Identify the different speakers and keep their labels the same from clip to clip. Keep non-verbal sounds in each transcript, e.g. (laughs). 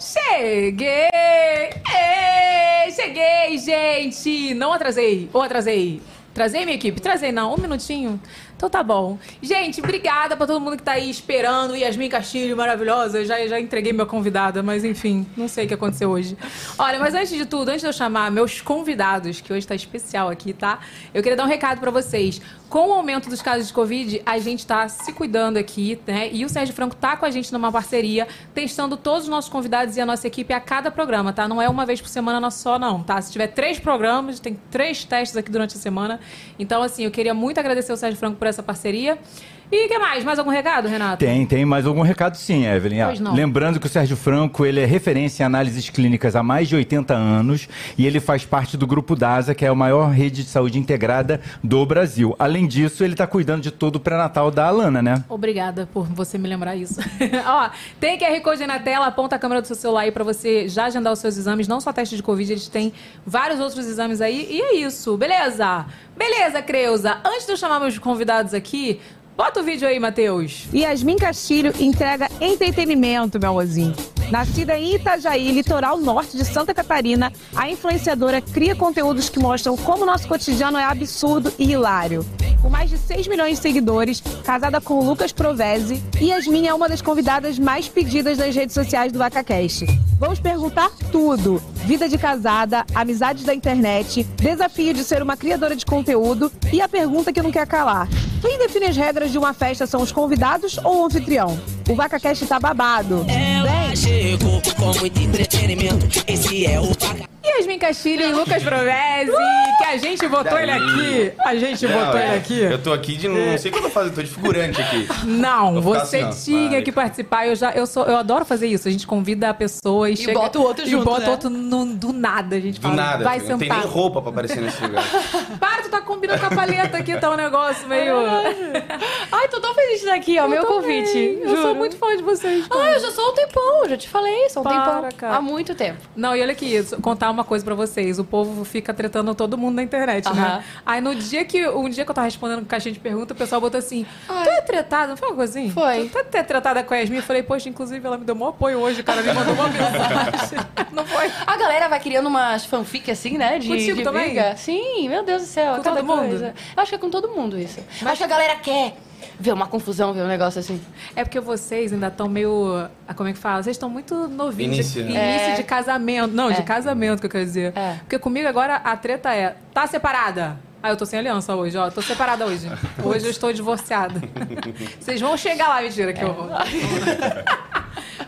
Speaker 1: Cheguei! Ei, cheguei, gente! Não atrasei, ou atrasei? Trazei minha equipe? Trazei não, um minutinho. Então tá bom. Gente, obrigada pra todo mundo que tá aí esperando. Yasmin Castilho, maravilhosa. Eu já, já entreguei minha convidada, mas enfim, não sei o que aconteceu hoje. Olha, mas antes de tudo, antes de eu chamar meus convidados, que hoje tá especial aqui, tá? Eu queria dar um recado pra vocês. Com o aumento dos casos de Covid, a gente tá se cuidando aqui, né? E o Sérgio Franco tá com a gente numa parceria, testando todos os nossos convidados e a nossa equipe a cada programa, tá? Não é uma vez por semana nós só, não, tá? Se tiver três programas, tem três testes aqui durante a semana. Então, assim, eu queria muito agradecer o Sérgio Franco por essa parceria. E o que mais? Mais algum recado, Renato?
Speaker 2: Tem, tem mais algum recado sim, Evelyn. Ah,
Speaker 1: Pois não.
Speaker 2: Lembrando que o Sérgio Franco, ele é referência em análises clínicas há mais de 80 anos e ele faz parte do Grupo DASA, que é a maior rede de saúde integrada do Brasil. Além disso, ele está cuidando de todo o pré-natal da Alana, né?
Speaker 1: Obrigada por você me lembrar isso. (laughs) Ó, tem QR Code aí na tela, aponta a câmera do seu celular aí pra você já agendar os seus exames, não só teste de Covid, eles têm vários outros exames aí. E é isso, beleza? Beleza, Creuza. Antes de eu chamar meus convidados aqui, bota o vídeo aí, Matheus.
Speaker 3: Yasmin Castilho entrega entretenimento, meu amorzinho. Nascida em Itajaí, litoral norte de Santa Catarina, a influenciadora cria conteúdos que mostram como nosso cotidiano é absurdo e hilário. Com mais de 6 milhões de seguidores, casada com o Lucas Provese, Yasmin é uma das convidadas mais pedidas nas redes sociais do VacaCast. Vamos perguntar tudo: vida de casada, amizades da internet, desafio de ser uma criadora de conteúdo e a pergunta que não quer calar. Quem define as regras de uma festa são os convidados ou o anfitrião? O VacaCast tá babado.
Speaker 4: Ela chegou com muito entretenimento. Esse é o Paca.
Speaker 1: Yasmin Castilho e Lucas Provese, que a gente botou ele aqui. A gente botou ele aqui.
Speaker 5: é. Eu tô aqui de. Não sei o que eu tô fazendo, tô de figurante aqui.
Speaker 1: Não,
Speaker 5: Vou ficar
Speaker 1: você
Speaker 5: assim, ó.
Speaker 1: tinha
Speaker 5: Vai.
Speaker 1: que participar. Eu já, eu sou, eu adoro fazer isso. A gente convida a pessoa e, chega
Speaker 6: bota o outro
Speaker 1: e
Speaker 6: junto,
Speaker 1: bota
Speaker 6: né?
Speaker 1: outro no- do nada, a gente
Speaker 5: Do
Speaker 1: fala,
Speaker 5: nada,
Speaker 1: vai um
Speaker 5: filho, não
Speaker 1: sentar.
Speaker 5: tem nem roupa pra aparecer nesse lugar.
Speaker 1: Para, tu tá combinando com a paleta aqui, tá um negócio meio.
Speaker 6: É Ai, tô tão feliz de estar aqui, ó. meu
Speaker 1: Eu também,
Speaker 6: convite.
Speaker 1: Eu sou muito fã de vocês. cara.
Speaker 6: Ai, eu já sou um tempão, já te falei, sou um
Speaker 1: Para,
Speaker 6: tempão.
Speaker 1: cara.
Speaker 6: Há muito tempo.
Speaker 1: Não, e olha aqui, isso- contar uma coisa pra vocês. O povo fica tretando todo mundo na internet, né?
Speaker 6: Aham.
Speaker 1: Aí no dia que. Um dia que eu tava respondendo caixinha de pergunta, o pessoal botou assim:
Speaker 6: Ai.
Speaker 1: Tu é tretada? Foi uma coisinha?
Speaker 6: Foi.
Speaker 1: Tu tu é tretada com a Yasmin? Eu falei, poxa, inclusive ela me deu maior apoio hoje, cara. Me
Speaker 6: (laughs)
Speaker 1: mandou uma mensagem. Não foi?
Speaker 6: A galera vai criando umas fanfic assim, né? De,
Speaker 1: Contigo
Speaker 6: de
Speaker 1: também?
Speaker 6: briga. Sim, meu Deus do céu.
Speaker 1: Com
Speaker 6: cada
Speaker 1: todo mundo?
Speaker 6: coisa. Eu acho que é com todo mundo isso. Acho que a galera quer ver uma confusão, ver um negócio assim.
Speaker 1: É porque vocês ainda estão meio. ah, Como é que fala? Vocês estão muito novinhos.
Speaker 5: Início,
Speaker 1: de,
Speaker 5: né?
Speaker 1: início
Speaker 6: É.
Speaker 1: de casamento. Não, de
Speaker 6: É.
Speaker 1: casamento que eu quero dizer.
Speaker 6: É.
Speaker 1: Porque comigo agora a treta é. Tá separada? Ah, eu tô sem aliança hoje, ó. Tô separada
Speaker 5: (laughs)
Speaker 1: hoje. Hoje eu estou divorciada. Vocês vão chegar lá, mentira, que eu
Speaker 5: (laughs)
Speaker 1: vou.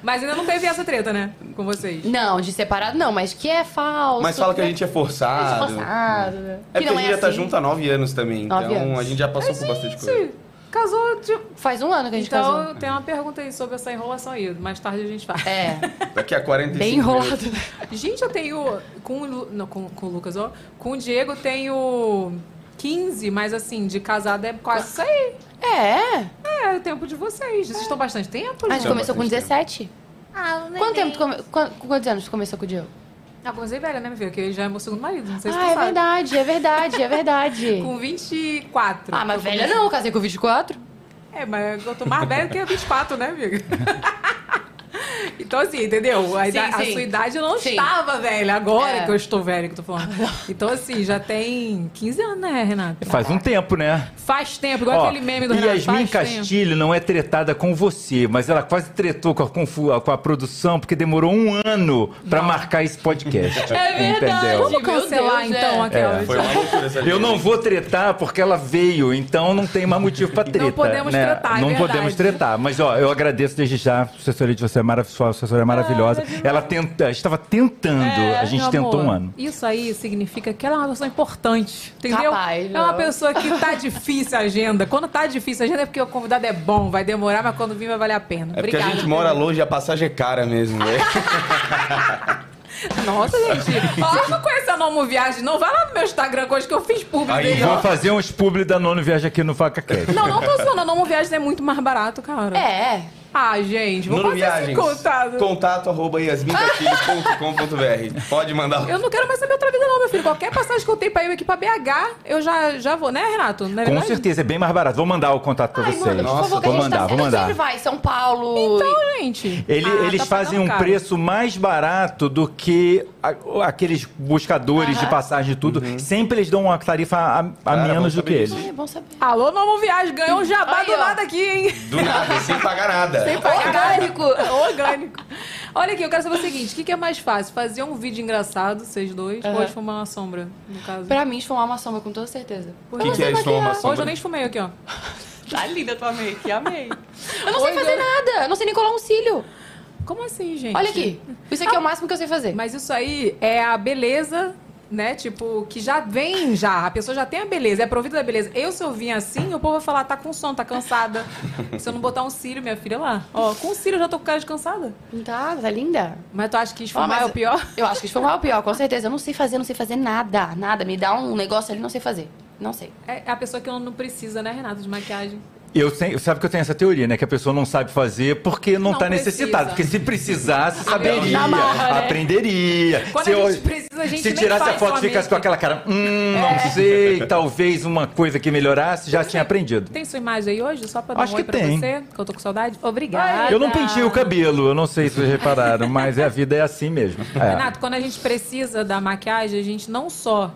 Speaker 1: Mas ainda não teve essa treta, né? Com vocês.
Speaker 6: Não, de separado não, mas que é falso.
Speaker 5: Mas fala que a gente é
Speaker 6: é
Speaker 5: forçado.
Speaker 6: esforçado. né?
Speaker 5: É
Speaker 6: que
Speaker 5: porque a
Speaker 6: não
Speaker 5: gente
Speaker 6: é
Speaker 5: já tá
Speaker 6: assim.
Speaker 5: junto há nove anos também.
Speaker 6: Nove
Speaker 5: então
Speaker 6: anos.
Speaker 5: a gente já passou por bastante coisa.
Speaker 1: Sim, casou de.
Speaker 6: Faz um ano que a gente
Speaker 1: Então,
Speaker 6: casou.
Speaker 1: eu tenho uma pergunta aí sobre essa enrolação aí. Mais tarde a gente fala.
Speaker 5: (laughs)
Speaker 6: É,
Speaker 5: Daqui a 45
Speaker 6: bem enrolado.
Speaker 5: minutos.
Speaker 1: Gente, eu tenho. Com, o Lu- não, com, com o Lucas, ó. Com o Diego eu tenho 15, mas assim, de casada é quase isso aí.
Speaker 6: É,
Speaker 1: É, é o tempo de vocês. Vocês estão bastante tempo, né?
Speaker 6: a
Speaker 1: gente.
Speaker 6: gente
Speaker 5: Já
Speaker 6: começou com
Speaker 5: bastante tempo.
Speaker 6: 17. Quanto tempo tu come... quan- Quantos anos tu começou com o Diego?
Speaker 1: Ah, comecei velha, né, minha filha? Que ele já é meu segundo marido, não sei se
Speaker 6: Ah,
Speaker 1: tu
Speaker 6: é
Speaker 1: sabe.
Speaker 6: verdade, é verdade,
Speaker 1: (laughs)
Speaker 6: é verdade.
Speaker 1: Com 24.
Speaker 6: Ah, mas velha não, eu casei com 24.
Speaker 1: É, mas eu tô mais velha que a 24, né, amiga? (laughs) Então, assim, entendeu? A,
Speaker 6: Sim,
Speaker 1: ida- a
Speaker 6: sim.
Speaker 1: sua idade eu não
Speaker 6: Sim.
Speaker 1: estava velha, agora
Speaker 6: É.
Speaker 1: que eu estou velha, que eu tô falando. Então, assim, já tem 15 anos, né, Renato?
Speaker 2: Faz um tempo, né?
Speaker 1: Faz tempo, igual
Speaker 2: Ó,
Speaker 1: aquele meme do
Speaker 2: e
Speaker 1: Renato. né?
Speaker 2: Yasmin
Speaker 1: faz tempo.
Speaker 2: Castilho não é tretada com você, mas ela quase tretou com a, confu- com a produção, porque demorou um ano pra marcar esse
Speaker 1: (laughs) É
Speaker 2: podcast.
Speaker 1: Vamos
Speaker 6: Meu
Speaker 1: cancelar
Speaker 6: Deus,
Speaker 1: então
Speaker 6: é.
Speaker 1: aquela.
Speaker 5: Foi uma loucura essa
Speaker 2: (laughs) Eu não vou tretar porque ela veio, então não tem mais motivo pra treta.
Speaker 1: podemos
Speaker 2: né?
Speaker 1: tretar, é
Speaker 2: Não
Speaker 1: verdade.
Speaker 2: podemos tretar. Mas, ó, eu agradeço desde já. A assessoria de você é maravilhosa, sua assessoria
Speaker 1: Ah,
Speaker 2: é maravilhosa. ela tenta, estava tentando, a gente
Speaker 1: É, Meu
Speaker 2: tentou
Speaker 1: amor,
Speaker 2: um ano.
Speaker 1: Isso aí significa que ela é uma pessoa importante, entendeu?
Speaker 6: Capaz,
Speaker 1: é uma
Speaker 6: não.
Speaker 1: pessoa que tá difícil a agenda. Quando tá difícil a agenda é porque o convidado é bom, vai demorar, mas quando vir vai valer a pena.
Speaker 5: É porque
Speaker 1: Obrigada.
Speaker 5: a gente mora longe e a passagem é cara mesmo, né?
Speaker 1: Nossa, gente. Ó, Vocês não conhecem a Nomo Viagem, não? Vai lá no meu Instagram, coisa que eu fiz público
Speaker 5: Aí,
Speaker 1: dele,
Speaker 2: Vou
Speaker 1: ó.
Speaker 2: fazer uns publi da Nono Viagem aqui no VacaCast.
Speaker 1: Não, não tô zoando. A Nomo Viagem é muito mais barato, cara.
Speaker 6: É,
Speaker 1: Ah, gente, vou
Speaker 5: Nuno
Speaker 1: fazer
Speaker 5: Viagens.
Speaker 1: esse contado.
Speaker 5: Contato arroba yasmincastilho.com.br. Pode mandar.
Speaker 1: Eu não quero mais saber outra vida, não, meu filho, qualquer passagem que eu tenho pra eu aqui pra BH, eu já, já vou, né, Renato? Não é
Speaker 2: Com
Speaker 1: verdade?
Speaker 2: certeza, é bem mais barato. Vou mandar o contato pra
Speaker 6: Ai,
Speaker 2: vocês.
Speaker 6: manda, por
Speaker 5: Nossa,
Speaker 6: favor, que a
Speaker 2: vou
Speaker 6: gente
Speaker 2: mandar,
Speaker 6: tá
Speaker 2: vou
Speaker 6: a gente
Speaker 2: mandar.
Speaker 6: sempre vai, São Paulo.
Speaker 1: Então, gente.
Speaker 2: Ele-
Speaker 1: Ah,
Speaker 2: eles
Speaker 1: tá
Speaker 2: fazem um
Speaker 1: pagando caro.
Speaker 2: preço mais barato do que a- aqueles buscadores de passagem e tudo. Sempre eles dão uma tarifa a, a
Speaker 5: Cara, bom
Speaker 2: menos do
Speaker 5: saber
Speaker 2: que
Speaker 5: disso.
Speaker 6: e...
Speaker 2: eles.
Speaker 6: É bom saber.
Speaker 1: Ah. Alô, Novo Viagem, ganhou um jabá
Speaker 6: Aí,
Speaker 1: do
Speaker 6: ó.
Speaker 1: nada aqui, hein?
Speaker 5: Do nada, (laughs) sem pagar nada.
Speaker 1: (laughs)
Speaker 6: Orgânico.
Speaker 1: Orgânico. Olha aqui, eu quero saber o seguinte: o que, que é mais fácil? Fazer um vídeo engraçado, vocês dois, ou
Speaker 6: Aham.
Speaker 1: esfumar uma sombra, no caso?
Speaker 6: pra mim, esfumar uma sombra, com toda certeza.
Speaker 5: O que, que é isso? Uma
Speaker 1: Hoje eu
Speaker 5: sombra?
Speaker 1: nem esfumei aqui, ó.
Speaker 6: Tá linda tua make, amei. Eu não
Speaker 1: Oi,
Speaker 6: sei fazer
Speaker 1: Deus.
Speaker 6: nada, eu não sei nem colar um cílio.
Speaker 1: (laughs) Como assim, gente?
Speaker 6: Olha aqui, isso aqui é o máximo que eu sei fazer.
Speaker 1: Mas isso aí é a beleza, né? Tipo, que já vem já. A pessoa já tem a beleza, é provida da beleza. Eu, se eu vim assim, o povo vai falar, tá com sono, tá cansada. se eu não botar um cílio, minha filha, lá. Ó, com um cílio eu já tô com cara de cansada.
Speaker 6: Não Tá, tá linda.
Speaker 1: Mas tu acha que
Speaker 6: Ah,
Speaker 1: esfumar
Speaker 6: mas
Speaker 1: é o pior?
Speaker 6: Eu acho que esfumar é o pior, com certeza. Eu não sei fazer, não sei fazer nada, nada. Me dá um negócio ali, não sei fazer. Não sei.
Speaker 1: É a pessoa que não precisa, né, Renato, de maquiagem.
Speaker 2: Eu sei- sabe que eu tenho essa teoria, né? Que a pessoa não sabe fazer porque não,
Speaker 1: Não
Speaker 2: tá necessitada.
Speaker 1: precisa.
Speaker 2: Porque se precisasse, saberia.
Speaker 6: na marra, né?
Speaker 2: Aprenderia.
Speaker 1: Quando
Speaker 2: se
Speaker 1: a
Speaker 2: eu-
Speaker 1: gente precisa, a gente
Speaker 2: se
Speaker 1: nem
Speaker 2: tirasse a
Speaker 1: faz É.
Speaker 2: foto e
Speaker 1: somente.
Speaker 2: ficasse com aquela cara, hum, não sei, talvez uma coisa que melhorasse, já tinha aprendido.
Speaker 1: Tem sua imagem aí hoje? Só pra dar
Speaker 2: Acho
Speaker 1: um
Speaker 2: que
Speaker 1: oi pra
Speaker 2: tem.
Speaker 1: você, que eu tô com saudade. Obrigada.
Speaker 2: Eu não pentei o cabelo, eu não sei se vocês repararam, mas a vida é assim mesmo. É.
Speaker 1: Renato, quando a gente precisa da maquiagem, a gente não só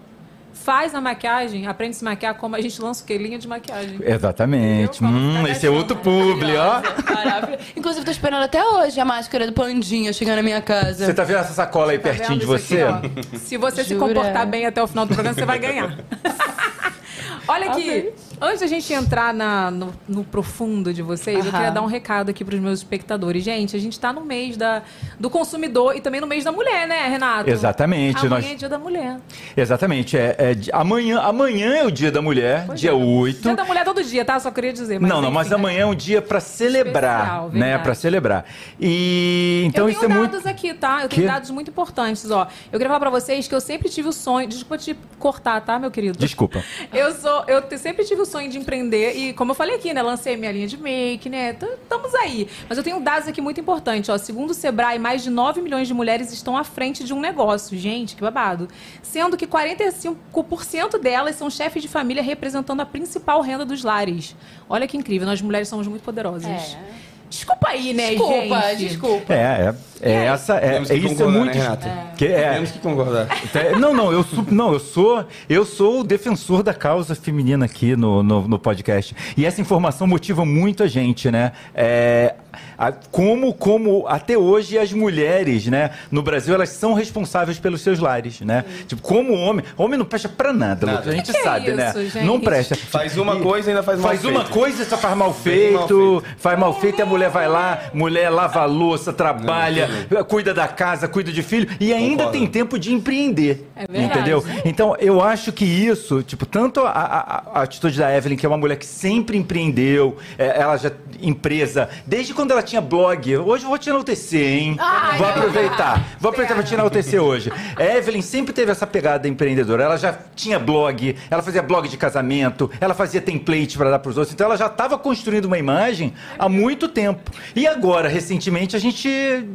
Speaker 1: faz a maquiagem, aprende a se maquiar, como a gente lança o que? Linha de maquiagem.
Speaker 2: É. Exatamente.
Speaker 1: Entendeu?
Speaker 2: Hum,
Speaker 1: Fala,
Speaker 2: esse é outro publi, ó.
Speaker 6: Maravilha. Inclusive, tô esperando até hoje a máscara do Pandinha chegar na minha casa.
Speaker 2: Você tá vendo essa sacola aí
Speaker 1: Tá
Speaker 2: pertinho
Speaker 1: vendo
Speaker 2: de
Speaker 1: isso
Speaker 2: você?
Speaker 1: aqui, ó? se você se
Speaker 6: Jura?
Speaker 1: comportar bem até o final do programa, você vai ganhar.
Speaker 6: (laughs)
Speaker 1: Olha aqui, antes da gente entrar na- no, no profundo de vocês, eu
Speaker 6: Aham.
Speaker 1: queria dar um recado aqui pros meus espectadores. Gente, a gente tá no mês da, do consumidor e também no mês da mulher, né, Renato?
Speaker 2: Exatamente,
Speaker 1: Amanhã
Speaker 2: nós-
Speaker 1: é dia da mulher.
Speaker 2: Exatamente. É, é de- amanhã, amanhã é o Dia da Mulher, dia 8.
Speaker 1: Dia da mulher todo dia, tá? Só queria dizer.
Speaker 2: Então- não, não, mas
Speaker 1: enfim, né?
Speaker 2: amanhã é um dia pra celebrar,
Speaker 1: Especial,
Speaker 2: né?
Speaker 1: verdade.
Speaker 2: Pra celebrar. E então
Speaker 1: eu
Speaker 2: isso é
Speaker 1: tenho dados
Speaker 2: muito
Speaker 1: aqui, tá? Eu tenho
Speaker 2: Quê?
Speaker 1: dados muito importantes, ó. Eu queria falar pra vocês que eu sempre tive o sonho. Desculpa te cortar, tá, meu querido?
Speaker 2: Desculpa.
Speaker 1: (laughs) Eu sou, eu te- sempre tive o sonho de empreender e, como eu falei aqui, né, lancei minha linha de make, né, t- estamos aí. Mas eu tenho dados aqui muito importantes, ó, segundo o Sebrae, mais de 9 milhões de mulheres estão à frente de um negócio, gente, que babado. Sendo que 45% delas são chefes de família representando a principal renda dos lares. Olha que incrível, nós mulheres somos muito poderosas.
Speaker 6: É.
Speaker 1: Desculpa aí, né,
Speaker 6: Desculpa,
Speaker 1: gente?
Speaker 6: desculpa.
Speaker 2: É, é, é essa é,
Speaker 5: Temos que
Speaker 2: isso é
Speaker 5: concordar,
Speaker 2: muito
Speaker 5: né, Renato?
Speaker 2: que é,
Speaker 5: Temos que concordar.
Speaker 2: É, Não, não, eu sou, não, eu sou, eu sou o defensor da causa feminina aqui no, no, no podcast. E essa informação motiva muito a gente, né? É, a- como, como até hoje as mulheres, né, no Brasil, elas são responsáveis pelos seus lares, né? Tipo, como homem, homem não presta pra nada,
Speaker 5: Nada.
Speaker 2: Lucas, a gente
Speaker 1: Que que é
Speaker 2: sabe, né?
Speaker 1: isso, gente?
Speaker 2: Não presta.
Speaker 5: Faz uma coisa e ainda faz mal
Speaker 2: Faz uma
Speaker 5: feito.
Speaker 2: coisa, só faz mal
Speaker 5: Bem mal
Speaker 2: feito, faz mal feito e a mulher vai lá, mulher lava a louça, trabalha, cuida da casa, cuida de filho e ainda
Speaker 5: Concordo.
Speaker 2: tem tempo de empreender.
Speaker 1: É verdade.
Speaker 2: Entendeu? Então, eu acho que isso, tipo, tanto a, a- a atitude da Evelyn, que é uma mulher que sempre empreendeu, é, ela já empresa, desde quando ela tinha blog. Hoje eu vou te enaltecer, hein?
Speaker 6: Ai,
Speaker 2: vou
Speaker 6: meu
Speaker 2: aproveitar. Vou aproveitar pra te enaltecer hoje. A Evelyn sempre teve essa pegada empreendedora. Ela já tinha blog, ela fazia blog de casamento, ela fazia template pra dar pros outros. Então, ela já estava construindo uma imagem há muito tempo. E agora, recentemente, a gente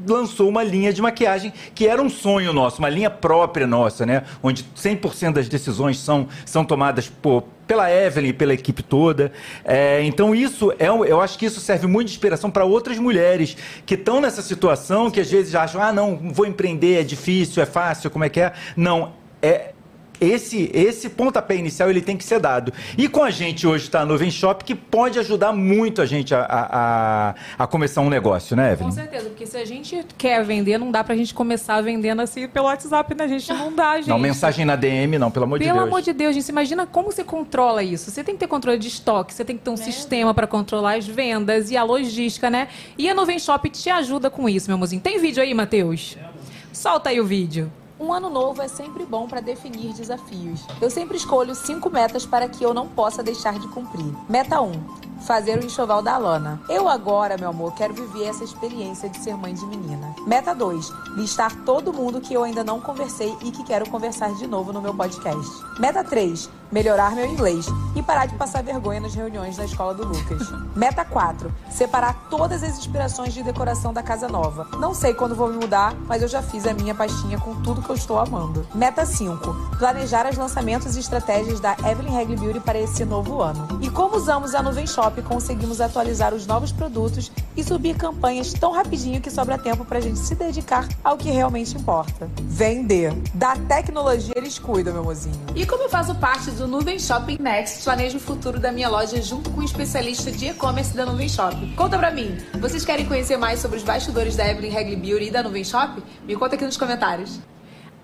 Speaker 2: lançou uma linha de maquiagem que era um sonho nosso, uma linha própria nossa, né? Onde 100% das decisões são, são tomadas por, pela Evelyn, e pela equipe toda. É, então, isso é, um- eu acho que isso serve muito de inspiração para outras mulheres que estão nessa situação, que às vezes acham, ah, não, vou empreender, é difícil, é fácil, como é que é? Não, é. Esse, esse pontapé inicial ele tem que ser dado. E com a gente hoje está a Nuvem Shop, que pode ajudar muito a gente a, a, a- a começar um negócio, né,
Speaker 1: Com
Speaker 2: Evelyn?
Speaker 1: certeza, porque se a gente quer vender, não dá pra gente começar vendendo assim pelo WhatsApp, né, gente? Não dá, gente.
Speaker 2: Não, mensagem na DM, não, pelo amor de
Speaker 1: Pelo
Speaker 2: Deus.
Speaker 1: amor de Deus, gente, você imagina como você controla isso. Você tem que ter controle de estoque, você tem que ter um sistema pra controlar as vendas e a logística, né? E a Nuvem Shop te ajuda com isso, meu mozinho. Tem vídeo aí, Matheus? Solta aí o vídeo.
Speaker 7: Um ano novo é sempre bom para definir desafios. Eu sempre escolho cinco metas para que eu não possa deixar de cumprir. Meta 1. fazer o enxoval da Lana. Eu agora, meu amor, quero viver essa experiência de ser mãe de menina. Meta 2, listar todo mundo que eu ainda não conversei e que quero conversar de novo no meu podcast. Meta 3, melhorar meu inglês e parar de passar vergonha nas reuniões na escola do Lucas. Meta 4, separar todas as inspirações de decoração da casa nova. Não sei quando vou me mudar, mas eu já fiz a minha pastinha com tudo que eu estou amando. Meta 5, planejar os lançamentos e estratégias da Evelyn Regli Beauty para esse novo ano. E como usamos a Nuvem Shop, conseguimos atualizar os novos produtos e subir campanhas tão rapidinho que sobra tempo pra gente se dedicar ao que realmente importa. Vender. Da tecnologia eles cuidam, meu mozinho.
Speaker 8: E como eu faço parte do Nuvem Shopping Next, planejo o futuro da minha loja junto com o especialista de e-commerce da Nuvem Shop. Conta pra mim, vocês querem conhecer mais sobre os bastidores da Evelyn Regli Beauty e da Nuvem Shop? Me conta aqui nos comentários.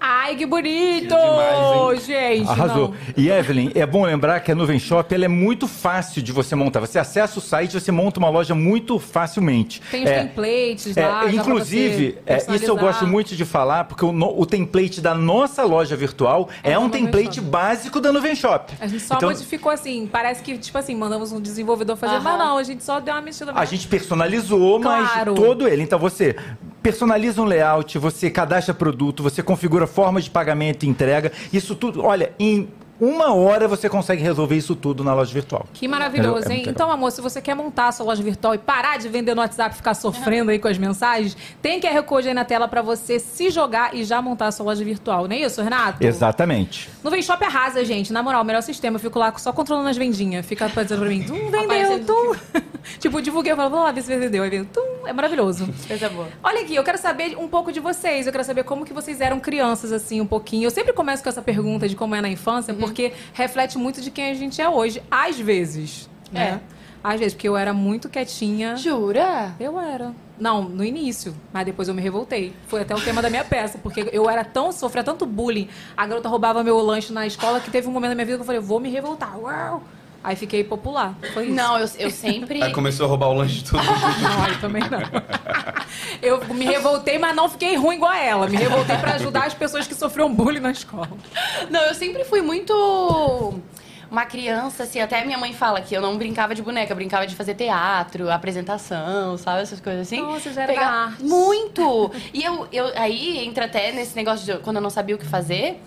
Speaker 1: Ai, que bonito!
Speaker 5: demais,
Speaker 1: gente,
Speaker 2: Arrasou.
Speaker 1: não.
Speaker 2: E Evelyn, é bom lembrar que a Nuvem Shop ela é muito fácil de você montar. Você acessa o site, você monta uma loja muito facilmente.
Speaker 1: Tem os
Speaker 2: É,
Speaker 1: templates
Speaker 2: é,
Speaker 1: lá. já pra
Speaker 2: inclusive,
Speaker 1: você
Speaker 2: é, isso eu
Speaker 1: personalizar.
Speaker 2: gosto muito de falar, porque o, no- o template da nossa loja virtual é,
Speaker 1: É da
Speaker 2: um
Speaker 1: Nuvem
Speaker 2: template
Speaker 1: Shop.
Speaker 2: básico da Nuvem Shop.
Speaker 1: A gente só
Speaker 2: Então,
Speaker 1: modificou assim. Parece que, tipo assim, mandamos um desenvolvedor fazer.
Speaker 6: Aham.
Speaker 1: Mas não, a gente só deu uma mexida.
Speaker 2: A gente personalizou,
Speaker 1: Claro.
Speaker 2: mas todo ele. Então você personaliza um layout, você cadastra produto, você configura formas de pagamento e entrega. Isso tudo, olha, em uma hora você consegue resolver isso tudo na loja virtual.
Speaker 1: Que maravilhoso, hein?
Speaker 2: É, é muito legal.
Speaker 1: então, amor, se você quer montar a sua loja virtual e parar de vender no WhatsApp e ficar sofrendo aí com as mensagens, tem QR Code aí na tela pra você se jogar e já montar a sua loja virtual, não é isso, Renato?
Speaker 2: Exatamente.
Speaker 1: Nuvem Shop arrasa, gente. Na moral, o melhor sistema. Eu fico lá só controlando as vendinhas. Fica dizendo pra mim, tum, vendeu,
Speaker 6: Aparecendo.
Speaker 1: tum. (laughs) tipo, divulguei, eu falo, vamos lá ver se vendeu. Aí vem, tum, é maravilhoso.
Speaker 6: Coisa boa.
Speaker 1: Olha aqui, eu quero saber um pouco de vocês. Eu quero saber como que vocês eram crianças, assim, um pouquinho. Eu sempre começo com essa pergunta de como é na infância,
Speaker 6: Uhum.
Speaker 1: porque reflete muito de quem a gente é hoje, às vezes. Né?
Speaker 6: É.
Speaker 1: Às vezes, porque eu era muito quietinha.
Speaker 6: Jura?
Speaker 1: Eu era. Não, no início, mas depois eu me revoltei. Foi até o tema da minha peça, porque eu era tão, sofria tanto bullying. A garota roubava meu lanche na escola que teve um momento da minha vida que eu falei, vou me revoltar. Uau! Aí fiquei popular. Foi isso.
Speaker 6: Não, eu, eu sempre.
Speaker 5: Aí começou a roubar o lanche de todo
Speaker 6: Ah.
Speaker 5: mundo.
Speaker 1: Não, aí também não. Eu me revoltei, mas não fiquei ruim igual a ela. Me revoltei pra ajudar as pessoas que sofriam bullying na escola.
Speaker 6: Não, eu sempre fui muito uma criança, assim, até minha mãe fala que eu não brincava de boneca, eu brincava de fazer teatro, apresentação, sabe, essas coisas assim.
Speaker 1: Nossa, já era da arte.
Speaker 6: Muito! E eu, eu, aí entra até nesse negócio de eu- quando eu não sabia o que fazer,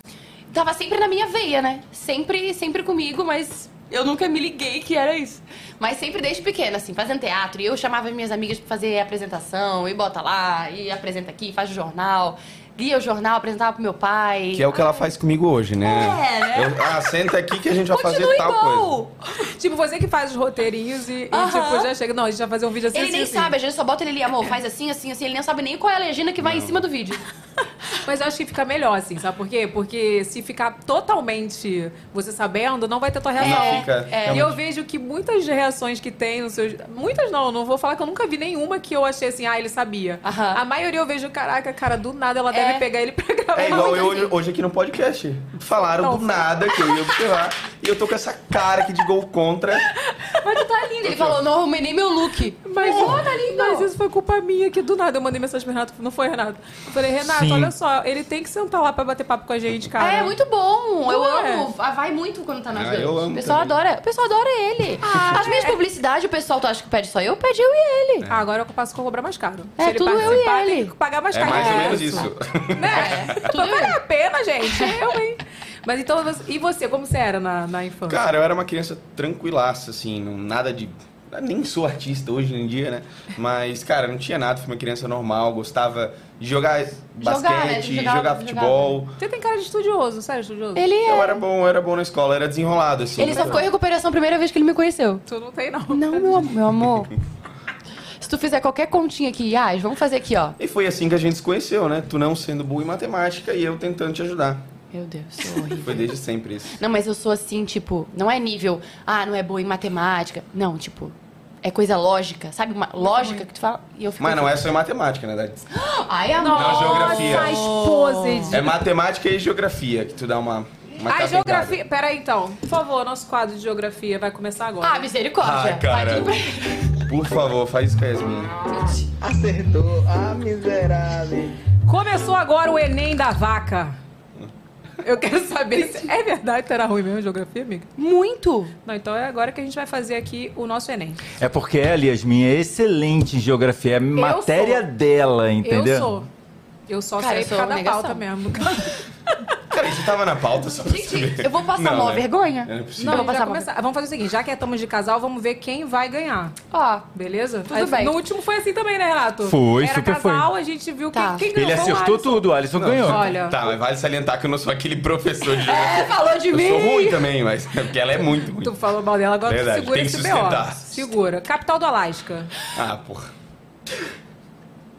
Speaker 6: tava sempre na minha veia, né? Sempre, sempre comigo, mas eu nunca me liguei que era isso. Mas sempre desde pequena, assim, fazendo teatro. E eu chamava minhas amigas pra fazer apresentação, e bota lá, e apresenta aqui, faz o jornal. Lia o jornal, apresentava pro meu pai.
Speaker 5: Que é o que ela faz comigo hoje, né?
Speaker 6: É, né?
Speaker 5: Eu- ah, senta aqui que a gente vai fazer
Speaker 6: Continua
Speaker 5: tal coisa.
Speaker 6: igual.
Speaker 1: Tipo, você que faz os roteirinhos e, e,
Speaker 6: Aham.
Speaker 1: tipo, já chega. Não, a gente vai fazer um vídeo assim.
Speaker 6: Ele
Speaker 1: assim,
Speaker 6: nem
Speaker 1: assim.
Speaker 6: sabe, às vezes só bota ele ali, amor, faz assim, assim, assim. Ele nem sabe nem qual é a legenda que vai em cima do vídeo.
Speaker 1: Mas eu acho que fica melhor, assim, sabe por quê? Porque se ficar totalmente você sabendo, não vai ter tua reação. É,
Speaker 5: Não É, fica.
Speaker 1: E eu vejo que muitas reações que tem nos seus. Muitas não, não vou falar que eu nunca vi nenhuma que eu achei assim, ah, ele sabia.
Speaker 6: Aham.
Speaker 1: A maioria eu vejo, caraca, cara, do nada ela
Speaker 6: É.
Speaker 1: deve pegar ele pra gravar.
Speaker 5: É igual eu hoje, hoje aqui no podcast. Falaram
Speaker 1: Não.
Speaker 5: do nada que eu ia observar. e eu tô com essa cara aqui de gol contra.
Speaker 6: (laughs) Mas tu tá lindo. Ele falou, não arrumei nem meu look.
Speaker 1: Mas,
Speaker 6: lindo.
Speaker 1: mas isso foi culpa minha, que do nada eu mandei mensagem pro Renato, não foi, Renato? Eu falei, Renato,
Speaker 2: Sim.
Speaker 1: olha só, ele tem que sentar lá pra bater papo com a gente, cara.
Speaker 6: É, muito bom. Eu
Speaker 1: Não é?
Speaker 6: amo. Ah, Vai muito quando tá nas
Speaker 5: Ah,
Speaker 6: duas.
Speaker 5: eu amo
Speaker 6: O pessoal
Speaker 5: também.
Speaker 6: adora. O pessoal adora ele. As minhas publicidades, o pessoal, tu acha que pede só eu? Pede eu e ele.
Speaker 1: Ah, agora eu passo que eu cobrar mais caro.
Speaker 6: É,
Speaker 1: Se ele
Speaker 6: tudo eu e
Speaker 1: participar,
Speaker 6: ele.
Speaker 1: tem que pagar mais
Speaker 5: É
Speaker 1: caro.
Speaker 5: mais ou
Speaker 1: É
Speaker 5: menos isso.
Speaker 1: (laughs) Né?
Speaker 6: É, tudo É,
Speaker 1: Mas vale
Speaker 6: eu.
Speaker 1: a pena, gente. Eu, hein? Mas então, você- e você, como você era na, na infância?
Speaker 5: Cara, eu era uma criança tranquilaça, assim, não, nada de. Nem sou artista hoje em dia, né? Mas, cara, não tinha nada, fui uma criança normal, gostava de jogar
Speaker 6: né?
Speaker 5: basquete,
Speaker 6: De
Speaker 5: jogar
Speaker 6: jogar- de jogar.
Speaker 5: futebol.
Speaker 1: Você tem cara de estudioso, sério, estudioso?
Speaker 6: Ele é.
Speaker 5: Eu era bom, eu era bom na escola, eu era desenrolado, assim.
Speaker 6: Ele só ficou em recuperação a primeira vez que ele me conheceu.
Speaker 1: Tu não tem, não.
Speaker 6: Não, meu, am- meu
Speaker 5: (laughs)
Speaker 6: amor. Se tu fizer qualquer continha aqui, ah, vamos fazer aqui, ó.
Speaker 5: E foi assim que a gente se conheceu, né? Tu não sendo boa em matemática e eu tentando te ajudar.
Speaker 6: Meu Deus, sou horrível.
Speaker 5: Foi desde sempre isso.
Speaker 6: Não, mas eu sou assim, tipo, não é nível, ah, não é boa em matemática. Não, tipo, é coisa lógica, sabe? Uma lógica que tu fala e eu fico.
Speaker 5: Mas não é só em matemática, né? Dadi?
Speaker 6: Ai, amor.
Speaker 5: Não, geografia.
Speaker 1: Nossa, esposa de...
Speaker 5: É matemática e geografia que tu dá uma. uma
Speaker 1: A
Speaker 5: cacetada.
Speaker 1: geografia... Pera aí, então. Por favor, nosso quadro de geografia vai começar agora.
Speaker 6: Ah, misericórdia.
Speaker 5: Ah, cara.
Speaker 6: Vai tudo pra-
Speaker 5: Por favor, faz isso com a Yasmin.
Speaker 9: Acertou. Ah, miserável.
Speaker 1: Começou agora o Enem da Vaca. Eu quero saber se é verdade que era ruim mesmo a geografia, amiga.
Speaker 6: Muito!
Speaker 1: Não, então é agora que a gente vai fazer aqui o nosso Enem.
Speaker 2: É porque ela, Yasmin, é excelente em geografia. É matéria
Speaker 1: sou.
Speaker 2: dela, entendeu?
Speaker 1: Eu sou. Eu só
Speaker 6: Cara,
Speaker 1: sei
Speaker 6: eu
Speaker 1: por
Speaker 6: sou
Speaker 1: causa da
Speaker 6: negação.
Speaker 1: pauta mesmo. (laughs)
Speaker 5: Cara, isso tava na pauta só pra
Speaker 6: Gente,
Speaker 5: saber.
Speaker 6: eu vou passar
Speaker 5: Não,
Speaker 6: mó
Speaker 5: né?
Speaker 6: vergonha.
Speaker 5: Não é possível.
Speaker 1: Não,
Speaker 6: Eu vou
Speaker 1: já
Speaker 6: passar uma-
Speaker 1: começar. Vamos fazer o seguinte, já que é estamos de casal, vamos ver quem vai ganhar.
Speaker 6: Ó,
Speaker 1: Beleza?
Speaker 6: Tudo bem.
Speaker 1: No último foi assim também, né, Renato?
Speaker 2: Foi,
Speaker 1: Era
Speaker 2: super foi.
Speaker 1: casal, a gente viu
Speaker 6: Tá.
Speaker 1: quem, quem ganhou.
Speaker 2: Ele
Speaker 1: Foi o
Speaker 2: acertou
Speaker 1: Alisson.
Speaker 2: tudo, o Alisson
Speaker 5: Não,
Speaker 2: ganhou.
Speaker 1: Olha.
Speaker 5: Tá, mas vale salientar que eu não sou aquele professor de
Speaker 1: (laughs)
Speaker 5: geografia.
Speaker 6: é, falou de
Speaker 5: Eu
Speaker 6: mim!
Speaker 5: sou ruim também, mas é porque ela é muito ruim.
Speaker 1: Tu falou mal dela, agora
Speaker 5: Verdade,
Speaker 1: tu segura
Speaker 5: tem que
Speaker 1: esse
Speaker 5: sustentar.
Speaker 1: B.O. Segura. Capital do Alasca.
Speaker 5: Ah, porra.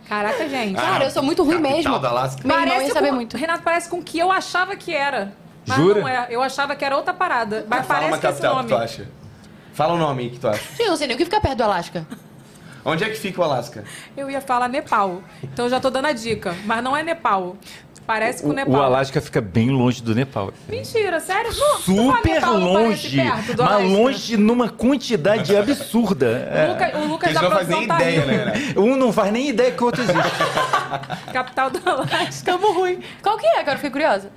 Speaker 1: Caraca, gente.
Speaker 5: Ah,
Speaker 6: Cara, eu sou muito ruim
Speaker 5: capital
Speaker 6: mesmo.
Speaker 5: da Alaska.
Speaker 6: Meu irmão ia saber
Speaker 1: com-
Speaker 6: muito.
Speaker 1: Renato, parece com o que eu achava que era. Mas
Speaker 2: Jura?
Speaker 1: não é. Eu achava que era outra parada. Mas
Speaker 5: Fala
Speaker 1: parece
Speaker 5: uma
Speaker 1: que é esse
Speaker 5: capital que
Speaker 1: nome.
Speaker 5: tu acha. Fala o nome aí que tu acha.
Speaker 6: Gente, eu não sei nem o que fica perto do Alasca.
Speaker 5: Onde é que fica o Alasca?
Speaker 1: Eu ia falar Nepal. Então eu já tô dando a dica. Mas não é Nepal. Parece com
Speaker 2: O,
Speaker 1: Nepal.
Speaker 2: o Alasca fica bem longe do Nepal.
Speaker 1: Mentira, sério? Não, tu fala
Speaker 2: Super
Speaker 1: Nepal, não parece
Speaker 2: longe,
Speaker 1: perto do
Speaker 2: mas
Speaker 1: Alasca?
Speaker 2: longe numa quantidade absurda.
Speaker 1: O
Speaker 2: É.
Speaker 1: Lucas, o
Speaker 5: Que a
Speaker 1: Lucas
Speaker 5: gente
Speaker 1: da
Speaker 5: não faz
Speaker 1: produção
Speaker 5: nem
Speaker 1: tá
Speaker 5: ideia,
Speaker 1: rindo.
Speaker 5: né? Renato?
Speaker 2: Um não faz nem ideia que o outro existe.
Speaker 5: né?
Speaker 1: Capital do Alasca.
Speaker 6: Tamo ruim. Qual que é? Agora eu fiquei curiosa.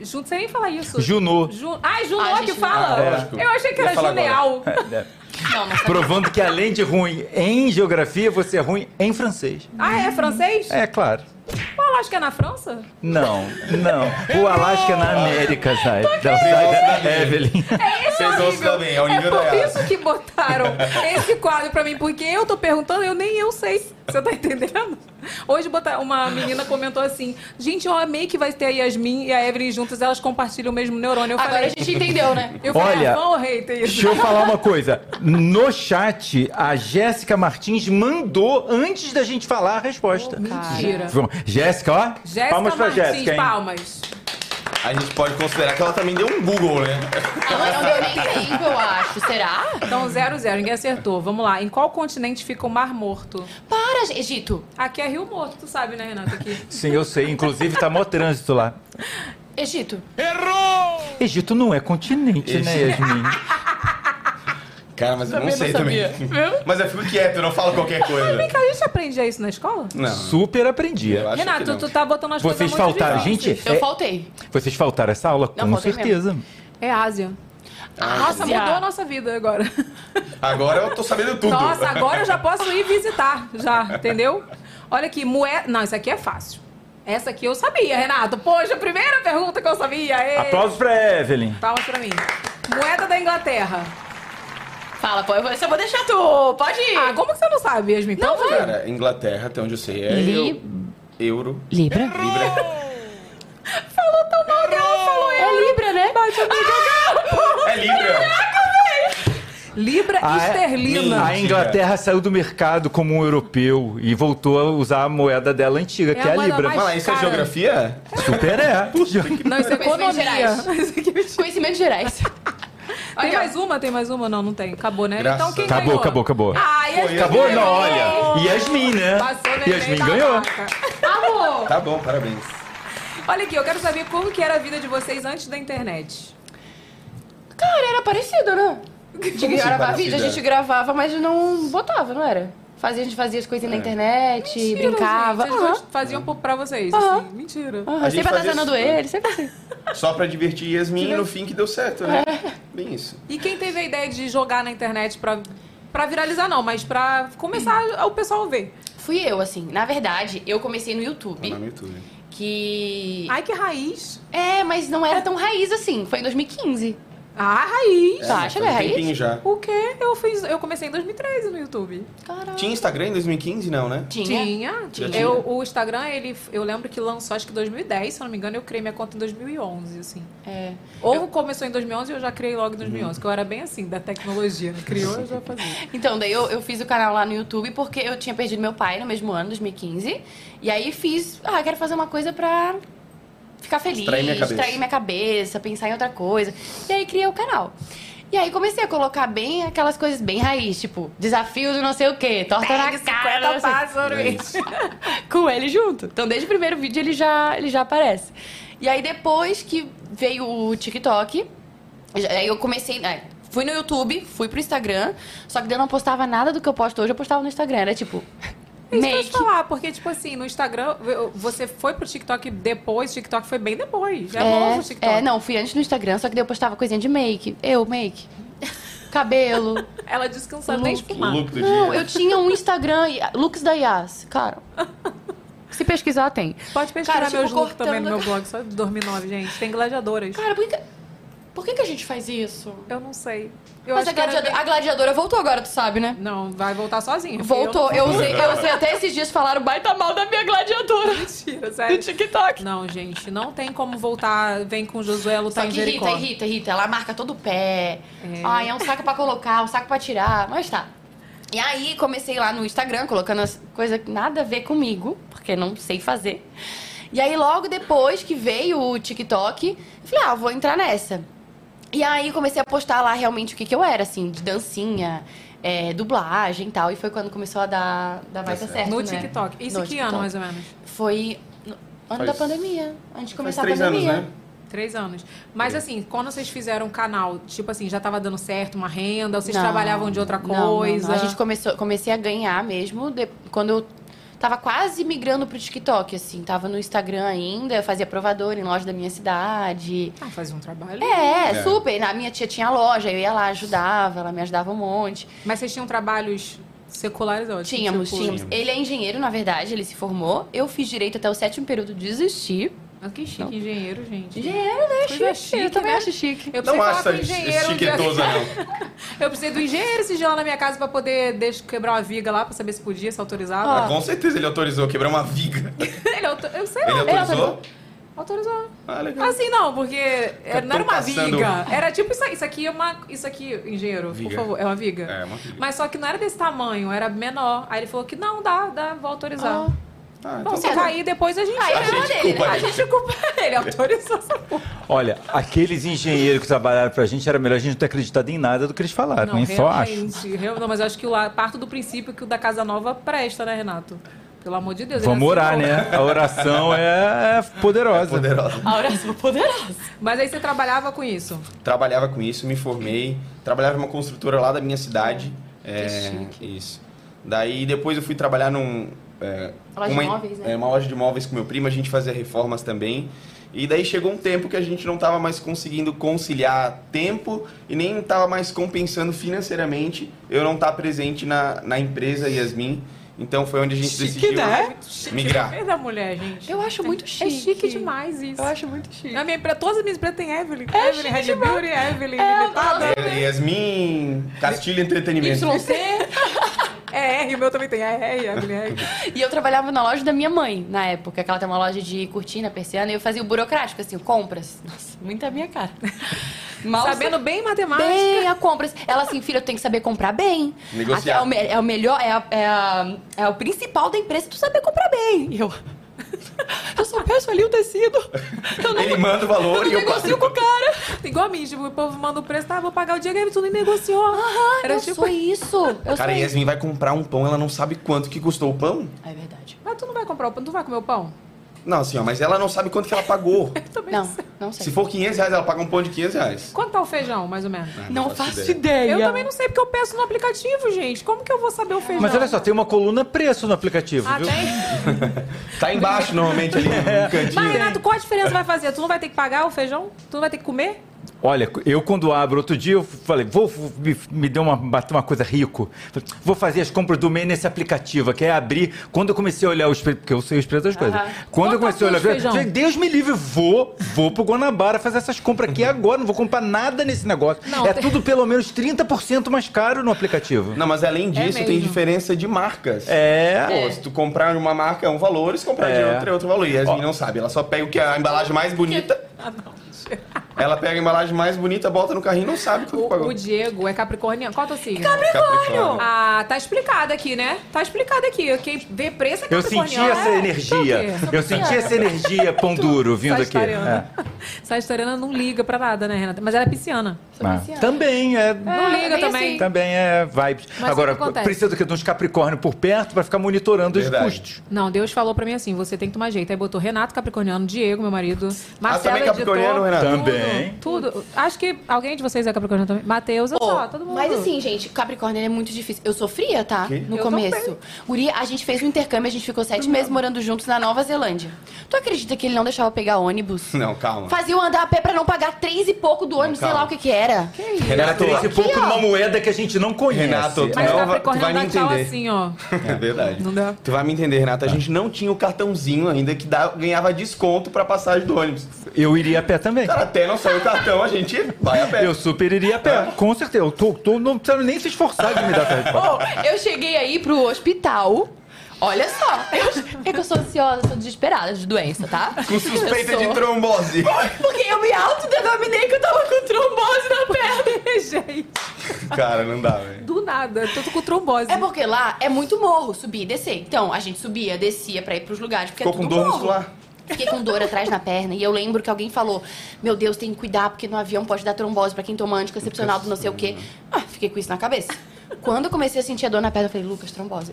Speaker 1: Junto, sem nem falar isso.
Speaker 2: Junô.
Speaker 1: Ju... Ah, Junô
Speaker 6: Ah,
Speaker 1: que
Speaker 6: gente,
Speaker 1: fala?
Speaker 5: não. Lógico.
Speaker 1: Eu achei que
Speaker 5: Ia
Speaker 1: era
Speaker 5: falar agora. É.
Speaker 1: Juneal.
Speaker 6: Não, não sei.
Speaker 2: Provando que além de ruim em geografia, você é ruim em francês.
Speaker 1: Ah, é francês?
Speaker 2: É claro.
Speaker 1: O Alasca é na França?
Speaker 2: Não, não. O Alasca é na América, sabe?
Speaker 1: Tá
Speaker 2: Da, da, da Evelyn.
Speaker 5: Vocês vão se dar bem, é o
Speaker 1: É
Speaker 5: nível da
Speaker 1: por
Speaker 5: Yas.
Speaker 1: isso que botaram esse quadro pra mim, porque eu tô perguntando, eu nem eu sei. Você tá entendendo? Hoje botar, uma menina comentou assim: gente, eu amei que vai ter a Yasmin e a Evelyn juntas, elas compartilham o mesmo neurônio. Eu
Speaker 6: Agora
Speaker 1: falei,
Speaker 6: a gente entendeu, (laughs) né?
Speaker 1: eu falei,
Speaker 2: Olha,
Speaker 1: é fã ou hater isso?
Speaker 2: Deixa eu falar uma coisa. No chat, a Jéssica Martins mandou antes da gente falar a resposta.
Speaker 1: Oh, Mentira.
Speaker 2: Vamos. Jéssica, ó.
Speaker 1: Jéssica
Speaker 2: palmas pra
Speaker 1: Martins,
Speaker 2: Jéssica, hein?
Speaker 1: palmas.
Speaker 5: A gente pode considerar que ela também deu um Google, né?
Speaker 6: Ela não deu nem tempo, eu acho. Será?
Speaker 1: Então, zero, zero, ninguém acertou. Vamos lá. Em qual continente fica o Mar Morto?
Speaker 6: Para, gente. Egito.
Speaker 1: Aqui é Rio Morto, tu sabe, né, Renata?
Speaker 2: (laughs)
Speaker 1: Aqui.
Speaker 2: Sim, eu sei. Inclusive, tá mó trânsito lá.
Speaker 6: Egito.
Speaker 2: Egito não é continente, né,
Speaker 5: Egito.
Speaker 2: Yasmin?
Speaker 5: Cara, mas eu não sei também. Mas eu fico quieto, eu não falo qualquer coisa.
Speaker 1: Vem cá, a gente aprendia isso na escola?
Speaker 5: Não.
Speaker 2: Super aprendia.
Speaker 5: Eu acho que
Speaker 1: Renato,
Speaker 5: não.
Speaker 1: tu tá botando as
Speaker 2: Vocês
Speaker 1: coisas muito
Speaker 2: faltaram,
Speaker 1: difíceis.
Speaker 2: gente.
Speaker 6: Eu
Speaker 2: é-
Speaker 6: faltei.
Speaker 2: vocês faltaram essa aula,
Speaker 6: Não,
Speaker 2: com
Speaker 6: faltei mesmo.
Speaker 2: certeza.
Speaker 1: É Ásia. Nossa,
Speaker 6: Ásia.
Speaker 1: mudou a nossa vida agora.
Speaker 5: Ah,
Speaker 1: (laughs)
Speaker 5: Agora eu tô sabendo tudo.
Speaker 1: Nossa, agora eu já posso ir visitar, já, entendeu? Olha aqui, moeda. Não, isso aqui é fácil. Essa aqui eu sabia, Renato. Poxa, a primeira pergunta que eu sabia. Ei.
Speaker 2: Aplausos pra Evelyn.
Speaker 1: Palmas pra mim. Moeda da Inglaterra.
Speaker 6: Fala, pô. Eu vou- eu só vou deixar tu. Pode ir.
Speaker 1: Ah, como que você não sabe, Yasmin? Não,
Speaker 5: Cara, Inglaterra, até onde eu sei, é
Speaker 6: Li-
Speaker 5: eu- euro.
Speaker 6: É Libra.
Speaker 1: (laughs)
Speaker 5: Libra.
Speaker 1: Falou tão mal dela, falou eu. É Libra, né? Bate
Speaker 5: É Libra.
Speaker 1: Libra
Speaker 2: A-
Speaker 1: esterlina.
Speaker 2: Ah, é? A Inglaterra saiu do mercado como um europeu e voltou a usar a moeda dela antiga, que
Speaker 1: a
Speaker 2: é a
Speaker 1: moeda
Speaker 2: Libra.
Speaker 1: mais-
Speaker 5: Mas lá, isso
Speaker 1: Cara.
Speaker 5: é geografia?
Speaker 2: Super é.
Speaker 1: Não, isso é
Speaker 6: Conhecimentos
Speaker 1: economia.
Speaker 6: gerais. Conhecimentos gerais.
Speaker 1: (laughs) Tem mais uma? Tem mais uma? Não, não tem. Acabou, né?
Speaker 5: Graças
Speaker 1: então quem
Speaker 5: a Deus.
Speaker 2: Acabou,
Speaker 1: ganhou?
Speaker 2: acabou, acabou.
Speaker 1: Ah, Yasmin
Speaker 2: Acabou? Não,
Speaker 1: ganhou.
Speaker 2: olha. Yasmin, né?
Speaker 1: Passou no Enem tá
Speaker 2: Yasmin
Speaker 1: da
Speaker 2: ganhou.
Speaker 1: vaca. Amor!
Speaker 5: Tá bom, parabéns.
Speaker 1: Olha aqui, eu quero saber como que era a vida de vocês antes da internet.
Speaker 6: Cara, era parecido, né? De
Speaker 5: Como assim
Speaker 6: gravar
Speaker 5: parecida?
Speaker 6: vídeo, a gente gravava, mas não botava, não era? Fazia, a gente fazia as coisas na
Speaker 5: É.
Speaker 6: internet,
Speaker 1: Mentira,
Speaker 6: brincava.
Speaker 1: gente,
Speaker 6: Aham,
Speaker 1: Vocês faziam por- pra vocês,
Speaker 6: Aham.
Speaker 1: assim. Mentira.
Speaker 6: aham,
Speaker 5: A gente
Speaker 6: Sempre
Speaker 5: fazia
Speaker 6: atazanando
Speaker 5: isso-
Speaker 6: ele, sempre assim.
Speaker 5: Só pra divertir Yasmin e no fim que deu certo,
Speaker 1: É.
Speaker 5: né? Bem isso.
Speaker 1: E quem teve a ideia de jogar na internet pra, pra viralizar, não, mas pra começar a- o pessoal ver?
Speaker 6: Fui eu, assim. Na verdade, eu comecei no
Speaker 5: Tá no
Speaker 6: YouTube,
Speaker 5: YouTube.
Speaker 6: que...
Speaker 1: Ai, que raiz.
Speaker 6: Ah, É, mas não era tão raiz assim. Foi em 2015.
Speaker 1: Ah, raiz.
Speaker 6: Tá, acha que é
Speaker 5: faz um
Speaker 6: raiz?
Speaker 5: tempinho já.
Speaker 1: O quê? Eu fiz. Eu comecei em 2013 no YouTube.
Speaker 6: Caralho.
Speaker 5: Tinha Instagram em 2015, não, né?
Speaker 6: Tinha.
Speaker 5: tinha.
Speaker 1: Eu, o Instagram, ele, eu lembro que lançou, acho que 2010, se eu não me engano, eu criei minha conta em 2011, assim.
Speaker 6: É.
Speaker 1: Ou começou em 2011 e eu já criei logo em 2011,
Speaker 6: Uhum.
Speaker 1: que eu era bem assim, da tecnologia. Criou, eu já
Speaker 6: (laughs)
Speaker 1: fazia.
Speaker 6: Então, daí eu, eu fiz o canal lá no YouTube porque eu tinha perdido meu pai no mesmo ano, 2015. E aí fiz, ah, quero fazer uma coisa pra ficar feliz,
Speaker 5: Distrair minha cabeça.
Speaker 6: distrair minha cabeça, pensar em outra coisa. E aí criei o canal. E aí comecei a colocar bem aquelas coisas bem raiz, tipo, desafio do não sei o quê, torta na cara,
Speaker 1: tá
Speaker 6: não sei- com ele junto. Então, desde o primeiro vídeo ele já, ele já aparece. E aí, depois que veio o TikTok, já- aí eu comecei. é, fui no YouTube, fui pro Instagram, só que daí eu não postava nada do que eu posto hoje, eu postava no Instagram. Era tipo.
Speaker 1: É (laughs) isso que eu ia
Speaker 6: Make.
Speaker 1: te falar, porque, tipo assim, no Instagram, eu- você foi pro TikTok depois, TikTok foi bem depois. Já é, novo o TikTok.
Speaker 6: é, não, fui antes no Instagram, só que daí eu postava coisinha de make. Eu,
Speaker 1: (laughs)
Speaker 6: make. Cabelo.
Speaker 1: Ela disse que não sabe nem
Speaker 6: Look.
Speaker 1: espumar.
Speaker 5: look do
Speaker 6: Não,
Speaker 5: dia.
Speaker 6: eu tinha um Instagram, e- looks da Yas, cara. Se pesquisar, tem.
Speaker 1: Pode pesquisar
Speaker 6: Cara, tipo,
Speaker 1: meus looks também no
Speaker 6: cortando-
Speaker 1: meu blog, só de 2009, gente. Tem gladiadoras.
Speaker 6: Cara, por que, que- por que, que a gente faz isso?
Speaker 1: Eu não sei. Eu
Speaker 6: Mas
Speaker 1: acho
Speaker 6: a gladiadora,
Speaker 1: que era...
Speaker 6: a gladiadora voltou agora, tu sabe, né?
Speaker 1: Não, vai voltar sozinha. porque
Speaker 6: Voltou.
Speaker 1: Eu...
Speaker 6: Eu usei, eu usei até esses dias falaram baita mal da
Speaker 1: (laughs)
Speaker 6: minha gladiadora.
Speaker 1: Mentira,
Speaker 6: No
Speaker 1: sério.
Speaker 6: (laughs) TikTok.
Speaker 1: Não, gente, não tem como voltar. Vem com Josué lutar
Speaker 6: Só
Speaker 1: em
Speaker 6: que
Speaker 1: Jericó.
Speaker 6: irrita, irrita, irrita. Ela marca todo o pé. Ai, é um saco pra colocar, um saco pra tirar. Mas tá. E aí, comecei lá no Instagram, colocando as coisas que nada a ver comigo, porque não sei fazer. E aí, logo depois que veio o TikTok, eu falei, ah, vou entrar nessa. E aí, comecei a postar lá realmente o que, que eu era, assim, de dancinha, é, dublagem e tal. E foi quando começou a dar, dar vai dar
Speaker 5: certo.
Speaker 6: certo,
Speaker 1: No
Speaker 6: né?
Speaker 1: TikTok. Isso
Speaker 6: No
Speaker 1: que ano,
Speaker 6: TikTok.
Speaker 1: mais ou menos?
Speaker 6: Foi no
Speaker 5: Faz-
Speaker 6: ano da pandemia, antes
Speaker 5: Faz
Speaker 6: de começar a
Speaker 5: três anos,
Speaker 6: pandemia.
Speaker 5: né?
Speaker 1: Três anos. Mas assim, quando vocês fizeram o canal, tipo assim, já tava dando certo uma renda, ou vocês
Speaker 6: Não,
Speaker 1: trabalhavam de outra
Speaker 6: não, não,
Speaker 1: coisa? Ah,
Speaker 6: não. A gente começou, comecei a ganhar mesmo de- quando eu tava quase migrando pro TikTok, assim. Tava no Instagram ainda, eu fazia provador em loja da minha cidade.
Speaker 1: Ah, fazia um trabalho.
Speaker 6: É,
Speaker 5: É.
Speaker 6: super. A minha tia tinha loja, eu ia lá, ajudava, ela me ajudava um monte.
Speaker 1: Mas vocês tinham trabalhos seculares tipo, hoje?
Speaker 6: Tínhamos, tínhamos.
Speaker 5: Tínhamos.
Speaker 6: Ele é engenheiro, na verdade, ele se formou. Eu fiz direito até o sétimo período, desisti.
Speaker 1: Ah, que chique,
Speaker 6: Não.
Speaker 1: engenheiro, gente.
Speaker 6: Engenheiro, né?
Speaker 1: Coisa chique,
Speaker 6: eu também
Speaker 1: né?
Speaker 6: acho chique.
Speaker 1: Eu precisei
Speaker 5: Não
Speaker 1: falar
Speaker 5: acho
Speaker 1: com o
Speaker 5: essa
Speaker 1: engenheiro. um dia-
Speaker 5: estiquetosa, é não.
Speaker 1: Eu precisei do engenheiro esse dia lá na minha casa pra poder deixa, quebrar uma viga lá pra saber se podia, se
Speaker 5: Ah,
Speaker 1: autorizava.
Speaker 5: com certeza ele autorizou quebrar uma viga.
Speaker 1: (laughs) Ele auto- eu sei lá.
Speaker 5: Ele
Speaker 1: ele
Speaker 5: autorizou?
Speaker 1: Autorizou.
Speaker 5: Ah, legal.
Speaker 1: Assim não, porque era- não era uma
Speaker 5: passando-
Speaker 1: viga. Era tipo isso aí. Isso aqui é uma. Isso aqui, engenheiro, por
Speaker 5: Viga.
Speaker 1: favor, é uma viga.
Speaker 5: É, uma viga.
Speaker 1: Mas só que não era desse tamanho, era menor. Aí ele falou que não, dá, dá, vou autorizar.
Speaker 6: Ah.
Speaker 5: Ah,
Speaker 1: Bom,
Speaker 5: então
Speaker 1: se
Speaker 2: é
Speaker 5: tá bom.
Speaker 1: cair depois a gente.
Speaker 2: Ah,
Speaker 6: Aí
Speaker 5: A
Speaker 6: é problema
Speaker 5: gente
Speaker 6: dele,
Speaker 5: culpa
Speaker 6: né?
Speaker 1: A gente culpa ele, autorizou essa porra.
Speaker 2: Olha, aqueles engenheiros que trabalharam pra gente, era melhor a gente não ter acreditado em nada do que eles falaram, hein? Só acho.
Speaker 1: realmente, real- não, mas eu acho que o lá, parto do princípio que o da Casa Nova presta, né, Renato? Pelo amor de Deus. ele
Speaker 2: Vamos orar,
Speaker 1: assinou.
Speaker 2: né? A oração é, é poderosa.
Speaker 5: Poderosa.
Speaker 6: A oração poderosa.
Speaker 1: Mas aí você trabalhava com isso.
Speaker 5: Trabalhava com isso, me formei. Trabalhava numa construtora lá da minha cidade. É,
Speaker 6: chique.
Speaker 5: Isso. Daí depois eu fui trabalhar num. é,
Speaker 6: Loja de
Speaker 5: uma,
Speaker 6: móveis, né?
Speaker 5: é, uma loja de móveis com meu primo, a gente fazia reformas também. E daí chegou um tempo que a gente não estava mais conseguindo conciliar tempo e nem estava mais compensando financeiramente eu não estar presente na, na empresa Yasmin. Então foi onde a gente decidiu migrar.
Speaker 1: É da mulher, gente.
Speaker 6: Eu acho muito chique.
Speaker 1: É chique demais isso.
Speaker 6: Eu acho muito chique. É
Speaker 1: Na minha, pra todas as minhas empresas tem Evelyn. Evelyn, Red Beauty, Evelyn, Limitada.
Speaker 5: É, Yasmin Castilho Entretenimento.
Speaker 6: YC.
Speaker 1: É R, o meu também tem. É R, Evelyn, R.
Speaker 6: E eu trabalhava na loja da minha mãe, na época, que ela tem uma loja de cortina, persiana, e eu fazia o burocrático, assim, o compras. Nossa, muita minha (laughs) cara. Mal
Speaker 1: Sabendo bem matemática.
Speaker 6: bem a compras. Ela assim, filha, eu tenho que saber comprar bem.
Speaker 5: Negociar.
Speaker 6: Até É o, me- é o melhor, é, a- é, a- é o principal da empresa, tu saber comprar bem. E eu... Eu só peço ali o tecido. Eu não,
Speaker 5: Ele manda o valor
Speaker 6: eu
Speaker 5: e
Speaker 6: não
Speaker 5: eu passo.
Speaker 6: negocio com o cara.
Speaker 1: Igual a mim, tipo, o povo manda o preço, tá, vou pagar o dinheiro, aí tu nem negociou.
Speaker 6: (laughs) Aham,
Speaker 1: Era
Speaker 6: eu
Speaker 1: tipo
Speaker 6: sou isso.
Speaker 5: Cara,
Speaker 6: Eu
Speaker 5: a
Speaker 6: sou isso.
Speaker 5: Yasmin vai comprar um pão, ela não sabe quanto que custou o pão.
Speaker 6: É verdade.
Speaker 1: Mas Ah, tu não vai comprar o pão, tu vai comer o pão? (laughs)
Speaker 5: Não, assim, ó, mas ela não sabe quanto que ela pagou.
Speaker 1: Eu também
Speaker 6: Não,
Speaker 1: sei.
Speaker 6: não sei.
Speaker 5: Se for 500 reais, ela paga um pão de 500 reais.
Speaker 1: Quanto tá o feijão, mais ou menos?
Speaker 5: Ah,
Speaker 6: Não faço ideia.
Speaker 1: Eu também não sei, porque eu peço no aplicativo, gente. Como que eu vou saber o feijão?
Speaker 2: Mas olha só, tem uma coluna preço no aplicativo,
Speaker 1: Ah,
Speaker 2: viu? (laughs)
Speaker 1: tem?
Speaker 5: Tá embaixo, normalmente, ali no
Speaker 1: Mas,
Speaker 5: cantinho.
Speaker 1: Renato, qual a diferença vai fazer? Tu não vai ter que pagar o feijão? Tu não vai ter que comer?
Speaker 2: Olha, eu quando abro outro dia, eu falei, vou me, me deu uma, bateu uma coisa rico. Falei, Vou fazer as compras do meio nesse aplicativo, que é abrir. Quando eu comecei a olhar os preços, porque eu sei os preços das coisas. Quando eu
Speaker 1: Quanto
Speaker 2: comecei a olhar os
Speaker 1: custa o
Speaker 2: preços, eu falei, Deus me livre, vou, vou pro Guanabara fazer essas compras aqui agora, não vou comprar nada nesse negócio.
Speaker 1: Não,
Speaker 2: é
Speaker 1: tem-
Speaker 2: tudo pelo menos 30% mais caro no aplicativo.
Speaker 5: Não, mas além disso,
Speaker 1: mesmo.
Speaker 5: tem diferença de marcas.
Speaker 2: É.
Speaker 5: Pô, se tu comprar uma marca é um valor, se comprar de
Speaker 2: É.
Speaker 5: outra é outro valor. E a Yasmin não sabe, ela só pega o que é a embalagem mais bonita. Ela pega a embalagem mais bonita, bota no carrinho e não sabe quanto que
Speaker 1: O,
Speaker 5: pagou.
Speaker 1: o Diego é capricorniano. Qual é o teu signo?
Speaker 5: Capricórnio!
Speaker 1: Ah, tá explicado aqui, né? Tá explicado aqui. Quem vê preço é
Speaker 2: Eu senti
Speaker 1: capricorniano.
Speaker 2: essa
Speaker 1: É,
Speaker 2: energia.
Speaker 1: então o quê?
Speaker 2: Eu senti essa
Speaker 1: tá
Speaker 2: energia pão duro vindo aqui. É,
Speaker 1: (laughs) Sagitariana. Sagitariana não liga pra nada, né, Renata? Mas ela é pisciana.
Speaker 6: Sou
Speaker 2: Ah,
Speaker 6: pisciana.
Speaker 2: Também é.
Speaker 1: Não liga
Speaker 6: bem
Speaker 1: também.
Speaker 6: assim.
Speaker 2: Também é vibes.
Speaker 1: Mas
Speaker 2: Agora,
Speaker 1: o que acontece?
Speaker 2: precisa do quê? De uns Capricórnio por perto pra ficar monitorando
Speaker 5: Verdade.
Speaker 2: os custos.
Speaker 1: Não, Deus falou pra mim assim: você tem que tomar jeito. Aí botou Renato Capricorniano, Diego, meu marido. Marcelo
Speaker 5: também é
Speaker 1: editor,
Speaker 5: capricorniano, Renato?
Speaker 1: tudo,
Speaker 2: Também.
Speaker 1: Tudo. Acho que alguém de vocês é Capricorniano também. Matheus, eu
Speaker 6: Pô,
Speaker 1: só, todo mundo.
Speaker 6: Mas assim, gente, Capricórnio ele é muito difícil. Eu sofria, tá? No
Speaker 1: Eu
Speaker 6: começo. Guria, a gente fez um intercâmbio, a gente ficou sete meses morando juntos na Nova Zelândia. Tu acredita que ele não deixava eu pegar ônibus?
Speaker 5: Não, calma.
Speaker 6: Fazia eu andar a pé pra não pagar três e pouco do ônibus, sei
Speaker 5: calma.
Speaker 6: lá o que que era.
Speaker 5: Renato,
Speaker 2: Era três e pouco
Speaker 6: ó.
Speaker 2: numa moeda que a gente não conhece.
Speaker 5: Renato, tu
Speaker 1: Mas
Speaker 5: não vai- tu vai
Speaker 1: Capricorniano
Speaker 5: me
Speaker 1: dá tchau
Speaker 5: entender.
Speaker 1: assim, ó. (laughs)
Speaker 5: (laughs) É verdade.
Speaker 1: Não dá.
Speaker 5: Tu vai me entender, Renato.
Speaker 6: Tá.
Speaker 5: A gente não tinha o cartãozinho ainda que dá- ganhava desconto pra passagem do ônibus.
Speaker 2: Eu iria a pé também.
Speaker 5: Cara, até não saiu o cartão, a gente vai a Tá pé.
Speaker 2: Eu super iria a pé,
Speaker 5: Ah.
Speaker 2: com certeza. Eu tô, tô- não precisa nem se esforçar de me dar essa resposta.
Speaker 6: Bom, eu cheguei aí pro hospital. Olha só, eu- é que eu sou ansiosa, sou desesperada de doença, tá?
Speaker 5: Com suspeita
Speaker 6: Eu
Speaker 5: de (laughs)
Speaker 6: sou.
Speaker 5: trombose.
Speaker 6: Porque eu me autodenominei que eu tava com trombose na perna.
Speaker 1: Gente,
Speaker 5: Cara, não dá, velho.
Speaker 1: do nada. Eu tô com trombose.
Speaker 6: É porque lá é muito morro, subir e descer. Então, a gente subia, descia pra ir pros lugares, porque
Speaker 5: Ficou
Speaker 6: é
Speaker 5: com
Speaker 6: tudo
Speaker 5: dor
Speaker 6: morro.
Speaker 5: muscular?
Speaker 6: Fiquei com dor atrás na perna e eu lembro que alguém falou: Meu Deus, tem que cuidar, porque no avião pode dar trombose pra quem toma anticoncepcional do não sei o quê. Ah, fiquei com isso na cabeça. Quando eu comecei a sentir a dor na perna, eu falei, Lucas, trombose.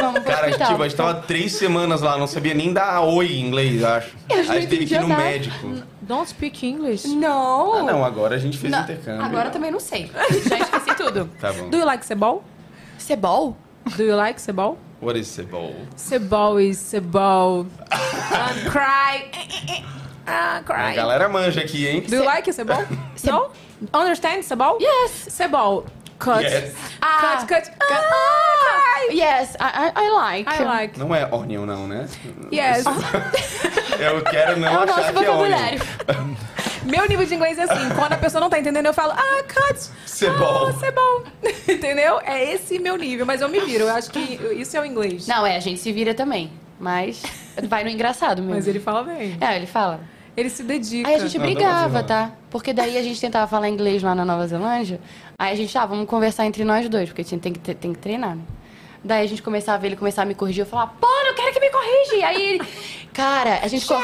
Speaker 6: Vamos pro
Speaker 5: Cara, a gente,
Speaker 6: hospital. então.
Speaker 5: tipo, a gente tava três semanas lá, não sabia nem dar oi em inglês, eu acho.
Speaker 6: Eu
Speaker 5: a
Speaker 6: não
Speaker 5: gente teve que ir no
Speaker 6: entendia nada.
Speaker 5: médico.
Speaker 1: Don't speak English.
Speaker 6: Não!
Speaker 5: Ah, não, agora a gente fez
Speaker 6: Não,
Speaker 5: intercâmbio.
Speaker 6: Agora tá- também não sei. Já esqueci tudo.
Speaker 5: Tá bom.
Speaker 1: Do you like cebol?
Speaker 6: Cebol?
Speaker 1: Do you like cebol?
Speaker 5: What is cebol?
Speaker 1: Cebol is cebol. I'm crying. I'm
Speaker 5: A
Speaker 1: crying.
Speaker 5: galera manja aqui, hein?
Speaker 1: Do you like cebol? No? Understand cebol?
Speaker 6: Yes.
Speaker 1: Cebol. Cut.
Speaker 5: Yes.
Speaker 6: Ah.
Speaker 1: Cut, cut. Ah,
Speaker 6: Yes, I, I- I like.
Speaker 1: I like.
Speaker 5: Não é onion, não, né?
Speaker 1: Yes.
Speaker 5: Eu quero não
Speaker 6: É o
Speaker 5: achar
Speaker 6: nosso
Speaker 5: que é onion.
Speaker 6: vocabulário.
Speaker 1: (laughs) Meu nível de inglês é assim. Quando a pessoa não tá entendendo, eu falo, ah, cut.
Speaker 5: Cebol.
Speaker 1: Ah, cebol. (laughs) Entendeu? É esse meu nível, mas eu me viro. Eu acho que isso é o inglês.
Speaker 6: Não, é, a gente se vira também. Mas vai no engraçado mesmo.
Speaker 1: Mas ele fala bem.
Speaker 6: É, ele fala.
Speaker 1: Ele se dedica.
Speaker 6: Aí a gente
Speaker 5: Não, dá pra
Speaker 6: brigava,
Speaker 5: fazer
Speaker 6: tá? Porque daí a gente tentava falar inglês lá na Nova Zelândia. Aí a gente, ah, vamos conversar entre nós dois, porque a gente tem que, tre- tem que treinar, né? Daí a gente começava, ele começava a me corrigir, eu falava, pô, não quero que me corrija. Aí ele. Cara, a gente. co-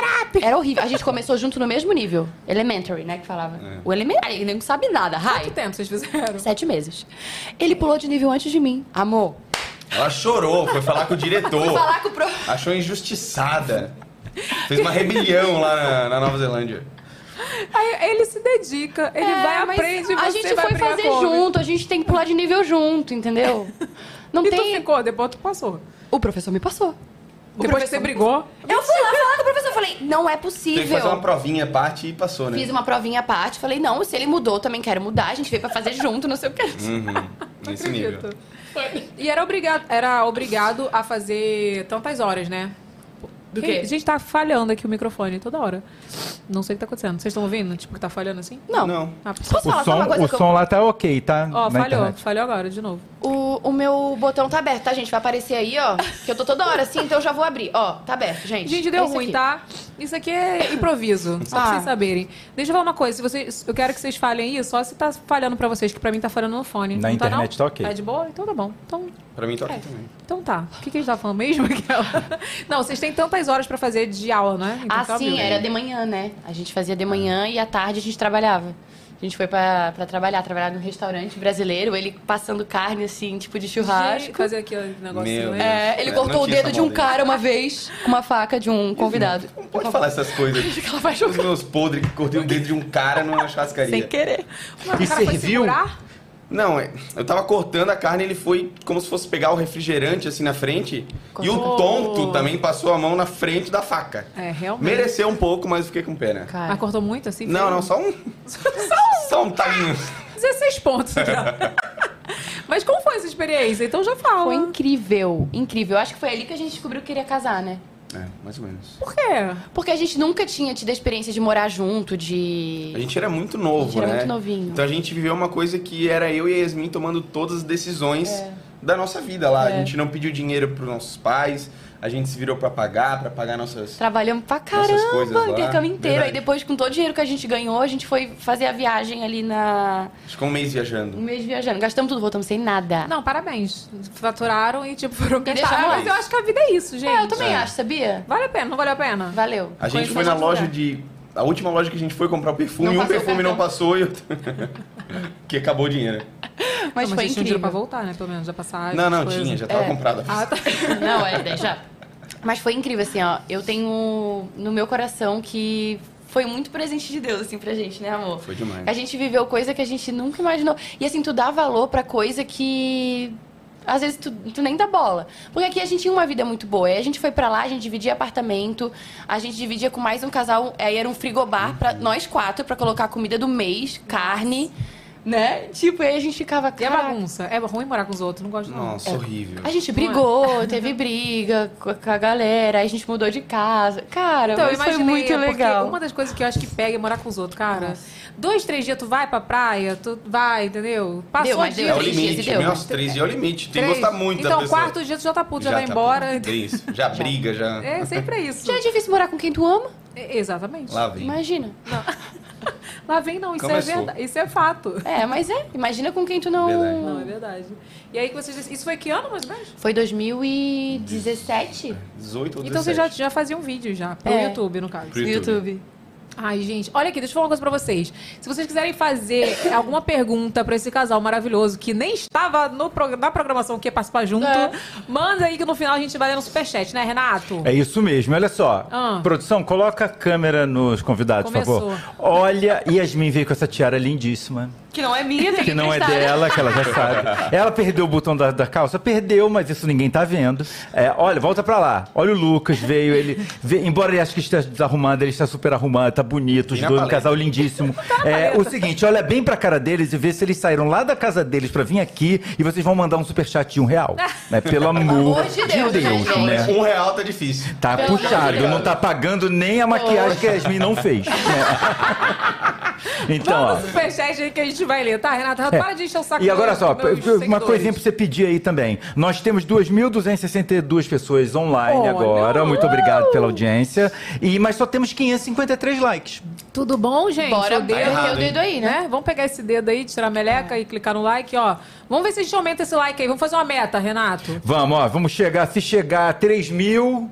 Speaker 6: Era horrível. A gente começou junto no mesmo nível. Elementary, né? Que falava.
Speaker 5: É.
Speaker 6: O elementary, ele não sabe nada. Hi.
Speaker 1: Quanto tempo vocês
Speaker 6: (laughs)
Speaker 1: fizeram?
Speaker 6: Sete meses. Ele pulou de nível antes de mim. Amor.
Speaker 5: Ela chorou, foi falar com o diretor.
Speaker 6: Fui falar com o pro.
Speaker 5: Achou injustiçada. Fez uma rebelião lá na, na Nova Zelândia.
Speaker 1: Aí ele se dedica, ele
Speaker 6: É,
Speaker 1: vai,
Speaker 6: mas
Speaker 1: aprende,
Speaker 6: A
Speaker 1: você
Speaker 6: gente
Speaker 1: vai
Speaker 6: foi
Speaker 1: brigar
Speaker 6: fazer
Speaker 1: com o homem.
Speaker 6: junto, a gente tem que pular de nível junto, entendeu?
Speaker 5: (laughs)
Speaker 6: Não
Speaker 1: E
Speaker 6: tem.
Speaker 1: tu ficou, depois tu passou.
Speaker 6: O professor me passou. O
Speaker 1: depois que
Speaker 6: professor
Speaker 1: você
Speaker 6: me
Speaker 1: brigou,
Speaker 6: passou. Eu fui lá falar com o professor, falei, não é
Speaker 5: Teve que fazer uma
Speaker 6: possível.
Speaker 5: provinha à parte e passou, né?
Speaker 6: Fiz uma provinha à parte, falei, não, se ele mudou, eu também quero mudar, a gente veio pra fazer junto, não sei o que.
Speaker 5: Uhum, nesse nível.
Speaker 1: acredito. E era obrigado, era obrigado a fazer tantas horas, né?
Speaker 6: Do
Speaker 1: Ei,
Speaker 6: quê?
Speaker 1: A gente tá falhando aqui o microfone toda hora. Não sei o que tá acontecendo. Vocês estão ouvindo? Tipo, que tá falhando assim?
Speaker 6: Não.
Speaker 5: Não.
Speaker 1: Ah, p-
Speaker 6: Posso
Speaker 2: O
Speaker 6: falar só uma
Speaker 2: som,
Speaker 6: coisa
Speaker 2: o
Speaker 6: que eu-
Speaker 2: som lá tá ok, tá?
Speaker 1: Ó,
Speaker 2: Na
Speaker 1: falhou.
Speaker 2: internet.
Speaker 1: Falhou agora, de novo.
Speaker 6: O, o meu botão tá aberto, tá, gente? Vai aparecer aí, ó. Que eu tô toda hora assim, então eu já vou abrir. Ó, tá aberto, gente.
Speaker 1: Gente, deu
Speaker 6: Esse
Speaker 1: ruim,
Speaker 6: aqui.
Speaker 1: tá? Isso aqui é improviso, só pra
Speaker 6: Ah.
Speaker 1: vocês saberem. Deixa eu falar uma coisa, se vocês, eu quero que vocês falhem isso, só se tá falhando pra vocês, que pra mim tá falhando no fone.
Speaker 2: Na
Speaker 1: não
Speaker 2: internet
Speaker 1: tá,
Speaker 2: tá
Speaker 1: não?
Speaker 2: ok.
Speaker 1: Tá de boa? Então tá bom. Então,
Speaker 5: Pra mim toca também.
Speaker 1: então tá. O que, que a gente tá falando mesmo? (laughs) Aquela? não, vocês têm tantas horas pra fazer de aula, né? Então
Speaker 6: Ah,
Speaker 1: tá
Speaker 6: sim,
Speaker 1: viu.
Speaker 6: era de manhã, né? A gente fazia de manhã e à tarde a gente trabalhava. A gente foi pra, pra trabalhar, trabalhar num restaurante brasileiro, ele passando carne, assim, tipo de
Speaker 1: Gente,
Speaker 6: churrasco.
Speaker 1: fazer aquele
Speaker 6: um
Speaker 1: negocinho,
Speaker 5: Meu
Speaker 1: né?
Speaker 5: Deus.
Speaker 6: É, ele
Speaker 5: É, não
Speaker 6: cortou o
Speaker 5: tinha
Speaker 6: dedo
Speaker 5: essa
Speaker 6: de um
Speaker 5: moda aí.
Speaker 6: cara uma vez com uma faca de um convidado.
Speaker 5: Não pode falar essas coisas.
Speaker 1: (laughs)
Speaker 6: Ela vai
Speaker 5: Os
Speaker 6: jogar
Speaker 5: meus podres que cortei o dedo de um cara numa chascaria.
Speaker 6: sem querer.
Speaker 1: Mas
Speaker 2: E
Speaker 1: o cara foi
Speaker 2: serviu?
Speaker 1: segurar?
Speaker 5: Não, é- eu tava cortando a carne, ele foi como se fosse pegar o refrigerante assim na frente. E o
Speaker 1: Cortou.
Speaker 5: tonto também passou a mão na frente da faca.
Speaker 1: É, realmente.
Speaker 5: Mereceu um pouco, mas fiquei com pena.
Speaker 6: Cara,
Speaker 1: Mas cortou muito assim?
Speaker 5: Não,
Speaker 1: feio?
Speaker 5: não, só um. Só um taguinho.
Speaker 1: 16 pontos
Speaker 5: (laughs)
Speaker 1: já. Mas como foi essa experiência? Então já fala.
Speaker 6: foi incrível, incrível. Eu acho que foi ali que a gente descobriu que queria casar, né?
Speaker 5: É, mais ou menos.
Speaker 1: Por quê?
Speaker 6: Porque a gente nunca tinha tido a experiência de morar junto, de.
Speaker 5: A gente era muito
Speaker 6: A
Speaker 5: novo,
Speaker 6: gente era
Speaker 5: né?
Speaker 6: muito novinho.
Speaker 5: Então a gente viveu uma coisa que era eu e a Yasmin tomando todas as decisões
Speaker 6: É.
Speaker 5: da nossa vida lá. A gente não pediu dinheiro pros nossos pais, a gente se virou pra pagar, pra pagar nossas.
Speaker 6: Trabalhamos pra
Speaker 5: Nossas coisas
Speaker 6: caramba
Speaker 5: lá,
Speaker 6: o intercâmbio inteiro.
Speaker 5: verdade.
Speaker 6: Aí depois, com todo o dinheiro que a gente ganhou, a gente foi fazer a viagem ali na.
Speaker 5: Ficou um mês viajando.
Speaker 6: Um mês viajando. Gastamos tudo, voltamos sem nada.
Speaker 1: Não, parabéns. Faturaram e, tipo, foram gastar.
Speaker 6: deixaram
Speaker 1: Mas
Speaker 6: isso.
Speaker 1: eu acho que a vida é isso, gente.
Speaker 6: É, eu também
Speaker 5: É.
Speaker 6: acho, sabia?
Speaker 1: Vale a pena, não valeu a pena?
Speaker 6: Valeu.
Speaker 5: A gente
Speaker 6: Conhecemos
Speaker 5: foi na
Speaker 6: outro
Speaker 5: loja
Speaker 6: lugar.
Speaker 5: de. a última loja que a gente foi comprar o perfume,
Speaker 6: Não
Speaker 5: um
Speaker 6: passou o
Speaker 5: perfume
Speaker 6: cartão.
Speaker 5: não passou e
Speaker 6: (laughs)
Speaker 5: outro. que acabou o dinheiro.
Speaker 6: Mas
Speaker 1: Não,
Speaker 6: foi
Speaker 1: vocês tinham dinheiro pra
Speaker 6: incrível.
Speaker 1: voltar, né? Pelo menos, já passagem.
Speaker 5: não, não,
Speaker 1: essas coisas.
Speaker 5: tinha, já tava
Speaker 6: É.
Speaker 5: comprado.
Speaker 1: Ah, tá.
Speaker 6: (laughs) Não, é, daí já. Mas foi incrível, assim, ó. Eu tenho no meu coração que foi muito presente de Deus, assim, pra gente, né, amor?
Speaker 5: Foi demais.
Speaker 6: A gente viveu coisa que a gente nunca imaginou. E, assim, tu dá valor pra coisa que. Às vezes tu, tu nem dá bola. Porque aqui a gente tinha uma vida muito boa. Aí a gente foi pra lá, a gente dividia apartamento, a gente dividia com mais um casal. Aí era um frigobar pra
Speaker 5: Uhum.
Speaker 6: nós quatro, pra colocar a comida do mês, carne, né? Tipo, aí a gente
Speaker 1: E
Speaker 6: ficava.
Speaker 1: a
Speaker 6: "Caraca,
Speaker 1: bagunça? É ruim morar com os outros, não gosto não.
Speaker 5: Nossa, horrível.
Speaker 6: a gente brigou, teve briga co- com a galera, aí a gente mudou de casa. Cara,
Speaker 1: Então, eu
Speaker 6: mas foi
Speaker 1: imaginei,
Speaker 6: muito
Speaker 1: é, porque
Speaker 6: legal.
Speaker 1: uma das coisas que eu acho que pega é morar com os outros, cara. Dois, três dias tu vai pra praia, tu vai, entendeu? Passou
Speaker 6: Deu, mas
Speaker 1: dia,
Speaker 5: É o
Speaker 6: três dias e
Speaker 5: limite,
Speaker 6: deu, né?
Speaker 5: menos 13 é o limite. Tem que
Speaker 1: três.
Speaker 5: gostar muito
Speaker 1: Então,
Speaker 5: da pessoa.
Speaker 1: quarto dia tu já tá puto, já, vai
Speaker 5: tá
Speaker 1: embora.
Speaker 5: puto. É Isso,
Speaker 1: (laughs)
Speaker 5: já briga, já.
Speaker 1: É, sempre é isso.
Speaker 6: Já é difícil morar com quem tu ama?
Speaker 1: É, Exatamente.
Speaker 5: Lá vem.
Speaker 6: Imagina.
Speaker 1: Lá vem não, isso
Speaker 5: Começou.
Speaker 1: é verdade. Isso é fato.
Speaker 6: É, mas é. Imagina com quem tu não.
Speaker 5: Verdade.
Speaker 1: Não, é verdade. E aí que vocês. Isso foi que ano, mais ou menos?
Speaker 6: Foi 2017?
Speaker 5: 18 ou 17.
Speaker 1: Então vocês já, já faziam vídeo já, pro
Speaker 6: É.
Speaker 1: YouTube, no caso.
Speaker 5: Pro YouTube.
Speaker 1: Ai, gente, olha aqui, deixa eu falar uma coisa pra vocês. Se vocês quiserem
Speaker 6: (coughs)
Speaker 1: fazer alguma pergunta pra esse casal maravilhoso que nem estava no, prog- na programação que ia participar junto,
Speaker 6: É.
Speaker 1: manda aí que no final a gente vai ler no superchat, né, Renato?
Speaker 2: É isso mesmo, olha só.
Speaker 1: Ah.
Speaker 2: Produção, coloca a câmera nos convidados,
Speaker 1: Começou.
Speaker 2: por favor. Olha, Yasmin veio com essa tiara lindíssima,
Speaker 6: Que não é minha, tem
Speaker 2: que não é dela, que ela já (laughs) sabe. Ela perdeu o botão da, da calça? Perdeu, mas isso ninguém tá vendo. É, olha, volta pra lá. Olha o Lucas, veio, ele... vê- embora ele ache que esteja desarrumado, ele está super arrumado, tá bonito, os
Speaker 5: E na
Speaker 2: dois, um
Speaker 5: paleta.
Speaker 2: casal lindíssimo. É, o seguinte, olha bem pra cara deles e vê se eles saíram lá da casa deles pra vir aqui e vocês vão mandar um superchat de um (laughs) real. Né? Pelo amor de Deus, né?
Speaker 1: É.
Speaker 5: Um real tá difícil.
Speaker 2: Tá
Speaker 6: Pelo amor
Speaker 2: puxado,
Speaker 6: de Deus.
Speaker 2: não tá pagando nem a maquiagem que a Yasmin não fez. né? (laughs) então,
Speaker 1: Manda
Speaker 2: ó. É.
Speaker 1: no superchat aí que a gente vai ler, tá, Renato? Renato, Para de encher o saco.
Speaker 2: E agora
Speaker 1: dos
Speaker 2: só,
Speaker 1: meus
Speaker 2: uma
Speaker 1: seguidores.
Speaker 2: coisinha pra você pedir aí também. Nós temos 2.262 pessoas online
Speaker 1: Olha, Uh!
Speaker 2: agora. Muito obrigado pela audiência. E, mas só temos 553 likes.
Speaker 1: Tudo bom, gente?
Speaker 6: Bora
Speaker 1: O dedo,
Speaker 5: Tá
Speaker 6: meter o
Speaker 5: errado,
Speaker 6: dedo
Speaker 5: hein?
Speaker 6: aí, né?
Speaker 1: né? Vamos pegar esse dedo aí, tirar a meleca e clicar no like, ó. Vamos ver se a gente aumenta esse like aí. Vamos fazer uma meta, Renato.
Speaker 2: Vamos, ó, vamos chegar. Se chegar a 3 mil,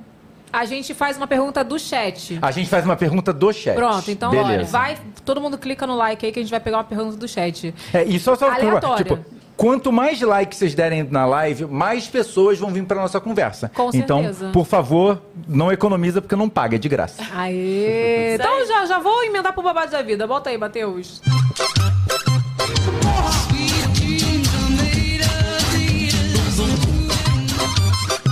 Speaker 1: A gente faz uma pergunta do chat.
Speaker 2: a gente faz uma pergunta do chat.
Speaker 1: Pronto, então
Speaker 2: É. Beleza.
Speaker 1: olha, vai, todo mundo clica no like aí que a gente vai pegar uma pergunta do chat.
Speaker 2: É, e só só
Speaker 1: Aleatória.
Speaker 2: tipo, quanto mais likes vocês derem na live, mais pessoas vão vir para nossa conversa.
Speaker 1: Com
Speaker 2: então,
Speaker 1: certeza.
Speaker 2: por favor, não economiza porque não paga, é de graça.
Speaker 1: Aê! Então já, já vou emendar pro babado da vida. Bota aí, Matheus.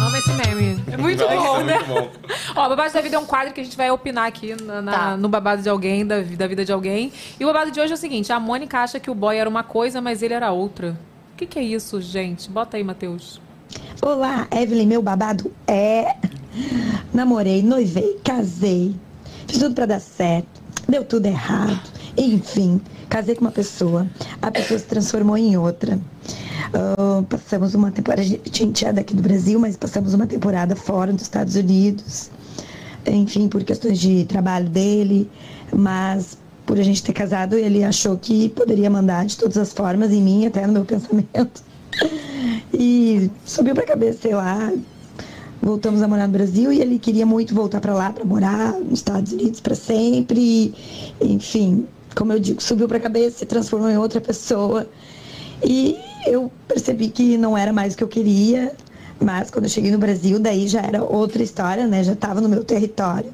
Speaker 1: Amo esse meme. É muito
Speaker 5: Nossa,
Speaker 1: bom, né?
Speaker 5: muito bom.
Speaker 1: Ó, Babado da Vida é um quadro que a gente vai opinar aqui na- na-
Speaker 6: Tá.
Speaker 1: no babado de alguém, da, vi- da vida de alguém. E o babado de hoje é o seguinte: a Mônica acha que o boy era uma coisa, mas ele era outra. O que, que é isso, gente? Bota aí, Matheus.
Speaker 9: Olá, Evelyn, meu babado é. Namorei, noivei, casei, fiz tudo pra dar certo, deu tudo errado, enfim, casei com uma pessoa, a pessoa se transformou em outra. Ah, passamos uma temporada, a gente é daqui do Brasil, mas passamos uma temporada fora dos Estados Unidos, enfim, por questões de trabalho dele, mas por a gente ter casado, ele achou que poderia mandar de todas as formas em mim, até no meu (laughs) pensamento. E subiu pra cabeça, sei lá. Voltamos a morar no Brasil e ele queria muito voltar pra lá, pra morar nos Estados Unidos pra sempre. Enfim, como eu digo, subiu pra cabeça, se transformou em outra pessoa. E eu percebi que não era mais o que eu queria, mas quando eu cheguei no Brasil, daí já era outra história, né? Já estava no meu território.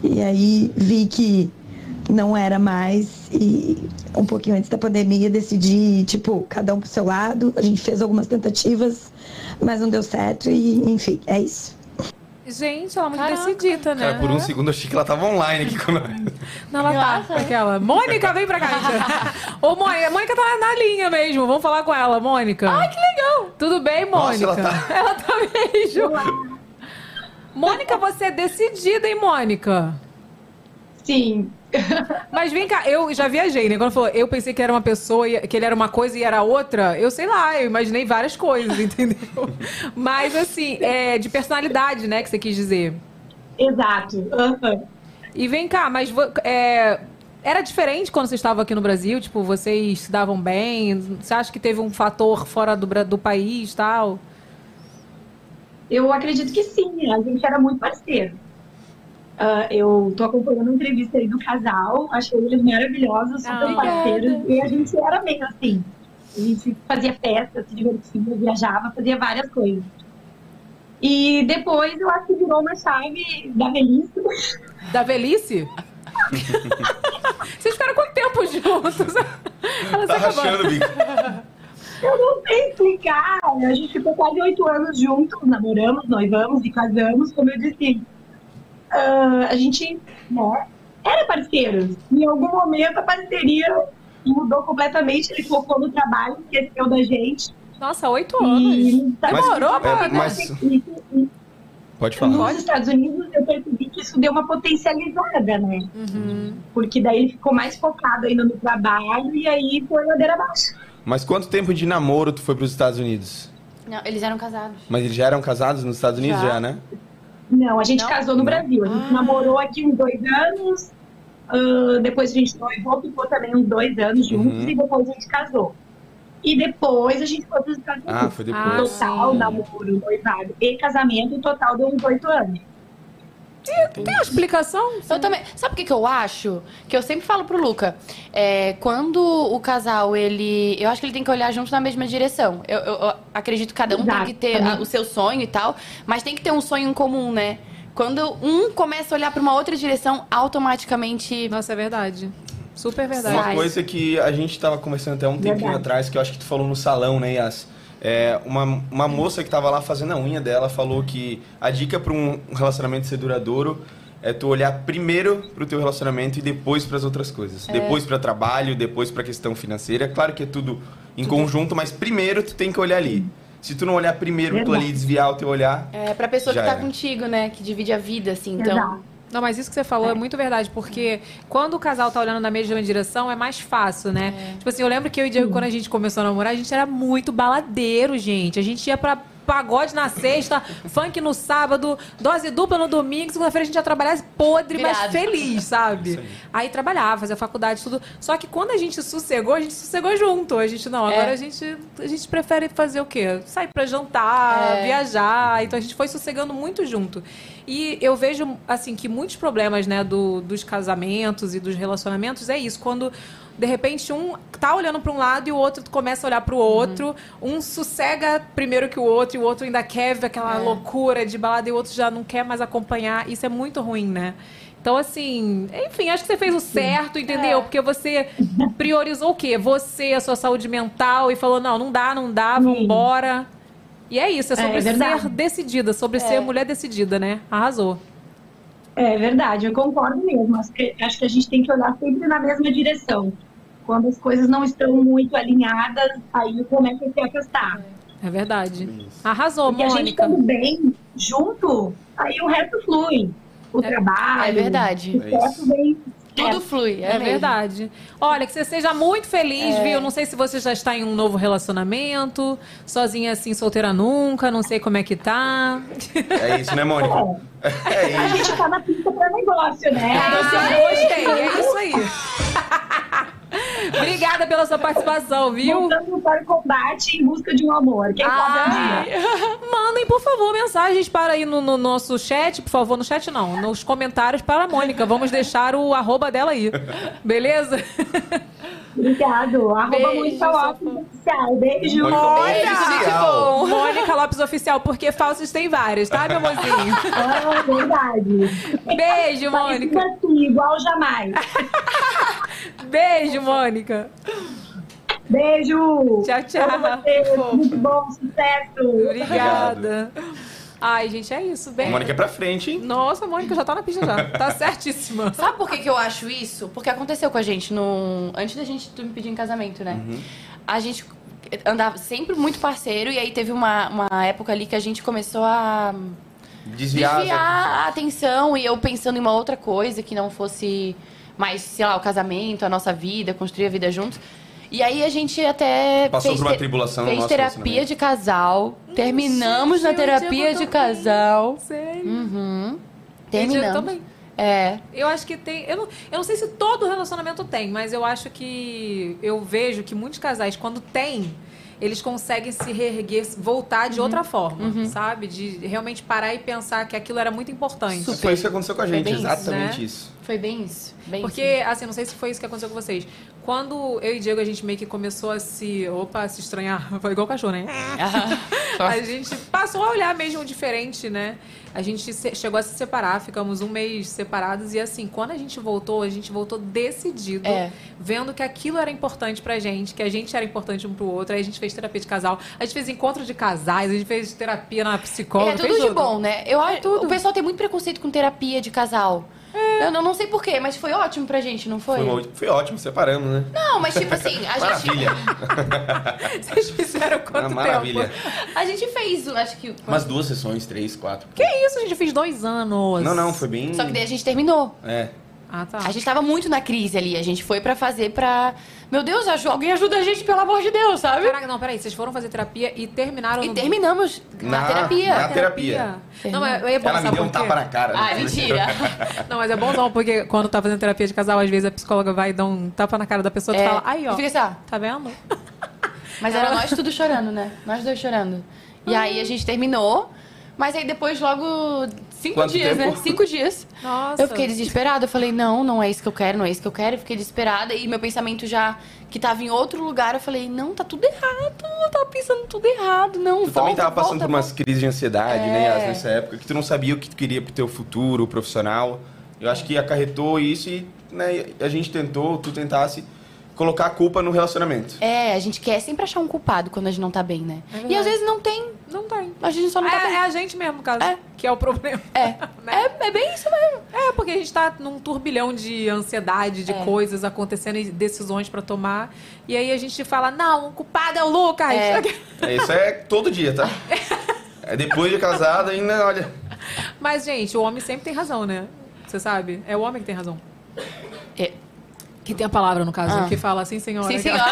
Speaker 9: E aí vi que não era mais e um pouquinho antes da pandemia decidi, tipo, cada um pro seu lado. A gente fez algumas tentativas, mas não deu certo e enfim, é isso.
Speaker 1: Gente, ela é muito
Speaker 6: Caraca.
Speaker 1: decidida, né?
Speaker 5: Cara, por um segundo eu achei que ela tava online aqui quando.
Speaker 1: (laughs) Não, ela tá. Aquela. Mônica, vem pra cá, (laughs) gente. Ô, Mônica, a Mônica tá na linha mesmo. Vamos falar com ela, Mônica. Ai, que legal. Tudo bem, Mônica?
Speaker 5: ela tá-
Speaker 1: (laughs) Ela tá mesmo. Mônica, você é decidida, hein, Mônica?
Speaker 10: Sim,
Speaker 1: Mas vem cá, eu já viajei, né? Quando falou, eu pensei que era uma pessoa, e- que ele era uma coisa e era outra, eu sei lá, eu imaginei várias coisas, (laughs) entendeu? Mas assim, é de personalidade, né, que você quis dizer.
Speaker 10: exato. Aham.
Speaker 1: E vem cá, mas vo- é, era diferente quando vocês estavam aqui no Brasil? Tipo, vocês se davam bem? Você acha que teve um fator fora do, Bra- do país e tal?
Speaker 10: Eu acredito que sim, a gente era muito parceiro.
Speaker 11: ah, eu tô acompanhando a entrevista aí do casal, achei eles maravilhosos, super
Speaker 1: Ah,
Speaker 11: parceiros, e a gente era meio assim. A gente fazia festa, se divertia, viajava, fazia várias coisas. E depois eu acho que virou uma chave da velhice.
Speaker 1: Da velhice? Vocês ficaram quanto tempo juntos? Ela
Speaker 5: Tá
Speaker 1: acabou.
Speaker 5: rachando o bico.
Speaker 11: Eu não sei explicar. A gente ficou quase oito anos juntos, namoramos, noivamos e casamos, como eu disse. Ah, a gente né, era parceiro. Em algum momento a parceria mudou completamente. Ele focou no trabalho, esqueceu da gente.
Speaker 1: Nossa, oito anos.
Speaker 11: Mas-
Speaker 1: Demorou né? pra.
Speaker 5: é, mas-
Speaker 11: E, e,
Speaker 5: Pode falar.
Speaker 11: nos Estados Unidos eu percebi que isso deu uma potencializada, né? Porque daí ele ficou mais focado ainda no trabalho e aí foi ladeira abaixo.
Speaker 5: Mas quanto tempo de namoro tu foi pros Estados Unidos?
Speaker 6: Não, eles eram casados.
Speaker 5: Mas eles já eram casados nos Estados Unidos
Speaker 6: Já.
Speaker 5: já, né?
Speaker 11: Não, a gente
Speaker 6: Não?
Speaker 11: casou no Brasil. A gente namorou aqui uns dois anos. ahn, depois a gente noivou, ficou também uns dois anos juntos.
Speaker 5: Uhum.
Speaker 11: E depois a gente casou. E depois a gente foi para os Estados
Speaker 5: Ah,
Speaker 11: Unidos.
Speaker 5: foi
Speaker 1: Ah,
Speaker 5: depois.
Speaker 11: total,
Speaker 1: sim.
Speaker 11: namoro, noivado e casamento, o total deu uns oito anos.
Speaker 1: Tem uma explicação?
Speaker 6: Eu também. Sabe o que, que eu acho? Que eu sempre falo pro Luca. É, quando o casal, ele. Eu acho que ele tem que olhar junto na mesma direção. Eu, eu- eu acredito que cada um tem que ter a- o seu sonho e tal, mas tem que ter um sonho em comum, né? Quando um começa a olhar pra uma outra direção, automaticamente.
Speaker 1: Nossa, é verdade. Super verdade.
Speaker 5: Uma
Speaker 6: Sai.
Speaker 5: coisa que a gente tava conversando até um tempinho
Speaker 11: Verdade.
Speaker 5: atrás, que eu acho que tu falou no salão, né, Yas? É, uma, uma moça que tava lá fazendo a unha dela falou que a dica para um relacionamento ser duradouro é tu olhar primeiro pro teu relacionamento e depois pras outras coisas. Depois pra trabalho, depois pra questão financeira. Claro que é tudo em conjunto, mas primeiro tu tem que olhar ali. Se tu não olhar primeiro, tu ali desviar o teu olhar,
Speaker 6: É, pra pessoa
Speaker 5: Já
Speaker 6: que tá
Speaker 5: era.
Speaker 6: contigo, né? Que divide a vida, assim. Então.
Speaker 11: Exato.
Speaker 1: Não, mas isso que você falou é, muito verdade, porque quando o casal tá olhando na mesma direção, é mais fácil, né? Tipo assim, eu lembro que eu e o Diego, quando a gente começou a namorar, a gente era muito baladeiro, gente. A gente ia pra pagode na sexta, funk no sábado, dose dupla no domingo, segunda-feira a gente ia trabalhar podre, mas
Speaker 6: Virado.
Speaker 1: feliz, sabe? Aí trabalhava, fazia faculdade, tudo. Só que quando a gente sossegou, a gente sossegou junto. A gente não, agora a gente a gente prefere fazer o quê? Sair pra jantar, viajar. Então a gente foi sossegando muito junto. E eu vejo assim que muitos problemas, né, do, dos casamentos e dos relacionamentos é isso, quando de repente um tá olhando pra um lado e o outro começa a olhar pro outro, um sossega primeiro que o outro e o outro ainda quer ver aquela loucura de balada e o outro já não quer mais acompanhar. Isso é muito ruim, né? Então, assim, enfim, acho que você fez o certo,
Speaker 11: É.
Speaker 1: entendeu? Porque você priorizou o quê? Você, a sua saúde mental, e falou: não, não dá, não dá, vambora. E é isso, é
Speaker 11: É,
Speaker 1: sobre
Speaker 11: é verdade.
Speaker 1: ser decidida, sobre ser mulher decidida, né? Arrasou.
Speaker 11: É verdade, eu concordo mesmo. Acho que, acho que a gente tem que olhar sempre na mesma direção. Quando as coisas não estão muito alinhadas, aí começa a se afastar.
Speaker 1: É verdade. Arrasou,
Speaker 11: Porque a gente
Speaker 1: Mônica.
Speaker 11: estando bem junto, aí o resto flui. O trabalho.
Speaker 6: É verdade.
Speaker 5: É
Speaker 11: O resto
Speaker 5: isso.
Speaker 11: vem.
Speaker 6: Tudo flui, é,
Speaker 1: É
Speaker 6: mesmo.
Speaker 1: verdade. Olha, que você seja muito
Speaker 11: É.
Speaker 1: feliz, viu? Não sei se você já está em um novo relacionamento, sozinha assim, solteira nunca, não sei como é que tá.
Speaker 5: é isso, né, Mônica? É
Speaker 11: A
Speaker 5: isso.
Speaker 11: gente tá na pista pra negócio, né?
Speaker 1: Ah, gostei, é isso aí. Obrigada pela sua participação, viu?
Speaker 11: Voltando para o combate em busca de um amor. Quem
Speaker 1: Ah,
Speaker 11: sabe
Speaker 1: mandem, por favor, mensagens para aí no, no nosso chat, por favor, no chat não, nos comentários para a Mônica. Vamos deixar o arroba dela aí, beleza?
Speaker 11: um dia. Obrigado. Arroba
Speaker 6: Beijo,
Speaker 11: Mônica
Speaker 6: sua
Speaker 11: Lopes Oficial. Beijo.
Speaker 5: Mônica Lopes
Speaker 1: Olha!
Speaker 5: Oficial.
Speaker 1: Mônica Lopes Oficial, porque falsos tem vários, tá, meu mozinho?
Speaker 11: Ah, verdade.
Speaker 1: Beijo,
Speaker 11: Parecido
Speaker 1: Mônica.
Speaker 11: assim, igual jamais.
Speaker 1: Beijo, Mônica.
Speaker 11: Beijo!
Speaker 1: Tchau, tchau.
Speaker 11: Amo vocês, Muito bom, sucesso!
Speaker 1: Obrigada. Ai, gente, é isso.
Speaker 5: A
Speaker 1: Bem...
Speaker 5: Mônica é pra frente, hein?
Speaker 1: Nossa, Mônica já tá na pista já. Tá certíssima.
Speaker 6: Sabe por que, que eu acho isso? Porque aconteceu com a gente num... antes da gente tu me pedir em casamento, né?
Speaker 5: Uhum.
Speaker 6: A gente andava sempre muito parceiro e aí teve uma, uma época ali que a gente começou a
Speaker 5: Desviar. né?
Speaker 6: desviar a atenção e eu pensando em uma outra coisa que não fosse mais, sei lá, o casamento, a nossa vida, construir a vida juntos. E aí a gente até
Speaker 5: Passou
Speaker 6: fez
Speaker 5: por uma
Speaker 6: te-
Speaker 5: tribulação no
Speaker 6: fez
Speaker 5: nosso
Speaker 6: terapia
Speaker 5: relacionamento.
Speaker 6: de casal, terminamos
Speaker 1: gente,
Speaker 6: na
Speaker 1: eu digo
Speaker 6: terapia de
Speaker 1: também.
Speaker 6: casal.
Speaker 1: Sério.
Speaker 6: Uhum.
Speaker 1: Eu
Speaker 6: Terminamos.
Speaker 1: também.
Speaker 6: É.
Speaker 1: Eu acho que tem. Eu não, eu não sei se todo relacionamento tem, mas eu acho que. Eu vejo que muitos casais, quando tem, eles conseguem se reerguer, voltar
Speaker 6: Uhum.
Speaker 1: de outra forma, sabe? De realmente parar e pensar que aquilo era muito importante.
Speaker 5: Foi isso que aconteceu com a
Speaker 1: Foi
Speaker 5: gente,
Speaker 1: bem isso,
Speaker 5: exatamente
Speaker 1: né?
Speaker 5: isso.
Speaker 6: Foi bem isso. Bem
Speaker 1: Porque, assim, não sei se foi isso que aconteceu com vocês. Quando eu e Diego, a gente meio que começou a se. Opa, a se estranhar. (laughs) Foi igual cachorro, né?
Speaker 6: (laughs) Tá.
Speaker 1: a gente passou a olhar mesmo diferente, né? A gente se- chegou a se separar, ficamos um mês separados. E assim, quando a gente voltou, a gente voltou decidido,
Speaker 6: É.
Speaker 1: vendo que aquilo era importante pra gente, que a gente era importante um pro outro. Aí a gente fez terapia de casal, a gente fez encontro de casais, a gente fez terapia na psicóloga.
Speaker 6: É
Speaker 1: fez
Speaker 6: tudo de bom, né? Eu acho
Speaker 1: tudo.
Speaker 6: o pessoal tem muito preconceito com terapia de casal. Eu não, não sei porquê, mas foi ótimo pra gente, não foi?
Speaker 5: Foi, uma- foi ótimo, separamos, né?
Speaker 6: Não, mas tipo assim,
Speaker 5: (laughs)
Speaker 6: a gente,
Speaker 5: Maravilha,
Speaker 1: (laughs)
Speaker 6: (laughs)
Speaker 1: Vocês fizeram quanto
Speaker 5: Ah,
Speaker 1: tempo?
Speaker 5: maravilha.
Speaker 6: a gente fez, acho que.
Speaker 5: Umas duas sessões, três, quatro.
Speaker 1: Que isso, gente? Eu fiz dois anos.
Speaker 5: Não, não, foi bem...
Speaker 6: Só que daí a gente terminou.
Speaker 5: É,
Speaker 1: Ah, tá.
Speaker 6: A gente tava muito na crise ali. A gente foi pra fazer pra. Meu Deus, aju- alguém ajuda a gente, pelo amor de Deus, sabe?
Speaker 1: Caraca, não, peraí, vocês foram fazer terapia e terminaram
Speaker 6: E
Speaker 1: no-
Speaker 6: terminamos na,
Speaker 5: Na-
Speaker 6: terapia.
Speaker 5: na- terapia.
Speaker 1: Não, mas é bom,
Speaker 5: ela me
Speaker 1: sabe
Speaker 5: deu um
Speaker 1: por quê?
Speaker 5: tapa na cara.
Speaker 6: Ai, Ah, (laughs) mentira.
Speaker 1: (laughs) Não, mas é bonzão, porque quando tá fazendo terapia de casal, às vezes a psicóloga vai dar um tapa na cara da pessoa e
Speaker 6: É,
Speaker 1: fala, aí, ó,
Speaker 6: Fica assim, ó.
Speaker 1: tá vendo?
Speaker 6: Mas era nós tudo chorando, né? Nós dois chorando. E aí a gente terminou, mas aí depois logo cinco
Speaker 5: Quanto
Speaker 6: dias,
Speaker 5: tempo?
Speaker 6: né? Cinco dias.
Speaker 1: Nossa.
Speaker 6: Eu fiquei desesperada. Eu falei, não, não é isso que eu quero, não é isso que eu quero. Eu fiquei desesperada. E meu pensamento já, que tava em outro lugar, eu falei, não, tá tudo errado. Eu tava pensando tudo errado. Não,
Speaker 5: Tu
Speaker 6: (laughs) volta,
Speaker 5: também tava passando
Speaker 6: volta,
Speaker 5: por umas crises de ansiedade, né,
Speaker 6: É.
Speaker 5: Yas, nessa época, que tu não sabia o que tu queria pro teu futuro profissional. Eu acho que acarretou isso e né, a gente tentou, tu tentasse colocar a culpa no relacionamento.
Speaker 6: É, a gente quer sempre achar um culpado quando a gente não tá bem, né?
Speaker 1: É
Speaker 6: e às
Speaker 1: verdade.
Speaker 6: vezes não tem,
Speaker 1: Não tem.
Speaker 6: a gente só não tá
Speaker 1: É,
Speaker 6: bem.
Speaker 1: é a gente mesmo, no caso,
Speaker 6: É.
Speaker 1: que é o problema.
Speaker 6: É.
Speaker 1: (laughs) Né?
Speaker 6: É, é bem isso mesmo.
Speaker 1: É, porque a gente tá num turbilhão de ansiedade, de
Speaker 6: É.
Speaker 1: coisas acontecendo e decisões pra tomar. E aí a gente fala, não, o culpado é o Lucas.
Speaker 6: É.
Speaker 5: É, Isso é todo dia,
Speaker 6: (laughs)
Speaker 5: tá? É depois de casado ainda, olha.
Speaker 1: (laughs) Mas, gente, o homem sempre tem razão, né? Você sabe? É o homem que tem razão.
Speaker 6: É.
Speaker 1: Que tem a palavra, no caso,
Speaker 6: Ah.
Speaker 1: que fala sim, senhora.
Speaker 6: Sim, senhora.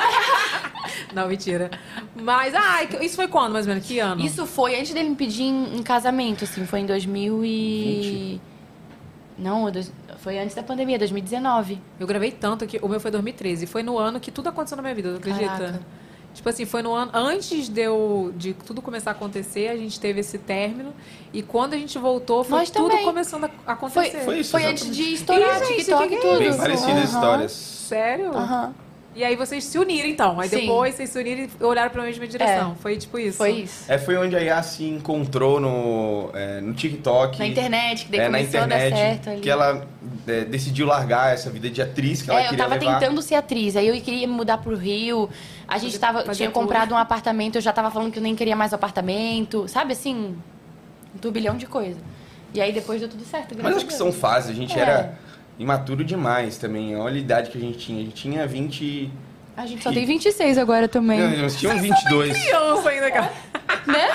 Speaker 1: Não, mentira. Mas, ai, isso foi quando, mais ou menos? Que ano?
Speaker 6: (laughs) Isso foi antes dele me pedir em, em casamento, assim, foi em 2000 e... Não, dois- foi antes da pandemia, 2019.
Speaker 1: Eu gravei tanto que o meu foi 2013. Foi no ano que tudo aconteceu na minha vida, tu acredita?
Speaker 6: Caraca.
Speaker 1: Tipo assim, foi no ano. Antes de, eu, de tudo começar a acontecer, a gente teve esse término. E quando a gente voltou, foi
Speaker 6: Nós
Speaker 1: tudo
Speaker 6: também.
Speaker 1: começando a
Speaker 6: Foi,
Speaker 1: acontecer.
Speaker 5: Foi isso,
Speaker 6: foi
Speaker 5: exatamente.
Speaker 6: antes de estourar
Speaker 1: Ih, gente,
Speaker 6: TikTok
Speaker 1: que
Speaker 6: e
Speaker 1: que é
Speaker 6: tudo.
Speaker 5: Bem
Speaker 1: isso?
Speaker 5: parecidas
Speaker 6: Aham,
Speaker 5: histórias.
Speaker 1: Sério?
Speaker 6: aham.
Speaker 1: E aí vocês se uniram, então. Aí
Speaker 6: Sim. É.
Speaker 1: depois vocês se uniram e olharam pra mesma direção. Foi tipo isso.
Speaker 6: Foi
Speaker 1: (laughs)
Speaker 6: isso.
Speaker 5: É, foi onde a Yas se encontrou no, é, no TikTok.
Speaker 6: Na internet, que daí
Speaker 5: é, na
Speaker 6: começou a
Speaker 5: internet,
Speaker 6: dar certo ali.
Speaker 5: que ela é, decidiu largar essa vida de atriz que ela
Speaker 6: é, eu
Speaker 5: queria
Speaker 6: tava
Speaker 5: levar.
Speaker 6: tentando ser atriz, aí eu queria me mudar pro Rio. A gente
Speaker 1: Fazer-
Speaker 6: tava,
Speaker 1: fazer
Speaker 6: tinha
Speaker 1: tour.
Speaker 6: comprado um apartamento, eu já tava falando que eu nem queria mais o apartamento. Sabe assim? Um turbilhão de coisa. E aí depois deu tudo certo.
Speaker 5: Mas
Speaker 6: graças
Speaker 5: acho que
Speaker 6: a
Speaker 5: são
Speaker 6: Deus.
Speaker 5: fases, a gente
Speaker 6: É.
Speaker 5: era imaturo demais também. Olha a idade que a gente tinha. A gente tinha 20.
Speaker 6: A gente só tem 26 agora também.
Speaker 5: Não, nós tínhamos
Speaker 6: (laughs)
Speaker 5: 22.
Speaker 1: criança ainda, cara.
Speaker 6: né?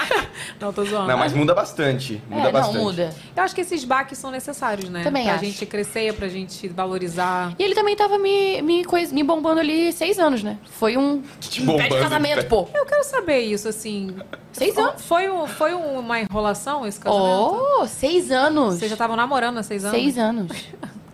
Speaker 1: Não, tô zoando.
Speaker 5: Não, mas muda bastante. (laughs) Muda
Speaker 6: é,
Speaker 5: bastante.
Speaker 6: não, muda.
Speaker 1: Eu acho que esses baques são necessários, né?
Speaker 6: Também
Speaker 1: pra
Speaker 6: acho.
Speaker 1: gente crescer, pra gente valorizar.
Speaker 6: E ele também tava me, me, cois- me bombando ali seis anos, né? Foi um
Speaker 5: (laughs) Te bombando. né?
Speaker 6: pé de casamento, pô.
Speaker 1: Eu quero saber isso, assim.
Speaker 6: Seis
Speaker 1: Foi-
Speaker 6: anos.
Speaker 1: Foi, um- foi uma enrolação esse casamento?
Speaker 6: Oh, seis anos.
Speaker 1: Vocês já tá estavam namorando há seis anos? (laughs)
Speaker 6: Seis anos.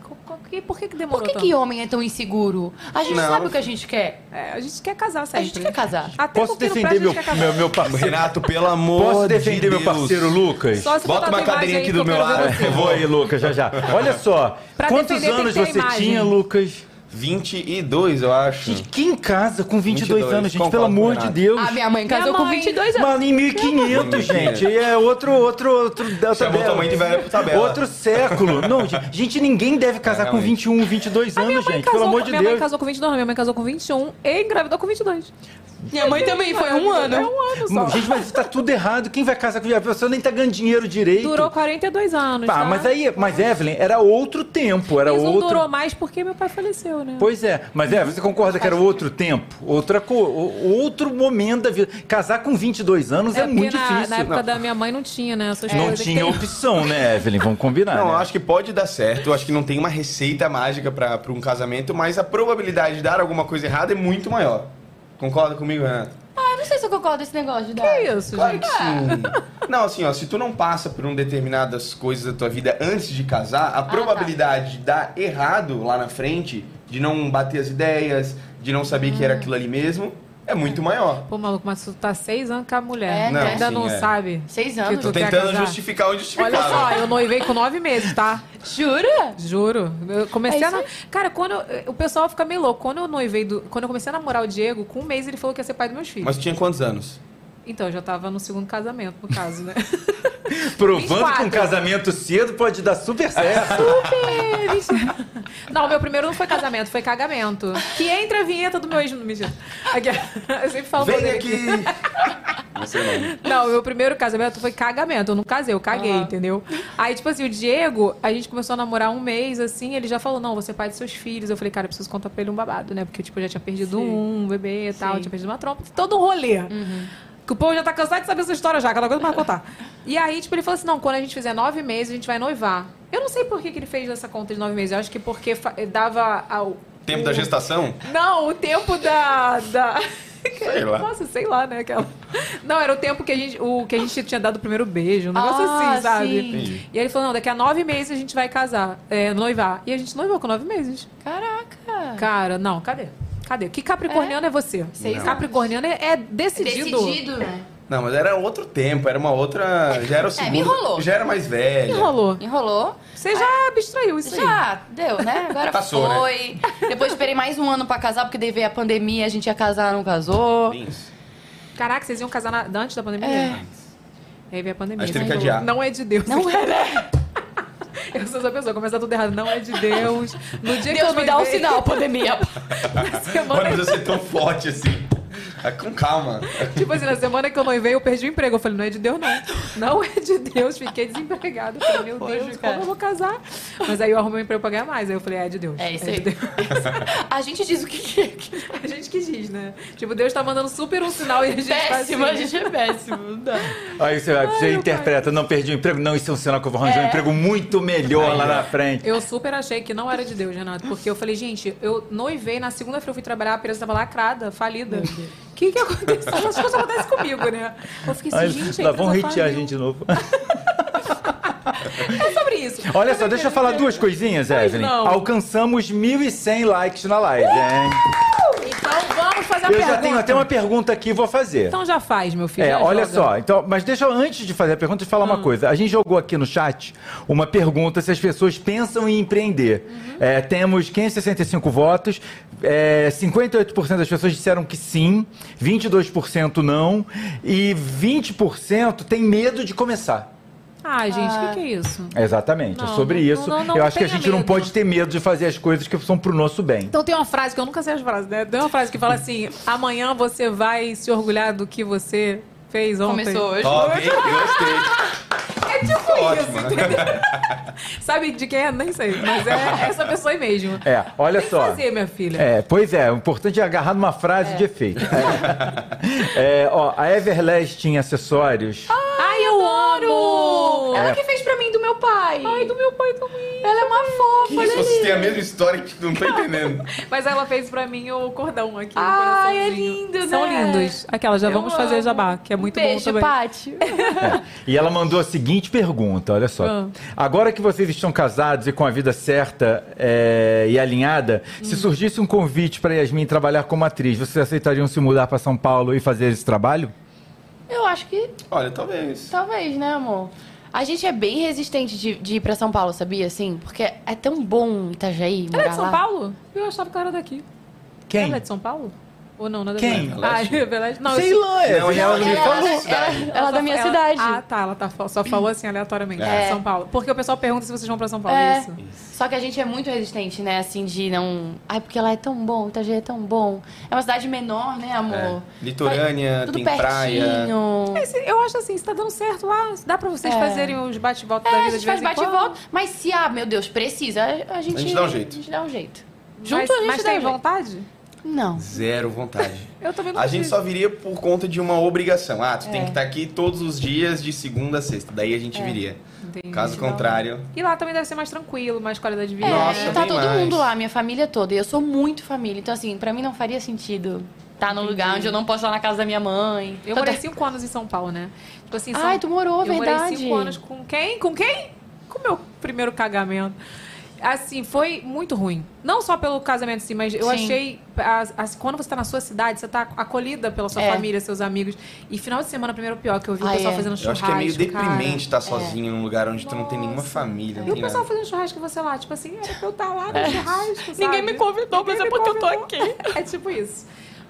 Speaker 1: Co- co- que- Por que, que
Speaker 6: Por
Speaker 1: demorou
Speaker 6: que,
Speaker 1: tanto?
Speaker 6: que homem é tão inseguro? A gente
Speaker 5: Não.
Speaker 6: sabe o que a gente quer.
Speaker 1: É, a gente quer casar
Speaker 6: A
Speaker 1: sempre.
Speaker 6: gente quer casar.
Speaker 1: Até
Speaker 2: Posso
Speaker 1: com o quilo
Speaker 2: defender
Speaker 1: pra,
Speaker 2: meu,
Speaker 1: a gente quer
Speaker 2: meu,
Speaker 1: casar.
Speaker 2: meu parceiro?
Speaker 5: Tipo, Renato, pelo amor
Speaker 2: Posso
Speaker 5: de
Speaker 2: defender
Speaker 5: Deus.
Speaker 2: meu parceiro Lucas?
Speaker 1: Só se
Speaker 5: Bota
Speaker 1: botar
Speaker 5: uma
Speaker 1: tua imagem
Speaker 5: cadeirinha
Speaker 1: aí
Speaker 5: aqui
Speaker 1: que
Speaker 5: do
Speaker 1: eu
Speaker 5: meu
Speaker 1: quero ver
Speaker 5: lado,
Speaker 1: você.
Speaker 5: (laughs) por favor.
Speaker 2: Vou aí, Lucas, já
Speaker 1: (laughs)
Speaker 2: já. Olha só,
Speaker 1: Pra
Speaker 2: quantos
Speaker 1: defender, tem
Speaker 2: anos
Speaker 1: que ter
Speaker 2: você
Speaker 1: imagem. Hum.
Speaker 2: tinha, Lucas?
Speaker 5: 22, eu acho.
Speaker 2: Gente, que em casa com 22,
Speaker 5: 22,
Speaker 2: anos, gente, pelo
Speaker 5: concordo,
Speaker 2: amor de
Speaker 5: Renato.
Speaker 2: Deus.
Speaker 6: A Ah, minha mãe casou
Speaker 1: Minha é
Speaker 6: com
Speaker 1: mãe.
Speaker 6: 22 anos.
Speaker 2: Mano, em 1500, gente. E é outro, outro, outro. outra
Speaker 5: Chamou tua mãe de velha por tabela.
Speaker 2: Outro século. Não, gente, gente, ninguém deve casar
Speaker 5: É,
Speaker 2: com
Speaker 5: realmente.
Speaker 2: 21, 22
Speaker 1: Minha
Speaker 2: anos,
Speaker 1: mãe
Speaker 2: gente.
Speaker 1: casou,
Speaker 2: Pelo amor de
Speaker 1: minha mãe
Speaker 2: Deus.
Speaker 1: casou com 22, minha mãe casou com 21 e engravidou com 22.
Speaker 6: Minha mãe também, foi um
Speaker 1: É
Speaker 6: ano.
Speaker 1: um ano só.
Speaker 2: Gente, mas tá tudo errado. Quem vai casar com a pessoa nem tá ganhando dinheiro direito.
Speaker 1: Durou 42 anos,
Speaker 2: Pá,
Speaker 1: tá?
Speaker 2: mas aí, mas Evelyn, era outro tempo, era
Speaker 1: Mas não
Speaker 2: outro.
Speaker 1: durou mais porque meu pai faleceu, né?
Speaker 2: Pois é, mas é, você concorda que era outro tempo, outra co... o- outro momento da vida. Casar com 22 anos é,
Speaker 1: porque
Speaker 2: muito
Speaker 1: na,
Speaker 2: difícil.
Speaker 1: Na época
Speaker 2: não.
Speaker 1: da minha mãe não tinha, né? Essas
Speaker 2: Não
Speaker 1: coisas que (laughs)
Speaker 2: tinha
Speaker 1: tem-
Speaker 2: opção, né, Evelyn? Vamos combinar.
Speaker 5: Não,
Speaker 2: né?
Speaker 5: eu acho que pode dar certo. Eu acho que não tem uma receita mágica pra pra um casamento, mas a probabilidade de dar alguma coisa errada é muito maior. Concorda comigo, Renato?
Speaker 6: Ah, eu não sei se eu concordo com esse negócio, Dá.
Speaker 1: Que isso,
Speaker 5: Claro
Speaker 1: gente?
Speaker 5: que
Speaker 1: Ah.
Speaker 5: sim. Não, assim, ó, se tu não passa por um determinadas coisas da tua vida antes de casar,
Speaker 1: Ah, tá.
Speaker 5: a probabilidade de dar
Speaker 1: Hum.
Speaker 5: errado lá na frente, de não bater as ideias, de não saber que era aquilo ali mesmo, é muito maior.
Speaker 1: Pô, maluco, mas tu tá seis anos com a mulher.
Speaker 5: É, Não, né?
Speaker 1: ainda não
Speaker 5: sim, é.
Speaker 1: sabe.
Speaker 6: Seis
Speaker 5: Tô tentando justificar o injustificável.
Speaker 1: Olha só, eu noivei com nove meses, tá?
Speaker 6: Jura?
Speaker 1: Juro. Eu comecei
Speaker 6: É
Speaker 1: a.
Speaker 6: isso
Speaker 1: na- Cara, quando. eu- o pessoal fica meio louco. Quando eu noivei do. Quando eu comecei a namorar o Diego, com um mês ele falou que ia ser pai dos meus filhos.
Speaker 5: Mas tu tinha quantos anos?
Speaker 1: Então, eu já tava no segundo casamento, no caso, né? (laughs)
Speaker 2: Provando que
Speaker 1: 24.
Speaker 2: um casamento cedo pode dar super certo.
Speaker 1: Eles- Não, meu primeiro não foi casamento, foi cagamento. Que entra a vinheta do meu ex, não me diz. Aqui, (laughs) Eu sempre falo
Speaker 5: Vem
Speaker 1: dele
Speaker 5: aqui! Não sei não.
Speaker 1: Não, meu primeiro casamento foi cagamento. Eu não casei, eu caguei, entendeu? Aí, tipo assim, o Diego, a gente começou a namorar um mês, assim, ele já falou, não, você é pai dos seus filhos. Eu falei, cara, eu preciso contar pra ele um babado, né? Porque, tipo, eu já tinha perdido um, um bebê e tal,
Speaker 6: Sim.
Speaker 1: tinha perdido uma trompa, todo um rolê. Que o povo já tá cansado de saber essa história já, que eu não aguento mais contar. E aí, tipo, ele falou assim, não, quando a gente fizer nove meses, a gente vai noivar. Eu não sei por que, que ele fez essa conta de nove meses. Eu acho que porque fa- dava ao...
Speaker 5: Tempo da gestação?
Speaker 1: Não, o tempo da. da...
Speaker 5: Sei lá.
Speaker 1: Nossa, sei lá, né? Aquela... Não, era o tempo que a gente, o, que a gente tinha dado o primeiro beijo, um negócio
Speaker 6: Ah,
Speaker 1: assim, sabe?
Speaker 6: sim.
Speaker 5: Entendi.
Speaker 1: E aí ele falou: não, daqui a nove meses a gente vai casar, é, noivar. E a gente noivou com nove meses.
Speaker 6: Caraca.
Speaker 1: Cara, não, cadê? Cadê? Que capricorniano é, você?
Speaker 6: Seis
Speaker 5: Não.
Speaker 1: Capricorniano é, é decidido.
Speaker 6: Decidido, né?
Speaker 5: Não, mas era outro tempo, era uma outra.
Speaker 6: (laughs)
Speaker 5: Já era o segundo.
Speaker 6: É, me enrolou.
Speaker 5: Já era mais
Speaker 1: O que
Speaker 5: velho.
Speaker 6: Hum.
Speaker 1: rolou?
Speaker 6: Enrolou.
Speaker 1: Você já abstraiu isso aí.
Speaker 6: É. Já, deu, né? Agora
Speaker 5: Passou, né?
Speaker 6: foi. Depois esperei mais um ano pra casar, porque daí veio a pandemia, a gente ia casar, não casou. (laughs)
Speaker 5: Isso.
Speaker 1: Caraca, vocês iam casar na- antes da pandemia?
Speaker 6: É.
Speaker 1: E aí veio a pandemia.
Speaker 5: Mas teve
Speaker 1: Aí
Speaker 5: que
Speaker 1: rolou.
Speaker 5: adiar.
Speaker 1: Não é de Deus.
Speaker 6: Não é, né?
Speaker 1: (laughs) Eu sou essa pessoa, começar tudo errado. Não é de Deus. No dia que
Speaker 6: Deus
Speaker 1: eu
Speaker 6: me dá um
Speaker 1: noivei-
Speaker 6: sinal, (laughs) pandemia.
Speaker 1: (laughs) Na
Speaker 6: é
Speaker 5: Mano,
Speaker 1: semana,
Speaker 5: precisa ser tão forte assim. Ah, Com calma.
Speaker 1: tipo assim, na semana que eu noivei, eu perdi o emprego. Eu falei, não é de Deus, não. Não é de Deus, fiquei desempregado. Eu falei, meu
Speaker 6: Poxa,
Speaker 1: Deus,
Speaker 6: cara.
Speaker 1: como eu vou casar? Mas aí eu arrumei um emprego pra ganhar mais. Aí eu falei, é de Deus.
Speaker 6: É isso
Speaker 1: de
Speaker 6: aí.
Speaker 1: Deus. (laughs)
Speaker 6: A gente diz o que que é.
Speaker 1: A gente que diz, né? Tipo, Deus tá mandando super um sinal e a gente
Speaker 6: Péssimo,
Speaker 1: faz
Speaker 6: a
Speaker 1: assim.
Speaker 6: gente é péssimo. Não dá.
Speaker 2: Aí você, vai, você interpreta, não perdi o emprego. Não, isso é um sinal que eu vou arranjar um emprego muito melhor lá na frente.
Speaker 1: Eu super achei que não era de Deus, Renato. Porque eu falei, gente, eu noivei, na segunda-feira eu fui trabalhar, a empresa tava lacrada, falida. O que que aconteceu? As coisas acontecem comigo, né? Eu fiquei
Speaker 2: Aí,
Speaker 1: assim, gente,
Speaker 2: lá
Speaker 1: a
Speaker 2: vão
Speaker 1: empresa
Speaker 2: hatear a
Speaker 1: faliu.
Speaker 2: gente de novo. (laughs)
Speaker 1: É sobre isso.
Speaker 2: Olha só, deixa eu falar duas coisinhas, Evelyn.
Speaker 1: não.
Speaker 2: Alcançamos 1.100 likes na live, hein?
Speaker 1: Então vamos fazer a
Speaker 2: Eu
Speaker 1: pergunta.
Speaker 2: já tenho até uma pergunta aqui, vou fazer.
Speaker 1: Então já faz, meu filho.
Speaker 2: É,
Speaker 1: já
Speaker 2: olha
Speaker 1: joga. Hum.
Speaker 2: só, então, mas deixa eu, antes de fazer a pergunta, eu falar uma coisa. A gente jogou aqui no chat uma pergunta se as pessoas pensam em empreender.
Speaker 1: Uhum.
Speaker 2: É, temos 565 votos, é, 58% das pessoas disseram que sim, 22% não, e 20% tem medo de começar.
Speaker 1: Ah, gente, o que, que é isso?
Speaker 2: Exatamente, é
Speaker 1: Não,
Speaker 2: sobre
Speaker 1: não-
Speaker 2: isso.
Speaker 1: não- não
Speaker 2: eu acho que a
Speaker 1: tenha
Speaker 2: gente não
Speaker 1: medo.
Speaker 2: pode ter medo de fazer as coisas que são pro nosso bem.
Speaker 1: Então tem uma frase que eu nunca sei as frases, né? Tem uma frase que fala assim: amanhã você vai se orgulhar do que você fez ontem.
Speaker 6: (laughs) Começou hoje.
Speaker 5: Top, hein?
Speaker 6: (laughs)
Speaker 5: gostei.
Speaker 1: É tipo
Speaker 5: Ótimo.
Speaker 2: né?
Speaker 1: isso, entendeu? Sabe de quem é? Nem sei. Mas
Speaker 2: (laughs)
Speaker 1: é essa pessoa aí mesmo.
Speaker 2: É, olha
Speaker 1: Tem que
Speaker 2: só.
Speaker 1: fazer, minha filha.
Speaker 2: É, pois é, o importante é agarrar numa frase de efeito. É, (laughs) ó, a Everlasting Acessórios.
Speaker 1: Ah, Ai, eu amo!
Speaker 6: Ela
Speaker 2: É.
Speaker 6: que fez pra mim do meu pai.
Speaker 1: Ai, do meu pai também.
Speaker 6: Ela é uma
Speaker 5: Que
Speaker 6: fofa,
Speaker 5: isso,
Speaker 6: né?
Speaker 5: vocês têm a mesma história que tipo, não tô entendendo.
Speaker 1: Mas ela fez pra mim o cordão aqui.
Speaker 6: Ai,
Speaker 1: o coraçãozinho.
Speaker 6: é lindo,
Speaker 1: São
Speaker 6: né?
Speaker 1: lindos. Aquela, já
Speaker 6: Eu
Speaker 1: vamos fazer
Speaker 6: amo.
Speaker 1: jabá, que é muito bom
Speaker 6: Beijo,
Speaker 1: também.
Speaker 6: (laughs) Paty.
Speaker 2: (laughs) E ela mandou a seguinte pergunta, olha só.
Speaker 1: Ah.
Speaker 2: Agora que vocês estão casados e com a vida certa é, e alinhada,
Speaker 1: Hum.
Speaker 2: se surgisse um convite para Yasmin trabalhar como atriz, vocês aceitariam se mudar para São Paulo e fazer esse trabalho?
Speaker 6: Eu acho que
Speaker 5: Olha, talvez.
Speaker 6: Talvez, né, amor? A gente é bem resistente de, de ir pra São Paulo, sabia? Assim, porque é tão bom Itajaí, morar
Speaker 1: Ela é de São
Speaker 6: lá.
Speaker 1: Paulo? Eu achava que ela era daqui.
Speaker 2: Quem?
Speaker 1: Ela é de São Paulo? Ou não? Nada
Speaker 2: Quem?
Speaker 1: a ver. Ah, (laughs) é verdade. Não, eu
Speaker 2: Sei
Speaker 1: sei-
Speaker 2: lá,
Speaker 5: Não,
Speaker 2: Evelyn, ela não me
Speaker 6: Ela,
Speaker 2: falou.
Speaker 6: ela, ela, ela é
Speaker 1: só-
Speaker 6: da minha cidade.
Speaker 1: Ah, tá. Ela tá, fal- só falou assim aleatoriamente.
Speaker 6: É.
Speaker 1: São Paulo. Porque o pessoal pergunta se vocês vão pra São Paulo.
Speaker 6: É.
Speaker 1: Isso.
Speaker 6: Só que a gente é muito resistente, né? Assim, de não. Ai, porque lá é tão bom, Itajaí é tão bom. É uma cidade menor, né, amor?
Speaker 5: É. Litorânea, tem
Speaker 6: Tudo
Speaker 5: praia.
Speaker 6: pertinho.
Speaker 1: Mas se- Eu acho assim, se tá dando certo lá, dá pra vocês
Speaker 6: É.
Speaker 1: fazerem os bate-volta da
Speaker 6: É, a
Speaker 1: vida de
Speaker 6: gente
Speaker 1: vez
Speaker 6: faz
Speaker 1: em
Speaker 6: bate e
Speaker 1: quando.
Speaker 6: volta. Mas se, ah, meu Deus, precisa, a, gente.
Speaker 5: A gente dá um jeito.
Speaker 6: A gente dá um jeito.
Speaker 1: Mas-
Speaker 6: Junto a gente
Speaker 1: Mas
Speaker 6: dá
Speaker 1: tem
Speaker 6: um jeito.
Speaker 1: vontade?
Speaker 6: Não.
Speaker 5: Zero
Speaker 6: (laughs)
Speaker 5: vontade.
Speaker 1: Eu também não
Speaker 5: A gente
Speaker 1: consigo.
Speaker 5: só viria por conta de uma obrigação. Ah, tu tem
Speaker 6: É.
Speaker 5: que estar aqui todos os dias de segunda a sexta. Daí a gente viria.
Speaker 1: Entendi.
Speaker 5: Caso contrário.
Speaker 1: E lá também deve ser mais tranquilo, mais qualidade de vida.
Speaker 6: É,
Speaker 5: Nossa,
Speaker 6: tá
Speaker 5: bem
Speaker 6: todo
Speaker 5: mais.
Speaker 6: mundo lá, minha família toda. E eu sou muito família. Então, assim, pra mim não faria sentido estar num lugar onde eu não posso estar na casa da minha mãe.
Speaker 1: Eu
Speaker 6: Tanto
Speaker 1: morei
Speaker 6: é-
Speaker 1: cinco anos em São Paulo, né? Tipo assim, São...
Speaker 6: Ai, tu morou,
Speaker 1: eu
Speaker 6: verdade.
Speaker 1: morei cinco anos com quem? Com quem? Com meu primeiro cagamento. assim, foi muito ruim. Não só pelo casamento em si, mas eu
Speaker 6: Sim.
Speaker 1: achei. as- as- quando você tá na sua cidade, você tá acolhida pela sua
Speaker 6: É.
Speaker 1: família, seus amigos. E final de semana, primeiro pior, que eu vi o
Speaker 6: Ai,
Speaker 1: pessoal
Speaker 6: é.
Speaker 1: fazendo
Speaker 5: Eu
Speaker 1: churrasco.
Speaker 5: acho que é meio
Speaker 1: cara.
Speaker 5: deprimente estar sozinho num lugar onde tu não tem nenhuma família. não
Speaker 1: E o
Speaker 5: tem
Speaker 1: pessoal
Speaker 6: é.
Speaker 5: nada.
Speaker 1: fazendo churrasco e você lá, tipo assim, era pra eu estar lá no churrasco. sabe?
Speaker 6: Ninguém me convidou, mas é porque eu tô aqui.
Speaker 1: É tipo isso.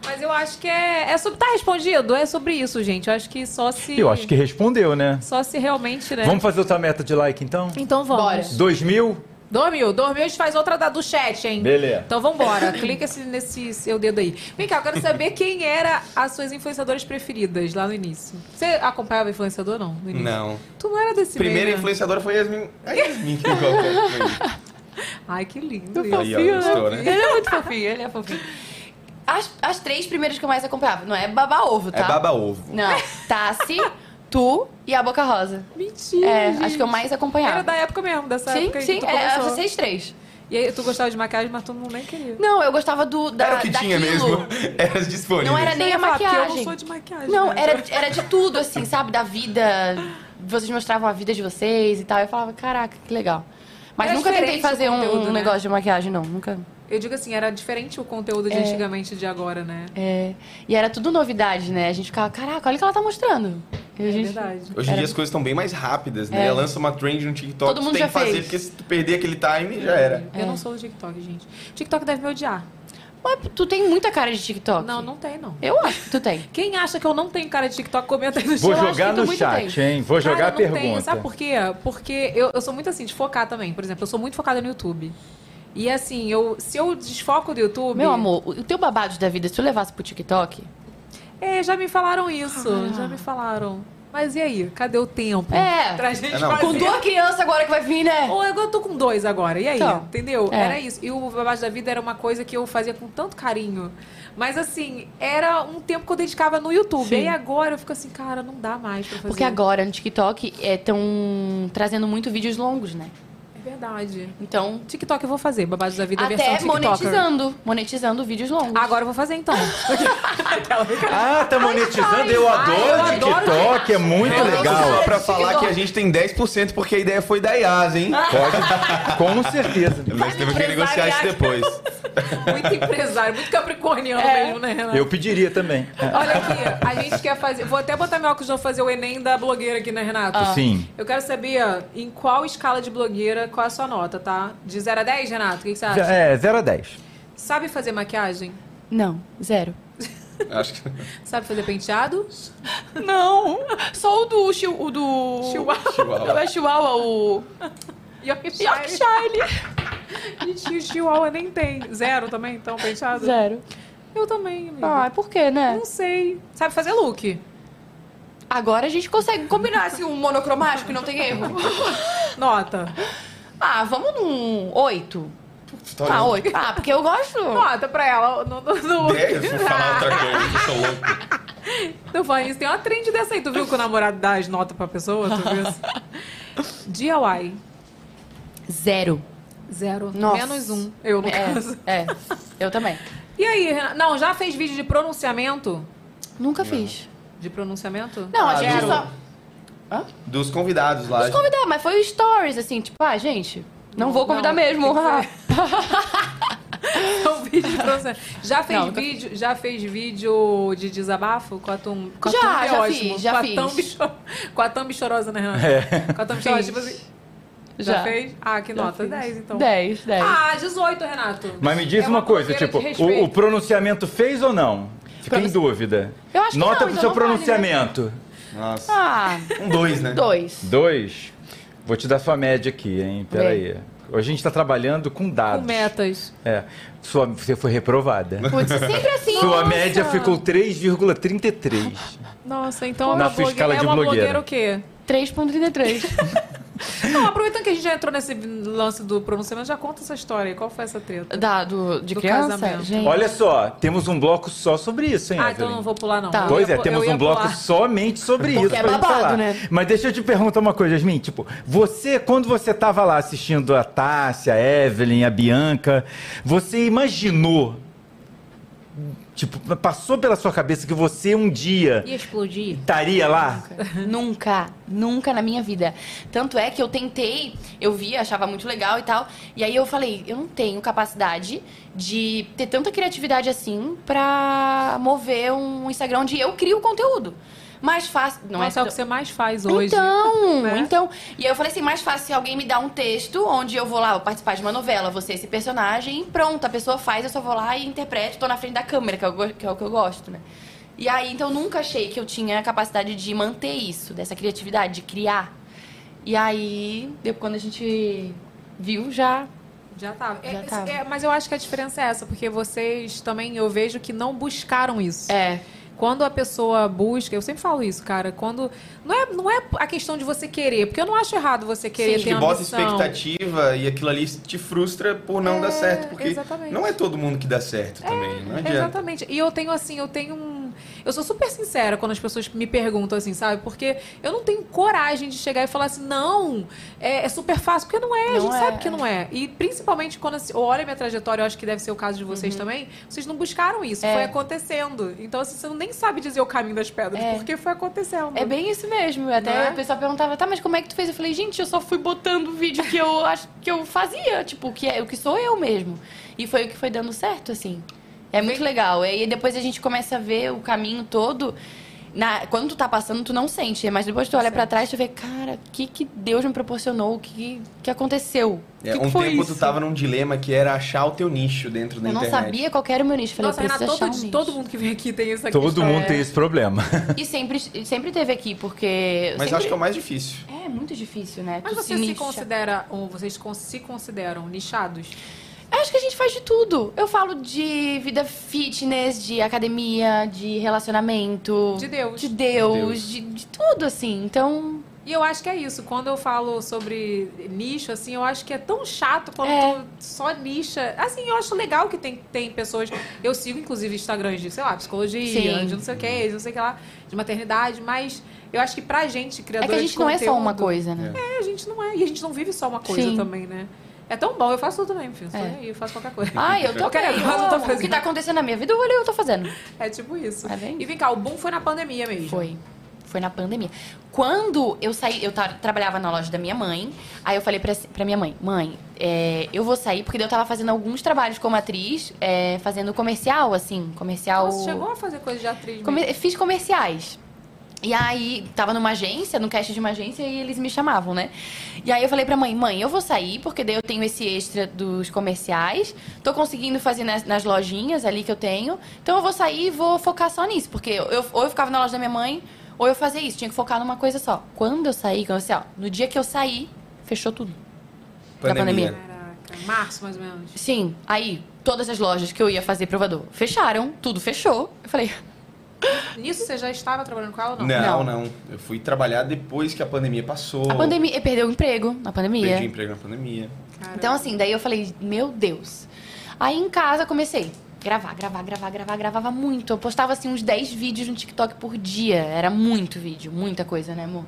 Speaker 1: Mas eu acho que é. é sobre, tá respondido? É sobre isso, gente. Eu acho que só se.
Speaker 2: Eu acho que respondeu, né?
Speaker 1: Só se realmente, né?
Speaker 2: Vamos fazer outra meta de like, então?
Speaker 1: Então vamos.
Speaker 6: Bora.
Speaker 2: Dois mil?
Speaker 1: Dormiu, dormiu, a gente faz outra da do chat, hein?
Speaker 2: Beleza.
Speaker 1: Então vambora, clica esse- nesse seu dedo aí. Vem cá, eu quero saber quem era as suas influenciadoras preferidas lá no início. Você acompanhava influenciador ou não? No início?
Speaker 5: Não.
Speaker 1: Tu não era desse
Speaker 5: Primeira
Speaker 1: meio, né?
Speaker 5: influenciadora foi Yasmin. A Yasmin que me colocou.
Speaker 1: Ai, que lindo.
Speaker 5: Aí, ó, gostou, né?
Speaker 6: Ele é muito fofinho, ele é fofinho. As, as três primeiras que eu mais acompanhava, não é baba ovo, tá?
Speaker 5: É baba ovo.
Speaker 6: Não, (laughs) Tassi, tu e a Boca Rosa.
Speaker 1: Mentira.
Speaker 6: é,
Speaker 1: gente.
Speaker 6: acho que eu mais acompanhava.
Speaker 1: Era da época mesmo, dessa
Speaker 6: sim,
Speaker 1: época aí
Speaker 6: sim,
Speaker 1: que tu
Speaker 6: é,
Speaker 1: começou.
Speaker 6: vocês três.
Speaker 1: E aí, tu gostava de maquiagem, mas tu não nem queria.
Speaker 6: Não, eu gostava do da,
Speaker 5: Era o que tinha
Speaker 6: daquilo.
Speaker 5: mesmo. (laughs) Era as disponíveis.
Speaker 6: Não era
Speaker 1: Eu
Speaker 6: nem
Speaker 1: ia
Speaker 6: a
Speaker 1: falar, porque
Speaker 6: maquiagem.
Speaker 1: Eu não sou de maquiagem.
Speaker 6: Não,
Speaker 1: né?
Speaker 6: era, era de tudo, assim, sabe? Da vida. Vocês mostravam a vida de vocês e tal. Eu falava, caraca, que legal. Mas
Speaker 1: Era
Speaker 6: nunca tentei
Speaker 1: diferente o
Speaker 6: fazer um,
Speaker 1: conteúdo,
Speaker 6: um
Speaker 1: né?
Speaker 6: negócio de maquiagem, não. Nunca.
Speaker 1: Eu digo assim, era diferente o conteúdo de antigamente de agora, né?
Speaker 6: É, E era tudo novidade, né? A gente ficava, caraca, olha o que ela tá mostrando. E a
Speaker 1: É
Speaker 6: gente-
Speaker 1: verdade.
Speaker 5: Hoje em dia as coisas estão bem mais rápidas, né?
Speaker 6: É.
Speaker 5: Lança uma trend no TikTok,
Speaker 6: Todo
Speaker 5: tu
Speaker 6: mundo
Speaker 5: tem
Speaker 6: já
Speaker 5: que fazer,
Speaker 6: fez.
Speaker 5: porque se tu perder aquele time, já era.
Speaker 2: É.
Speaker 1: Eu não sou do TikTok, gente. TikTok deve me odiar.
Speaker 6: Mas tu tem muita cara de TikTok.
Speaker 1: Não, não tem, não.
Speaker 6: Eu acho que tu
Speaker 1: (laughs)
Speaker 6: tem.
Speaker 1: Quem acha que eu não tenho cara de TikTok, comenta aí no
Speaker 2: Vou
Speaker 1: chat.
Speaker 6: acho
Speaker 2: jogar
Speaker 6: que tu
Speaker 2: no
Speaker 6: muito
Speaker 2: chat,
Speaker 6: tem.
Speaker 2: hein? Vou
Speaker 1: Cara,
Speaker 2: jogar
Speaker 1: eu
Speaker 2: a
Speaker 1: não
Speaker 2: pergunta.
Speaker 1: Tenho, sabe por quê? Porque eu, eu sou muito assim, de focar também. Por exemplo, eu sou muito focada no YouTube. E assim, eu, se eu desfoco do YouTube.
Speaker 6: Meu amor, o o teu babado da vida, se tu levasse pro TikTok.
Speaker 1: É, já me falaram isso.
Speaker 6: Ah.
Speaker 1: Já me falaram. Mas e aí? Cadê o tempo?
Speaker 6: É.
Speaker 1: Pra gente
Speaker 5: É, não.
Speaker 1: fazer.
Speaker 6: Com duas crianças agora que vai vir, né?
Speaker 1: Ou eu tô com dois agora, e aí?
Speaker 6: Então,
Speaker 1: entendeu?
Speaker 6: é.
Speaker 1: Era isso. E o Babado da Vida era uma coisa que eu fazia com tanto carinho. Mas assim, era um tempo que eu dedicava no YouTube.
Speaker 6: Sim.
Speaker 1: E agora eu fico assim, cara, não dá mais pra fazer.
Speaker 6: Porque agora no TikTok estão trazendo muito vídeos longos, né?
Speaker 1: É verdade.
Speaker 6: Então,
Speaker 1: TikTok eu vou fazer, Babado da Vida é versão
Speaker 6: até
Speaker 1: TikToker.
Speaker 6: monetizando. Monetizando vídeos longos.
Speaker 1: Agora eu vou fazer então. (laughs)
Speaker 2: Ah, tá monetizando? Eu adoro
Speaker 1: Ah, eu adoro
Speaker 2: TikTok, é muito
Speaker 5: Eu
Speaker 1: (laughs)
Speaker 2: legal.
Speaker 5: Só pra falar que a gente tem 10%, porque a ideia foi da Yas,
Speaker 6: (laughs)
Speaker 5: hein?
Speaker 2: Pode, com certeza.
Speaker 5: Mas temos que negociar isso
Speaker 6: (laughs)
Speaker 5: depois.
Speaker 1: muito empresário, muito capricorniano
Speaker 6: É.
Speaker 1: mesmo, né, Renato?
Speaker 2: Eu pediria também. É.
Speaker 1: Olha aqui, a gente quer fazer. Vou até botar meu óculos de novo fazer o Enem da blogueira aqui, né, Renato?
Speaker 2: Sim.
Speaker 1: Eu quero saber em qual escala de blogueira, qual é a sua nota, tá? De 0 a 10, Renato? O que, que você acha?
Speaker 2: É, 0 a 10.
Speaker 1: Sabe fazer maquiagem?
Speaker 6: Não, zero.
Speaker 5: Acho que. (laughs)
Speaker 1: Sabe fazer penteado?
Speaker 6: Não, só o do... chi- O do...
Speaker 5: Chihuahua.
Speaker 6: Não é Chihuahua, o...
Speaker 1: Yorkshire.
Speaker 6: Yorkshire.
Speaker 1: Gente, o Chihuahua nem tem. Zero também, então, penteado?
Speaker 6: Zero.
Speaker 1: Eu também, amiga.
Speaker 6: Ah, por quê, né?
Speaker 1: Não sei. Sabe fazer look?
Speaker 6: Agora a gente consegue combinar, assim, um monocromático e não tem (laughs) erro.
Speaker 1: Nota.
Speaker 6: Ah, vamos num oito.
Speaker 5: Tô
Speaker 6: Ah,
Speaker 5: olhando.
Speaker 6: oito. Ah, porque eu gosto.
Speaker 1: Nota pra ela. No, no, no...
Speaker 5: Ideia, eu vou falar outra coisa, eu sou louco.
Speaker 1: Não fala isso. Tem uma trend dessa aí. Tu viu que o namorado dá as notas pra pessoa? Tu viu
Speaker 6: (laughs)
Speaker 1: isso? DIY.
Speaker 6: Zero.
Speaker 1: Zero.
Speaker 6: Nossa.
Speaker 1: Menos um. Eu, no caso.
Speaker 6: É, é, eu também.
Speaker 1: E aí, Renan? Não, já fez vídeo de pronunciamento?
Speaker 6: Nunca fiz.
Speaker 1: De pronunciamento? (laughs)
Speaker 6: Ah, Não, a gente
Speaker 5: zero.
Speaker 6: só...
Speaker 5: Dos convidados lá. tipo,
Speaker 6: Os convidar, mas foi stories, assim, tipo, ah, gente, não, vou convidar
Speaker 1: não,
Speaker 6: mesmo.
Speaker 1: tem que
Speaker 6: (laughs) ah.
Speaker 1: É um vídeo de pronunciamento. Já fez
Speaker 6: Não, nunca
Speaker 1: vídeo, já fez vídeo de desabafo com a Tum, com a
Speaker 6: Já,
Speaker 1: Tum é
Speaker 6: já
Speaker 1: ótimo.
Speaker 6: fiz, já
Speaker 1: com
Speaker 6: fiz.
Speaker 1: A thumb, cho- com a Thumb chorosa, né, Renan?
Speaker 2: É.
Speaker 1: Com a Thumb chorosa,
Speaker 6: Fiz.
Speaker 1: tipo assim. Já,
Speaker 6: Tá
Speaker 1: fez? Ah, que nota? 10, então.
Speaker 6: 10, 10.
Speaker 1: Ah, 18, Renato.
Speaker 2: Mas me diz
Speaker 1: É
Speaker 2: uma, coisa,
Speaker 1: blogueira
Speaker 2: tipo,
Speaker 1: de
Speaker 2: o, o
Speaker 1: respeito.
Speaker 2: pronunciamento fez ou não? Fica em
Speaker 6: Pronunci-
Speaker 2: dúvida.
Speaker 6: Eu acho que
Speaker 2: Nota
Speaker 6: não,
Speaker 2: pro
Speaker 6: então
Speaker 2: seu
Speaker 6: não vale, né?
Speaker 2: pronunciamento.
Speaker 5: Nossa.
Speaker 6: Ah,
Speaker 5: Um dois, né?
Speaker 6: 2.
Speaker 2: Dois. Vou te dar sua média aqui, hein? Peraí. Hoje a gente tá trabalhando com
Speaker 1: Com
Speaker 2: dados.
Speaker 1: metas.
Speaker 2: É. Sua, você foi reprovada.
Speaker 6: Putz, sempre assim.
Speaker 2: Sua
Speaker 6: nossa.
Speaker 2: média ficou 3,33.
Speaker 1: Nossa, então
Speaker 2: Na
Speaker 1: é uma
Speaker 2: sua escala
Speaker 1: blogueira,
Speaker 2: de
Speaker 1: é uma
Speaker 2: blogueira.
Speaker 1: blogueira o quê?
Speaker 6: 3.33.
Speaker 1: Não, aproveitando que a gente já entrou nesse lance do pronunciamento, já conta essa história aí. Qual foi essa treta?
Speaker 6: (laughs) da, do, de
Speaker 1: Do
Speaker 6: criança?
Speaker 1: casamento.
Speaker 6: Gente.
Speaker 2: Olha só, temos um bloco só sobre isso, hein,
Speaker 1: Ah, então
Speaker 2: Evelyn?
Speaker 1: não vou pular, não.
Speaker 6: Tá.
Speaker 1: Eu
Speaker 2: Pois
Speaker 1: ia
Speaker 2: é,
Speaker 1: pu-
Speaker 2: temos
Speaker 1: eu ia
Speaker 2: um bloco
Speaker 1: pular.
Speaker 2: somente sobre isso
Speaker 6: é
Speaker 2: pra gente
Speaker 6: babado,
Speaker 2: falar.
Speaker 6: né?
Speaker 2: Mas deixa eu te perguntar uma coisa, Jasmin. Tipo, você, quando você tava lá assistindo a Tássia, a Evelyn, a Bianca, você imaginou Tipo, passou pela sua cabeça que você um dia
Speaker 6: Ia explodir.
Speaker 2: estaria lá?
Speaker 6: Nunca, nunca na minha vida. Tanto é que eu tentei, eu vi, achava muito legal e tal. E aí eu falei, eu não tenho capacidade de ter tanta criatividade assim pra mover um Instagram onde eu crio conteúdo. Mais fácil. Não
Speaker 1: Nossa, é o que
Speaker 6: tão-
Speaker 1: você mais faz hoje.
Speaker 6: Então,
Speaker 1: né?
Speaker 6: então. E aí eu falei assim, mais fácil se alguém me dá um texto onde eu vou lá, vou participar de uma novela, você é esse personagem, e pronto, a pessoa faz, eu só vou lá e interpreto, tô na frente da câmera, que é o, go- que é o que eu gosto, né? E aí, então, eu nunca achei que eu tinha a capacidade de manter isso, dessa criatividade, de criar. E aí, depois, quando a gente viu, já...
Speaker 1: Já tava. É,
Speaker 6: Já tá.
Speaker 1: é,
Speaker 6: tava.
Speaker 1: é, mas eu acho que a diferença é essa, porque vocês também, eu vejo que não buscaram isso.
Speaker 6: É.
Speaker 1: Quando a pessoa busca, eu sempre falo isso, cara, quando. Não é, não é a questão de você querer, porque eu não acho errado você querer
Speaker 5: Acho
Speaker 1: ter
Speaker 5: que bota
Speaker 1: ambição.
Speaker 5: expectativa e aquilo ali te frustra por não
Speaker 6: É,
Speaker 5: dar certo. Porque
Speaker 1: exatamente.
Speaker 5: não é todo mundo que dá certo também. Não adianta.
Speaker 1: Exatamente. E eu tenho assim, eu tenho um. Eu sou super sincera quando as pessoas me perguntam assim, sabe? Porque eu não tenho coragem de chegar e falar assim, não, é, é super fácil, porque não é, a
Speaker 6: Não
Speaker 1: gente
Speaker 6: é.
Speaker 1: sabe que não é. E principalmente quando assim, eu olho a minha trajetória, eu acho que deve ser o caso de vocês também, vocês não buscaram isso,
Speaker 6: Uhum. É.
Speaker 1: foi acontecendo. Então, assim, você nem sabe dizer o caminho das pedras,
Speaker 6: É.
Speaker 1: porque foi acontecendo.
Speaker 6: É bem isso mesmo. Até
Speaker 1: Não é?
Speaker 6: a pessoa perguntava, tá, mas como é que tu fez? Eu falei, gente, eu só fui botando o vídeo que eu acho que eu fazia, tipo, que é o que sou eu mesmo. E foi o que foi dando certo, assim. É muito legal. E aí depois a gente começa a ver o caminho todo. Na- quando tu tá passando, tu não sente, mas depois tu olha pra trás, tu vê, cara, o que, que Deus me proporcionou? O que, que aconteceu? O
Speaker 5: É,
Speaker 6: que que
Speaker 5: um
Speaker 6: foi
Speaker 5: tempo
Speaker 6: isso?
Speaker 5: tu tava num dilema que era achar o teu nicho dentro da
Speaker 6: Eu não
Speaker 5: internet.
Speaker 6: sabia qual que era o meu nicho. Falei,
Speaker 1: Nossa,
Speaker 6: eu
Speaker 1: Renata,
Speaker 6: preciso achar um
Speaker 1: todo,
Speaker 6: nicho.
Speaker 1: todo mundo que vem aqui tem essa
Speaker 2: Todo
Speaker 1: questão.
Speaker 2: mundo tem esse
Speaker 1: (laughs)
Speaker 2: problema.
Speaker 6: E sempre, sempre teve aqui, porque...
Speaker 5: Mas
Speaker 6: sempre...
Speaker 5: acho que é o mais difícil.
Speaker 6: É muito difícil, né?
Speaker 1: Mas
Speaker 6: Tu
Speaker 1: você se,
Speaker 6: nicha.
Speaker 1: considera, ou vocês con- se consideram nichados?
Speaker 6: Eu Acho que a gente faz de tudo. Eu falo de vida fitness, de academia, de relacionamento,
Speaker 1: De Deus.
Speaker 6: de, Deus, de, de tudo, assim. Então,
Speaker 1: E eu acho que é isso. Quando eu falo sobre nicho, assim, eu acho que é tão chato quando
Speaker 6: É.
Speaker 1: tu só nicha. Assim, eu acho legal que tem, tem pessoas. Eu sigo, inclusive, Instagrams de, sei lá, psicologia,
Speaker 6: Sim.
Speaker 1: de não sei o que, de não sei o que lá, de maternidade, mas eu acho que pra gente,
Speaker 6: é
Speaker 1: criadora
Speaker 6: que a gente
Speaker 1: de
Speaker 6: não é
Speaker 1: conteúdo,
Speaker 6: só uma coisa, né?
Speaker 1: É, a gente não é. E a gente não vive só uma coisa
Speaker 6: Sim.
Speaker 1: também, né? É tão bom, eu faço tudo também, filho. Só
Speaker 6: É.
Speaker 1: aí, eu faço qualquer coisa.
Speaker 6: Ai, eu tô
Speaker 1: Qualquer
Speaker 6: bem, eu
Speaker 1: negócio eu tô
Speaker 6: amo. O que
Speaker 1: fazendo.
Speaker 6: tá acontecendo na minha vida, olha, eu tô fazendo.
Speaker 1: (laughs) É tipo isso.
Speaker 6: Tá vendo?
Speaker 1: E vem cá, o boom foi na pandemia mesmo.
Speaker 6: Foi. Foi na pandemia. Quando eu saí, eu ta- trabalhava na loja da minha mãe, aí eu falei pra, pra minha mãe, mãe, é, eu vou sair, porque daí eu tava fazendo alguns trabalhos como atriz, é, fazendo comercial, assim, comercial...
Speaker 1: Nossa, Então, chegou a fazer coisa de atriz mesmo.
Speaker 6: Come- Fiz comerciais. E aí, tava numa agência, no cast de uma agência, e eles me chamavam, né? E aí eu falei pra mãe, mãe, eu vou sair, porque daí eu tenho esse extra dos comerciais, tô conseguindo fazer nas, nas lojinhas ali que eu tenho, então eu vou sair e vou focar só nisso, porque eu, eu- ou eu ficava na loja da minha mãe, ou eu fazia isso, tinha que focar numa coisa só. Quando eu saí, quando eu saí, ó, no dia que eu saí, fechou tudo. Da pandemia.
Speaker 1: Caraca, março mais ou menos.
Speaker 6: Sim, aí, todas as lojas que eu ia fazer provador fecharam, tudo fechou. Eu falei,
Speaker 1: Nisso você já estava trabalhando com ela ou não?
Speaker 5: Não, não, Eu fui trabalhar depois que a pandemia passou.
Speaker 6: a pandemia, perdeu o emprego na pandemia.
Speaker 5: Perdi o emprego na pandemia.
Speaker 1: Caramba.
Speaker 6: Então, assim, daí eu falei, meu Deus. Aí em casa comecei a gravar, gravar, gravar, gravar, gravava muito. Eu postava assim uns 10 vídeos no TikTok por dia. Era muito vídeo, muita coisa, né, amor?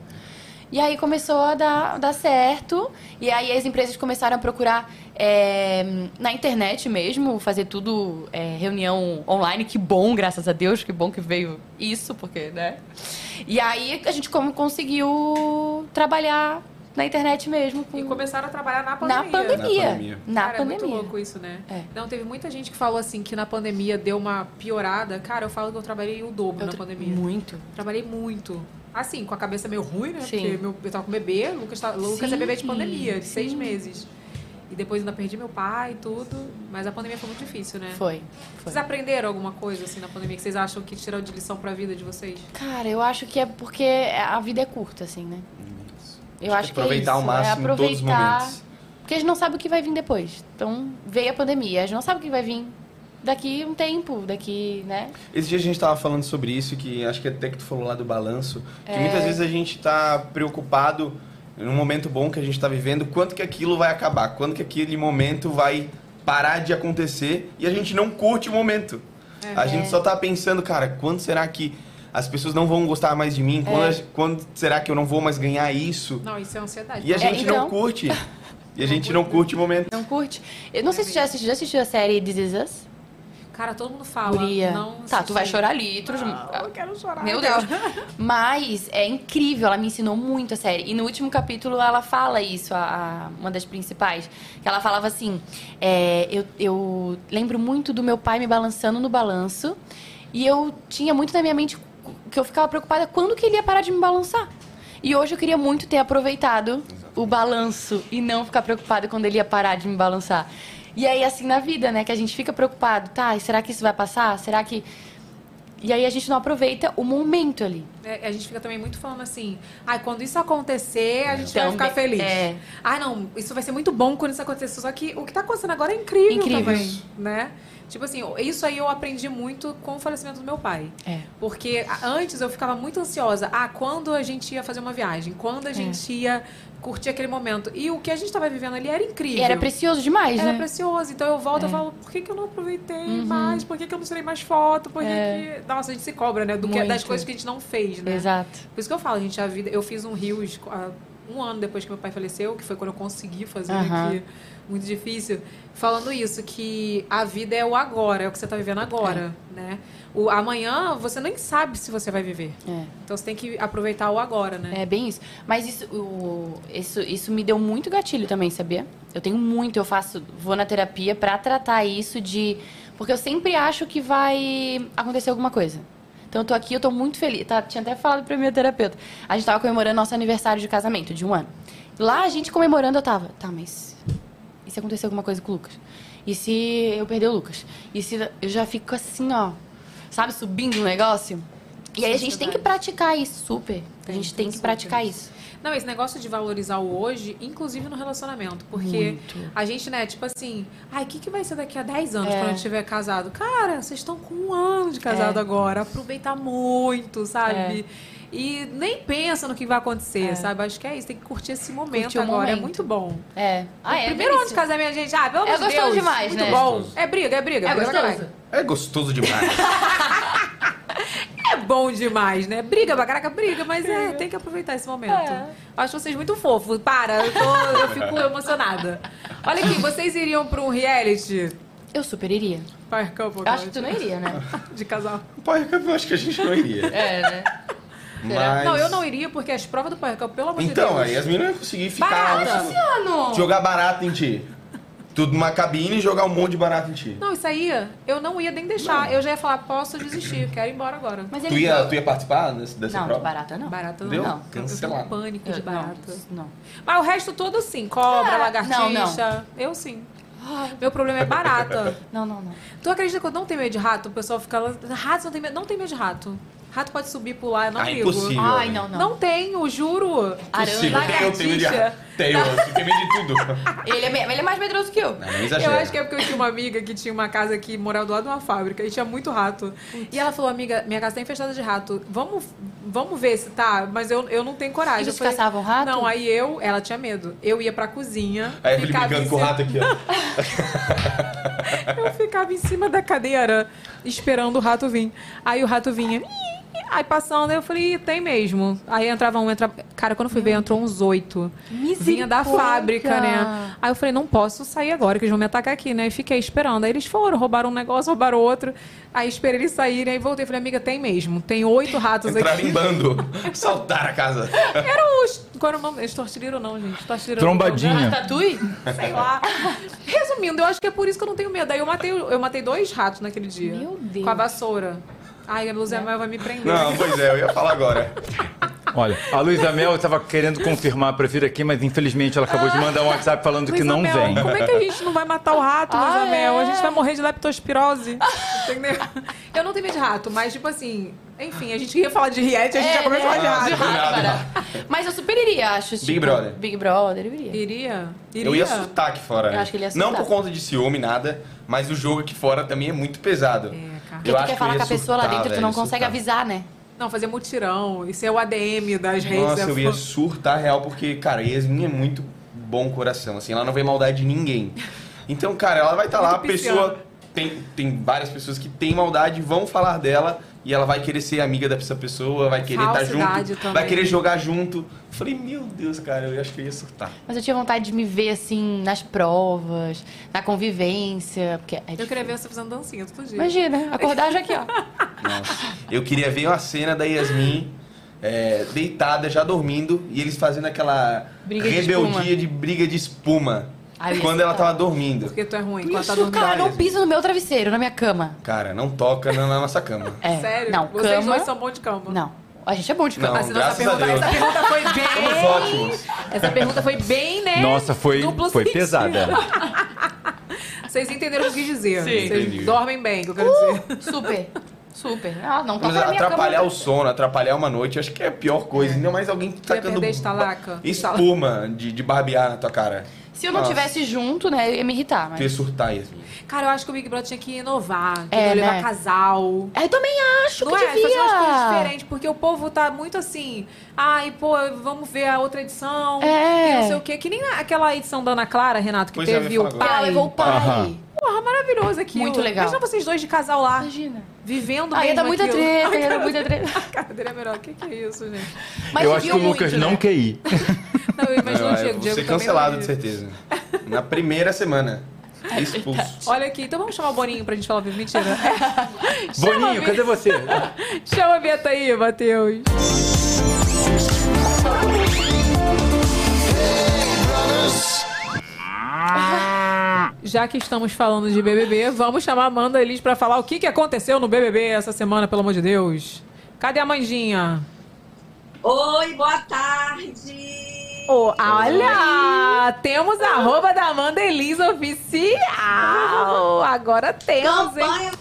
Speaker 6: E aí começou a dar, dar certo. E aí as empresas começaram a procurar é, na internet mesmo, fazer tudo, é, reunião online. Que bom, graças a Deus, que bom que veio isso, porque, né? E aí a gente como conseguiu trabalhar na internet mesmo. com-
Speaker 1: E começaram a trabalhar na
Speaker 6: na
Speaker 1: pandemia.
Speaker 5: Na
Speaker 6: pandemia.
Speaker 5: pandemia.
Speaker 6: Na
Speaker 1: Cara, é muito
Speaker 6: pandemia.
Speaker 1: louco isso, né?
Speaker 6: É.
Speaker 1: Não, teve muita gente que falou assim que na pandemia deu uma piorada. Cara, eu falo que eu trabalhei o dobro
Speaker 6: Eu
Speaker 1: na
Speaker 6: tra-
Speaker 1: pandemia.
Speaker 6: Muito.
Speaker 1: Trabalhei muito. Assim, com a cabeça meio ruim, né?
Speaker 6: Sim.
Speaker 1: Porque meu, eu tava com bebê, o Lucas, tá- o Lucas é
Speaker 6: Sim,
Speaker 1: bebê de pandemia, de seis
Speaker 6: sim.
Speaker 1: meses. E depois ainda perdi meu pai e tudo. Mas a pandemia foi muito difícil, né?
Speaker 6: Foi. foi.
Speaker 1: Vocês aprenderam alguma coisa assim na pandemia que vocês acham que tirou de lição pra vida de vocês?
Speaker 6: Cara, eu acho que é porque a vida é curta, assim, né? Eu acho, que
Speaker 5: aproveitar
Speaker 6: é
Speaker 5: ao
Speaker 6: isso,
Speaker 5: máximo
Speaker 6: é aproveitar,
Speaker 5: todos os momentos.
Speaker 6: Porque a gente não sabe o que vai vir depois. Então, veio a pandemia, a gente não sabe o que vai vir daqui um tempo, daqui, né?
Speaker 5: Esse dia a gente tava falando sobre isso, que acho que até que tu falou lá do balanço, que muitas vezes a gente tá preocupado num momento bom que a gente tá vivendo, quanto que aquilo vai acabar, quando que aquele momento vai parar de acontecer e a gente não curte o momento. A gente só tá pensando, cara, quando será que as pessoas não vão gostar mais de mim? Quando, a- quando será que eu não vou mais ganhar isso?
Speaker 1: Não, isso é ansiedade.
Speaker 5: E a
Speaker 6: É,
Speaker 5: gente não
Speaker 6: então.
Speaker 5: curte. E a gente não curte o momento.
Speaker 6: Não curte. Eu não sei se já assistiu, já assistiu a série This Is Us?
Speaker 1: então, Cara, todo mundo fala.
Speaker 6: Guria.
Speaker 1: Ah, Não Ah,
Speaker 6: tá, tu vai chorar litros. eu quero chorar. Meu Deus. Mas é incrível, ela me ensinou muito a série. E no último capítulo ela fala isso, a, a- uma das principais. Que ela falava assim: é, eu, eu lembro muito do meu pai me balançando no balanço. E eu tinha muito na minha mente que eu ficava preocupada quando que ele ia parar de me balançar. E hoje eu queria muito ter aproveitado o balanço e não ficar preocupada quando ele ia parar de me balançar. E aí, assim, na vida, né? Que a gente fica preocupado, tá? e Será que isso vai passar? Será que. E aí a gente não aproveita o momento ali.
Speaker 1: É, a gente fica também muito falando assim, ai, quando isso acontecer, a gente vai
Speaker 6: Também,
Speaker 1: ficar feliz.
Speaker 6: é.
Speaker 1: Ai, não, isso vai ser muito bom quando isso acontecer. Só que o que tá acontecendo agora é incrível,
Speaker 6: Incrível.
Speaker 1: também, né? Tipo assim, isso aí eu aprendi muito com o falecimento do meu pai.
Speaker 6: É.
Speaker 1: Porque a- antes eu ficava muito ansiosa. Ah, quando a gente ia fazer uma viagem? Quando a
Speaker 6: É.
Speaker 1: gente ia curtir aquele momento? E o que a gente tava vivendo ali era incrível.
Speaker 6: E era precioso demais,
Speaker 1: Era
Speaker 6: né? É. Uhum.
Speaker 1: precioso. Então eu volto e falo, por que, que eu não aproveitei mais? Por que, que eu não tirei mais foto? Por que, que. Nossa, a gente se cobra, né? Do que, das
Speaker 6: É. Muito.
Speaker 1: coisas que a gente não fez, né?
Speaker 6: Exato.
Speaker 1: Por isso que eu falo, gente, a vida. Eu fiz um Rios ah, um ano depois que meu pai faleceu, que foi quando eu consegui fazer
Speaker 6: Aham.
Speaker 1: aqui. Muito difícil. Falando isso, que a vida é o agora, é o que você tá vivendo agora,
Speaker 6: É.
Speaker 1: né? O amanhã você nem sabe se você vai viver.
Speaker 6: É.
Speaker 1: Então você tem que aproveitar o agora, né?
Speaker 6: É bem isso. Mas isso, o- isso, isso me deu muito gatilho também, sabia? Eu tenho muito, eu faço, vou na terapia pra tratar isso de. Porque eu sempre acho que vai acontecer alguma coisa. Então eu tô aqui, eu tô muito feliz. Tá, tinha até falado pra minha terapeuta. A gente tava comemorando nosso aniversário de casamento, de um ano. Lá a gente comemorando, eu tava. Tá, mas. E se acontecer alguma coisa com o Lucas? E se eu perder o Lucas? E se. Eu já fico assim, ó. Sabe, subindo o negócio? E aí a gente tem que praticar isso, super. A gente tem que praticar isso.
Speaker 1: Não, esse negócio de valorizar o hoje, inclusive no relacionamento. Porque
Speaker 6: Muito.
Speaker 1: a gente, né, tipo assim, ai, o que, que vai ser daqui a 10 anos
Speaker 6: É.
Speaker 1: quando eu estiver casado? Cara, vocês estão com um ano de casado agora. Aproveitar muito, sabe?
Speaker 6: É.
Speaker 1: E nem pensa no que vai acontecer, sabe? Acho que é isso, tem que curtir esse momento
Speaker 6: Curtir o
Speaker 1: agora. É
Speaker 6: momento.
Speaker 1: muito bom.
Speaker 6: É. Ah, é.
Speaker 1: Primeiro ano de
Speaker 6: delícia.
Speaker 1: casamento, gente. Ah, pelo
Speaker 6: É
Speaker 1: amor de
Speaker 6: gostoso
Speaker 1: Deus.
Speaker 6: demais,
Speaker 1: muito
Speaker 6: né?
Speaker 1: bom. É briga, é briga.
Speaker 6: É
Speaker 1: briga pra
Speaker 6: gostoso.
Speaker 1: caralho.
Speaker 5: É gostoso demais. (laughs)
Speaker 1: É bom demais, né? Briga pra caraca, briga, mas é, tem que aproveitar esse momento.
Speaker 6: É.
Speaker 1: Acho vocês muito fofos. Para, eu, tô- eu fico emocionada. Olha aqui, vocês iriam pra um reality?
Speaker 6: Eu super iria.
Speaker 1: Power Couple,
Speaker 6: Eu acho que tu não iria, né?
Speaker 1: De casal.
Speaker 5: Pai, eu acho que a gente não iria.
Speaker 6: (laughs) É, né?
Speaker 5: Mas...
Speaker 1: Não, eu não iria porque as provas do Power Couple, pelo amor de
Speaker 5: Então,
Speaker 1: Deus.
Speaker 5: a Yasmin não ia conseguir ficar...
Speaker 6: Luciano!
Speaker 5: Jogar barata em ti. Tudo numa cabine e jogar um monte de barata em ti.
Speaker 1: Não, isso aí eu não ia nem deixar. Eu já ia falar, posso desistir, eu quero ir embora agora.
Speaker 6: Mas
Speaker 5: Tu
Speaker 6: ele.
Speaker 5: ia, tu ia participar desse- dessa
Speaker 6: Não, de
Speaker 5: prova?
Speaker 6: barata não.
Speaker 1: Barata
Speaker 5: Deu?
Speaker 1: não. Eu
Speaker 5: Cancelado.
Speaker 1: tenho pânico de
Speaker 6: Eu-
Speaker 1: barata.
Speaker 6: Não. não.
Speaker 1: Mas o resto todo sim, cobra,
Speaker 6: Ah,
Speaker 1: lagartixa.
Speaker 6: não, não.
Speaker 1: Eu sim. Meu problema é barata.
Speaker 6: Não, não, não.
Speaker 1: Tu acredita que eu não tenho medo de rato? O pessoal fica lá. Rato não tem medo. Não tem medo de rato. Rato pode subir, pular, eu não
Speaker 5: Ah,
Speaker 1: ligo.
Speaker 5: impossível.
Speaker 6: Ai, não,
Speaker 1: Não.
Speaker 6: não.
Speaker 1: tenho, juro.
Speaker 5: Impossível.
Speaker 6: Arana.
Speaker 5: (laughs) Eu tenho medo de...
Speaker 1: lagartixa.
Speaker 5: Tenho, eu tenho medo de
Speaker 6: (laughs)
Speaker 5: tudo.
Speaker 6: Ele é, me- ele é mais medroso que eu.
Speaker 5: Não, não
Speaker 1: Eu
Speaker 5: exagera.
Speaker 1: acho que é porque eu tinha uma amiga que tinha uma casa que morava do lado de uma fábrica e tinha muito rato. E ela falou, amiga, minha casa tá infestada de rato. Vamos, vamos ver se tá, mas eu, eu não tenho coragem.
Speaker 6: E
Speaker 1: eu
Speaker 6: vocês caçavam rato?
Speaker 1: Não, aí eu, ela tinha medo. Eu ia pra cozinha.
Speaker 5: A Evelyn
Speaker 1: ficava
Speaker 5: brincando
Speaker 1: em
Speaker 5: com o
Speaker 1: cima-
Speaker 5: rato aqui,
Speaker 6: (laughs)
Speaker 5: ó.
Speaker 1: Eu ficava em cima da cadeira esperando o rato vir. Aí o rato vinha. Aí passando, eu falei, "Ih, tem mesmo. Aí entrava um, entrava. Cara, quando eu fui ver, entrou uns oito. Vinha da fábrica, né? Aí eu falei, não posso sair agora, que eles vão me atacar aqui, né? E fiquei esperando. Aí eles foram, roubaram um negócio, roubaram outro. Aí esperei eles saírem, aí voltei. Falei, amiga, tem mesmo. Tem oito ratos
Speaker 5: Entraram
Speaker 1: aqui.
Speaker 5: em bando. Saltaram a casa.
Speaker 1: Era os. Qual era o nome? Estortilheiro não, gente. Estortilheiro não.
Speaker 2: Trombadinha.
Speaker 6: Tatui?
Speaker 1: Sei lá. (laughs) Resumindo, eu acho que é por isso que eu não tenho medo. Aí eu matei, eu matei dois ratos naquele dia.
Speaker 6: Meu Deus. Né?
Speaker 1: Com a vassoura. Ai, a Luzia Mel vai me prender.
Speaker 5: Não, pois é, eu ia falar agora.
Speaker 2: Olha, a Luísa Mel estava querendo confirmar pra vir aqui, mas infelizmente ela acabou de mandar um WhatsApp falando que
Speaker 1: Ah. Luísa
Speaker 2: não
Speaker 1: Mel,
Speaker 2: vem.
Speaker 1: Como é que a gente não vai matar o rato, Luísa
Speaker 6: (laughs) Ah,
Speaker 1: Mel? A
Speaker 6: é?
Speaker 1: gente vai morrer de
Speaker 6: (laughs)
Speaker 1: leptospirose. Entendeu? Eu não tenho medo de rato, mas tipo assim, enfim, a gente ia falar de reality, a gente já começou a
Speaker 6: né?
Speaker 1: falar de
Speaker 6: De
Speaker 1: rato.
Speaker 6: rato,
Speaker 5: rato.
Speaker 6: barata. Mas eu super iria, acho. tipo,
Speaker 5: Big Brother.
Speaker 6: Big Brother, eu iria.
Speaker 1: Iria? Iria?
Speaker 5: Eu ia surtar aqui fora. né?
Speaker 6: Eu acho que ele ia
Speaker 5: Não
Speaker 6: surtar.
Speaker 5: por conta de ciúme, nada, mas o jogo aqui fora também é muito pesado.
Speaker 1: É, cara.
Speaker 6: Porque tu quer falar com a pessoa lá dentro, tu não consegue
Speaker 5: avisar.
Speaker 6: avisar, né?
Speaker 1: Não, fazer mutirão. Isso é o ADM das redes.
Speaker 5: Nossa,
Speaker 1: é
Speaker 5: eu ia
Speaker 1: fo-
Speaker 5: surtar real, porque, cara, a Yasmin é muito bom coração, assim, ela não vê maldade de ninguém. Então, cara, ela vai estar lá, a
Speaker 1: Muito pisciana.
Speaker 5: pessoa tem, tem várias pessoas que têm maldade, vão falar dela e ela vai querer ser amiga dessa pessoa, vai querer estar
Speaker 6: Falsidade
Speaker 5: junto,
Speaker 6: também.
Speaker 5: vai querer jogar junto. Eu falei, meu Deus, cara, eu acho que eu ia surtar.
Speaker 6: Mas eu tinha vontade de me ver, assim, nas provas, na convivência. Porque é
Speaker 1: Eu queria ver você fazendo dancinha todo dia.
Speaker 6: Imagina, acordar já
Speaker 1: (laughs)
Speaker 6: aqui, ó.
Speaker 5: Eu queria ver uma cena da Yasmin é, deitada, já dormindo, e eles fazendo aquela
Speaker 1: Briga de
Speaker 5: rebeldia
Speaker 1: espuma. tá
Speaker 5: de, briga de espuma.
Speaker 6: Ai, eu ia
Speaker 5: quando ela
Speaker 6: surtar.
Speaker 5: tava dormindo.
Speaker 1: Porque tu é ruim. Enquanto tá
Speaker 6: Isso,
Speaker 1: dormindo.
Speaker 6: cara, não pisa no meu travesseiro, na minha cama.
Speaker 5: Cara, não toca na, na
Speaker 1: (laughs)
Speaker 5: nossa cama.
Speaker 6: É.
Speaker 1: Sério?
Speaker 6: Não,
Speaker 1: Vocês
Speaker 6: cama-
Speaker 1: dois são bons de cama.
Speaker 6: Não. A gente é bom de
Speaker 5: Não,
Speaker 6: cama.
Speaker 1: Senão essa
Speaker 5: Graças a
Speaker 1: pergunta,
Speaker 5: Deus.
Speaker 1: essa pergunta foi
Speaker 5: Somos
Speaker 1: bem.
Speaker 5: ótimos.
Speaker 1: Essa pergunta foi bem, né?
Speaker 2: Nossa, foi,
Speaker 1: Duplo
Speaker 2: foi
Speaker 1: sentido.
Speaker 2: pesada.
Speaker 1: Vocês entenderam o que eu quis dizer.
Speaker 6: Sim.
Speaker 1: Vocês
Speaker 5: Entendi.
Speaker 1: dormem bem, que eu quero dizer.
Speaker 6: Super, super. Ah, não toca
Speaker 5: Mas
Speaker 6: na minha cama.
Speaker 5: atrapalhar o sono, atrapalhar uma noite, acho que é a pior coisa. Ainda mais alguém tacando
Speaker 1: perder estalaca?
Speaker 5: espuma de, de barbear na tua cara.
Speaker 6: Se eu não
Speaker 5: Nossa,
Speaker 6: tivesse junto, né, eu ia me irritar.
Speaker 5: Tu ia
Speaker 6: Mas...
Speaker 5: surtar, Yasmin.
Speaker 1: Cara, eu acho que o Big Brother tinha que inovar.
Speaker 6: É,
Speaker 1: É, levar
Speaker 6: né?
Speaker 1: casal.
Speaker 6: Eu também acho
Speaker 1: Não
Speaker 6: que
Speaker 1: é?
Speaker 6: devia.
Speaker 1: Fazer umas coisas diferentes, porque o povo tá muito assim. Ai, pô, vamos ver a outra edição.
Speaker 6: É.
Speaker 1: E não sei o quê. Que nem na- aquela edição da Ana Clara, Renato, que
Speaker 5: Pois é, eu ia
Speaker 1: teve o
Speaker 5: falar agora.
Speaker 6: Porque ela
Speaker 1: pai.
Speaker 6: levou o pai.
Speaker 2: Aham.
Speaker 1: Porra, maravilhoso aqui.
Speaker 6: Muito legal.
Speaker 1: Imagina vocês dois de casal lá,
Speaker 6: Imagina.
Speaker 1: vivendo é
Speaker 6: Aí ia
Speaker 1: mesmo
Speaker 6: dar muita
Speaker 1: aquilo.
Speaker 6: treta, ia dar muita treta.
Speaker 1: (laughs) A cara dele é melhor. O que, que é isso,
Speaker 5: (laughs)
Speaker 1: gente?
Speaker 6: Mas
Speaker 2: eu
Speaker 6: se
Speaker 2: acho que
Speaker 6: viu
Speaker 2: o Lucas
Speaker 6: muito,
Speaker 2: não
Speaker 6: né?
Speaker 2: quer ir.
Speaker 1: Não, eu imagino
Speaker 5: Não,
Speaker 1: o
Speaker 5: eu
Speaker 1: Diego. Diego
Speaker 5: vou ser
Speaker 1: também não
Speaker 5: cancelado,
Speaker 1: ia.
Speaker 5: de certeza. Na
Speaker 1: (laughs)
Speaker 5: primeira semana. Expulso.
Speaker 1: Olha aqui, então vamos chamar o Boninho pra gente falar. Mentira.
Speaker 2: Boninho, cadê você?
Speaker 1: (laughs) Chama a Beta aí, Matheus. Já que estamos falando de BBB, vamos chamar a Amanda Elis pra falar o que, que aconteceu no BBB essa semana, pelo amor de Deus. Cadê a Mandinha?
Speaker 11: Oi, boa tarde!
Speaker 1: olha! Temos a arroba da Amanda Elis oficial! Agora temos, hein?
Speaker 11: Campanha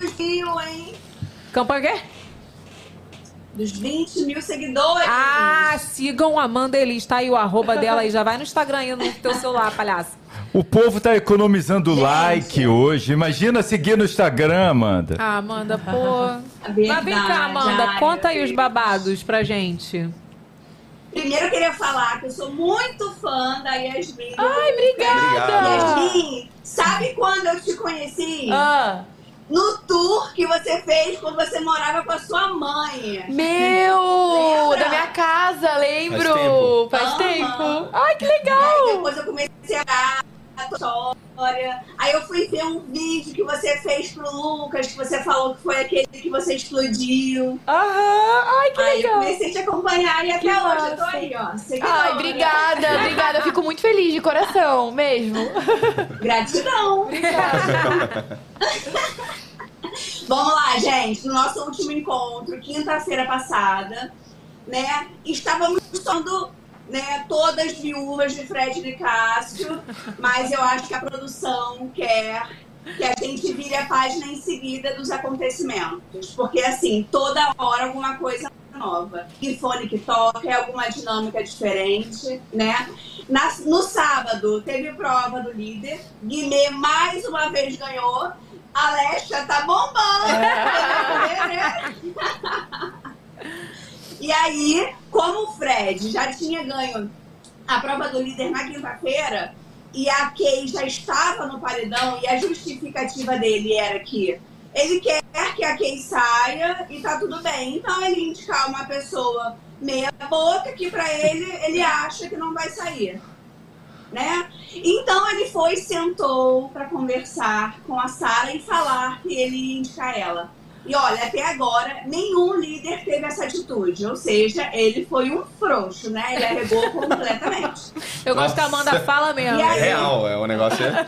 Speaker 11: do Rio, hein?
Speaker 1: Campanha o quê?
Speaker 11: Dos 20 mil seguidores!
Speaker 1: Ah, sigam a Amanda Elis, tá aí o arroba dela e já vai no Instagram aí no teu celular, palhaço.
Speaker 2: O povo tá economizando like hoje. Imagina seguir no Instagram, Amanda.
Speaker 1: Ah, Amanda, pô. Mas
Speaker 11: É Verdade,
Speaker 1: vem cá, Amanda,
Speaker 11: ai,
Speaker 1: conta
Speaker 11: meu
Speaker 1: aí os
Speaker 11: Deus.
Speaker 1: babados pra gente.
Speaker 11: Primeiro eu queria falar que eu sou muito fã da Yasmin. Ai,
Speaker 5: Obrigado.
Speaker 11: Yasmin, sabe quando eu te conheci?
Speaker 6: Ah,
Speaker 11: No tour que você fez quando você morava com a sua mãe.
Speaker 6: meu!
Speaker 11: Lembra?
Speaker 6: Da minha casa, lembro!
Speaker 5: Faz tempo.
Speaker 6: Faz
Speaker 11: Aham.
Speaker 6: tempo. Ai, que legal!
Speaker 11: Aí depois eu comecei a a tua história. Aí eu fui ver um vídeo que você fez pro Lucas, que você falou que foi aquele que você explodiu.
Speaker 6: Aham! Ai, que
Speaker 11: Aí eu
Speaker 6: legal!
Speaker 11: comecei a te acompanhar e até
Speaker 6: Que
Speaker 11: hoje eu tô
Speaker 6: massa.
Speaker 11: aí, ó. seguidora.
Speaker 6: Ai, obrigada, obrigada. Eu fico muito feliz de coração, mesmo.
Speaker 11: Gratidão. (laughs) Vamos lá, gente. No nosso último encontro, quinta-feira passada, né? Estávamos sendo né, todas viúvas de Fred Nicásio, mas eu acho que a produção quer que a gente vire a página em seguida dos acontecimentos. Porque, assim, toda hora alguma coisa nova. Que fone que toca, é alguma dinâmica diferente, né? Na- no sábado, teve prova do líder. Guimê mais uma vez ganhou. Alexia tá bombando! né? (laughs) e aí, como o Fred já tinha ganho a prova do líder na quinta-feira e a Kay já estava no paredão e a justificativa dele era que ele quer que a Kay saia e tá tudo bem. Então ele indicar uma pessoa meia boca que pra ele ele acha que não vai sair, né? Então ele foi e sentou pra conversar com a Sara e falar que ele ia indicar ela. E olha, até agora nenhum líder teve essa atitude, ou seja, ele foi um frouxo, né? Ele arregou (laughs) completamente.
Speaker 1: Eu gosto que a Amanda
Speaker 5: Nossa.
Speaker 1: fala mesmo.
Speaker 11: E
Speaker 5: É
Speaker 11: aí?
Speaker 5: real, é, o negócio é.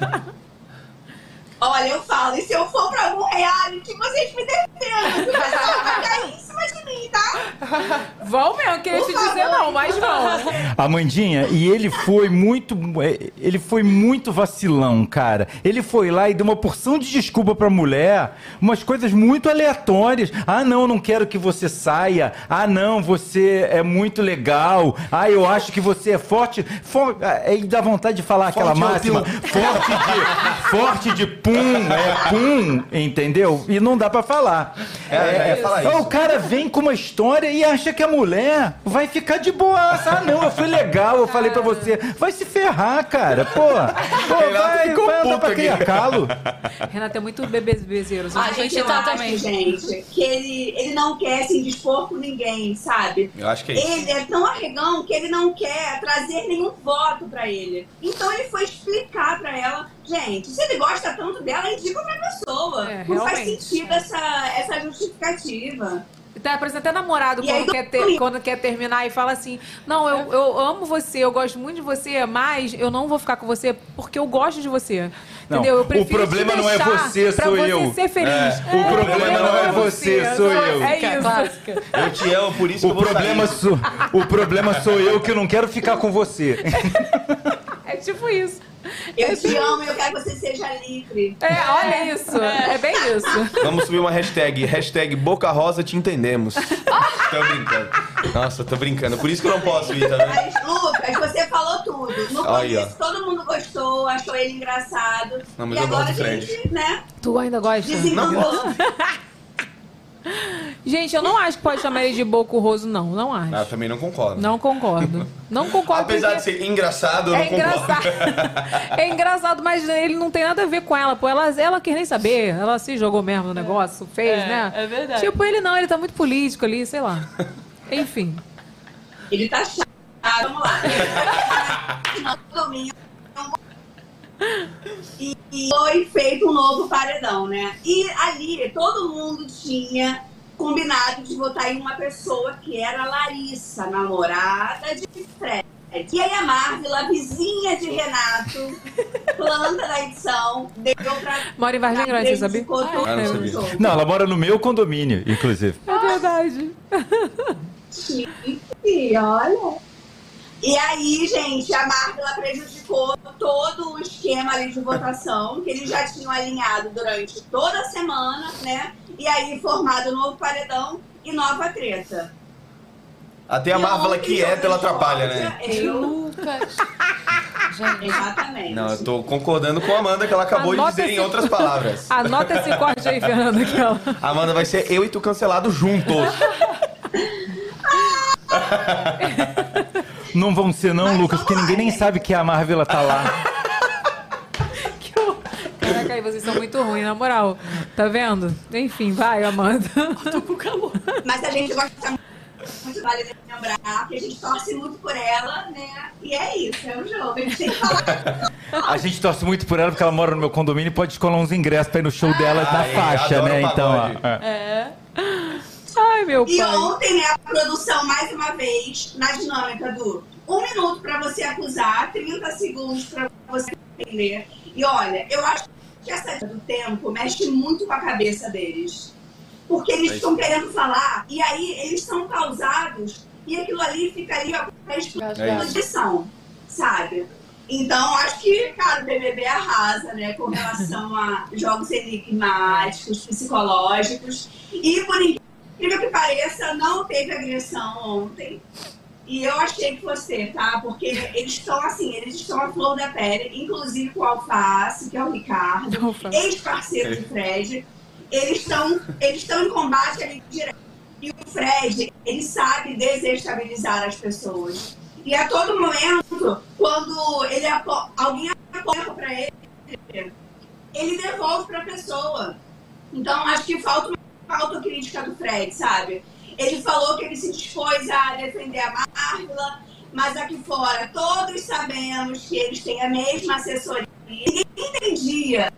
Speaker 11: Olha, eu falo, e se eu for pra algum reality, vocês me defendam. Vocês vão ficar em cima de mim, tá?
Speaker 1: Vão mesmo, queria
Speaker 11: Por
Speaker 1: te
Speaker 11: favor,
Speaker 1: dizer não, mas vão.
Speaker 2: Amandinha, e ele foi muito. é, Ele foi muito vacilão, cara. Ele foi lá e deu uma porção de desculpa pra mulher, umas coisas muito aleatórias. Ah, não, não quero que você saia. Ah, não, você é muito legal. Ah, eu acho que você é forte. For... ah, é, dá vontade de falar aquela
Speaker 5: Forte é o
Speaker 2: máxima. Forte de, forte de pum, é pum, entendeu? E não dá pra falar.
Speaker 5: É, eu ia falar
Speaker 2: Ah,
Speaker 5: isso.
Speaker 2: o cara vem com umas sua história e acha que a mulher vai ficar de boaça. Ah, não, eu (laughs) fui legal, eu falei pra você. Vai se ferrar, cara. Pô, (laughs) pô
Speaker 5: Renato
Speaker 2: vai,
Speaker 5: ficou
Speaker 2: vai andar
Speaker 5: puto
Speaker 2: pra criar
Speaker 5: aqui.
Speaker 2: calo.
Speaker 1: Renata é muito bebê bebezeiro.
Speaker 11: A gente tá também. Gente, que ele, ele não quer se dispor com ninguém, sabe?
Speaker 5: Eu acho que é isso.
Speaker 11: Ele é tão arregão que ele não quer trazer nenhum voto pra ele. Então ele foi explicar pra ela, gente, se ele gosta tanto dela, indica outra pessoa.
Speaker 1: É,
Speaker 11: não faz
Speaker 1: realmente,
Speaker 11: sentido essa, essa justificativa.
Speaker 1: Tá parecendo até namorado
Speaker 11: E aí
Speaker 1: quando
Speaker 11: do-
Speaker 1: quer, ter- quando quer terminar e fala assim: Não, eu, eu amo você, eu gosto muito de você, mas eu não vou ficar com você porque eu gosto de você.
Speaker 2: Não,
Speaker 1: Entendeu? Eu
Speaker 2: o
Speaker 1: prefiro
Speaker 2: problema
Speaker 1: te
Speaker 2: não é
Speaker 1: deixar
Speaker 2: você,
Speaker 1: pra
Speaker 2: sou
Speaker 1: você
Speaker 2: eu.
Speaker 1: ser feliz.
Speaker 2: É, o problema não é você, sou eu.
Speaker 1: É isso.
Speaker 5: Eu te amo, por isso
Speaker 2: (laughs) O
Speaker 5: que eu vou
Speaker 2: problema,
Speaker 5: sair.
Speaker 2: sou, o problema sou eu que não quero ficar com você.
Speaker 1: É tipo isso.
Speaker 11: Eu te amo, eu quero que você seja livre.
Speaker 1: É, olha isso. É bem isso.
Speaker 5: Vamos subir uma hashtag. Hashtag Boca Rosa
Speaker 1: (laughs)
Speaker 5: te entendemos. tô brincando. Nossa, tô brincando. Por isso que eu não posso ir, tá vendo?
Speaker 11: Mas, Lucas, você falou tudo. No
Speaker 5: Aí,
Speaker 11: começo, todo mundo gostou, achou ele engraçado.
Speaker 5: Não, mas
Speaker 11: e
Speaker 5: eu
Speaker 11: agora
Speaker 5: gosto de
Speaker 11: a gente, né,
Speaker 1: Tu ainda gosta?
Speaker 11: desencampou.
Speaker 1: Gente, eu não acho que pode chamar ele de boco roso, não. Não
Speaker 5: Ah, eu
Speaker 1: acho.
Speaker 5: também não concordo.
Speaker 1: Não concordo. Não concordo.
Speaker 5: Apesar
Speaker 1: porque-
Speaker 5: de ser engraçado, eu
Speaker 1: É
Speaker 5: não concordo. (laughs)
Speaker 1: engraçado. é engraçado, mas ele não tem nada a ver com ela, pô. Ela, ela quer nem saber. Ela se jogou mesmo no negócio, fez,
Speaker 6: É,
Speaker 1: né?
Speaker 6: é verdade.
Speaker 1: Tipo, ele não, ele tá muito político ali, sei lá. Enfim.
Speaker 11: Ele tá chato. Ah, vamos lá. (laughs) Final do domingo. E e foi feito um novo paredão, né? E ali todo mundo tinha combinado de votar em uma pessoa que era a Larissa, namorada de Fred. E aí a Marvel, a vizinha de Renato, planta da edição, deixou pra.
Speaker 1: Mora em Vargem Grande, você sabia?
Speaker 11: Ficou todo
Speaker 5: Ah, não
Speaker 11: mundo
Speaker 5: sabia.
Speaker 11: junto.
Speaker 2: Não, ela mora no meu condomínio, inclusive.
Speaker 1: É verdade.
Speaker 10: E olha,
Speaker 11: E aí, gente, a Marvel prejudicou todo o esquema ali de votação que eles já tinham alinhado durante toda a semana, né? E aí formado um novo paredão e nova treta.
Speaker 5: Até a
Speaker 11: E
Speaker 5: Marvel
Speaker 11: ontem,
Speaker 5: quieta, ela
Speaker 11: Jovem
Speaker 5: atrapalha,
Speaker 11: Guarda,
Speaker 5: né?
Speaker 10: (laughs)
Speaker 11: Eu,
Speaker 6: Lucas.
Speaker 11: exatamente.
Speaker 5: Não, eu tô concordando com a Amanda, que ela acabou
Speaker 1: Anota
Speaker 5: de dizer em
Speaker 1: esse- (laughs)
Speaker 5: outras palavras.
Speaker 1: Anota esse corte aí, Fernanda, que ela.
Speaker 5: Amanda, vai ser eu e tu cancelado juntos.
Speaker 2: Não vão ser não, Lucas, porque ninguém nem sabe que a Marvel tá lá.
Speaker 1: (laughs) Que horror. Caraca, aí vocês são muito ruins, na moral. Tá vendo? Enfim, vai, Amanda. Tô com calor.
Speaker 11: Mas a gente gosta muito, vale lembrar, que a gente torce muito por ela, né? E é isso, é o jogo. A gente tem
Speaker 5: (laughs)
Speaker 11: que falar.
Speaker 2: A gente torce muito por ela porque ela mora no meu condomínio e pode escolar uns ingressos pra ir no show dela na
Speaker 5: Ah, é,
Speaker 2: faixa,
Speaker 5: adoro
Speaker 2: né? Então, ó,
Speaker 5: pagode.
Speaker 2: é.
Speaker 1: Ai, meu
Speaker 11: E
Speaker 1: pai.
Speaker 11: ontem, né, a produção, mais uma vez, na dinâmica do um minuto pra você acusar, 30 segundos pra você entender. E olha, eu acho que essa coisa do tempo mexe muito com a cabeça deles. Porque eles
Speaker 5: É
Speaker 11: estão querendo falar, e aí eles são causados, e aquilo ali fica ali, ó, pra explodição, sabe? Então, acho que, cara, o BBB arrasa, né, com relação a jogos enigmáticos, psicológicos. E, por incrível que pareça, não teve agressão ontem. E eu achei que você, tá? Porque eles estão assim, eles estão à flor da pele, inclusive com o Alface, que é o Ricardo,
Speaker 1: Ufa.
Speaker 11: ex-parceiro do Fred. Eles estão eles estão em combate ali direto. E o Fred, ele sabe desestabilizar as pessoas. E a todo momento, quando ele apo- alguém apoia para ele, ele devolve para a pessoa. Então, acho que falta uma autocrítica do Fred, sabe? Ele falou que ele se dispôs a defender a Marla, mas aqui fora todos sabemos que eles têm a mesma assessoria. Ninguém entendia.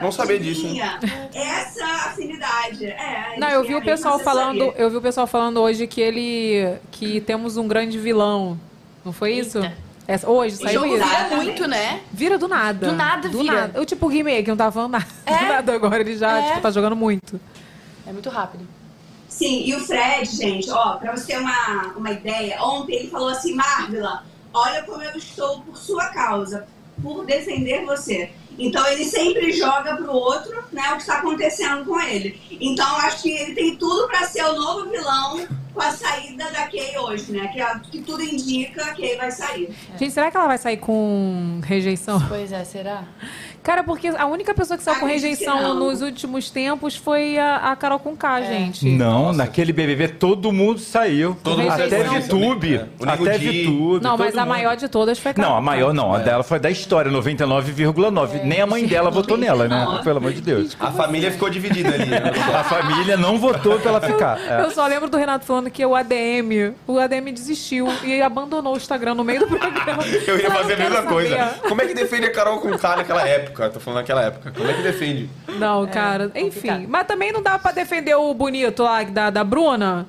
Speaker 5: Não sabia
Speaker 11: que
Speaker 5: disso, hein?
Speaker 11: tinha Essa afinidade. É, eles
Speaker 1: Não, eu
Speaker 11: têm
Speaker 1: vi
Speaker 11: a
Speaker 1: o
Speaker 11: mesma
Speaker 1: pessoal
Speaker 11: assessoria.
Speaker 1: falando, eu vi o pessoal falando hoje que ele que temos um grande vilão. Não foi isso?
Speaker 6: Eita.
Speaker 1: Essa- hoje
Speaker 6: O
Speaker 1: saiu
Speaker 6: jogo
Speaker 1: isso.
Speaker 6: vira muito, né?
Speaker 1: Vira do nada.
Speaker 6: Do nada vira.
Speaker 1: Eu tipo o Guimê, que não tava falando nada, (laughs)
Speaker 6: É.
Speaker 1: nada agora, ele já
Speaker 6: É.
Speaker 1: tipo, tá jogando muito.
Speaker 6: É muito rápido.
Speaker 11: Sim, e o Fred, gente, ó, pra você ter uma, uma ideia, ontem ele falou assim, Marvila, olha como eu estou por sua causa, por defender você. Então ele sempre joga pro outro, né, o que está acontecendo com ele. Então acho que ele tem tudo pra ser o novo vilão com a saída da Kay hoje, né, que, a- que tudo indica que ele vai sair.
Speaker 6: É.
Speaker 1: Gente, será que ela vai sair com rejeição?
Speaker 6: Pois é, será?
Speaker 1: Cara, porque a única pessoa que saiu com
Speaker 11: Ah, gente,
Speaker 1: rejeição
Speaker 11: não.
Speaker 1: nos últimos tempos foi a, a Carol Conká,
Speaker 6: É.
Speaker 1: gente.
Speaker 2: Não, naquele BBB todo mundo saiu.
Speaker 1: Todo mundo
Speaker 2: até
Speaker 1: saiu.
Speaker 2: VTube.
Speaker 5: O Nego
Speaker 2: Até
Speaker 5: Di.
Speaker 2: VTube.
Speaker 1: Não,
Speaker 2: todo
Speaker 1: mas a
Speaker 2: mundo.
Speaker 1: maior É. de todas foi a Carol
Speaker 2: Não, a
Speaker 1: Conká.
Speaker 2: maior não. A dela foi da história, 99,9. Nem a
Speaker 1: É.
Speaker 2: mãe dela votou nela,
Speaker 1: (laughs)
Speaker 2: né?
Speaker 1: 99.
Speaker 2: Pelo amor de Deus.
Speaker 5: A família ficou dividida ali. né?
Speaker 1: (laughs)
Speaker 2: A família não votou pra ela ficar. É.
Speaker 1: Eu só lembro do Renato falando que o ADM, o ADM desistiu e abandonou o Instagram no meio do
Speaker 2: (laughs)
Speaker 1: programa.
Speaker 5: Eu ia
Speaker 1: Ela não
Speaker 5: fazer a
Speaker 1: quer
Speaker 5: mesma coisa.
Speaker 1: saber.
Speaker 5: Como é que defende a Carol com K naquela época? Tô falando naquela época. Como é que defende?
Speaker 1: Não, cara, enfim. Mas também não dá pra defender o bonito lá da, da Bruna.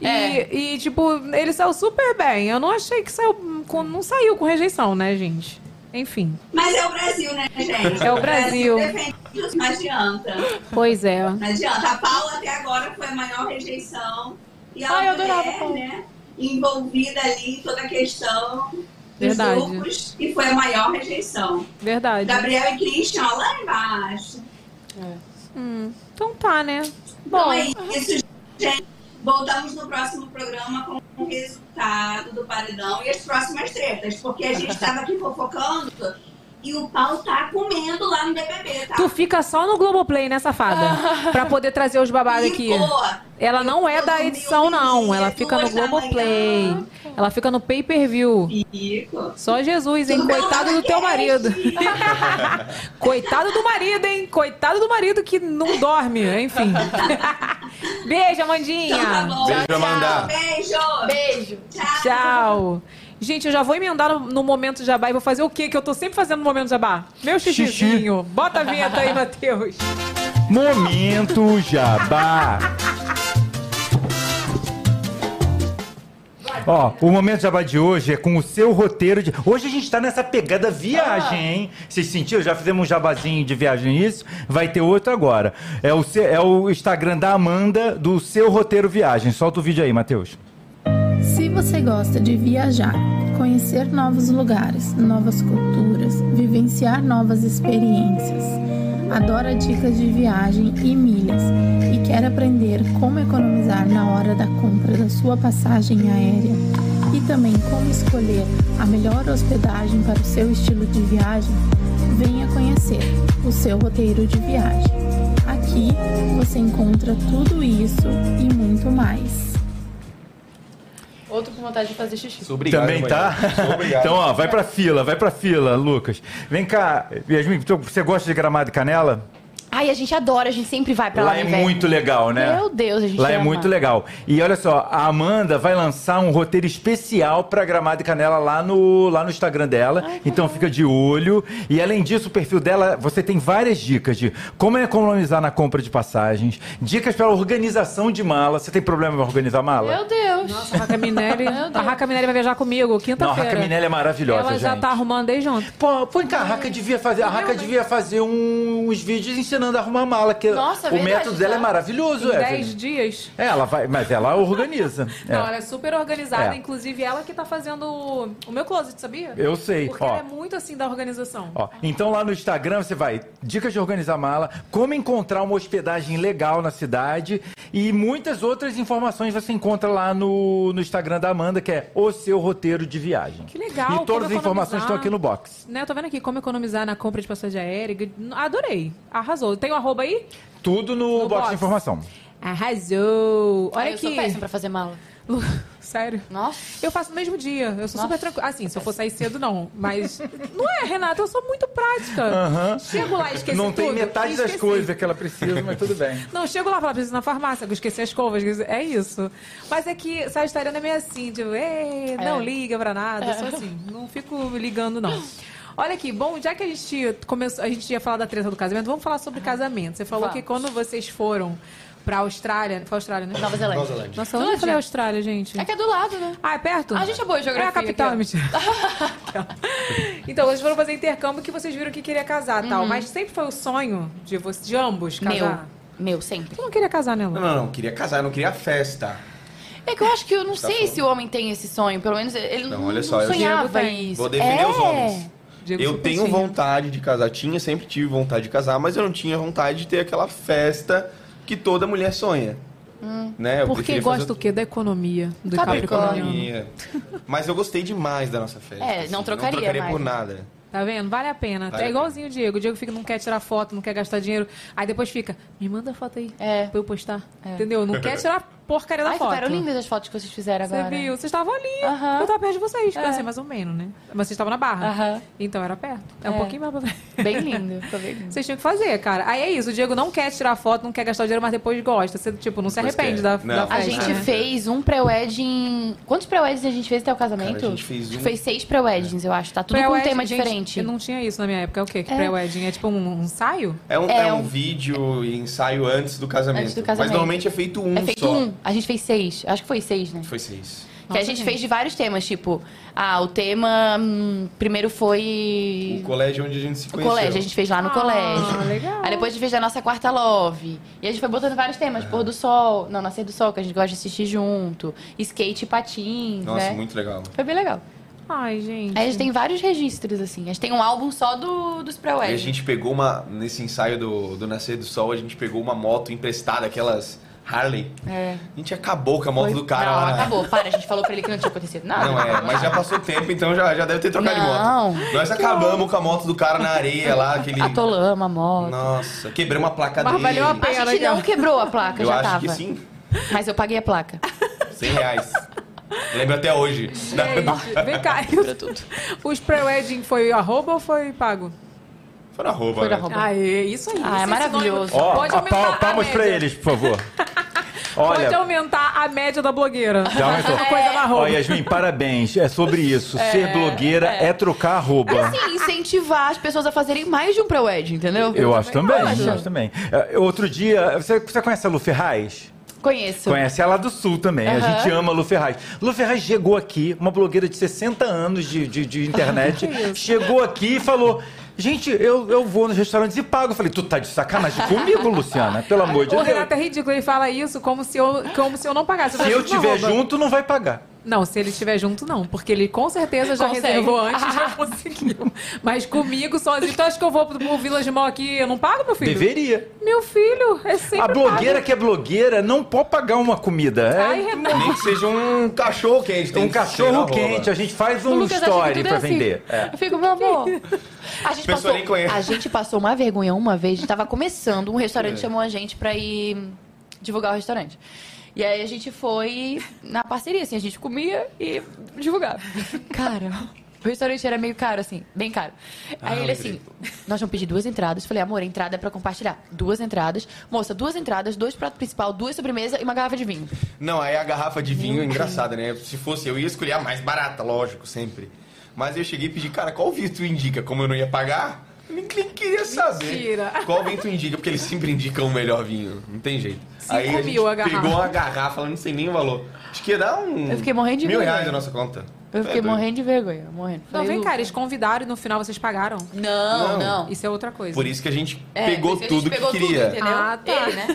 Speaker 1: E, e, tipo, ele saiu super bem. Eu não achei que saiu. com- não saiu com rejeição, né, gente? Enfim.
Speaker 11: Mas é o Brasil, né, gente?
Speaker 1: É o Brasil.
Speaker 11: defende, Não adianta.
Speaker 1: Pois é.
Speaker 11: Não adianta. A Paula até agora foi a maior rejeição. E a
Speaker 6: Ai, eu
Speaker 11: mulher,
Speaker 6: adorava a Paula.
Speaker 11: né, envolvida ali em toda a questão dos
Speaker 1: Verdade.
Speaker 11: grupos, e foi a maior rejeição.
Speaker 1: Verdade.
Speaker 11: Gabriel e Christian, ó, lá embaixo.
Speaker 1: Hum, então tá, né?
Speaker 11: Bom, é isso, gente. Voltamos no próximo programa com o resultado do paredão e as próximas tretas, porque a gente estava aqui fofocando e o pau tá comendo lá no BBB, tá?
Speaker 1: Tu fica só no Globoplay, né, safada? Pra poder trazer os babados aqui.
Speaker 11: Boa.
Speaker 1: Ela não é da edição, não. Ela fica no Globoplay. Ela fica no pay per view. Só Jesus, hein? Coitado do teu marido. Coitado do marido, hein? Coitado do marido que não dorme. Enfim. Beijo, Amandinha.
Speaker 6: ah.
Speaker 5: Beijo, Amanda.
Speaker 11: Então, tá Beijo.
Speaker 6: Beijo.
Speaker 1: Tchau. Gente, eu já vou emendar no, no momento jabá e vou fazer o quê que eu tô sempre fazendo no momento jabá? Meu
Speaker 2: Xixi.
Speaker 1: xixizinho. Bota a vinheta aí, Matheus.
Speaker 2: Momento Jabá. Ó, o Momento Jabá de hoje é com o seu roteiro de... Hoje a gente tá nessa pegada viagem,
Speaker 6: Ah.
Speaker 2: hein? Vocês sentiram? Já fizemos um jabazinho de viagem nisso, vai ter outro agora. É o, seu- é o Instagram da Amanda, do seu roteiro viagem. Solta o vídeo aí, Matheus.
Speaker 12: Se você gosta de viajar, conhecer novos lugares, novas culturas, vivenciar novas experiências, adora dicas de viagem e milhas e quer aprender como economizar na hora da compra da sua passagem aérea e também como escolher a melhor hospedagem para o seu estilo de viagem, venha conhecer o seu roteiro de viagem. Aqui você encontra tudo isso e muito mais.
Speaker 6: Outro com vontade de fazer xixi.
Speaker 2: Também tá? Então, ó, vai pra fila, vai pra fila, Lucas. Vem cá, Yasmin, tu- você gosta de gramado e canela?
Speaker 6: Ai, a gente adora, a gente sempre vai pra lá,
Speaker 2: Lá é
Speaker 6: né, velho?
Speaker 2: muito legal, né?
Speaker 6: Meu Deus, a gente
Speaker 2: Lá é
Speaker 6: ama.
Speaker 2: muito legal. E olha só, a Amanda vai lançar um roteiro especial pra Gramado e Canela lá no, lá no Instagram dela. então fica de olho. E além disso, o perfil dela, você tem várias dicas de como economizar na compra de passagens, dicas para organização de mala. Você tem problema pra organizar mala?
Speaker 6: Meu Deus. Nossa,
Speaker 1: a Raca (laughs) Minelli. A Raca Minelli vai viajar comigo
Speaker 2: Não, a
Speaker 1: quinta-feira.
Speaker 2: Raca Minelli é maravilhosa,
Speaker 1: Ela já
Speaker 2: gente.
Speaker 1: tá arrumando aí junto.
Speaker 2: Pô, põe cá, a Raca devia fazer, a Raca devia fazer um- uns vídeos ensinando a arrumar mala, que
Speaker 1: Nossa,
Speaker 2: o
Speaker 1: verdade,
Speaker 2: método dela
Speaker 1: tá?
Speaker 2: é maravilhoso,
Speaker 1: Em
Speaker 2: Evelyn.
Speaker 1: 10 dias.
Speaker 2: É, Ela vai, mas
Speaker 1: (laughs)
Speaker 2: ela organiza. É.
Speaker 1: Não, ela é super organizada.
Speaker 2: É.
Speaker 1: Inclusive, ela que tá fazendo o- o meu closet, sabia?
Speaker 2: Eu sei,
Speaker 1: Porque
Speaker 2: ó.
Speaker 1: ela é muito assim da organização.
Speaker 2: Ó, então lá no Instagram você vai dicas de organizar mala, como encontrar uma hospedagem legal na cidade e muitas outras informações você encontra lá no, no Instagram da Amanda, que é o seu roteiro de viagem. Que
Speaker 1: legal,
Speaker 2: E
Speaker 1: como
Speaker 2: todas as informações
Speaker 1: economizar.
Speaker 2: estão aqui no box.
Speaker 1: Né, eu tô vendo aqui como economizar na compra de passagem aérea. Adorei. Arrasou. Tem o arroba aí?
Speaker 2: Tudo no, box,
Speaker 1: box.
Speaker 2: de informação.
Speaker 1: Arrasou. Olha
Speaker 6: Ai, eu
Speaker 1: aqui.
Speaker 6: sou
Speaker 1: (laughs)
Speaker 6: péssima pra fazer mala.
Speaker 1: Lu- Sério?
Speaker 6: Nossa.
Speaker 1: Eu faço no mesmo dia. Eu sou
Speaker 6: Nossa.
Speaker 1: super tranquila. Assim, se eu for sair cedo, não. (laughs) Mas. Não é, Renata, eu sou muito prática. Chego lá e esqueci
Speaker 2: Não tem
Speaker 1: tudo.
Speaker 2: metade das
Speaker 1: Esqueci.
Speaker 2: coisas que ela precisa, mas tudo bem.
Speaker 1: Não, eu chego lá e falo, preciso ir na farmácia, que eu esqueci a escova, esqueci- é isso. Mas é que sagitariana é meio assim, tipo, "Ei, não
Speaker 6: É.
Speaker 1: liga pra nada, eu sou assim, não fico ligando não. Olha aqui, bom, já que a gente começou, a gente ia falar da treta do casamento, vamos falar sobre casamento. Você falou
Speaker 6: Vamos.
Speaker 1: que quando vocês foram pra Austrália, foi Austrália, né?
Speaker 6: Nova Zelândia. Nova Zelândia.
Speaker 1: Nossa, onde eu falei Austrália, gente?
Speaker 6: É que é do lado, né?
Speaker 1: Ah, é perto?
Speaker 6: A gente é boa em geografia
Speaker 1: É a capital,
Speaker 6: aqui, ó. (laughs)
Speaker 1: mentira. então, vocês foram fazer intercâmbio que vocês viram que queria casar e tal.
Speaker 6: Uhum.
Speaker 1: Mas sempre foi o sonho de, vo- de ambos casar?
Speaker 6: Meu. Meu, sempre.
Speaker 1: Tu não queria casar, né, Lu?
Speaker 5: Não, não, não. Queria casar, não queria festa.
Speaker 6: É que eu acho que eu não
Speaker 5: Tá
Speaker 6: sei
Speaker 5: falando.
Speaker 6: se o homem tem esse sonho. Pelo menos ele
Speaker 5: Então,
Speaker 6: não,
Speaker 5: olha
Speaker 6: não
Speaker 5: só, eu
Speaker 6: sonhava
Speaker 1: Diego tem.
Speaker 6: isso.
Speaker 5: Vou defender
Speaker 6: É.
Speaker 5: os homens.
Speaker 1: Diego
Speaker 5: Eu
Speaker 1: super
Speaker 5: tenho
Speaker 1: tinha.
Speaker 5: vontade de casar, tinha, sempre tive vontade de casar, mas eu não tinha vontade de ter aquela festa que toda mulher sonha.
Speaker 6: Hum.
Speaker 5: Né? Eu
Speaker 1: Porque
Speaker 5: preferia
Speaker 1: gosta
Speaker 5: fazer
Speaker 1: do quê? Da economia. Do
Speaker 5: outra
Speaker 1: Capricorniano.
Speaker 6: (laughs)
Speaker 5: economia. Mas eu gostei demais da nossa festa.
Speaker 6: É, não trocaria
Speaker 5: Não trocaria
Speaker 6: mais.
Speaker 5: por nada.
Speaker 1: Tá vendo? Vale a pena.
Speaker 13: Vale a
Speaker 1: é igualzinho o Diego. O Diego fica, não quer tirar foto, não quer gastar dinheiro. Aí depois fica, me manda a foto aí pra eu postar. Entendeu? Não quer
Speaker 6: (laughs)
Speaker 1: tirar porcaria da
Speaker 6: É. Ai,
Speaker 1: foto.
Speaker 6: ficaram lindas as fotos que vocês fizeram
Speaker 1: Você
Speaker 6: agora.
Speaker 1: viu? Vocês estavam ali.
Speaker 6: Aham.
Speaker 1: Eu tava perto de vocês.
Speaker 6: É.
Speaker 1: Assim, mais ou menos, né? Mas vocês estavam na barra.
Speaker 6: Aham.
Speaker 1: Então era perto. É, um
Speaker 6: É.
Speaker 1: pouquinho mais pra frente.
Speaker 6: Bem lindo, ficou bem
Speaker 1: (laughs)
Speaker 6: lindo.
Speaker 1: Vocês tinham que fazer, cara. Aí é isso, o Diego não quer tirar foto, não quer gastar o dinheiro, mas depois gosta. Você, tipo, não se
Speaker 5: Depois
Speaker 1: arrepende
Speaker 5: quer.
Speaker 1: da,
Speaker 5: Não.
Speaker 1: da
Speaker 6: A
Speaker 1: festa,
Speaker 6: gente
Speaker 1: né?
Speaker 6: fez um pré-wedding. em- Quantos pré-weddings a gente fez até o casamento?
Speaker 1: Cara, a gente fez um-
Speaker 6: Fez seis pré-weddings, eu acho. Tá tudo com um
Speaker 1: Pré-wedding,
Speaker 6: tema
Speaker 1: gente,
Speaker 6: diferente.
Speaker 1: eu não tinha isso na minha época. É o quê? Que
Speaker 6: É.
Speaker 1: pré-wedding? É tipo um, um ensaio?
Speaker 5: É um,
Speaker 6: É
Speaker 5: é um
Speaker 6: um-
Speaker 5: vídeo e ensaio antes do, casamento.
Speaker 6: Antes do casamento.
Speaker 5: Mas normalmente é feito um
Speaker 6: É feito
Speaker 5: só.
Speaker 6: um. A gente fez seis. Acho que foi seis, né?
Speaker 5: Foi seis.
Speaker 6: que a gente, fez de vários temas, tipo, ah, o tema hum, primeiro foi
Speaker 5: O colégio onde a gente se
Speaker 6: o
Speaker 5: conheceu.
Speaker 6: colégio, a gente fez lá Ah, no colégio.
Speaker 1: Ah, Legal.
Speaker 6: Aí depois a gente fez da nossa quarta love. E a gente foi botando vários temas, pôr do sol, não, nascer do sol, que a gente gosta de assistir junto, skate e patins,
Speaker 5: Nossa,
Speaker 6: né?
Speaker 5: muito legal.
Speaker 6: Foi bem legal.
Speaker 1: Ai, gente.
Speaker 6: Aí a gente tem vários registros, assim. A gente tem um álbum só do, dos pré
Speaker 5: E a gente pegou uma. Nesse ensaio do, do Nascer do Sol, a gente pegou uma moto emprestada, aquelas Harley.
Speaker 6: É.
Speaker 5: A gente acabou com a moto do cara
Speaker 6: não,
Speaker 5: lá. na-
Speaker 6: acabou. Para, a gente falou pra ele que não tinha acontecido nada.
Speaker 5: Não é, mas já passou tempo, então já, já deve ter trocado
Speaker 6: Não.
Speaker 5: de moto. Nós acabamos com a moto do cara na areia lá, aquele.
Speaker 6: Atolama a moto.
Speaker 5: Nossa, quebramos a placa dele.
Speaker 6: A gente não quebrou a placa,
Speaker 5: Eu
Speaker 6: já
Speaker 5: acho
Speaker 6: tava.
Speaker 5: que sim.
Speaker 6: Mas eu paguei a placa.
Speaker 5: 100 reais. Lembro até hoje.
Speaker 1: Gente, É vem
Speaker 6: (laughs)
Speaker 1: cá. Os pré-wedding foi arroba ou foi pago?
Speaker 5: Foi na roupa.
Speaker 1: Foi na
Speaker 5: né?
Speaker 1: roupa. Aê, isso aí.
Speaker 6: Ah, é
Speaker 1: esse
Speaker 6: maravilhoso.
Speaker 1: nome- (laughs)
Speaker 2: Ó,
Speaker 1: Pode
Speaker 2: a
Speaker 1: aumentar
Speaker 2: pal-
Speaker 1: a
Speaker 2: palmas pra
Speaker 1: média.
Speaker 2: eles, por favor.
Speaker 1: (laughs) Pode
Speaker 2: Olha,
Speaker 1: aumentar a média da blogueira.
Speaker 2: já aumentou.
Speaker 1: Uma coisa na
Speaker 2: Ó,
Speaker 1: roupa.
Speaker 2: Yasmin, parabéns. É sobre isso. Ser
Speaker 6: É,
Speaker 2: blogueira é, trocar arroba.
Speaker 6: Assim, incentivar as pessoas a fazerem mais de um pré-wed, entendeu?
Speaker 2: Eu acho também,
Speaker 6: Acho.
Speaker 2: eu acho também. É, Outro dia, você, você conhece a Lu Ferraz?
Speaker 6: Conheço.
Speaker 2: Conhece ela do Sul também. A
Speaker 6: Aham.
Speaker 2: gente ama a Lu Ferraz. Lu Ferraz chegou aqui, uma blogueira de 60 anos de, de, de
Speaker 6: (laughs)
Speaker 2: internet, chegou aqui e falou. Gente, eu, eu vou nos restaurantes e pago. Eu falei, tu tá de sacanagem comigo, Luciana?
Speaker 6: (laughs)
Speaker 2: Pelo amor de
Speaker 1: O
Speaker 2: Deus.
Speaker 1: Renato é ridículo, ele fala isso como se eu, como se eu não pagasse.
Speaker 2: Se
Speaker 6: é
Speaker 1: falei,
Speaker 2: eu
Speaker 1: "Não,
Speaker 2: tiver
Speaker 1: arroba."
Speaker 2: junto, não vai pagar.
Speaker 1: Não, se ele estiver junto, não. Porque ele com certeza já
Speaker 6: Consegue.
Speaker 1: reservou antes,
Speaker 6: (laughs)
Speaker 1: já conseguiu. Mas comigo, sozinho, tu acha que eu vou pro pro Village Mall aqui? Eu não pago, meu filho?
Speaker 2: Deveria.
Speaker 1: Meu filho, é sempre
Speaker 5: Ah,
Speaker 2: A blogueira
Speaker 1: pago.
Speaker 2: que é blogueira não pode pagar uma comida. É
Speaker 5: né?
Speaker 1: Ai, Renato.
Speaker 5: Nem que seja um cachorro quente. tem
Speaker 2: um
Speaker 5: que ser na
Speaker 2: cachorro
Speaker 5: roupa.
Speaker 2: quente. A gente faz
Speaker 6: O
Speaker 2: um
Speaker 6: Lucas acha que
Speaker 2: story
Speaker 6: tudo é
Speaker 2: pra
Speaker 6: assim.
Speaker 2: vender. É.
Speaker 6: Eu fico, meu amor. (laughs) A gente,
Speaker 2: Pessoa
Speaker 6: passou,
Speaker 2: nem conhece.
Speaker 6: a gente passou uma vergonha uma vez. A gente tava começando, um restaurante
Speaker 2: É.
Speaker 6: chamou a gente pra ir divulgar o restaurante. E aí a gente foi na parceria, assim, a gente comia e divulgava. Cara, o restaurante era meio caro, assim, bem caro. Aí
Speaker 14: Ah,
Speaker 6: ele
Speaker 14: lembrei.
Speaker 6: assim, nós vamos pedir duas entradas. Falei, amor, a entrada é pra compartilhar. Duas entradas. Moça, duas entradas, dois pratos principal, duas sobremesa e uma garrafa de vinho.
Speaker 5: Não, aí a garrafa de vinho é engraçada, né? Se fosse eu, ia escolher a mais barata, lógico, sempre. Mas eu cheguei e pedi, cara, qual vinho tu indica? Como eu não ia pagar, nem nem queria saber.
Speaker 1: Mentira.
Speaker 5: Qual vinho tu indica? Porque eles sempre indicam o melhor vinho. Não tem jeito.
Speaker 1: Cinco
Speaker 5: aí a gente
Speaker 1: mil a garrafa.
Speaker 5: pegou uma garrafa, ela não sei nem o valor. Acho que ia dar um...
Speaker 6: Eu fiquei morrendo de
Speaker 5: Mil
Speaker 6: vergonha.
Speaker 5: reais na nossa conta.
Speaker 6: Eu fiquei
Speaker 5: É doido.
Speaker 6: morrendo de vergonha, morrendo.
Speaker 1: Não,
Speaker 6: Falei,
Speaker 1: vem cá,
Speaker 6: Lucas.
Speaker 1: eles convidaram e no final vocês pagaram.
Speaker 6: Não, Não. não.
Speaker 1: Isso é outra coisa.
Speaker 5: Por isso que a gente
Speaker 6: É,
Speaker 5: pegou
Speaker 6: por isso a gente
Speaker 5: tudo
Speaker 6: pegou
Speaker 5: que
Speaker 6: tudo,
Speaker 5: queria.
Speaker 6: entendeu?
Speaker 1: Ah, tá.
Speaker 6: Ele, né?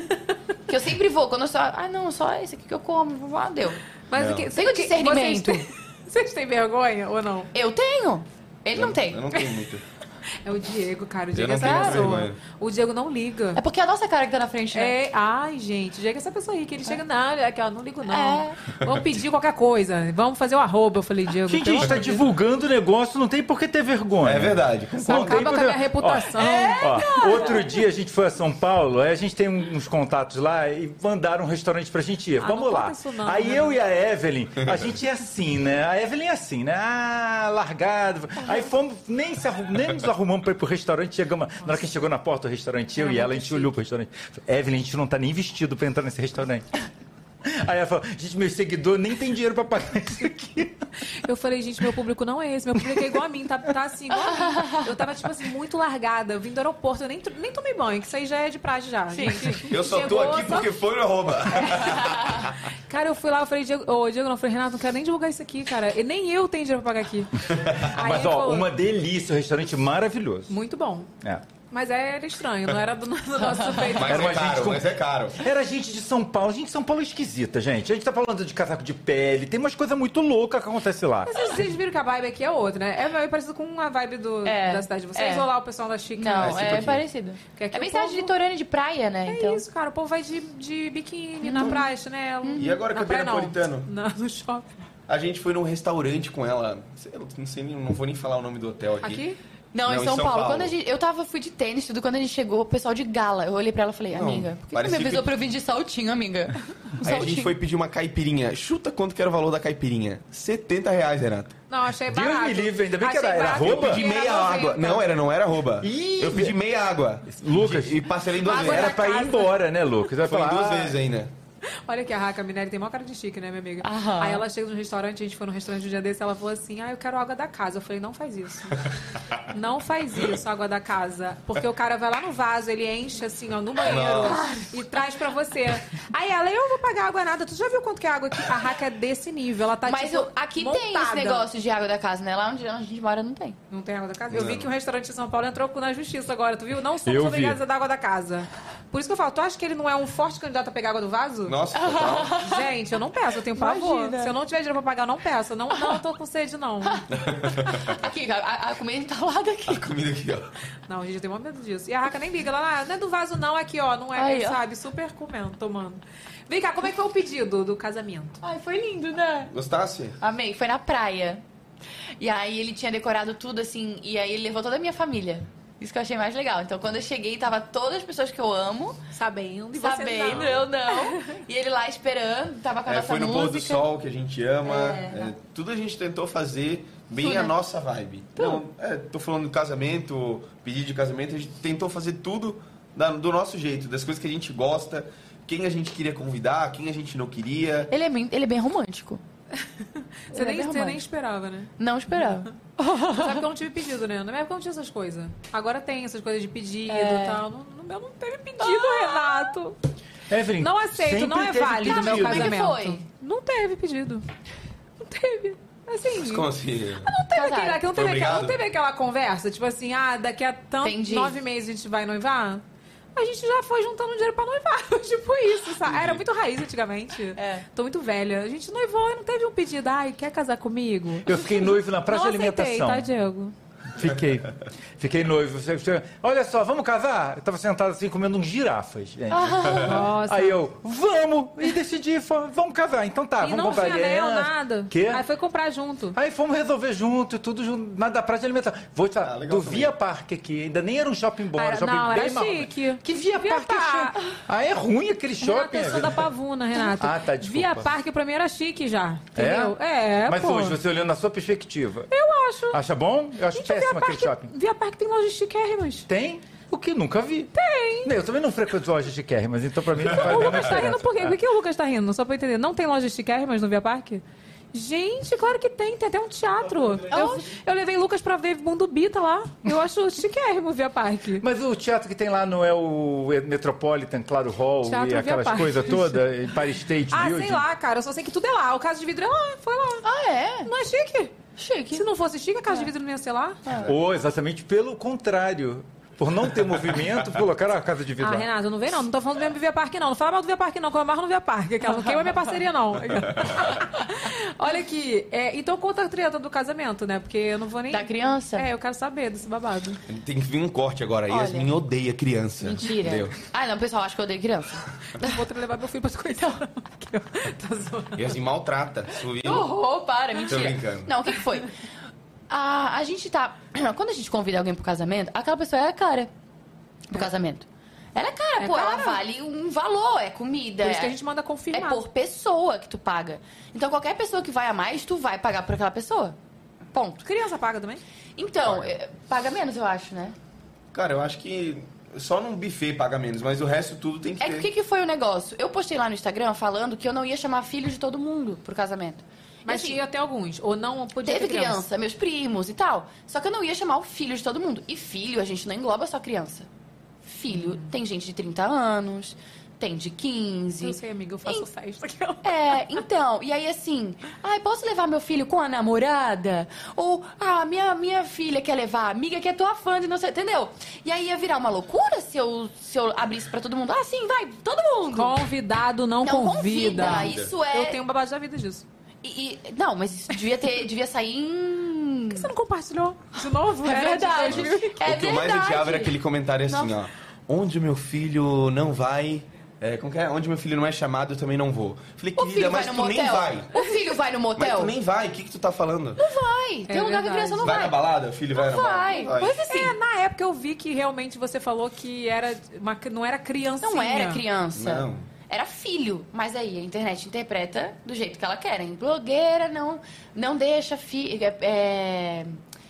Speaker 6: que eu sempre vou, quando eu só. Ah, não, só esse aqui que eu como. Ah, deu.
Speaker 1: Mas
Speaker 6: Não.
Speaker 1: o que,
Speaker 6: Tem o
Speaker 1: que-
Speaker 6: discernimento.
Speaker 1: Vocês têm, (laughs) vocês têm vergonha ou não?
Speaker 6: Eu tenho. Ele não tem.
Speaker 5: Eu não tenho muito.
Speaker 1: É o Diego, cara. O
Speaker 5: Eu
Speaker 1: Diego é
Speaker 5: não
Speaker 1: essa
Speaker 5: tenho
Speaker 1: pessoa.
Speaker 5: vergonha.
Speaker 1: O Diego não liga.
Speaker 6: É porque é a nossa cara que tá na frente, né?
Speaker 1: É, ai, gente, o Diego é essa pessoa aí, que ele chega na área, que ó, não ligo não. Vamos pedir qualquer coisa, vamos fazer o arroba. Eu falei, Diego,
Speaker 2: Gente, a
Speaker 1: pelo
Speaker 2: gente tá
Speaker 1: amor de Deus.
Speaker 2: divulgando o negócio, não tem por que ter vergonha. É
Speaker 5: verdade.
Speaker 1: Só acaba com a minha reputação. É,
Speaker 2: outro dia a gente foi a São Paulo, aí a gente tem um- uns contatos lá e mandaram um restaurante pra gente ir.
Speaker 1: Ah,
Speaker 2: Vamos
Speaker 1: não
Speaker 2: lá.
Speaker 1: conta isso não,
Speaker 2: aí
Speaker 1: né?
Speaker 2: eu e a Evelyn, a gente é assim, né? A Evelyn é assim, né? Ah, largado. Aí fomos, nem, se arrum, nem nos arrumamos pra ir pro restaurante. Chegamos, na hora que a gente chegou na porta do restaurante, eu e ela, a gente olhou pro restaurante. Evelyn, a gente não tá nem vestido pra entrar nesse restaurante. Aí ela falou, gente, meu seguidor nem tem dinheiro pra pagar isso aqui.
Speaker 1: Eu falei, gente, meu público não é esse, meu público é igual a mim, tá, tá assim, igual a mim. Eu tava, tipo assim, muito largada, eu vim do aeroporto, eu nem, to- nem tomei banho, que isso aí já é de praia já. gente.
Speaker 5: Eu só tô
Speaker 1: Chegou,
Speaker 5: aqui
Speaker 1: só-
Speaker 5: porque foi no
Speaker 6: (laughs)
Speaker 5: arroba.
Speaker 1: Cara, eu fui lá, eu falei, Diego, ô, Diego, não, eu falei, Renato, não quero nem divulgar isso aqui, cara. E nem eu tenho dinheiro pra pagar
Speaker 5: (laughs)
Speaker 1: aqui.
Speaker 2: Ah, Mas, ó, uma delícia, um restaurante maravilhoso.
Speaker 1: Muito bom.
Speaker 2: É.
Speaker 1: Mas era estranho, não era do, (laughs) do nosso peito.
Speaker 5: Mas é caro, mas é caro.
Speaker 2: Era gente de São Paulo. Gente de São Paulo é esquisita, gente. A gente tá falando de casaco de pele. Tem umas coisas muito loucas que acontecem lá.
Speaker 1: Mas vocês- vocês viram que a vibe aqui é outra, né? É meio parecido com a vibe do,
Speaker 6: É,
Speaker 1: da cidade de vocês
Speaker 6: é.
Speaker 1: ou lá o pessoal da Chica?
Speaker 6: Não, é, parecido. É bem cidade litorânea de praia, né?
Speaker 1: É
Speaker 6: então.
Speaker 1: isso, cara. O povo vai de, de biquíni na praia, chinelo.
Speaker 5: E agora
Speaker 1: na
Speaker 5: que eu vi
Speaker 1: praia, não.
Speaker 5: napolitano?
Speaker 1: Não, no shopping.
Speaker 5: A gente foi num restaurante com ela. Sei lá, Não sei nem, não vou nem falar o nome do hotel aqui.
Speaker 1: Aqui?
Speaker 6: Não, em
Speaker 5: Não,
Speaker 6: São, Paulo. Quando a gente, eu tava, fui de tênis, tudo. Quando a gente chegou, o pessoal de gala. Eu olhei pra ela e falei,
Speaker 5: Não,
Speaker 6: amiga, por que você me
Speaker 5: parecia
Speaker 6: avisou
Speaker 5: que-
Speaker 6: pra eu vir de
Speaker 5: (laughs)
Speaker 6: saltinho, amiga? Um
Speaker 5: Aí a gente
Speaker 6: saltinho.
Speaker 5: foi pedir uma caipirinha. Chuta quanto que era o valor da caipirinha? 70 reais, Renato.
Speaker 1: Não, achei
Speaker 5: Deus
Speaker 1: barato.
Speaker 5: me livre, ainda bem que era,
Speaker 1: Achei
Speaker 5: era
Speaker 1: barato
Speaker 5: arroba? Eu
Speaker 1: porque
Speaker 5: pedi meia
Speaker 1: era
Speaker 5: água.
Speaker 1: 90.
Speaker 5: Não, era, não era arroba. eu pedi meia água. Lucas. e parcelei em duas
Speaker 1: Água
Speaker 5: vezes.
Speaker 1: da Era pra ir casa.
Speaker 2: embora, né, Lucas? Vai
Speaker 5: Foi em
Speaker 2: falar,
Speaker 5: duas
Speaker 2: ah,
Speaker 5: vezes ainda.
Speaker 1: Olha que a Raca Minelli tem maior cara de chique, né, minha amiga?
Speaker 6: Aham.
Speaker 1: Aí ela chega no restaurante, a gente foi no restaurante um dia desse, ela falou assim, ah, eu quero água da casa. Eu falei, não faz
Speaker 6: (laughs)
Speaker 1: isso. não faz isso, água da casa. Porque o cara vai lá no vaso, ele enche assim, ó, no banheiro
Speaker 13: Nossa.
Speaker 1: e traz pra você. Aí ela, eu vou pagar água nada. Tu já viu quanto que é água aqui? A Raca é desse nível, ela tá,
Speaker 6: Mas
Speaker 1: tipo,
Speaker 6: eu- aqui tem esse
Speaker 1: montada.
Speaker 6: negócio de água da casa, né? Lá onde a gente mora
Speaker 5: (laughs)
Speaker 6: não tem.
Speaker 1: Não tem água da casa? Eu vi
Speaker 6: Não.
Speaker 1: que o restaurante de São Paulo entrou na justiça agora, tu viu? Não somos
Speaker 2: Eu vi.
Speaker 1: obrigados a dar água da casa. Por isso que eu falo, tu acha que ele não é um forte candidato a pegar água do vaso?
Speaker 5: Nossa, total.
Speaker 1: Gente, eu não peço, eu tenho pavor.
Speaker 6: Imagina.
Speaker 1: Se eu não tiver dinheiro pra pagar, eu não peço. Não, não, eu tô com sede, não.
Speaker 6: Aqui, a, a comida tá lá daqui.
Speaker 5: A comida aqui, ó.
Speaker 1: Não, gente, eu tenho maior medo disso. E a Raca nem liga, ela ah, não é do vaso, não, aqui, ó, não é,
Speaker 6: Aí, ó.
Speaker 1: sabe? Super comendo, tomando. Vem cá, como é que foi o pedido do casamento?
Speaker 6: Ai, foi lindo, né?
Speaker 5: Gostasse?
Speaker 6: Amei, foi na praia. E aí ele tinha decorado tudo assim, e aí ele levou toda a minha família. Isso que eu achei mais legal. Então quando eu cheguei, tava todas as pessoas que eu amo.
Speaker 1: Sabendo,
Speaker 6: e
Speaker 1: você não.
Speaker 6: eu não. E ele lá esperando, tava com a
Speaker 5: É,
Speaker 6: nossa
Speaker 5: foi no pôr do
Speaker 6: música.
Speaker 5: sol que a gente ama.
Speaker 6: É.
Speaker 5: é, tudo a gente tentou fazer bem
Speaker 6: Tudo.
Speaker 5: a nossa vibe. Não, é, tô falando do casamento, pedido de casamento, a gente tentou fazer tudo da- do nosso jeito, das coisas que a gente gosta, quem a gente queria convidar, quem a gente não queria.
Speaker 6: Ele é, bem, ele é bem romântico.
Speaker 1: Você
Speaker 6: Ele
Speaker 1: nem,
Speaker 6: é bem
Speaker 1: você nem
Speaker 6: romântico.
Speaker 1: esperava, né?
Speaker 6: Não esperava.
Speaker 1: Sabe que eu não tive pedido, né? Na minha época eu não tinha essas coisas. Agora tem essas coisas de pedido e
Speaker 6: É. Ah.
Speaker 1: tal. No, no meu não teve pedido, Renato.
Speaker 2: Evelyn,
Speaker 1: Não aceito,
Speaker 2: sempre
Speaker 1: não é
Speaker 2: teve né?
Speaker 1: válido o
Speaker 2: pedido.
Speaker 6: Tá,
Speaker 1: meu casamento. Não teve pedido. Não teve. Assim.
Speaker 5: Mas como assim?
Speaker 1: Não teve, aquele, aquele- não, teve
Speaker 5: Foi
Speaker 1: aquela, não
Speaker 5: obrigado?
Speaker 1: teve aquela conversa, tipo assim, ah, daqui a tanto,
Speaker 6: Entendi.
Speaker 1: nove meses a gente vai noivar? A gente já foi juntando dinheiro pra noivar, (laughs) tipo isso, sabe? Era muito raiz antigamente. Tô muito velha. A gente noivou e não teve um pedido, ai, quer casar comigo?
Speaker 2: Eu fiquei noivo na praça
Speaker 1: não
Speaker 2: de
Speaker 1: aceitei,
Speaker 2: alimentação.
Speaker 1: tá,
Speaker 2: (laughs)
Speaker 1: Diego?
Speaker 2: Fiquei. Fiquei noivo. Você- você- Olha só, vamos casar? Eu tava sentado assim comendo uns girafas, gente.
Speaker 1: Ah, nossa.
Speaker 2: Aí eu, vamos! E decidi, fa- vamos casar. Então tá,
Speaker 1: e
Speaker 2: vamos
Speaker 1: não
Speaker 2: comprar
Speaker 1: tinha anel,
Speaker 2: aliança.
Speaker 1: nada.
Speaker 2: Quê?
Speaker 1: Aí foi comprar junto.
Speaker 2: Aí fomos resolver junto, tudo junto, nada da praça de alimentação. Vou te falar, do Via Parque aqui, ainda nem era um shopping bom, era um
Speaker 1: Era,
Speaker 2: shopping
Speaker 1: não,
Speaker 2: bem
Speaker 1: era
Speaker 2: marrom.
Speaker 1: chique.
Speaker 2: Que via, parque é chique. Ah, é ruim aquele shopping.
Speaker 1: Renato, eu
Speaker 2: né?
Speaker 1: sou
Speaker 2: Evelyn.
Speaker 1: da Pavuna, Renato.
Speaker 2: Ah, tá, desculpa.
Speaker 1: Via Parque pra mim era chique já,
Speaker 2: É?
Speaker 1: entendeu? É,
Speaker 2: Mas
Speaker 1: pô.
Speaker 2: hoje, você olhando na sua perspectiva,
Speaker 1: Eu acho.
Speaker 2: acha bom? Eu acho péssimo aquele shopping.
Speaker 1: Via Então, Parque tem lojas chiquérrimas.
Speaker 2: Tem? O que nunca vi. Tem. Eu também não frequento lojas de quer, mas então pra É. mim não faz a
Speaker 1: O
Speaker 2: menor
Speaker 1: Lucas tá rindo
Speaker 2: diferença.
Speaker 1: por quê? Por que o Lucas tá rindo? Só pra eu entender. Não tem loja chiquérrimas no Via Parque? Gente, claro que tem. Tem até um teatro. Eu, eu levei o Lucas pra ver Mundo Bita lá. Eu acho chiquérrimo o Via Parque.
Speaker 2: Mas o teatro que tem lá não é o Metropolitan, Claro Hall
Speaker 1: Teatro
Speaker 2: e
Speaker 1: Via
Speaker 2: aquelas
Speaker 1: Parque.
Speaker 2: coisas todas, em Paris State
Speaker 1: Ah,
Speaker 2: Building?
Speaker 1: sei lá, cara. Eu só sei que tudo é lá. O Caso de Vidro é lá. Foi lá.
Speaker 6: Ah, é?
Speaker 1: Não é chique?
Speaker 6: Chique.
Speaker 1: Se não fosse chique, a Casa de Vidro não ia ser lá?
Speaker 2: Ou exatamente pelo contrário. Por não ter movimento, colocaram a casa de vidro.
Speaker 1: Ah,
Speaker 2: lá.
Speaker 1: Renato, eu não vem não. Não tô falando do mesmo Via Parque, não. Não fala mal do Via Parque, não. Que eu amarro no Via Parque. Aquela não queima minha parceria,
Speaker 2: (laughs)
Speaker 1: não. Olha aqui. é, então conta a treta do casamento, né? Porque eu não vou nem... Da
Speaker 6: criança?
Speaker 1: É, eu quero saber desse babado.
Speaker 5: Tem que vir um corte agora.
Speaker 6: Olha.
Speaker 5: Yasmin odeia criança.
Speaker 6: Mentira.
Speaker 5: Entendeu?
Speaker 6: Ah, não, pessoal, acho que eu odeio criança.
Speaker 1: Vou levar meu filho pra coisa. (laughs)
Speaker 5: Yasmin maltrata. Isso
Speaker 6: Que horror, para, mentira.
Speaker 5: Tô brincando.
Speaker 6: Não, o que, que foi? A, a gente tá. (clears throat) Quando a gente convida alguém pro casamento, aquela pessoa é a cara do casamento. Ela é cara,
Speaker 1: É
Speaker 6: pô, ela
Speaker 1: cara.
Speaker 6: vale um valor, é comida.
Speaker 1: Por isso que a
Speaker 6: é-
Speaker 1: gente manda confirmar.
Speaker 6: É por pessoa que tu paga. Então qualquer pessoa que vai a mais, tu vai pagar por aquela pessoa. Ponto.
Speaker 1: Criança paga também?
Speaker 6: Então, é, paga menos, eu acho, né?
Speaker 5: Cara, eu acho que só num buffet paga menos, mas o resto tudo tem que
Speaker 6: É
Speaker 5: ter.
Speaker 6: que o que, que foi o negócio? Eu postei lá no Instagram falando que eu não ia chamar filho de todo mundo pro casamento. assim,
Speaker 1: Mas tinha até alguns. Ou não podia
Speaker 6: Teve
Speaker 1: ter criança.
Speaker 6: criança. meus primos e tal. Só que eu não ia chamar o filho de todo mundo. E filho, a gente não engloba só criança. Filho,
Speaker 1: Uhum.
Speaker 6: tem gente de 30 anos, tem de 15.
Speaker 1: Eu sei, amiga, eu faço festa.
Speaker 6: É, então, e aí assim, ai, posso levar meu filho com a namorada? Ou, ah, minha, minha filha quer levar a amiga que é tua fã de não sei, entendeu? E aí ia virar uma loucura se eu, se eu abrisse pra todo mundo. Ah, sim, vai, todo mundo.
Speaker 1: Convidado não,
Speaker 6: Não convida,
Speaker 1: convida.
Speaker 6: isso é-
Speaker 1: Eu tenho um babado da vida disso.
Speaker 6: E, e- não, mas isso devia ter, devia
Speaker 1: (laughs)
Speaker 6: sair em... Por que
Speaker 1: você não compartilhou de novo?
Speaker 6: É
Speaker 1: Era de
Speaker 6: verdade.
Speaker 1: dois mil e
Speaker 6: É
Speaker 5: o que eu mais
Speaker 6: verdade.
Speaker 5: odiava era aquele comentário assim,
Speaker 6: Nossa.
Speaker 5: ó. Onde meu filho não vai. É, como que é? Onde meu filho não é chamado, eu também não vou. Falei,
Speaker 6: O filho
Speaker 5: querida, mas
Speaker 6: vai
Speaker 5: tu
Speaker 6: no
Speaker 5: nem
Speaker 6: motel?
Speaker 5: vai.
Speaker 6: O filho filho vai no
Speaker 5: Mas
Speaker 6: motel?
Speaker 5: tu nem vai, o que, que tu tá falando?
Speaker 6: Não vai. Tem
Speaker 1: É
Speaker 6: um lugar que
Speaker 1: verdade.
Speaker 6: a criança não
Speaker 5: vai
Speaker 6: vai.
Speaker 5: na balada, filho? Vai na
Speaker 6: vai.
Speaker 5: balada?
Speaker 6: Pois assim.
Speaker 1: É, na época eu vi que realmente você falou que era uma, cri- não era criança.
Speaker 6: Não era criança.
Speaker 5: Não.
Speaker 6: Era filho. Mas aí a internet interpreta do jeito que ela quer. hein? Blogueira não, não deixa filho.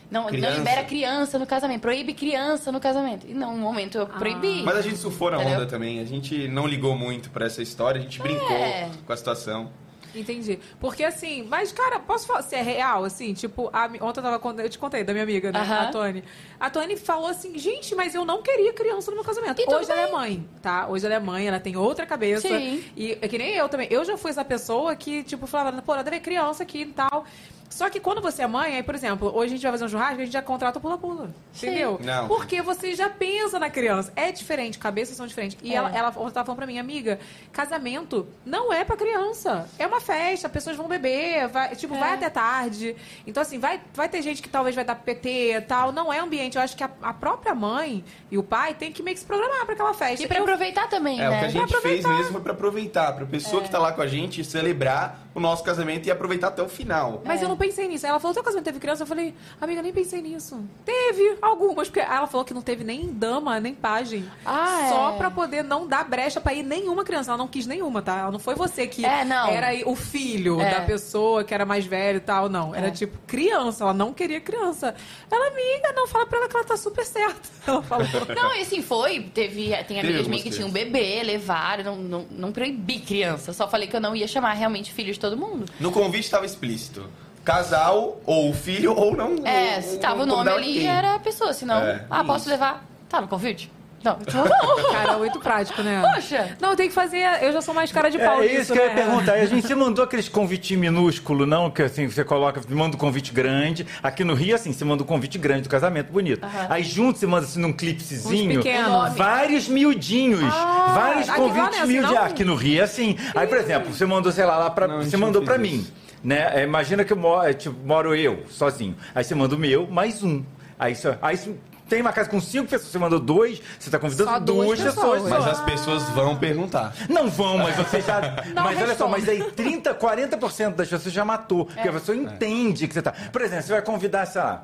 Speaker 6: não, não
Speaker 5: Criança.
Speaker 6: libera criança no casamento. Proíbe criança no casamento. E não, no momento eu proibi.
Speaker 5: Mas a gente surfou na
Speaker 6: Entendeu?
Speaker 5: onda também. A gente não ligou muito pra essa história, a gente brincou
Speaker 1: É.
Speaker 5: com a situação.
Speaker 1: Entendi. Porque assim, mas cara, posso falar se é real, assim, tipo, a mi- ontem eu tava contando, eu te contei da minha amiga, né,
Speaker 6: Aham.
Speaker 1: a Tony. A Tony falou assim, gente, mas eu não queria criança no meu casamento.
Speaker 6: E tudo
Speaker 1: Hoje ela é
Speaker 6: bem.
Speaker 1: mãe, tá? Hoje ela é mãe, ela tem outra cabeça.
Speaker 6: Sim.
Speaker 1: E é que nem eu também. Eu já fui essa pessoa que, tipo, falava, pô, nada a ver criança aqui e tal. Só que quando você é mãe, aí, por exemplo, hoje a gente vai fazer um churrasco, a gente já contrata o pula-pula.
Speaker 6: Sim.
Speaker 1: Entendeu?
Speaker 6: Não.
Speaker 1: Porque você já pensa na criança. É diferente, cabeças são diferentes. E
Speaker 6: É.
Speaker 1: ela, ela ontem tava falando pra mim, amiga, casamento não é pra criança. É uma festa, pessoas vão beber, vai, tipo,
Speaker 6: É.
Speaker 1: vai até tarde. Então, assim, vai, vai ter gente que talvez vai dar PT e tal. Não é ambiente. Eu acho que a, a própria mãe e o pai tem que meio que se programar pra aquela festa.
Speaker 6: E pra
Speaker 1: Eu-
Speaker 6: aproveitar também,
Speaker 5: É, o
Speaker 6: né?
Speaker 5: que a gente fez mesmo foi pra aproveitar, pra pessoa que tá lá com a gente celebrar o nosso casamento e aproveitar até o final.
Speaker 1: Mas eu não pensei nisso. Aí Ela falou, teu casamento teve criança? Eu falei, amiga, nem pensei nisso. Teve algumas, porque ela falou que não teve nem dama, nem pajem.
Speaker 6: Ah,
Speaker 1: só
Speaker 6: é.
Speaker 1: pra poder não dar brecha pra ir nenhuma criança. Ela não quis nenhuma, tá? Ela não foi você que
Speaker 6: É, não.
Speaker 1: era o filho
Speaker 6: É.
Speaker 1: da pessoa que era mais velho e tal, não. Era
Speaker 6: É.
Speaker 1: tipo criança, ela não queria criança. Ela, amiga, não, fala pra ela que ela tá super certa. (laughs) Ela falou.
Speaker 6: Não, e assim, foi. Teve, tem amigas
Speaker 1: algumas
Speaker 6: minhas que tinham um bebê, levaram. Não, não, não proibi criança. Só falei que eu não ia chamar realmente filho de todo mundo.
Speaker 5: No convite tava explícito. Casal, ou filho, ou não.
Speaker 6: É, se tava o nome
Speaker 5: convidava
Speaker 6: ali,
Speaker 5: ninguém.
Speaker 6: era a pessoa. Senão,
Speaker 5: É,
Speaker 6: ah, posso levar? Tá no convite? Não,
Speaker 1: (laughs)
Speaker 6: não.
Speaker 1: Cara, é muito prático, né?
Speaker 6: Poxa!
Speaker 1: Não, tem que fazer. Eu já sou mais cara de pau
Speaker 2: É
Speaker 1: nisso,
Speaker 2: isso que eu ia
Speaker 1: né?
Speaker 2: perguntar. A gente você mandou aqueles convite minúsculo, não? Que assim, você coloca, manda um convite grande. Aqui no Rio, assim, você manda um convite grande do casamento, bonito.
Speaker 1: Aham.
Speaker 2: Aí junto você manda assim num clipezinho.
Speaker 1: Uns pequenos.
Speaker 2: Vários miudinhos.
Speaker 1: Ah,
Speaker 2: vários
Speaker 1: aqui
Speaker 2: convites
Speaker 1: rola essa,
Speaker 2: miudinhos.
Speaker 1: não?
Speaker 2: Aqui no Rio é assim. Aí, por exemplo, você mandou, sei lá, lá pra. você mandou pra mim. Né? É, imagina que eu moro, é, tipo, moro eu, sozinho. Aí você manda o meu, mais um. Aí, só, aí você tem uma casa com cinco pessoas, você mandou dois, você tá convidando
Speaker 5: Só
Speaker 2: duas, pessoas.
Speaker 5: Mas as pessoas vão perguntar.
Speaker 2: Não vão, mas você já.
Speaker 5: Não
Speaker 2: mas olha só,
Speaker 5: responde.
Speaker 2: mas aí 30, 40% das pessoas já matou. Porque
Speaker 5: É.
Speaker 2: a pessoa entende que você tá. Por exemplo, você vai convidar, sei lá.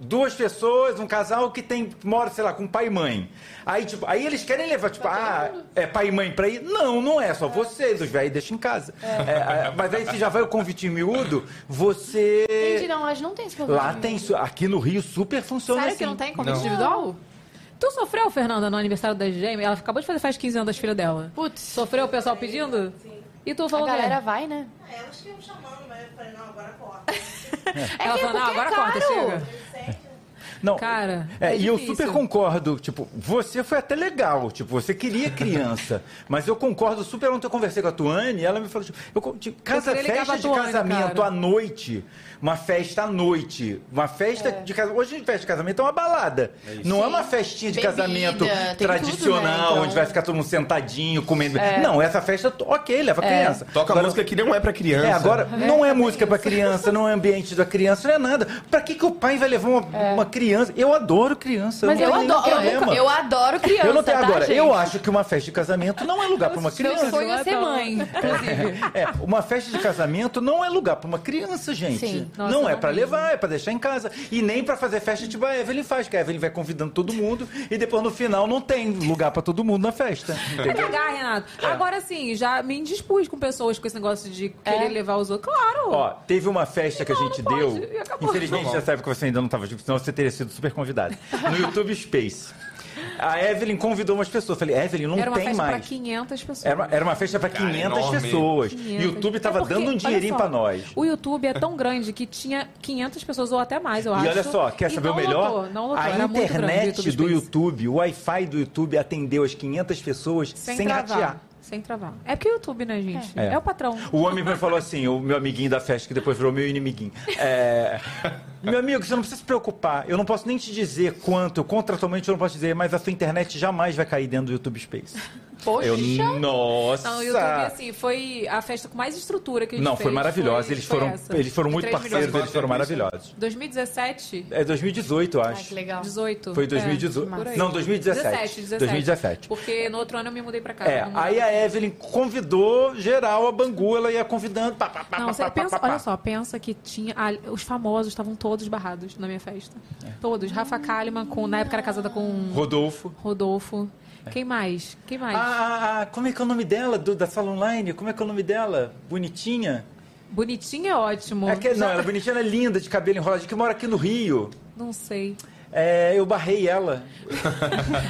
Speaker 2: Duas pessoas, um casal que tem mora, sei lá, com pai e mãe. Aí, tipo, aí eles querem levar, tipo, ah, é pai e mãe pra ir? Não, não é, só vocês, os velhos deixam em casa. É, é, mas aí você já vai o convite miúdo, você.
Speaker 6: Gente, não, mas não tem esse problema.
Speaker 2: Lá tem. su- Aqui no Rio super funciona.
Speaker 1: Sério que
Speaker 2: assim.
Speaker 1: não tem convite individual? Tu sofreu, Fernanda, no aniversário da gêmea? Ela acabou de fazer faz 15 anos das filhas dela. Putz. Sofreu o pessoal pedindo? Sim. E tu falou
Speaker 6: A galera
Speaker 1: que...
Speaker 6: vai, né?
Speaker 11: É, elas ficam chamando, mas eu falei, não, agora corta.
Speaker 1: Ela
Speaker 11: que é
Speaker 1: falou, não,
Speaker 11: porque é
Speaker 1: agora corta,
Speaker 11: caro.
Speaker 1: chega.
Speaker 2: Não,
Speaker 1: Cara,
Speaker 2: É,
Speaker 1: é
Speaker 2: e eu
Speaker 1: difícil.
Speaker 2: super concordo. Tipo, você foi até legal. Tipo, você queria criança. mas eu concordo super. Ontem eu conversei com a Tuane e ela me falou: tipo, eu, co- tipo, casa,
Speaker 1: queria ligar
Speaker 2: festa
Speaker 1: pra
Speaker 2: de
Speaker 1: Tuane,
Speaker 2: casamento
Speaker 1: cara.
Speaker 2: à noite. Uma festa à noite. Uma festa de casamento. Hoje, festa de casamento é uma balada. Não é uma festinha de
Speaker 6: Bebida,
Speaker 2: casamento
Speaker 6: tem tudo,
Speaker 2: tradicional,
Speaker 6: né, então.
Speaker 2: onde vai ficar todo mundo sentadinho, comendo.
Speaker 6: É.
Speaker 2: Não, essa festa, ok, leva
Speaker 6: É.
Speaker 2: criança.
Speaker 5: Toca música que não é pra criança.
Speaker 2: É, agora, não é música pra criança, não é ambiente da criança, não é nada. Pra que, que o pai vai levar uma, uma criança? Eu adoro criança.
Speaker 6: É. Mas
Speaker 2: não
Speaker 6: eu
Speaker 2: tem nenhum
Speaker 6: adoro, eu,
Speaker 2: problema.
Speaker 6: nunca- eu adoro criança.
Speaker 2: Eu não tenho
Speaker 6: tá,
Speaker 2: agora.
Speaker 6: gente?
Speaker 2: Eu acho que uma festa de casamento não é lugar pra uma criança.
Speaker 6: Meu sonho é ser
Speaker 1: (laughs)
Speaker 6: mãe.
Speaker 2: (laughs) É, é, uma festa de casamento não é lugar pra uma criança, gente.
Speaker 6: Sim.
Speaker 2: Não
Speaker 6: Nossa,
Speaker 2: é pra levar, é pra deixar em casa. E nem pra fazer festa tipo a Evelyn faz, que a Evelyn vai convidando todo mundo e depois no final não tem lugar pra todo mundo na festa.
Speaker 1: Vai
Speaker 2: entendeu?
Speaker 1: cagar, Renato. Agora sim, já me indispus com pessoas com esse negócio de querer levar os outros. Claro!
Speaker 2: Ó, teve uma festa que a gente
Speaker 1: pode,
Speaker 2: deu.
Speaker 1: e acabou.
Speaker 2: Infelizmente,
Speaker 1: Tá bom.
Speaker 2: você sabe que você ainda não estava junto, senão você teria sido super
Speaker 1: (laughs)
Speaker 2: convidado. No YouTube Space. A Evelyn convidou umas pessoas. Eu Falei, Evelyn, não
Speaker 1: era uma
Speaker 2: tem
Speaker 1: festa pra
Speaker 2: mais.
Speaker 1: 500 pessoas.
Speaker 2: Era, uma- era uma festa pra
Speaker 5: Cara, é
Speaker 2: 500
Speaker 5: enorme.
Speaker 2: pessoas.
Speaker 1: 500.
Speaker 2: YouTube tava
Speaker 1: É porque,
Speaker 2: dando um dinheirinho
Speaker 1: olha só,
Speaker 2: pra nós.
Speaker 1: O YouTube é tão grande que tinha 500 pessoas ou até mais, eu acho.
Speaker 2: E olha só, quer
Speaker 1: E
Speaker 2: saber o
Speaker 1: não
Speaker 2: melhor?
Speaker 1: lotou, não lotou,
Speaker 2: a
Speaker 1: era muito grande o
Speaker 2: internet
Speaker 1: YouTube
Speaker 2: do
Speaker 1: Space.
Speaker 2: YouTube, o Wi-Fi do YouTube atendeu as 500 pessoas sem,
Speaker 1: Sem, travar.
Speaker 2: ratear.
Speaker 1: Sem travar. É porque o YouTube, né, gente?
Speaker 2: É.
Speaker 1: É, o patrão.
Speaker 2: O homem me falou assim, o meu amiguinho da festa, que depois virou meu inimiguinho. É, meu amigo, você não precisa se preocupar. Eu não posso nem te dizer quanto, contratualmente eu não posso dizer, mas a sua internet jamais vai cair dentro do YouTube Space.
Speaker 1: Poxa!
Speaker 2: Eu, nossa!
Speaker 1: Não, o YouTube, assim, foi a festa com mais estrutura que a gente
Speaker 2: Não,
Speaker 1: fez.
Speaker 2: foi maravilhosa. eles,
Speaker 1: foi
Speaker 2: foram,
Speaker 1: essa.
Speaker 2: eles foram
Speaker 1: Com
Speaker 2: muito
Speaker 1: três
Speaker 2: parceiros,
Speaker 1: milhões.
Speaker 2: eles foram maravilhosos.
Speaker 1: 2017?
Speaker 2: É 2018, eu acho.
Speaker 1: Ah, legal. 18.
Speaker 2: Foi 2018.
Speaker 1: É. por aí.
Speaker 2: Não, 2017. 2017.
Speaker 1: Porque no outro ano eu me mudei pra cá.
Speaker 2: É, aí a Evelyn convidou geral a Bangu, ela ia convidando. Pá, pá, pá,
Speaker 1: Não,
Speaker 2: pá,
Speaker 1: você
Speaker 2: pá,
Speaker 1: pensa,
Speaker 2: pá, pá.
Speaker 1: olha só, pensa que tinha. ah, os famosos estavam todos barrados na minha festa.
Speaker 2: É.
Speaker 1: Todos. Rafa Kalimann, com, na época era casada com.
Speaker 2: Rodolfo.
Speaker 1: Rodolfo. Quem mais? Quem mais?
Speaker 2: É. Ah, ah, ah, como é que é o nome dela, do, da sala online? Como é que é o nome dela? Bonitinha?
Speaker 1: Bonitinha é ótimo.
Speaker 2: É que- não,
Speaker 1: Já-
Speaker 2: ela é bonitinha, ela é linda, de cabelo enrolado, que mora aqui no Rio.
Speaker 1: Não sei.
Speaker 2: É, eu barrei ela.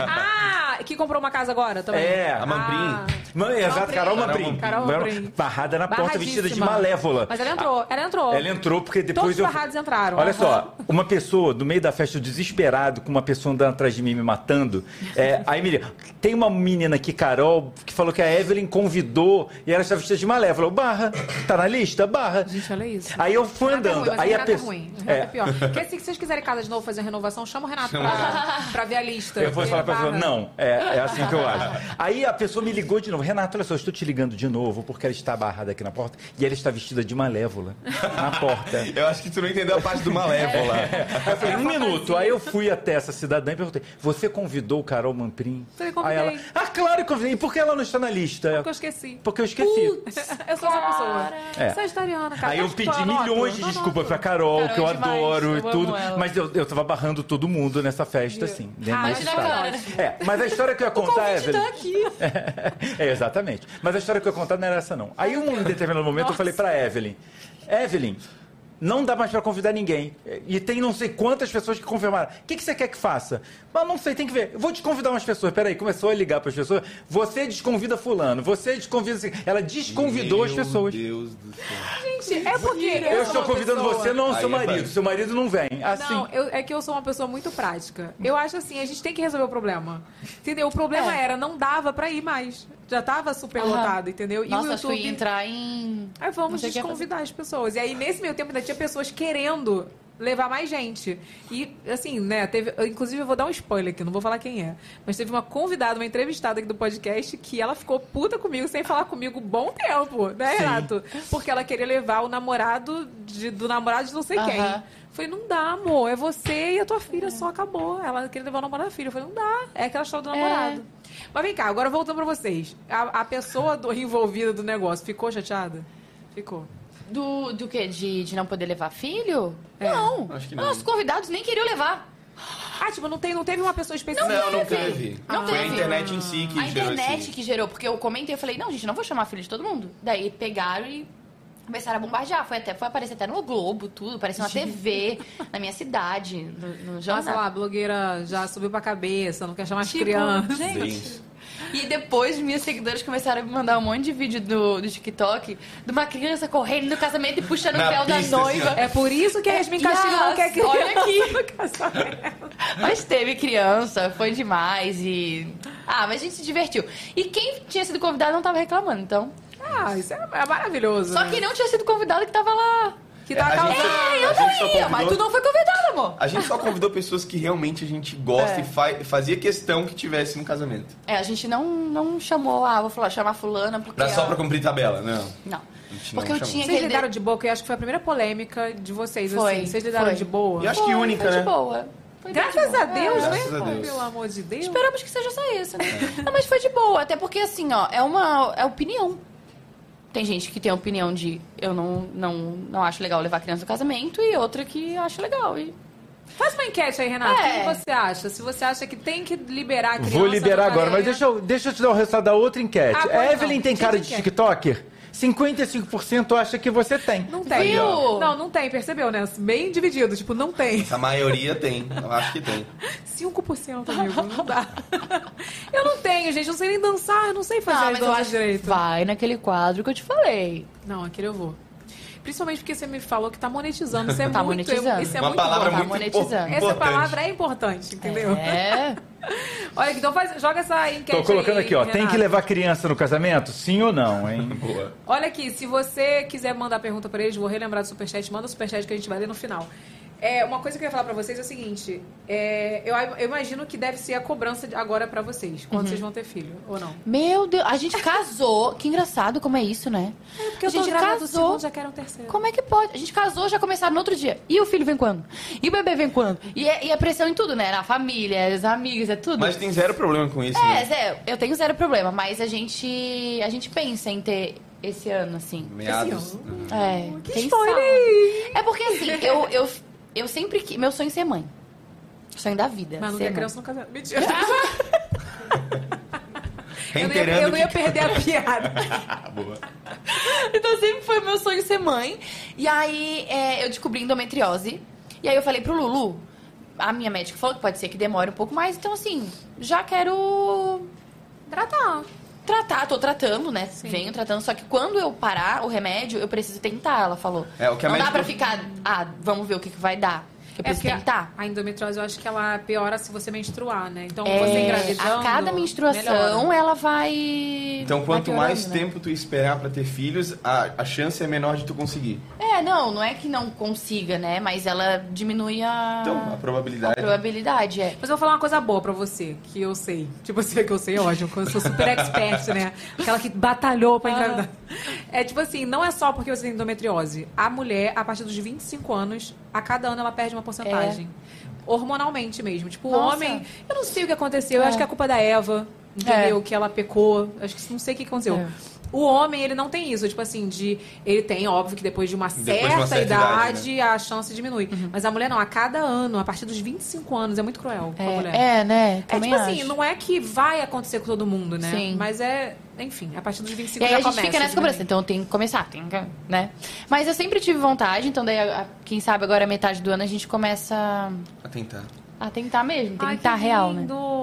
Speaker 1: Ah, que comprou uma casa agora também.
Speaker 2: É, a Mambrim. Não, é, exato,
Speaker 1: Mambrim.
Speaker 2: Carol Mambrim.
Speaker 1: Carol Mambrim.
Speaker 2: Barrada na porta, vestida de
Speaker 1: Barradíssima.
Speaker 2: malévola. Ah,
Speaker 1: Mas ela entrou, ela entrou.
Speaker 2: Ela entrou porque depois
Speaker 1: Todos
Speaker 2: eu.
Speaker 1: os barrados entraram.
Speaker 2: Olha
Speaker 1: Aham.
Speaker 2: só, uma pessoa no meio da festa desesperado, com uma pessoa andando atrás de mim me matando. É,
Speaker 1: (laughs)
Speaker 2: aí me liga, tem uma menina aqui, Carol, que falou que a Evelyn convidou e ela estava vestida de malévola. Eu, Barra, tá na lista? Barra.
Speaker 1: Gente, olha isso.
Speaker 2: Aí eu fui
Speaker 1: Renato é ruim,
Speaker 2: Tá andando.
Speaker 1: mas
Speaker 2: aí
Speaker 1: o
Speaker 2: a
Speaker 1: Renato é
Speaker 2: pessoa.
Speaker 1: ruim. O Renato é. pior.
Speaker 2: (laughs)
Speaker 1: Porque assim, se vocês quiserem casa de novo fazer a renovação, chama o Renato
Speaker 2: Chama o
Speaker 1: pra, pra ver a lista.
Speaker 2: Eu vou falar pra pessoa,
Speaker 1: Barra.
Speaker 2: não, é, é assim que eu acho. Aí a pessoa me ligou de novo. Renato, olha só, eu estou te ligando de novo porque ela está barrada aqui na porta e ela está vestida de malévola na
Speaker 1: (laughs)
Speaker 2: porta.
Speaker 6: Ah.
Speaker 5: Eu acho que tu não entendeu a parte do
Speaker 6: (laughs)
Speaker 5: malévola.
Speaker 6: É.
Speaker 2: Aí eu falei, um minuto. Aí eu fui até essa cidadã e perguntei, você convidou o Carol Mamprim?
Speaker 1: Falei,
Speaker 2: Aí
Speaker 1: convidei.
Speaker 2: ela, ah, claro que convidei. E por que ela não está na lista?
Speaker 1: Porque eu esqueci.
Speaker 2: Porque eu esqueci.
Speaker 1: eu sou essa pessoa.
Speaker 2: É.
Speaker 1: Sagitariana, cara.
Speaker 2: Aí eu
Speaker 1: Acho que tu
Speaker 2: pedi
Speaker 1: anota.
Speaker 2: milhões de
Speaker 1: Não, não.
Speaker 2: desculpas pra Carol,
Speaker 1: Carol
Speaker 2: que eu
Speaker 1: é demais,
Speaker 2: adoro e
Speaker 1: eu amo
Speaker 2: tudo.
Speaker 1: ela.
Speaker 2: Mas eu, eu tava barrando todo mundo nessa festa, assim. né,
Speaker 1: Ah,
Speaker 2: nesse
Speaker 1: imagina
Speaker 2: estado.
Speaker 1: a Carol.
Speaker 2: É, mas a história que eu ia
Speaker 1: O
Speaker 2: contar,
Speaker 1: convite
Speaker 2: Evelyn.
Speaker 1: tá aqui.
Speaker 2: (laughs) É, exatamente. Mas a história que eu ia contar não era essa, não. Aí, um, em determinado momento, eu falei pra Evelyn: Evelyn, não dá mais pra convidar ninguém. E tem não sei quantas pessoas que confirmaram. O que, que você quer que faça? Mas não sei, tem que ver. Eu Vou desconvidar umas pessoas. Peraí, começou a ligar pras pessoas. Você desconvida Fulano, você desconvida. assim. Ela desconvidou as
Speaker 5: Meu
Speaker 2: pessoas.
Speaker 5: Deus do
Speaker 1: Gente, é porque.
Speaker 2: Eu,
Speaker 1: sou
Speaker 2: estou
Speaker 1: uma
Speaker 2: convidando
Speaker 1: pessoa-
Speaker 2: você, não o seu
Speaker 5: Aí é
Speaker 2: marido.
Speaker 5: fácil.
Speaker 2: Seu marido não vem. Assim.
Speaker 1: Não, eu- é que eu sou uma pessoa muito prática. Eu acho assim, a gente tem que resolver o problema. Entendeu? O
Speaker 6: É.
Speaker 1: problema era, não dava pra ir mais. Já tava super lotado, entendeu? E
Speaker 6: Nossa,
Speaker 1: o
Speaker 6: acho que eu
Speaker 1: YouTube.
Speaker 6: ia entrar em...
Speaker 1: Aí
Speaker 6: Não
Speaker 1: vamos
Speaker 6: sei o que ia
Speaker 1: desconvidar as pessoas. E aí, nesse meio tempo, ainda tinha pessoas querendo levar mais gente. E, assim, né, teve. eu, Inclusive, eu vou dar um spoiler aqui, não vou falar quem é. Mas teve uma convidada, uma entrevistada aqui do podcast, que ela ficou puta comigo, sem falar comigo um bom tempo, né,
Speaker 13: Sim.
Speaker 1: Renato? Porque ela queria levar o namorado de- do namorado de não sei quem.
Speaker 13: Aham.
Speaker 1: Falei, não dá, amor. É você e a tua filha, só acabou. Ela queria levar o namorado da filha. Eu falei, não dá. É aquela história do namorado. Mas vem cá, agora voltando pra vocês. A, a pessoa do- envolvida do negócio ficou chateada? Ficou.
Speaker 6: Do, do quê? De, de não poder levar filho? Não.
Speaker 1: Acho que
Speaker 6: Ah,
Speaker 1: não.
Speaker 6: Os convidados nem queriam levar.
Speaker 1: Ah, tipo, não, tem, não teve uma pessoa específica?
Speaker 5: Não, não teve.
Speaker 6: Não
Speaker 5: Foi a
Speaker 6: teve.
Speaker 5: internet em si que
Speaker 6: a
Speaker 5: gerou
Speaker 6: internet
Speaker 5: esse...
Speaker 6: que gerou, porque eu comentei, eu falei, não, gente, não vou chamar filho de todo mundo. Daí pegaram e começaram a bombardear. Foi até, foi aparecer até no Globo, tudo, apareceu na TV, (laughs) na minha cidade, no, no jornal.
Speaker 1: Nossa, lá, a blogueira já subiu pra cabeça, não quer chamar as
Speaker 6: Tipo,
Speaker 1: crianças.
Speaker 6: gente. Sim. E depois minhas seguidoras começaram a me mandar um monte de vídeo do, do TikTok de uma criança correndo no casamento e puxando
Speaker 1: Na
Speaker 6: o véu
Speaker 1: pista,
Speaker 6: da
Speaker 1: assim,
Speaker 6: noiva.
Speaker 1: ó. É por isso que a Yasmin Castilho não quer criança (laughs)
Speaker 6: Olha aqui. (laughs) mas teve criança, foi demais e. Ah, mas a gente se divertiu. E quem tinha sido convidado não tava reclamando, então.
Speaker 1: Ah, isso é, maravilhoso.
Speaker 6: Só
Speaker 1: né?
Speaker 6: quem não tinha sido convidado que tava lá.
Speaker 1: Que tá
Speaker 5: tava É, a gente causando. só-
Speaker 6: É,
Speaker 5: a
Speaker 6: eu
Speaker 5: gente só
Speaker 6: não ia, mas
Speaker 5: convidou-
Speaker 6: tu não foi convidado, amor.
Speaker 5: A gente só convidou pessoas que realmente a gente gosta
Speaker 6: É.
Speaker 5: e fa- fazia questão que tivesse no casamento.
Speaker 6: É, a gente não, não chamou, ah, vou falar, chamar fulana porque.
Speaker 5: Pra, só
Speaker 6: ela-
Speaker 5: pra cumprir tabela, não.
Speaker 6: Não.
Speaker 5: A gente
Speaker 6: Porque
Speaker 5: não chamou.
Speaker 6: eu tinha
Speaker 1: Vocês
Speaker 6: aquele-
Speaker 1: lidaram de boa, que eu acho que foi a primeira polêmica de vocês,
Speaker 6: Foi,
Speaker 1: assim. Vocês lidaram
Speaker 6: foi.
Speaker 1: de boa?
Speaker 5: E acho que Foi, única, foi de né?
Speaker 6: boa.
Speaker 1: Graças a Deus,
Speaker 6: É.
Speaker 1: né?
Speaker 6: Graças a
Speaker 1: Pô,
Speaker 6: Deus.
Speaker 1: Pelo amor de Deus.
Speaker 6: Esperamos que seja só isso, né?
Speaker 5: É.
Speaker 6: Não, mas foi de boa, até porque assim, ó, é uma é opinião. Tem gente que tem a opinião de eu não, não, não acho legal levar criança no casamento e outra que acha legal. E...
Speaker 1: Faz uma enquete aí, Renato.
Speaker 6: É.
Speaker 1: O que você acha? Se você acha que tem que liberar a criança.
Speaker 2: Vou liberar
Speaker 1: do
Speaker 2: agora,
Speaker 1: casamento.
Speaker 2: mas deixa eu, deixa eu te dar o resultado da outra enquete.
Speaker 1: Ah, pois
Speaker 2: a Evelyn
Speaker 1: não.
Speaker 2: tem
Speaker 1: Diz
Speaker 2: cara
Speaker 1: o
Speaker 2: de
Speaker 1: que é.
Speaker 2: TikToker? 55% acha que você tem.
Speaker 1: Não tem. Não, não tem, percebeu, né? Bem dividido, tipo, não tem.
Speaker 5: A maioria tem, eu acho que tem.
Speaker 1: 5%, amigo, não
Speaker 6: (laughs)
Speaker 1: dá. Eu não tenho, gente, eu não sei nem dançar, eu não sei fazer
Speaker 6: Não,
Speaker 1: não,
Speaker 6: mas eu acho que
Speaker 1: direito.
Speaker 6: Vai naquele quadro que eu te falei.
Speaker 1: Não, aquele eu vou. Principalmente porque você me falou que tá monetizando. Isso é
Speaker 6: (laughs) Tá
Speaker 1: muito,
Speaker 6: monetizando.
Speaker 1: Isso é
Speaker 6: Uma
Speaker 1: muito
Speaker 6: palavra
Speaker 1: bom.
Speaker 6: muito Tá monetizando. impor-
Speaker 1: Essa
Speaker 6: importante.
Speaker 1: palavra é importante, entendeu?
Speaker 6: É.
Speaker 1: (laughs) Olha, então faz, joga essa enquete
Speaker 2: Tô colocando
Speaker 1: aí,
Speaker 2: aqui, ó. Tem
Speaker 1: Renato.
Speaker 2: que levar criança no casamento? Sim ou não, hein?
Speaker 6: é
Speaker 2: (laughs) Boa.
Speaker 1: Olha aqui, se você quiser mandar pergunta pra eles, vou relembrar do superchat. Manda o superchat que a gente vai ler no final. É, uma coisa que eu ia falar pra vocês é o seguinte: é, eu, eu imagino que deve ser a cobrança de- agora pra vocês, quando
Speaker 6: Uhum.
Speaker 1: vocês vão ter filho, ou não?
Speaker 6: Meu Deus, a gente casou. que engraçado como é isso, né?
Speaker 1: É porque
Speaker 6: a
Speaker 1: eu tô
Speaker 6: gente
Speaker 1: grávida do
Speaker 6: casou.
Speaker 1: segundo, já quero um terceiro.
Speaker 6: Como é que pode? A gente casou, já começaram no outro dia. E o filho vem quando? E o bebê vem quando? E, é- e a pressão em tudo, né? Na família, as amigas, é tudo.
Speaker 5: Mas tem zero problema com isso,
Speaker 6: É,
Speaker 5: né?
Speaker 6: Zé, eu tenho zero problema, mas a gente. A gente pensa em ter esse ano, assim.
Speaker 5: Meados.
Speaker 6: É.
Speaker 1: Que
Speaker 6: tem
Speaker 1: spoiler!
Speaker 6: sal. É porque assim, eu, eu, eu sempre que. Meu sonho é ser mãe. Sonho da vida.
Speaker 1: Mas não
Speaker 6: ser
Speaker 1: tem
Speaker 6: mãe.
Speaker 1: criança no casamento.
Speaker 6: (laughs)
Speaker 1: Mentira. eu, não ia,
Speaker 6: Reiterando
Speaker 1: eu não ia
Speaker 6: que-
Speaker 1: perder a piada.
Speaker 5: (laughs)
Speaker 6: (laughs) Então sempre foi meu sonho ser mãe. E aí é, eu descobri endometriose. E aí eu falei pro Lulu, a minha médica falou que pode ser que demore um pouco mais, então assim, já quero tratar.
Speaker 1: É
Speaker 6: Tratar, tô tratando, né? Venho tratando, só que quando eu parar o remédio, eu preciso tentar, ela falou.
Speaker 5: É, o que a
Speaker 6: Não dá
Speaker 5: médica-
Speaker 6: pra ficar, ah, vamos ver o que, que vai dar. Eu
Speaker 1: É
Speaker 6: preciso
Speaker 1: porque a-
Speaker 6: tentar.
Speaker 1: A endometriose, eu acho que ela piora se você menstruar, né? Então,
Speaker 6: É,
Speaker 1: você engravidando...
Speaker 6: a cada menstruação,
Speaker 1: melhora.
Speaker 6: ela vai.
Speaker 5: Então,
Speaker 6: vai
Speaker 5: quanto
Speaker 6: piorando,
Speaker 5: mais
Speaker 6: né?
Speaker 5: tempo tu esperar pra ter filhos, a, a chance é menor de tu conseguir.
Speaker 6: É, não, não é que não consiga, né? Mas ela diminui a.
Speaker 5: Então, a probabilidade.
Speaker 6: Probabilidade, é.
Speaker 1: Mas eu vou falar uma coisa boa pra você, que eu sei. Tipo assim, que eu sei é ótimo, que eu sou super expert, né? Aquela que batalhou pra engravidar. É tipo assim, não é só porque você tem endometriose. A mulher, a partir dos 25 anos, a cada ano ela perde uma porcentagem. Hormonalmente mesmo. Tipo, o
Speaker 6: É. Nossa.
Speaker 1: homem... Eu não sei o que aconteceu, eu
Speaker 6: É.
Speaker 1: acho que é culpa da Eva, entendeu?
Speaker 6: É.
Speaker 1: Que ela pecou, acho que não sei o que aconteceu.
Speaker 6: É.
Speaker 1: O homem, ele não tem isso, tipo assim, de. Ele tem, óbvio, que depois de uma certa,
Speaker 6: Depois de uma certa
Speaker 1: idade, né?
Speaker 6: idade,
Speaker 1: a chance diminui.
Speaker 6: Uhum.
Speaker 1: Mas a mulher não, a cada ano, a partir dos 25 anos, é muito cruel com a mulher.
Speaker 6: É, né?
Speaker 1: É
Speaker 6: Também
Speaker 1: tipo assim,
Speaker 6: acho.
Speaker 1: não é que vai acontecer com todo mundo, né?
Speaker 6: Sim.
Speaker 1: Mas é, enfim, a partir dos 25
Speaker 6: E aí
Speaker 1: já
Speaker 6: a gente
Speaker 1: começa. assim, né?
Speaker 6: fica nessa
Speaker 1: diminui.
Speaker 6: cobrança, então tem que começar, tem que, né? Mas eu sempre tive vontade, então daí, a- a- quem sabe agora metade do ano a gente começa
Speaker 5: A tentar.
Speaker 6: a tentar mesmo,
Speaker 1: Ai,
Speaker 6: tentar
Speaker 1: que
Speaker 6: real, né?
Speaker 1: lindo.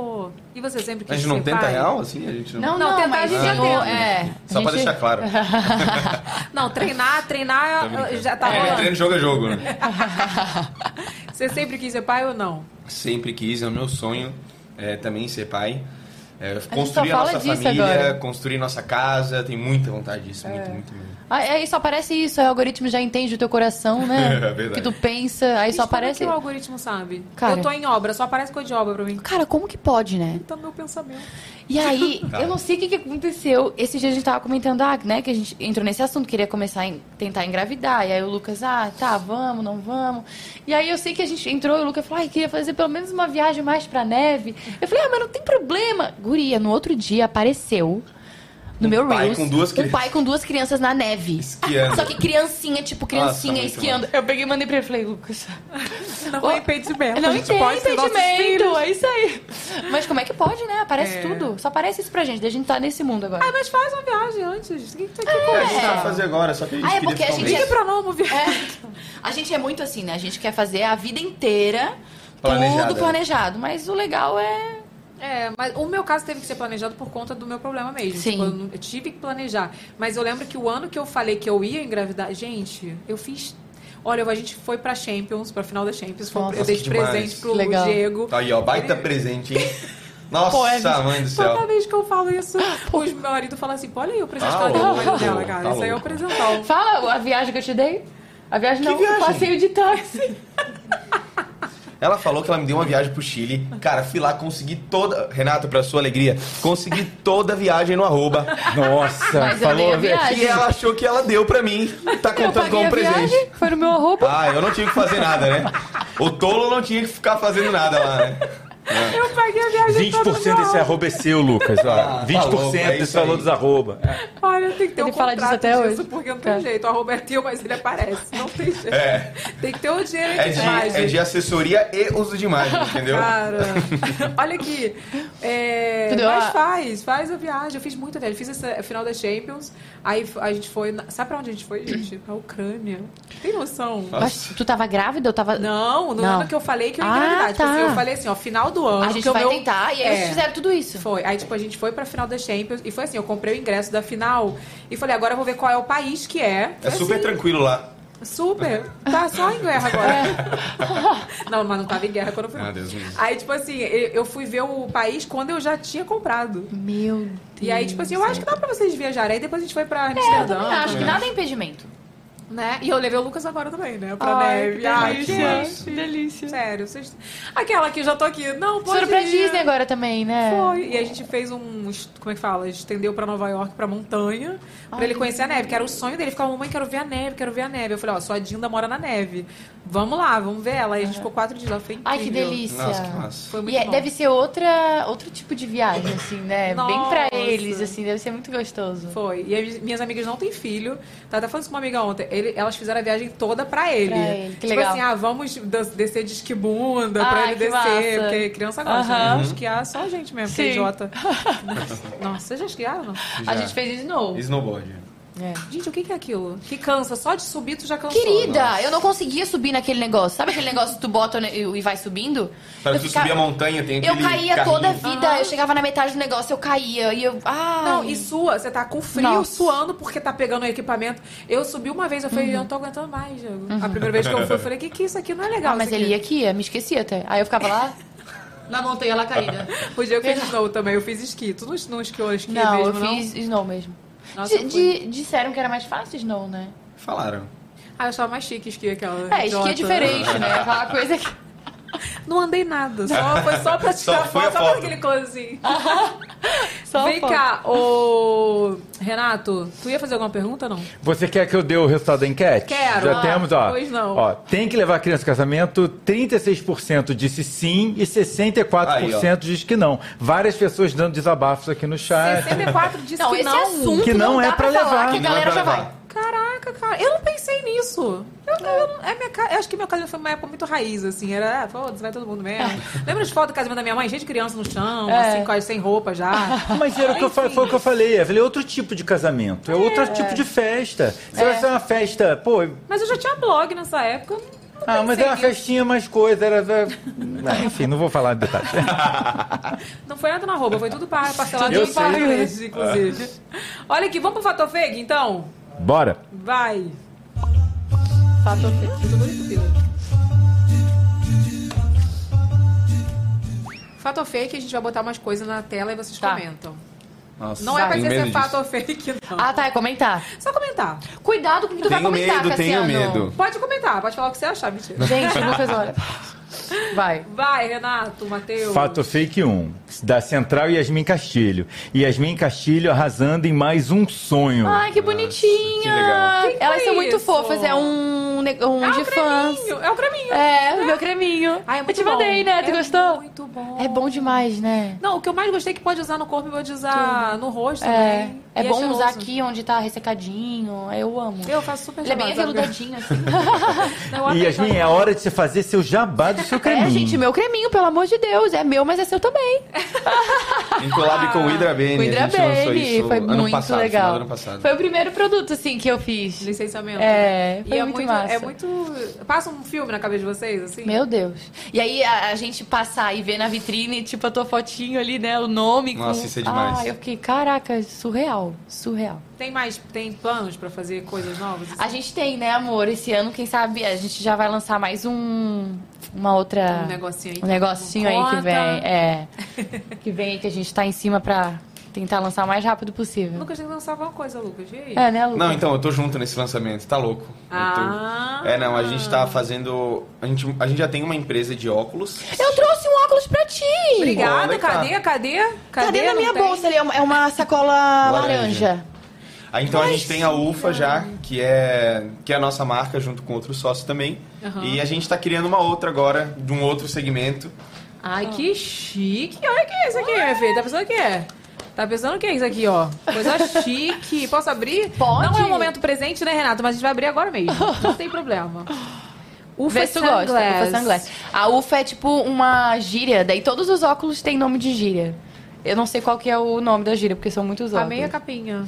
Speaker 1: E você sempre
Speaker 5: A
Speaker 1: quis
Speaker 5: gente não
Speaker 1: ser
Speaker 5: tenta
Speaker 1: pai?
Speaker 5: real, assim? A gente não...
Speaker 1: Não, não, tentar a gente já né?
Speaker 5: Ah,
Speaker 1: tenta.
Speaker 6: É,
Speaker 5: Só pra deixar claro.
Speaker 1: Não, treinar,
Speaker 5: Tô
Speaker 1: treinar
Speaker 5: brincando.
Speaker 1: já tá
Speaker 5: É,
Speaker 1: rolando.
Speaker 5: treino, jogo é jogo, né?
Speaker 6: (laughs)
Speaker 1: Você sempre quis ser pai ou não?
Speaker 5: Sempre quis, é o meu sonho é, também ser pai. É,
Speaker 6: só
Speaker 5: construir a
Speaker 6: fala
Speaker 5: nossa
Speaker 6: disso
Speaker 5: família,
Speaker 6: agora.
Speaker 5: construir nossa casa, tem muita vontade disso, muito,
Speaker 6: É.
Speaker 5: muito mesmo.
Speaker 6: Ah, (laughs) Aí só aparece isso, aí o algoritmo já entende o teu coração, né?
Speaker 5: (laughs) É verdade.
Speaker 6: O que tu pensa, aí
Speaker 1: Gente, como
Speaker 6: só
Speaker 1: é
Speaker 6: aparece.
Speaker 1: que o algoritmo sabe?
Speaker 6: Cara.
Speaker 1: eu tô em obra, só aparece coisa de obra pra mim.
Speaker 6: Cara, como que pode, né?
Speaker 1: Então, meu pensamento.
Speaker 5: (laughs)
Speaker 6: E aí,
Speaker 1: Tá.
Speaker 6: eu não sei o que, que aconteceu. Esse dia a gente tava comentando, ah, né, que a gente entrou nesse assunto, queria começar a en- tentar engravidar. E aí o Lucas, ah, tá, vamos, não vamos. E aí eu sei que a gente entrou e o Lucas falou, ai, queria fazer pelo menos uma viagem mais pra neve. Eu falei, ah, mas não tem problema. Guria, no outro dia apareceu. No meu
Speaker 5: pai
Speaker 6: Reels,
Speaker 5: com duas
Speaker 6: um
Speaker 5: crianças.
Speaker 6: pai com duas crianças na neve.
Speaker 5: Esquiando.
Speaker 6: Ah, Só que criancinha, tipo, criancinha
Speaker 5: Nossa, muito
Speaker 6: esquiando. Eu peguei e mandei pra ele, falei, Lucas...
Speaker 1: Não é impedimento.
Speaker 6: Não
Speaker 1: a gente
Speaker 6: tem
Speaker 1: pode ser nossos
Speaker 6: impedimento,
Speaker 1: filhos.
Speaker 6: é isso aí. Mas como é que pode, né? Aparece
Speaker 1: É.
Speaker 6: tudo. Só aparece isso pra gente, daí a gente tá nesse mundo agora.
Speaker 1: Ah, mas faz uma viagem antes. Quem tá aqui
Speaker 5: É, a gente
Speaker 6: É.
Speaker 5: vai fazer agora, só que a gente
Speaker 6: Ah, é
Speaker 5: queria
Speaker 6: porque a
Speaker 5: ficar um
Speaker 6: gente
Speaker 5: mês.
Speaker 6: é
Speaker 1: pra novo,
Speaker 6: A gente é muito assim, né? A gente quer fazer a vida inteira
Speaker 5: Planejada,
Speaker 6: tudo
Speaker 5: né?
Speaker 6: planejado, mas o legal é
Speaker 1: É, mas o meu caso teve que ser planejado por conta do meu problema mesmo.
Speaker 6: Sim.
Speaker 1: Tipo, eu, não- eu tive que planejar. Mas eu lembro que o ano que eu falei que eu ia engravidar, gente, eu fiz. Olha, a gente foi pra Champions, pra final da Champions. foi-
Speaker 5: Nossa,
Speaker 1: eu dei de
Speaker 5: que demais. Tá
Speaker 1: presente pro
Speaker 6: Legal.
Speaker 1: Diego.
Speaker 5: Aí, ó, baita presente,
Speaker 6: (laughs)
Speaker 5: hein? Nossa,
Speaker 1: Pô, é, gente,
Speaker 5: mãe do céu.
Speaker 1: Toda vez que eu falo isso,
Speaker 6: Ah,
Speaker 1: os meu marido fala assim: olha aí o presente
Speaker 5: Tá
Speaker 1: que ela deu pro
Speaker 5: louco,
Speaker 1: marido dela, cara.
Speaker 5: tá
Speaker 1: isso aí é o
Speaker 5: louco.
Speaker 1: presentão.
Speaker 6: Fala a viagem que eu te dei. A viagem
Speaker 5: Que
Speaker 6: não,
Speaker 5: viagem?
Speaker 6: o passeio de táxi.
Speaker 5: Ela falou que ela me deu uma viagem pro Chile. Cara, fui lá, consegui toda. Renato, pra sua alegria, consegui toda a viagem no arroba.
Speaker 2: Nossa,
Speaker 6: Mas eu falou dei a a viagem. viagem.
Speaker 5: E ela achou que ela deu pra mim. Tá
Speaker 6: eu
Speaker 5: contando
Speaker 6: paguei
Speaker 5: como
Speaker 6: a
Speaker 5: presente.
Speaker 6: viagem, foi no meu roupa.
Speaker 5: Ah, eu não tinha que fazer nada, né? O tolo não tinha que ficar fazendo nada lá, né?
Speaker 1: Eu paguei a viagem toda
Speaker 2: 20% desse
Speaker 1: mal.
Speaker 2: arroba é seu, Lucas. (laughs) Ó.
Speaker 5: Ah,
Speaker 2: 20%
Speaker 5: tá louco, é
Speaker 2: desse
Speaker 5: isso
Speaker 2: valor
Speaker 5: aí.
Speaker 2: dos arroba.
Speaker 1: Olha, tem que ter
Speaker 6: Ele
Speaker 1: um
Speaker 6: fala disso
Speaker 1: contrato
Speaker 6: até hoje.
Speaker 1: disso, porque não tem
Speaker 6: É.
Speaker 1: jeito. O arroba é teu, mas ele aparece. Não tem jeito.
Speaker 5: É.
Speaker 1: Tem que ter o dinheiro
Speaker 5: É
Speaker 1: entre
Speaker 5: de, é de assessoria e uso de imagem, entendeu?
Speaker 6: Ah,
Speaker 1: Cara, olha aqui. É,
Speaker 6: Entendeu?
Speaker 1: mas
Speaker 6: Ah.
Speaker 1: faz, faz a viagem. Eu fiz muita viagem. Fiz essa final da Champions. Aí f- a gente foi. na- Sabe pra onde a gente foi, gente? Pra Ucrânia. Tem noção?
Speaker 5: Ah,
Speaker 6: Mas tu tava grávida, eu tava.
Speaker 1: Não, no ano que eu falei que eu ia
Speaker 6: Ah,
Speaker 1: engravidar. Tipo assim,
Speaker 6: tá.
Speaker 1: eu falei assim, ó, final do ano.
Speaker 6: A gente
Speaker 1: que o
Speaker 6: vai
Speaker 1: meu- É,
Speaker 6: tentar, e aí vocês fizeram tudo isso.
Speaker 1: Foi. Aí, tipo, a gente foi pra final da Champions. E foi assim, eu comprei o ingresso da final. E falei, agora eu vou ver qual é o país que é.
Speaker 5: É
Speaker 1: Foi
Speaker 5: super
Speaker 1: assim,
Speaker 5: tranquilo lá.
Speaker 1: Super. Tá só em guerra
Speaker 6: (laughs)
Speaker 1: agora.
Speaker 6: É.
Speaker 1: Não, mas não tava em guerra quando eu fui.
Speaker 5: Ah, Deus me livre.
Speaker 1: Aí, tipo assim, eu eu fui ver o país quando eu já tinha comprado.
Speaker 6: Meu Deus.
Speaker 1: E aí, tipo assim, eu acho que dá pra vocês viajarem. Aí depois a gente foi pra
Speaker 6: É, eu
Speaker 1: Amsterdã.
Speaker 6: também acho que
Speaker 1: né?
Speaker 6: nada é impedimento.
Speaker 1: Né? E eu levei o Lucas agora também, né? Pra
Speaker 6: Ai,
Speaker 1: neve.
Speaker 6: que
Speaker 1: Ai,
Speaker 6: delícia,
Speaker 1: gente. delícia. Sério. Vocês... Aquela que eu já tô aqui. Não, pode
Speaker 6: Foram pra
Speaker 1: ir. É.
Speaker 6: Disney agora também, né?
Speaker 1: Foi. E a gente fez um. est- Como é que fala? Estendeu pra Nova York, pra montanha, pra
Speaker 6: Ai,
Speaker 1: ele
Speaker 6: que
Speaker 1: conhecer a
Speaker 6: legal.
Speaker 1: neve, que era o sonho dele. Ele Ficava, mamãe, quero ver a neve, quero ver a neve. Eu falei, ó, sua Dinda mora na neve. Vamos lá, vamos ver ela. E a gente ficou quatro dias lá. Foi incrível.
Speaker 6: Ai, que delícia.
Speaker 1: Nossa, que massa. Foi muito
Speaker 6: e é-
Speaker 1: bom.
Speaker 6: deve ser outra, outro tipo de viagem, assim, né? Bem pra
Speaker 1: Nossa.
Speaker 6: eles, assim, deve ser muito gostoso.
Speaker 1: Foi. E as minhas amigas não têm filho. Tá até falando isso com uma amiga ontem. Ele- elas fizeram a viagem toda pra ele.
Speaker 6: Pra ele, que
Speaker 1: tipo
Speaker 6: legal.
Speaker 1: assim, ah, vamos dan- descer de esquibunda pra
Speaker 6: Ai,
Speaker 1: ele
Speaker 6: que
Speaker 1: descer.
Speaker 6: massa.
Speaker 1: Porque criança gosta, né?
Speaker 6: Aham.
Speaker 1: De esquiar só a gente mesmo, que
Speaker 6: Sim.
Speaker 1: é idiota.
Speaker 6: (laughs)
Speaker 1: Nossa, vocês já esquiaram? não?
Speaker 5: Já.
Speaker 6: A gente fez de novo.
Speaker 5: Snowboard.
Speaker 1: Gente, o que que é aquilo? Que cansa, só de subir tu já cansou. né?
Speaker 6: Querida, eu não conseguia subir naquele negócio. Sabe aquele negócio que tu bota ne- e vai subindo?
Speaker 5: Sabe,
Speaker 6: Eu
Speaker 5: tu
Speaker 6: fica-
Speaker 5: subir a montanha, tem
Speaker 6: Eu
Speaker 5: aquele
Speaker 6: caía
Speaker 5: carrinho.
Speaker 6: toda a vida, eu chegava na metade do negócio, eu caía. E eu. Ah!
Speaker 1: Ah. Não, e sua, você tá com frio, suando porque tá pegando o equipamento. Eu subi uma vez, eu falei, eu não tô aguentando mais, Diego. A primeira vez que eu fui, eu falei, que que isso aqui não é legal.
Speaker 6: Ah, mas
Speaker 1: isso
Speaker 6: ele ia
Speaker 1: aqui.
Speaker 6: aqui, ia, me esquecia até. Aí eu
Speaker 1: (laughs)
Speaker 6: ficava lá.
Speaker 1: Na montanha lá caída. (laughs) O dia que eu fiz snow também, eu fiz esqui. Tu não, não esquiou esqui
Speaker 6: não,
Speaker 1: mesmo,
Speaker 6: eu fiz snow mesmo.
Speaker 1: Nossa,
Speaker 6: Di-
Speaker 1: eu
Speaker 6: di- disseram que era mais fácil snow, né?
Speaker 5: Falaram.
Speaker 1: Ah, eu achava mais chique esqui aquela.
Speaker 6: É, esqui é
Speaker 1: idiota.
Speaker 6: diferente, (laughs) né? Aquela coisa que.
Speaker 1: Não andei nada,
Speaker 6: (laughs)
Speaker 1: só, foi só pra
Speaker 6: Só
Speaker 1: tirar
Speaker 6: foi a
Speaker 1: foto, só pra
Speaker 6: foto.
Speaker 1: aquele cozinho. (laughs)
Speaker 6: Só a
Speaker 1: Vem
Speaker 6: foto.
Speaker 1: cá, ô... Renato, tu ia fazer alguma pergunta ou não?
Speaker 2: Você quer que eu dê o resultado da enquete?
Speaker 1: Quero.
Speaker 2: Já
Speaker 1: Ah,
Speaker 2: temos, ó.
Speaker 1: pois não.
Speaker 2: Ó, tem que levar a criança ao casamento, 36% disse sim e 64%
Speaker 5: Aí, ó.
Speaker 2: diz que não. Várias pessoas dando desabafos aqui no
Speaker 6: Ah,
Speaker 2: chat.
Speaker 1: 64 é disse
Speaker 6: Não,
Speaker 1: que
Speaker 6: esse
Speaker 1: não.
Speaker 6: assunto
Speaker 2: Que não não é dá pra pra falar, levar.
Speaker 6: que a galera já vai.
Speaker 1: Caraca, cara, eu não pensei nisso. Eu, eu não- é minha ca- eu acho que meu casamento foi uma época muito raiz, assim. Era, ah, foda-se, vai todo mundo mesmo.
Speaker 6: É.
Speaker 1: Lembra de foto do casamento da minha mãe? Gente de criança no chão,
Speaker 2: É.
Speaker 1: assim, quase sem roupa já.
Speaker 6: (laughs)
Speaker 2: Mas era o que eu, fa- foi o que eu falei, Evelyn. É outro tipo de casamento. É, outro
Speaker 1: É.
Speaker 2: tipo de festa. Se
Speaker 1: É.
Speaker 2: vai ser uma festa, pô.
Speaker 1: Mas eu já tinha blog nessa época. eu não- não
Speaker 2: Ah, mas
Speaker 1: pensei
Speaker 2: era uma
Speaker 1: nisso.
Speaker 2: festinha mais coisa. Era. era- Ah, enfim, não vou falar
Speaker 1: (laughs)
Speaker 2: detalhes.
Speaker 1: Não foi nada na roupa, foi tudo par- parcelado
Speaker 2: (laughs) Eu
Speaker 1: em
Speaker 2: sei. Ah.
Speaker 1: várias vezes, inclusive. Olha aqui, vamos pro Fator Fake, então?
Speaker 2: Bora.
Speaker 1: Vai. Fator Fake. Tudo bonito, Pila. Fator Fake, a gente vai botar umas coisas na tela e vocês
Speaker 6: Tá.
Speaker 1: comentam.
Speaker 5: Nossa,
Speaker 1: Não é pra
Speaker 5: tenho
Speaker 1: dizer se é
Speaker 5: medo
Speaker 1: fato
Speaker 5: disso.
Speaker 1: ou fake, não.
Speaker 6: Ah, tá, é comentar.
Speaker 1: Só comentar.
Speaker 6: Cuidado com o que tu vai
Speaker 5: Tenho
Speaker 6: comentar,
Speaker 5: medo, tenho
Speaker 6: Cassiano.
Speaker 5: medo.
Speaker 1: Pode comentar, pode falar o que você achar, mentira.
Speaker 6: Gente, Lucas, olha. Vai.
Speaker 1: Vai, Renato, Matheus.
Speaker 2: Fato Fake 1, da Central Yasmin Castilho. Yasmin Castilho arrasando em mais um sonho.
Speaker 6: Ai, que bonitinha!
Speaker 2: legal.
Speaker 1: Que
Speaker 6: Elas
Speaker 1: que
Speaker 6: são
Speaker 1: é
Speaker 6: muito
Speaker 1: isso?
Speaker 6: fofas, é um, ne- um de fãs.
Speaker 1: É o creminho.
Speaker 6: É, o meu creminho.
Speaker 1: Ai, é muito
Speaker 6: Eu te
Speaker 1: bom.
Speaker 6: mandei, né? Tu
Speaker 1: É
Speaker 6: gostou?
Speaker 1: Muito bom.
Speaker 6: É bom demais, né?
Speaker 1: Não, o que eu mais gostei é que pode usar no corpo e pode usar no rosto
Speaker 6: É,
Speaker 1: também.
Speaker 6: é
Speaker 1: E
Speaker 6: bom
Speaker 1: cheiroso.
Speaker 6: usar aqui onde tá ressecadinho. Eu amo.
Speaker 1: Eu faço super
Speaker 6: Ele é bem
Speaker 1: jabá, sabe?
Speaker 6: aveludadinho, assim.
Speaker 1: Não, (laughs) eu
Speaker 2: E
Speaker 1: adoro.
Speaker 2: Yasmin, é hora de você fazer seu jabá
Speaker 1: (laughs)
Speaker 2: do seu creminho.
Speaker 6: É, gente, meu creminho, pelo amor de Deus. É meu, mas é seu também.
Speaker 5: Em collab com o Hydra Bene,
Speaker 6: O Hydra
Speaker 5: a gente lançou
Speaker 6: Bene,
Speaker 5: isso
Speaker 6: foi
Speaker 5: ano
Speaker 6: muito
Speaker 5: passado,
Speaker 6: legal.
Speaker 5: final do ano passado.
Speaker 6: Foi o primeiro produto, assim, que eu fiz.
Speaker 1: Licenciamento.
Speaker 6: É,
Speaker 1: E
Speaker 6: foi
Speaker 1: é
Speaker 6: muito
Speaker 1: muito,
Speaker 6: massa.
Speaker 1: é muito. Passa um filme na cabeça de vocês, assim?
Speaker 6: Meu Deus. E aí, a, a gente passar e ver na vitrine, tipo, a tua fotinho ali, né? O nome.
Speaker 5: Nossa,
Speaker 6: com...
Speaker 5: isso é demais.
Speaker 6: Ah, eu fiquei, caraca, surreal, surreal.
Speaker 1: Tem mais, tem planos pra fazer coisas novas?
Speaker 6: A gente tem, né, amor? Esse ano, quem sabe, a gente já vai lançar mais um. Uma outra.
Speaker 1: Um negocinho aí.
Speaker 6: Um negocinho aí que
Speaker 1: Conta.
Speaker 6: vem.
Speaker 1: (laughs)
Speaker 6: É. que vem aí que a gente tá em cima pra tentar lançar o mais rápido possível.
Speaker 1: Lucas tem que lançar alguma coisa, Lucas. E aí?
Speaker 6: É, né, Lucas?
Speaker 5: Não, então, eu tô junto nesse lançamento, tá louco. Eu
Speaker 1: Ah.
Speaker 5: tô- É, não, a gente tá fazendo. A gente, a gente já tem uma empresa de óculos.
Speaker 6: Eu trouxe um óculos pra ti!
Speaker 1: Obrigada,
Speaker 5: Olha,
Speaker 1: cadê,
Speaker 5: tá.
Speaker 1: cadê?
Speaker 6: Cadê, na
Speaker 1: Não
Speaker 6: minha
Speaker 1: tem?
Speaker 6: bolsa ali? É uma, é uma sacola
Speaker 5: Laranja.
Speaker 6: laranja.
Speaker 5: Ah, então a gente tem a UFA já, que é, que é a nossa marca, junto com outros sócios também.
Speaker 1: Aham.
Speaker 5: E a gente tá criando uma outra agora, de um outro segmento.
Speaker 1: Ai, que chique. Olha o que é isso aqui, minha filha. Tá pensando o que é? Tá pensando o que é isso aqui, ó? Coisa chique. Posso abrir? Pode. Não é o momento presente, né, Renato? Mas a gente vai abrir agora mesmo. Não tem problema. Ufa
Speaker 6: (laughs) Vê se tu gosta.
Speaker 1: Sunglass.
Speaker 6: Ufa Sunglass. A Ufa é tipo uma gíria, daí todos os óculos têm nome de gíria. Eu não sei qual que é o nome da gíria, porque são muitos óculos.
Speaker 1: Amei a capinha.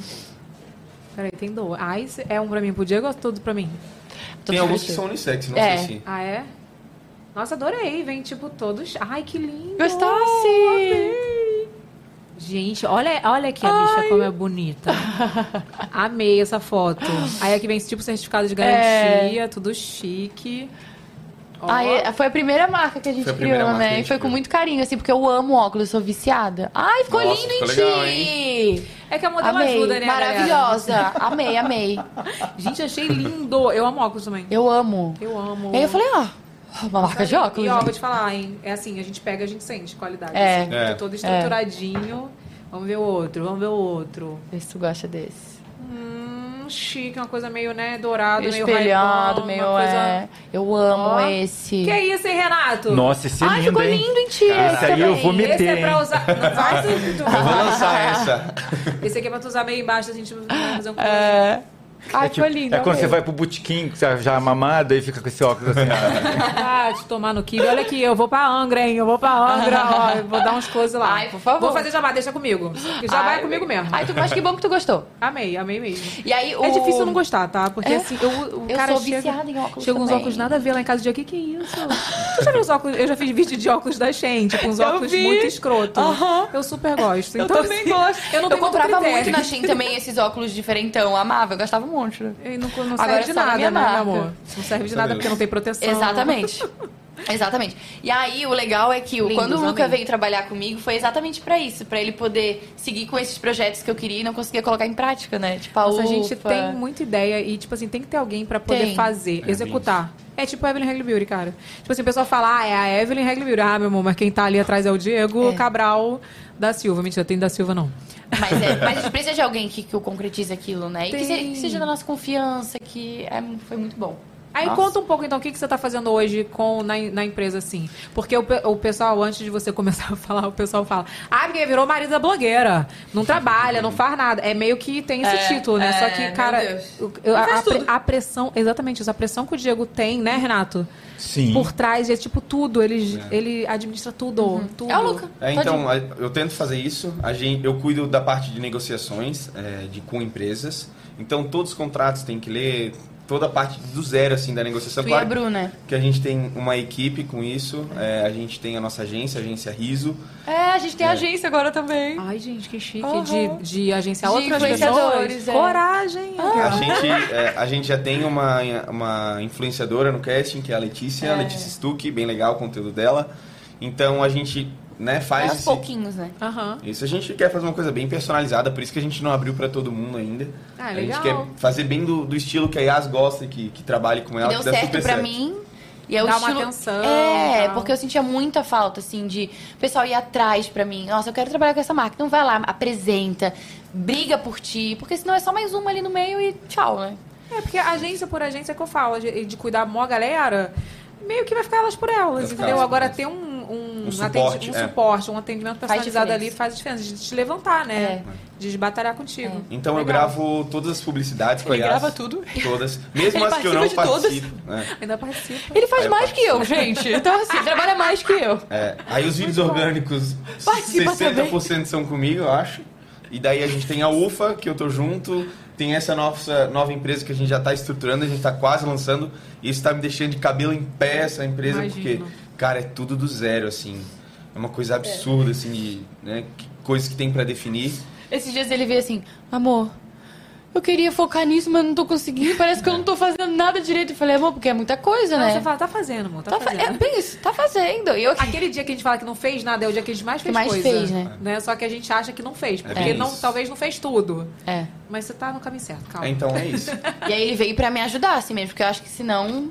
Speaker 1: Peraí, tem dois. Ah, esse é um pra mim pro Diego ou tudo pra mim?
Speaker 5: tem alguns que são unissex, não
Speaker 1: é.
Speaker 5: sei se.
Speaker 1: Ah, é? Nossa, adorei. Vem, tipo, todos... Ai, que lindo.
Speaker 6: Gostasse!
Speaker 1: Gente, olha, olha aqui a bicha como é bonita. (laughs) Amei
Speaker 6: É.
Speaker 1: essa foto. Aí aqui vem tipo certificado de garantia, tudo chique.
Speaker 6: Aí, Ah, é, foi a primeira marca que a gente
Speaker 5: Foi a
Speaker 6: criou,
Speaker 5: primeira marca que a
Speaker 6: né? E
Speaker 5: gente
Speaker 6: foi com muito carinho, assim, porque eu amo óculos, sou viciada. Ai, ficou
Speaker 5: Nossa,
Speaker 6: lindo
Speaker 5: ficou
Speaker 6: em
Speaker 5: legal,
Speaker 6: ti!
Speaker 1: hein? É que a modelo
Speaker 6: amei,
Speaker 1: ajuda, né, galera?
Speaker 6: Maravilhosa. Amei, amei.
Speaker 1: Gente, achei lindo. Eu amo óculos também.
Speaker 6: Eu amo.
Speaker 1: Eu amo.
Speaker 6: Aí eu falei, ó, uma marca de óculos.
Speaker 1: E ó,
Speaker 6: né?
Speaker 1: vou te falar, hein? É assim, a gente pega, a gente sente qualidade.
Speaker 6: É.
Speaker 1: assim,
Speaker 6: É.
Speaker 1: tá Todo estruturadinho. Vamos ver o outro, vamos ver o outro.
Speaker 6: Vê se tu gosta desse.
Speaker 1: Hum, chique, uma coisa meio, né, dourado,
Speaker 6: Meio
Speaker 1: meio
Speaker 6: espelhado,
Speaker 1: Ray-Ban,
Speaker 6: meio.
Speaker 1: uma coisa...
Speaker 6: é. Eu amo
Speaker 1: Ó.
Speaker 6: esse.
Speaker 1: Que isso, hein, Renato?
Speaker 2: Nossa, esse é
Speaker 1: Ai,
Speaker 2: lindo,
Speaker 1: ficou
Speaker 2: hein?
Speaker 1: lindo em ti.
Speaker 2: Caraca. Esse aí eu vou
Speaker 1: também. Esse
Speaker 2: meter,
Speaker 1: é pra
Speaker 2: hein?
Speaker 1: usar... Não vai tu- tu-
Speaker 5: Eu vou lançar essa.
Speaker 1: Esse aqui é pra tu usar meio embaixo, a gente vai fazer um...
Speaker 6: É.
Speaker 2: é, tipo- é quando você vai pro botequim, que você já é mamado, aí fica com esse óculos
Speaker 1: (laughs)
Speaker 2: assim. ah.
Speaker 1: Ah, te tomar no kibe. Olha aqui, eu vou pra Angra, hein? Eu vou pra Angra, ó. Eu vou dar uns close lá. Ai, por
Speaker 6: favor.
Speaker 1: Vou fazer jabá, deixa comigo. Já
Speaker 6: Ai,
Speaker 1: vai comigo mesmo.
Speaker 6: Ai, tu, mas que bom que tu gostou.
Speaker 1: Amei, amei mesmo.
Speaker 6: E aí, o...
Speaker 1: É difícil não gostar, tá? Porque
Speaker 6: Oh. É.
Speaker 1: assim, eu, o
Speaker 6: Eu
Speaker 1: cara
Speaker 6: sou
Speaker 1: chega,
Speaker 6: viciada em óculos
Speaker 1: Chega uns
Speaker 6: também.
Speaker 1: óculos nada a ver lá em casa de dia. O que que é isso? Tu já viu os óculos? Eu já fiz vídeo de óculos da gente, com uns
Speaker 6: Eu
Speaker 1: óculos
Speaker 6: vi.
Speaker 1: muito escroto.
Speaker 6: Aham.
Speaker 1: Eu super gosto.
Speaker 6: Eu
Speaker 1: Então,
Speaker 6: também
Speaker 1: assim,
Speaker 6: gosto.
Speaker 1: Eu não
Speaker 6: Eu
Speaker 1: tenho
Speaker 6: comprava
Speaker 1: critério.
Speaker 6: muito na (laughs) Shein também esses óculos diferentão. Eu amava, eu gastava um monte. né?
Speaker 1: E não, não
Speaker 6: Agora
Speaker 1: serve de
Speaker 6: só na
Speaker 1: nada,
Speaker 6: minha
Speaker 1: né, meu
Speaker 6: marca.
Speaker 1: amor? Não serve de nada porque não tem proteção.
Speaker 6: Exatamente. Exatamente. E aí, o legal é que o-
Speaker 1: Lindos,
Speaker 6: quando o Luca
Speaker 1: amei.
Speaker 6: veio trabalhar comigo, foi exatamente pra isso. pra ele poder seguir com esses projetos que eu queria e não conseguia colocar em prática, né? Tipo, a
Speaker 1: Nossa, a
Speaker 6: Ufa.
Speaker 1: gente tem muita ideia e, tipo assim, tem que ter alguém pra poder
Speaker 6: Tem.
Speaker 1: fazer,
Speaker 6: É,
Speaker 1: executar. É tipo a Evelyn Hagley cara. Tipo assim, o pessoal fala, ah, é a Evelyn Hagley Ah, meu amor, mas quem tá ali atrás é o Diego Cabral da Silva. Mentira, tem da Silva, não.
Speaker 6: Mas, é- mas a gente precisa de alguém que, que o concretize aquilo, né? E que
Speaker 1: Tem.
Speaker 6: seja, que seja da nossa confiança, que é mu- foi muito bom.
Speaker 1: Aí
Speaker 6: Nossa.
Speaker 1: conta um pouco, então, o que, que você tá fazendo hoje com, na, na empresa, assim. Porque o, pe- o pessoal, antes de você (laughs) começar a falar, o pessoal fala, ah, porque virou marido da blogueira. Não trabalha, não faz nada. É meio que tem esse
Speaker 6: É,
Speaker 1: título, né?
Speaker 6: é,
Speaker 1: Só que,
Speaker 6: meu
Speaker 1: cara,
Speaker 6: Deus.
Speaker 1: o- eu- a,
Speaker 6: Faz
Speaker 1: a pre-
Speaker 6: tudo.
Speaker 1: a pressão, exatamente isso, a pressão que o Diego tem, né, Renato?
Speaker 2: Sim.
Speaker 1: Por trás, é tipo tudo. Ele, ele administra tudo,
Speaker 6: Uhum.
Speaker 1: tudo. É o Luca.
Speaker 5: É, então, a- eu tento fazer isso. A gente, eu cuido da parte de negociações é, de, com empresas. Então, todos os contratos tem que ler, toda a parte do zero assim da negociação.
Speaker 6: Tu e a
Speaker 5: Claro
Speaker 6: Bruna.
Speaker 5: que a gente tem uma equipe com isso. é, a gente tem a nossa agência, a agência Riso.
Speaker 6: É, a gente tem agência agora também.
Speaker 1: Ai, gente, que chique.
Speaker 6: Aham.
Speaker 1: De, de agenciar
Speaker 6: De
Speaker 1: outras
Speaker 6: influenciadores,
Speaker 1: pessoas.
Speaker 6: é.
Speaker 1: Coragem.
Speaker 6: Ah.
Speaker 5: A gente, é, a gente já tem uma, uma influenciadora no casting, que é a Letícia,
Speaker 6: É.
Speaker 5: Letícia Stuck, bem legal o conteúdo dela. Então a gente né,
Speaker 6: É
Speaker 5: faz
Speaker 6: aos
Speaker 5: esse-
Speaker 6: pouquinhos, né?
Speaker 1: Aham.
Speaker 5: isso. A gente quer fazer uma coisa bem personalizada, por isso que a gente não abriu pra todo mundo ainda.
Speaker 6: Ah,
Speaker 5: É, a
Speaker 6: legal.
Speaker 5: gente quer fazer bem do, do estilo que a Yas gosta, que, que trabalhe com ela.
Speaker 6: deu
Speaker 5: que dá
Speaker 6: certo
Speaker 5: super
Speaker 6: pra
Speaker 5: certo.
Speaker 6: mim. E é o
Speaker 1: Dá uma
Speaker 6: estilo...
Speaker 1: atenção,
Speaker 6: É,
Speaker 1: tal.
Speaker 6: porque eu sentia muita falta, assim, de o pessoal ir atrás pra mim. Nossa, eu quero trabalhar com essa marca. Então vai lá, apresenta, briga por ti, porque senão é só mais uma ali no meio e tchau, né?
Speaker 1: É, porque agência por agência é que eu falo, de, de cuidar mó galera, meio que vai ficar elas por elas,
Speaker 5: Vai ficar
Speaker 1: entendeu?
Speaker 5: elas por
Speaker 1: Agora ter um, um, atendi-
Speaker 5: Um suporte,
Speaker 1: um
Speaker 5: é.
Speaker 1: suporte, um atendimento
Speaker 6: Faz
Speaker 1: personalizado
Speaker 6: diferença. É.
Speaker 1: ali faz diferença, de te levantar, né? De desbatalhar contigo.
Speaker 5: Então eu
Speaker 1: Legal.
Speaker 5: gravo todas as publicidades com a
Speaker 6: Ele
Speaker 5: Yas.
Speaker 6: grava tudo.
Speaker 5: Todas. Mesmo
Speaker 6: (laughs) Ele
Speaker 5: as que eu não
Speaker 6: participa de todas.
Speaker 5: participo. né?
Speaker 1: Ainda participa.
Speaker 6: Ele faz
Speaker 5: Aí eu
Speaker 6: mais que eu, gente. Então, assim, trabalha mais que eu.
Speaker 5: É, aí os vídeos orgânicos,
Speaker 6: Participa
Speaker 5: 60% são comigo, eu acho. E daí a gente tem a UFA, que eu tô junto. Tem essa nossa nova empresa que a gente já tá estruturando, a gente tá quase lançando. E isso tá me deixando de cabelo em pé essa empresa,
Speaker 1: Imagino.
Speaker 5: porque, cara, é tudo do zero, assim. É uma coisa absurda, assim, de, né? que- Coisas que tem pra definir.
Speaker 6: Esses dias ele veio assim, amor, eu queria focar nisso, mas não tô conseguindo. Parece que eu não tô fazendo nada direito. Eu falei, amor, porque é muita coisa,
Speaker 1: Não,
Speaker 6: né?
Speaker 1: você fala, tá fazendo, amor, tá,
Speaker 6: Tá fa-
Speaker 1: fazendo.
Speaker 6: é bem isso, tá fazendo. E eu aqui,
Speaker 1: Aquele dia que a gente fala que não fez nada é o dia que a gente mais
Speaker 6: Que
Speaker 1: fez
Speaker 6: mais
Speaker 1: coisa.
Speaker 6: fez, né?
Speaker 1: Só que a gente acha que não fez, porque
Speaker 5: É bem
Speaker 1: não,
Speaker 5: isso.
Speaker 1: talvez não fez tudo.
Speaker 6: É.
Speaker 1: Mas você tá no caminho certo, calma.
Speaker 5: É, então é isso.
Speaker 6: E aí ele veio pra me ajudar, assim mesmo, porque eu acho que senão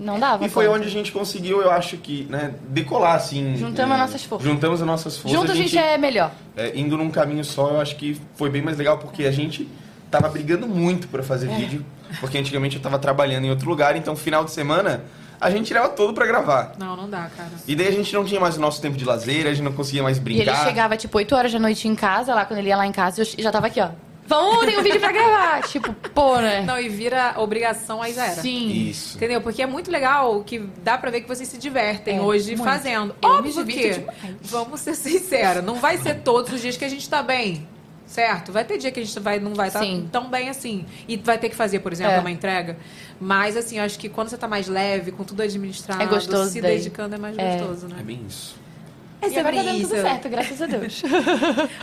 Speaker 6: não dava.
Speaker 5: E foi
Speaker 6: conta.
Speaker 5: onde a gente conseguiu, eu acho que, né, decolar, assim.
Speaker 6: Juntamos
Speaker 5: eh,
Speaker 6: as nossas forças.
Speaker 5: Juntamos as nossas forças.
Speaker 6: Junto a gente é melhor.
Speaker 5: É, indo num caminho só, eu acho que foi bem mais legal porque a gente tava brigando muito pra
Speaker 6: É.
Speaker 5: fazer vídeo, porque antigamente eu tava trabalhando em outro lugar, então final de semana a gente tirava todo pra gravar.
Speaker 1: Não, não dá, cara.
Speaker 5: E daí a gente não tinha mais o nosso tempo de lazer, a gente não conseguia mais
Speaker 6: E ele
Speaker 5: brincar.
Speaker 6: chegava, tipo, 8 horas da noite em casa, lá quando ele ia lá em casa, eu já tava aqui, ó. Vamos, tem um vídeo pra gravar. (laughs) tipo, pô, né?
Speaker 1: Não, e vira obrigação, aí já era.
Speaker 6: Sim.
Speaker 5: Isso.
Speaker 1: Entendeu? Porque é muito legal que dá pra ver que vocês se divertem
Speaker 6: É,
Speaker 1: hoje
Speaker 6: muito.
Speaker 1: fazendo.
Speaker 6: Eu me
Speaker 1: Óbvio
Speaker 6: divirto
Speaker 1: que,
Speaker 6: demais.
Speaker 1: vamos ser (laughs) sinceros, não vai ser todos os dias que a gente tá bem. Certo? Vai ter dia que a gente vai, não vai estar
Speaker 6: Sim.
Speaker 1: tão bem assim. E vai ter que fazer, por exemplo,
Speaker 6: É.
Speaker 1: uma entrega. Mas, assim, eu acho que quando você tá mais leve, com tudo administrado,
Speaker 6: É gostoso
Speaker 1: se
Speaker 6: daí.
Speaker 1: dedicando, é mais
Speaker 6: É.
Speaker 1: gostoso, né?
Speaker 5: É bem isso.
Speaker 15: É
Speaker 6: E agora tá dando tudo certo, graças a Deus.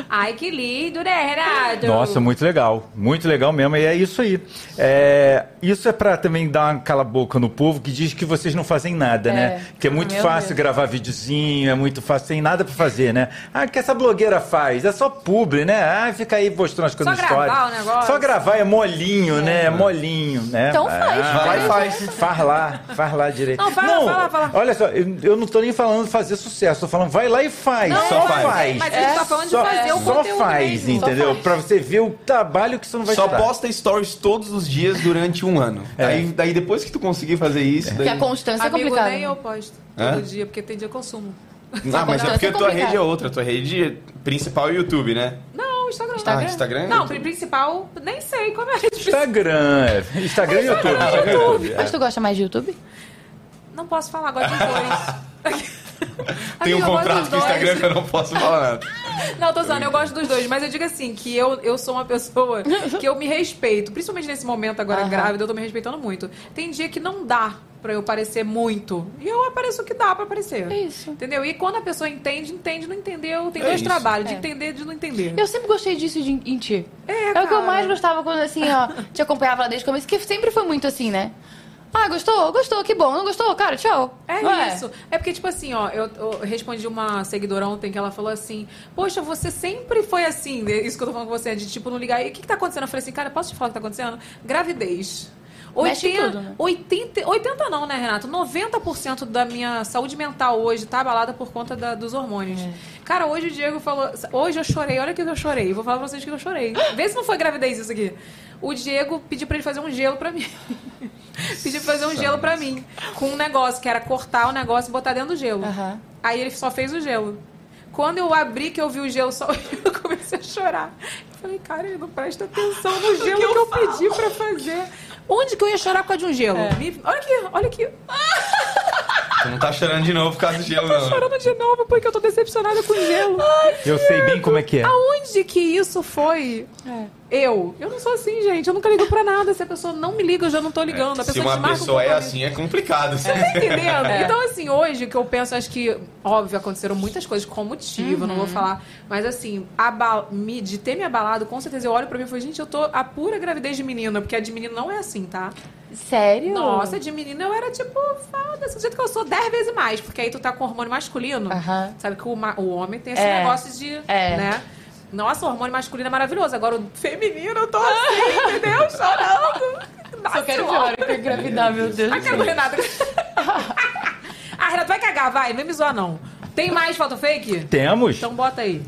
Speaker 15: Ai, que lindo, né, Renato?
Speaker 2: Nossa, muito legal. Muito legal mesmo. E é isso aí. É, isso é pra também dar uma cala boca no povo que diz que vocês não fazem nada,
Speaker 1: É.
Speaker 2: né? Que é muito
Speaker 1: Meu
Speaker 2: fácil
Speaker 1: Deus.
Speaker 2: gravar videozinho, é muito fácil, tem nada pra fazer, né? Ah, o que essa blogueira faz? É só publi, né? Ah, fica aí postando as coisas
Speaker 15: Só
Speaker 2: no
Speaker 15: gravar
Speaker 2: stories.
Speaker 15: o negócio.
Speaker 2: Só gravar é molinho, né? É molinho, né?
Speaker 15: Então faz,
Speaker 2: Ah,
Speaker 15: faz.
Speaker 2: vai, faz. Faz lá, faz lá direito.
Speaker 15: Não, fala, fala, fala.
Speaker 2: Olha só, eu, eu não tô nem falando fazer sucesso, tô falando vai lá e faz.
Speaker 15: Não,
Speaker 2: só
Speaker 15: é,
Speaker 2: faz.
Speaker 15: mas a gente tá falando de
Speaker 2: Só-
Speaker 15: fazer o
Speaker 2: Só
Speaker 15: conteúdo
Speaker 2: faz,
Speaker 15: mesmo. Só
Speaker 2: entendeu?
Speaker 15: faz.
Speaker 2: Pra você ver o trabalho que você não vai
Speaker 5: Só
Speaker 2: tirar.
Speaker 5: posta stories todos os dias durante um ano. Daí, daí depois que tu conseguir fazer isso. Daí...
Speaker 6: constância é
Speaker 1: Amigo,
Speaker 6: complicada.
Speaker 1: nem eu posto
Speaker 5: Hã?
Speaker 1: todo dia, porque tem dia que eu consumo.
Speaker 5: Ah, mas é
Speaker 1: Não,
Speaker 5: porque a
Speaker 1: isso é
Speaker 5: tua
Speaker 1: complicado.
Speaker 5: rede é outra. A tua rede principal é o YouTube, né?
Speaker 1: Não, Instagram.
Speaker 5: Instagram? Ah, Instagram?
Speaker 1: Não, pri- principal, nem sei como é.
Speaker 2: Instagram, é. Instagram e YouTube. Instagram e YouTube.
Speaker 6: Mas tu gosta mais de YouTube?
Speaker 1: Não posso falar agora de dois.
Speaker 6: (laughs)
Speaker 5: Tem um
Speaker 1: Amigo, eu gosto
Speaker 5: contrato
Speaker 1: dos
Speaker 5: com o Instagram
Speaker 1: dois.
Speaker 5: que eu não posso falar nada.
Speaker 1: Não, tô usando, eu gosto dos dois, mas eu digo assim, que eu, eu sou uma
Speaker 6: (laughs)
Speaker 1: pessoa que eu me respeito, principalmente nesse momento agora
Speaker 6: Aham.
Speaker 1: grávida, eu tô me respeitando muito. Tem dia que não dá pra eu parecer muito, e eu apareço o que dá pra aparecer. É isso. Entendeu? E quando a pessoa entende, entende, não entendeu, tem
Speaker 6: É
Speaker 1: dois
Speaker 6: isso.
Speaker 1: trabalhos, de
Speaker 6: É.
Speaker 1: entender e de não entender.
Speaker 6: Eu sempre gostei disso de, em ti. É, o que eu mais gostava quando, assim,
Speaker 1: (laughs)
Speaker 6: ó, te acompanhava lá desde o começo, que sempre foi muito assim, né? Ah, gostou? Gostou, que bom. Não gostou? Cara, tchau.
Speaker 1: É
Speaker 6: Não
Speaker 1: isso. É porque, tipo assim, ó, eu, eu respondi uma seguidora ontem que ela falou assim: Poxa, você sempre foi assim, né? isso que eu tô falando com você, de tipo, não ligar. E o que, que tá acontecendo? Eu falei assim, cara, posso te falar o que tá acontecendo? Gravidez.
Speaker 6: Mexe em
Speaker 1: 80,
Speaker 6: tudo, né?
Speaker 1: 80, 80 não, né, Renato? 90% da minha saúde mental hoje tá abalada por conta da- dos hormônios.
Speaker 6: É.
Speaker 1: Cara, hoje o Diego falou. Hoje eu chorei, olha o que eu chorei. Vou falar pra vocês o que eu chorei. Vê se não foi gravidez isso aqui. O Diego pediu pra ele fazer um gelo pra mim. (laughs) Pediu pra fazer um gelo pra mim. Com um negócio, que era cortar o negócio e botar dentro do gelo. Aí ele só fez o gelo. Quando eu abri, que eu vi o gelo, só (laughs) eu comecei a chorar. Eu falei, cara, ele não presta atenção (laughs) no gelo que eu, pedi pra fazer. Onde que eu ia chorar por causa de um gelo? Me- Olha aqui, olha aqui.
Speaker 5: Tu não tá chorando de novo por causa do gelo,
Speaker 1: Tô
Speaker 5: não.
Speaker 1: chorando de novo porque eu tô decepcionada com o gelo. Ai,
Speaker 2: Eu sei bem como é que é.
Speaker 1: Aonde que isso foi? Eu. Eu não sou assim, gente. Eu nunca ligo pra nada. Se a pessoa não me liga, eu já não tô ligando. a
Speaker 5: Se
Speaker 1: pessoa um
Speaker 5: uma
Speaker 1: desmarca o
Speaker 5: pessoa é
Speaker 1: compromisso.
Speaker 5: assim, é complicado.
Speaker 1: Você (laughs) tá entendendo?
Speaker 5: É.
Speaker 1: Então, assim, hoje o que eu penso, acho que, óbvio, aconteceram muitas coisas com motivo, eu não
Speaker 6: Uhum.
Speaker 1: vou falar. Mas, assim, abal- me- de ter me abalado, com certeza eu olho pra mim e falo, gente, eu tô a pura gravidez de menina, porque a de menino não é assim, tá?
Speaker 6: Sério?
Speaker 1: Nossa, de menina eu era tipo, foda-se, do jeito que eu sou, 10 vezes mais, porque aí tu tá com hormônio masculino. Sabe que o, ma- o homem tem esse
Speaker 6: É.
Speaker 1: negócio de.
Speaker 6: É.
Speaker 1: né? Nossa, o hormônio masculino é maravilhoso. Agora o feminino, eu tô assim, (laughs) entendeu? Chorando. Nossa,
Speaker 6: quero
Speaker 1: eu
Speaker 6: ver a hora
Speaker 1: amo.
Speaker 6: que eu engravidar, meu Deus
Speaker 1: A
Speaker 6: do
Speaker 1: cara
Speaker 6: céu.
Speaker 1: do Renato. (laughs) ah, Renato, vai cagar, vai. Não vem me zoar, não. Tem mais foto fake?
Speaker 2: Temos.
Speaker 1: Então bota aí.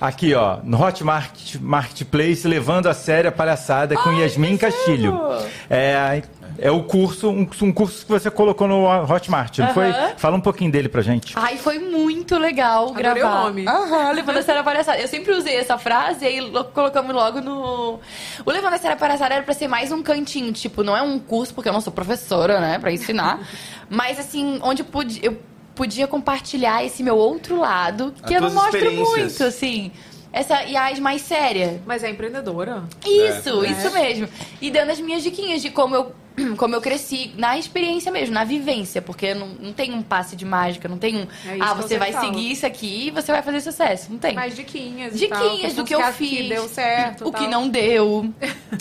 Speaker 2: Aqui, ó, no Hotmart Marketplace, levando a sério a palhaçada com Yasmin Castilho. É, é o curso, um, um curso que você colocou no Hotmart, não foi?
Speaker 6: Aham.
Speaker 2: Fala um pouquinho dele pra gente.
Speaker 6: Ai, foi muito legal
Speaker 1: Adorei
Speaker 6: gravar.
Speaker 1: o nome.
Speaker 6: Aham, levando a sério a palhaçada. Eu sempre usei essa frase e aí lo- colocamos logo no. O levando a sério a palhaçada era pra ser mais um cantinho, tipo, não é um curso, porque eu não sou professora, né, pra ensinar.
Speaker 1: (laughs)
Speaker 6: mas assim, onde eu pude- eu podia compartilhar esse meu outro lado, que
Speaker 1: As
Speaker 6: eu não
Speaker 1: tuas
Speaker 6: mostro
Speaker 1: experiências.
Speaker 6: muito, assim. Essa Yas mais séria.
Speaker 1: Mas é empreendedora.
Speaker 6: Isso,
Speaker 1: É.
Speaker 6: isso mesmo. E dando as minhas diquinhas de como eu, (clears throat) como eu cresci na experiência mesmo, na vivência, porque não, não tem um passe de mágica, não tem um.
Speaker 1: É isso
Speaker 6: ah,
Speaker 1: que eu
Speaker 6: você
Speaker 1: sempre
Speaker 6: vai
Speaker 1: falo.
Speaker 6: seguir isso aqui e você vai fazer sucesso. Não tem.
Speaker 1: Mais diquinhas. e tal,
Speaker 6: Diquinhas do que eu
Speaker 1: a-
Speaker 6: fiz.
Speaker 1: Que deu certo.
Speaker 6: o que
Speaker 1: tal.
Speaker 6: não deu.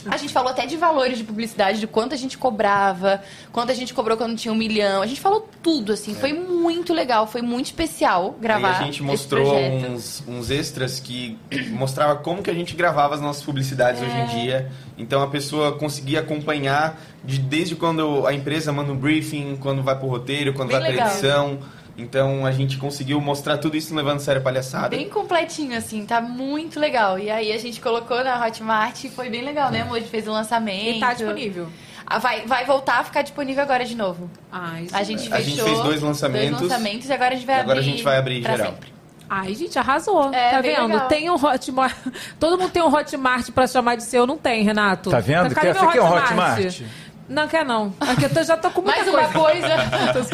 Speaker 6: A gente falou até de valores de publicidade, de quanto a gente cobrava, quanto a gente cobrou quando tinha um milhão. A gente falou tudo, assim. Foi muito legal, foi muito especial gravar.
Speaker 5: Aí É. a gente
Speaker 6: esse
Speaker 5: mostrou
Speaker 6: projeto.
Speaker 5: uns, uns extras que mostrava como que a gente gravava as nossas publicidades
Speaker 1: É.
Speaker 5: hoje em dia. Então a pessoa conseguia acompanhar de- desde quando a empresa manda um briefing, quando vai pro roteiro, quando
Speaker 6: Bem
Speaker 5: vai pra
Speaker 6: legal.
Speaker 5: edição. Então a gente conseguiu mostrar tudo isso no levando a sério a palhaçada.
Speaker 6: Bem completinho, assim, tá muito legal. E aí a gente colocou na Hotmart e foi bem legal, né, amor? A gente fez o lançamento.
Speaker 1: E tá disponível.
Speaker 6: Ah, Vai, vai voltar a ficar disponível agora de novo. a gente fechou.
Speaker 5: A gente fez dois lançamentos.
Speaker 6: Dois lançamentos e agora a gente vai
Speaker 5: E agora a
Speaker 6: abrir.
Speaker 5: gente vai abrir
Speaker 6: pra
Speaker 5: geral.
Speaker 6: sempre.
Speaker 1: Ai, gente, arrasou.
Speaker 6: É,
Speaker 1: tá
Speaker 6: bem
Speaker 1: vendo?
Speaker 6: legal.
Speaker 1: Tem um Hotmart. (laughs) Todo mundo tem um Hotmart pra chamar de seu, não tem, Renato.
Speaker 2: Tá vendo?
Speaker 1: Cadê
Speaker 2: Que-
Speaker 1: meu
Speaker 2: Você quer um Hotmart?
Speaker 1: Não quer não. Aqui eu tô- já tô com muita
Speaker 6: (laughs) Mais uma
Speaker 1: (laughs) coisa.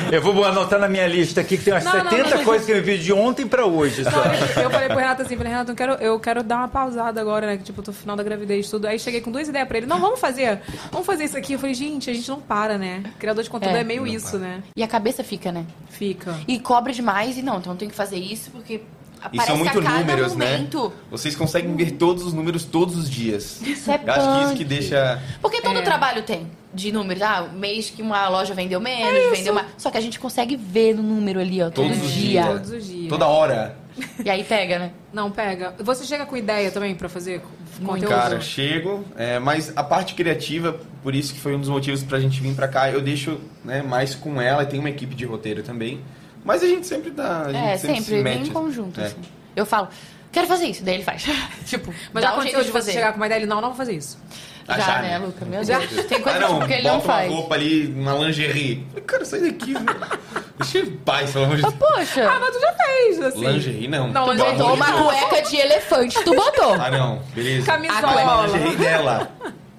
Speaker 2: Eu vou anotar na minha lista aqui que tem umas
Speaker 1: Não, não,
Speaker 2: 70
Speaker 1: não.
Speaker 2: coisas que eu vi de ontem pra hoje. Só.
Speaker 1: (laughs) Eu falei pro Renato assim, falei, Renato, eu quero, eu quero dar uma pausada agora, né? Que tipo, eu tô no final da gravidez, tudo. Aí cheguei com duas ideias pra ele. Não, vamos fazer. Vamos fazer isso aqui. Eu falei, gente, a gente não para, né? Criador de conteúdo é,
Speaker 6: É.
Speaker 1: meio
Speaker 6: Não
Speaker 1: isso, né?
Speaker 6: E a cabeça fica, né?
Speaker 1: Fica.
Speaker 6: E cobra demais e não, então tem que fazer isso porque
Speaker 5: E
Speaker 6: aparece
Speaker 5: são muito
Speaker 6: a cada
Speaker 5: números,
Speaker 6: momento.
Speaker 5: né? Vocês conseguem ver todos os números todos os dias.
Speaker 6: Isso é
Speaker 5: Eu acho que isso
Speaker 6: punk.
Speaker 5: que É. deixa.
Speaker 6: Porque todo trabalho tem de números. Ah, o mês que uma loja vendeu menos, vendeu mais. Só que a gente consegue ver no número ali, ó, todo
Speaker 5: É Todos os
Speaker 6: dia.
Speaker 5: dias.
Speaker 1: Todos os dias.
Speaker 5: Toda hora.
Speaker 6: E aí pega, né?
Speaker 1: Não, pega. Você chega com ideia também pra fazer co- conteúdo?
Speaker 5: Cara, chego. é, mas a parte criativa, por isso que foi um dos motivos pra gente vir pra cá, eu deixo né, mais com ela e tem uma equipe de roteiro também. Mas a gente sempre dá. A gente
Speaker 6: é,
Speaker 5: sempre,
Speaker 6: sempre,
Speaker 5: se
Speaker 6: vem
Speaker 5: mete.
Speaker 6: em conjunto,
Speaker 5: É.
Speaker 6: assim. Eu falo, quero fazer isso, daí ele faz. (laughs) tipo,
Speaker 1: Mas já
Speaker 6: dá um
Speaker 1: aconteceu
Speaker 6: jeito
Speaker 1: de você chegar com uma ideia ele, não, não vou fazer isso.
Speaker 5: Ah,
Speaker 6: Já, né, Luca? Meu Deus. Tem
Speaker 5: Ah,
Speaker 6: coisas
Speaker 5: não,
Speaker 6: tipo, que ele
Speaker 5: bota
Speaker 6: não faz.
Speaker 5: uma roupa ali, uma lingerie. Falei, Cara, sai daqui, velho.
Speaker 6: (laughs)
Speaker 5: Deixa em paz, pelo amor de Deus.
Speaker 6: Poxa.
Speaker 1: Ah, mas tu já fez, assim.
Speaker 5: Lingerie não.
Speaker 1: Não,
Speaker 5: Pelo
Speaker 1: lingerie
Speaker 5: amor de
Speaker 6: uma
Speaker 5: Deus.
Speaker 6: cueca de elefante, tu botou.
Speaker 5: Ah, não. Beleza.
Speaker 1: Camisola.
Speaker 5: Mas uma lingerie dela.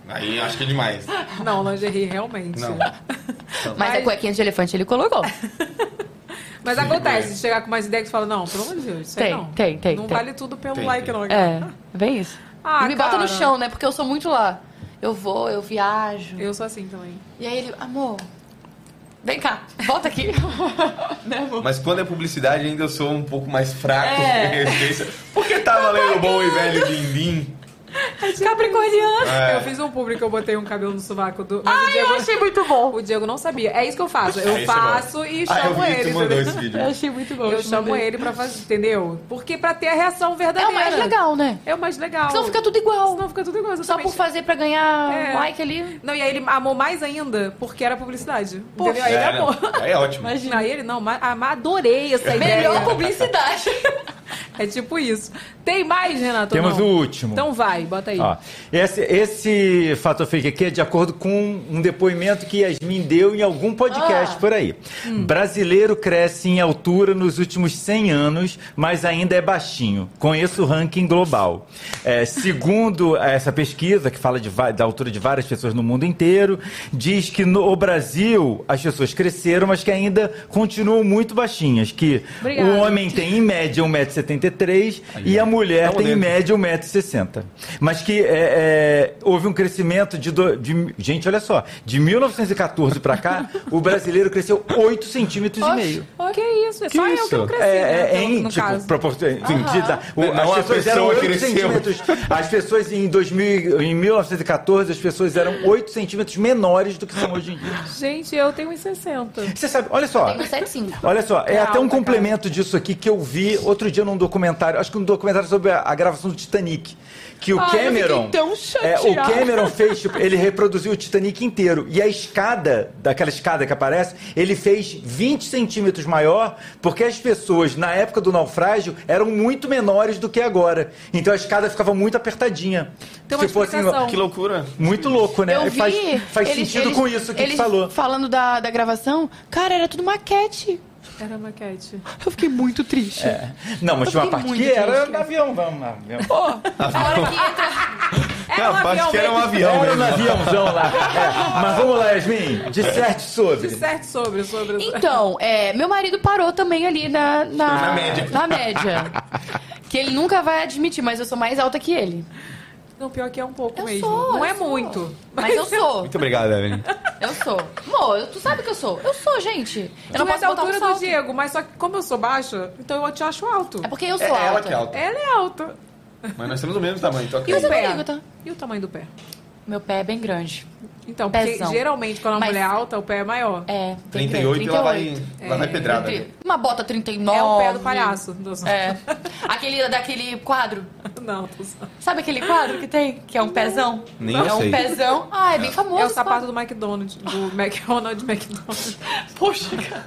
Speaker 5: Aí eu acho que é demais.
Speaker 1: Não, lingerie, realmente.
Speaker 5: Não.
Speaker 6: Mas a cuequinha de elefante ele colocou.
Speaker 1: Mas acontece, de chegar com umas ideias que fala, não, pelo amor de Deus, isso aí
Speaker 6: Tem,
Speaker 1: não.
Speaker 6: tem, tem,
Speaker 1: Não
Speaker 6: tem.
Speaker 1: vale tudo pelo
Speaker 6: Tem,
Speaker 1: like,
Speaker 6: tem.
Speaker 1: não.
Speaker 6: É, vem isso.
Speaker 1: Ah,
Speaker 6: e me bota
Speaker 1: cara.
Speaker 6: no chão, né? Porque eu sou muito lá. Eu vou, eu viajo.
Speaker 1: Eu sou assim também.
Speaker 6: E aí ele, amor, vem cá,
Speaker 1: (laughs)
Speaker 6: volta aqui. né, amor?
Speaker 5: Mas quando é publicidade, ainda eu sou um pouco mais fraco. (laughs)
Speaker 6: É.
Speaker 5: Porque tá valendo o bom e velho din-din.
Speaker 1: Capricorniano.
Speaker 5: É.
Speaker 1: Eu fiz um público, eu botei um cabelo no sovaco do. Mas o
Speaker 6: Ai,
Speaker 1: Diego,
Speaker 6: eu achei muito bom.
Speaker 1: O Diego não sabia. É isso que eu faço. Eu
Speaker 5: Ah, isso é bom.
Speaker 1: faço e
Speaker 5: Ah, eu
Speaker 1: chamo
Speaker 5: vi, tu
Speaker 1: ele.
Speaker 5: mandou
Speaker 1: entendeu?
Speaker 5: esse vídeo.
Speaker 6: Eu achei muito bom.
Speaker 1: Eu
Speaker 6: te
Speaker 1: chamo
Speaker 6: mandei.
Speaker 1: ele pra fazer, entendeu? Porque pra ter a reação
Speaker 6: É
Speaker 1: verdadeira.
Speaker 6: o mais legal, né?
Speaker 1: É o mais legal.
Speaker 6: Senão fica tudo igual.
Speaker 1: Senão fica tudo igual.
Speaker 6: Só por
Speaker 1: exatamente.
Speaker 6: fazer pra ganhar um
Speaker 1: É.
Speaker 6: like ali.
Speaker 1: Não, e aí ele amou mais ainda, porque era publicidade. Entendeu? Aí ele
Speaker 5: É,
Speaker 1: amou.
Speaker 5: não. Aí é ótimo.
Speaker 1: Imagina. Aí ele, não, ma- ama- adorei essa ideia.
Speaker 6: Melhor publicidade.
Speaker 1: (laughs) É tipo isso. Tem mais, Renato? ou
Speaker 2: Temos
Speaker 1: não?
Speaker 2: o último.
Speaker 1: Então vai, bota aí.
Speaker 2: Ó, esse, esse fato fake aqui é de acordo com um depoimento que Yasmin deu em algum podcast
Speaker 6: Ah.
Speaker 2: por aí.
Speaker 1: Hum.
Speaker 2: Brasileiro cresce em altura nos últimos 100 anos, mas ainda é baixinho. Conheço o ranking global. É, segundo essa pesquisa, que fala de va- da altura de várias pessoas no mundo inteiro, diz que no Brasil as pessoas cresceram, mas que ainda continuam muito baixinhas. Que
Speaker 1: Obrigada.
Speaker 2: o homem tem em média 1,73m e a mulher
Speaker 5: Tamo
Speaker 2: tem em
Speaker 5: dentro.
Speaker 2: média é de 1,60m. Mas que é, é, houve um crescimento de, do- de- Gente, olha só. De 1914 pra cá, o brasileiro cresceu 8 centímetros e meio.
Speaker 1: Oxe, Que isso? É só eu que eu cresci,
Speaker 2: É,
Speaker 1: né?
Speaker 2: é,
Speaker 1: no-
Speaker 2: em,
Speaker 1: no
Speaker 2: tipo,
Speaker 1: caso.
Speaker 2: proporção. Enfim, de- da- o-
Speaker 5: Não, a
Speaker 2: tá. as pessoas eram
Speaker 5: pessoa
Speaker 2: 8
Speaker 5: cresceu.
Speaker 2: centímetros. As pessoas em, 2000, em 1914, as pessoas eram 8 centímetros menores do que são hoje em dia.
Speaker 1: Gente, eu tenho 1,60.
Speaker 2: Você sabe, olha só.
Speaker 5: Tá
Speaker 6: Tem um 75.
Speaker 2: Olha só, é
Speaker 1: É
Speaker 2: até um
Speaker 1: alta,
Speaker 2: complemento disso aqui que eu vi outro dia num documentário, acho que um documentário sobre a, a gravação do Titanic, que o
Speaker 1: Ai, eu
Speaker 2: Cameron,
Speaker 1: fiquei tão
Speaker 2: é, o
Speaker 1: chateada.
Speaker 6: (laughs)
Speaker 2: Cameron fez, tipo, ele reproduziu o Titanic inteiro e a escada, daquela escada que aparece, ele fez 20 centímetros maior, porque as pessoas na época do naufrágio eram muito menores do que agora, então a escada ficava muito apertadinha.
Speaker 1: Tem uma explicação.
Speaker 5: Que loucura.
Speaker 2: muito louco, né?
Speaker 6: Eu vi.
Speaker 2: faz faz
Speaker 6: eles-
Speaker 2: sentido
Speaker 6: eles-
Speaker 2: com isso que
Speaker 6: eles
Speaker 2: tu falou.
Speaker 6: Falando da, da gravação, cara, era tudo maquete.
Speaker 1: Era
Speaker 2: (laughs)
Speaker 1: maquete.
Speaker 6: Eu fiquei muito triste.
Speaker 2: Não, mas tinha uma
Speaker 6: Eu
Speaker 2: parte
Speaker 6: fiquei
Speaker 2: que
Speaker 6: muito
Speaker 2: era
Speaker 6: triste.
Speaker 2: avião, vamos lá, avião.
Speaker 6: (laughs)
Speaker 1: Era um
Speaker 5: Capaz
Speaker 1: avião
Speaker 5: que era um
Speaker 1: mesmo.
Speaker 5: avião
Speaker 2: Era
Speaker 5: mesmo.
Speaker 2: um aviãozão lá. É, Mas vamos lá, Yasmin. Disserte sobre.
Speaker 1: Certo sobre, sobre.
Speaker 6: Então, é, meu marido parou também ali na, na,
Speaker 5: Na média.
Speaker 6: na média. que ele nunca vai admitir, mas eu sou mais alta que ele.
Speaker 1: Não, pior que é um pouco
Speaker 6: Eu
Speaker 1: mesmo.
Speaker 6: sou,
Speaker 1: Não
Speaker 6: eu
Speaker 1: é
Speaker 6: sou.
Speaker 1: muito.
Speaker 6: Mas eu sou,
Speaker 5: Muito obrigado, Evelyn.
Speaker 6: eu sou. Amor, eu- tu sabe que eu sou. Eu sou, gente. Eu não
Speaker 1: Tu é
Speaker 6: posso
Speaker 1: da
Speaker 6: botar um
Speaker 1: altura do
Speaker 6: salto.
Speaker 1: Diego, mas só que como eu sou baixa, então eu te acho alto.
Speaker 6: É porque eu
Speaker 5: É,
Speaker 6: sou alta.
Speaker 5: ela que é alta.
Speaker 1: Ela é alta.
Speaker 5: Mas nós temos o mesmo tamanho, então
Speaker 6: E o
Speaker 5: acredito.
Speaker 6: seu
Speaker 1: Pé.
Speaker 6: amigo, tá?
Speaker 1: E o tamanho do pé?
Speaker 6: Meu pé é bem grande.
Speaker 1: Então, porque
Speaker 6: Pezão.
Speaker 1: geralmente quando a
Speaker 6: Mas-
Speaker 1: mulher é alta, o pé é maior.
Speaker 6: É, bem
Speaker 5: 38,
Speaker 6: grande.
Speaker 5: ela
Speaker 6: 38.
Speaker 5: vai, ela vai pedrada. né?
Speaker 6: Trinta- Uma bota 39.
Speaker 1: É o pé do palhaço.
Speaker 6: É. Aquele, daquele quadro.
Speaker 1: (laughs) Não, tô só-
Speaker 6: Sabe aquele quadro que tem? Que é um pezão?
Speaker 5: Nem
Speaker 6: é
Speaker 5: eu
Speaker 6: um
Speaker 5: sei.
Speaker 6: pezão. Ah, é bem famoso.
Speaker 1: É o
Speaker 6: esse
Speaker 1: sapato do McDonald's, do McDonald's, McDonald's.
Speaker 6: quadro. Poxa, cara.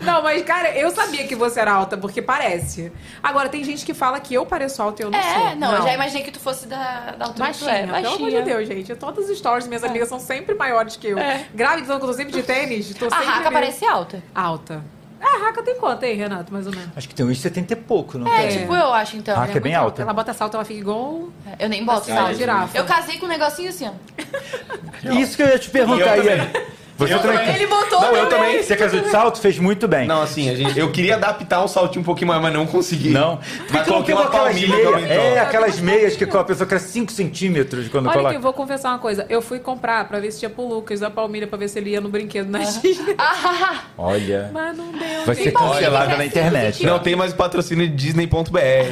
Speaker 1: Não, mas cara, eu sabia que você era alta, porque parece. Agora, tem gente que fala que eu pareço alta e eu não sou.
Speaker 6: É, não, eu já imaginei que tu fosse da, da altura que tu
Speaker 1: Baixinha,
Speaker 6: é.
Speaker 1: pelo amor de Deus, gente. Todas as stories minhas amigas são sempre maiores que eu.
Speaker 6: É.
Speaker 1: Grávida, então, que eu tô sempre de tênis, tô
Speaker 6: A
Speaker 1: sempre
Speaker 6: raca
Speaker 1: ali.
Speaker 6: parece alta.
Speaker 1: alta. A raca tem quanto, hein, Renato, mais ou menos?
Speaker 2: Acho que tem uns 70 e pouco, não
Speaker 6: É,
Speaker 2: tem?
Speaker 6: tipo eu acho, então.
Speaker 2: A raca é
Speaker 6: né?
Speaker 2: bem
Speaker 1: Muito
Speaker 2: alta.
Speaker 1: Ela bota salto, ela fica igual... um-
Speaker 6: Eu nem boto
Speaker 1: Assim,
Speaker 6: salto.
Speaker 1: uma girafa.
Speaker 6: Eu casei com um negocinho assim, ó.
Speaker 2: Isso que eu ia te perguntar,
Speaker 5: Eu também.
Speaker 2: Ian. Você
Speaker 5: Eu
Speaker 2: também.
Speaker 5: também. Ele botou
Speaker 2: Não, eu
Speaker 5: também.
Speaker 2: também. Você casou de salto, fez muito bem.
Speaker 5: Não, assim, a gente, eu queria adaptar um saltinho um pouquinho mais, mas não consegui. Não.
Speaker 2: Porque
Speaker 5: Mas
Speaker 2: tu não
Speaker 5: coloquei
Speaker 2: pegou
Speaker 5: uma
Speaker 2: Então, aquelas
Speaker 5: palmilha então. que
Speaker 2: meias.
Speaker 5: aumentou.
Speaker 2: É, aquelas meias que a pessoa cresce 5 centímetros quando
Speaker 1: Olha, que
Speaker 2: coloca.
Speaker 1: eu vou confessar uma coisa. Eu fui comprar pra ver se tinha pro Lucas da Palmilha, pra ver se ele ia no brinquedo na Disney.
Speaker 6: Ah,
Speaker 2: Olha.
Speaker 1: Mas não deu.
Speaker 2: Vai
Speaker 1: gente.
Speaker 2: ser cancelada na
Speaker 6: É,
Speaker 2: internet.
Speaker 5: Não tem mais patrocínio de Disney.br.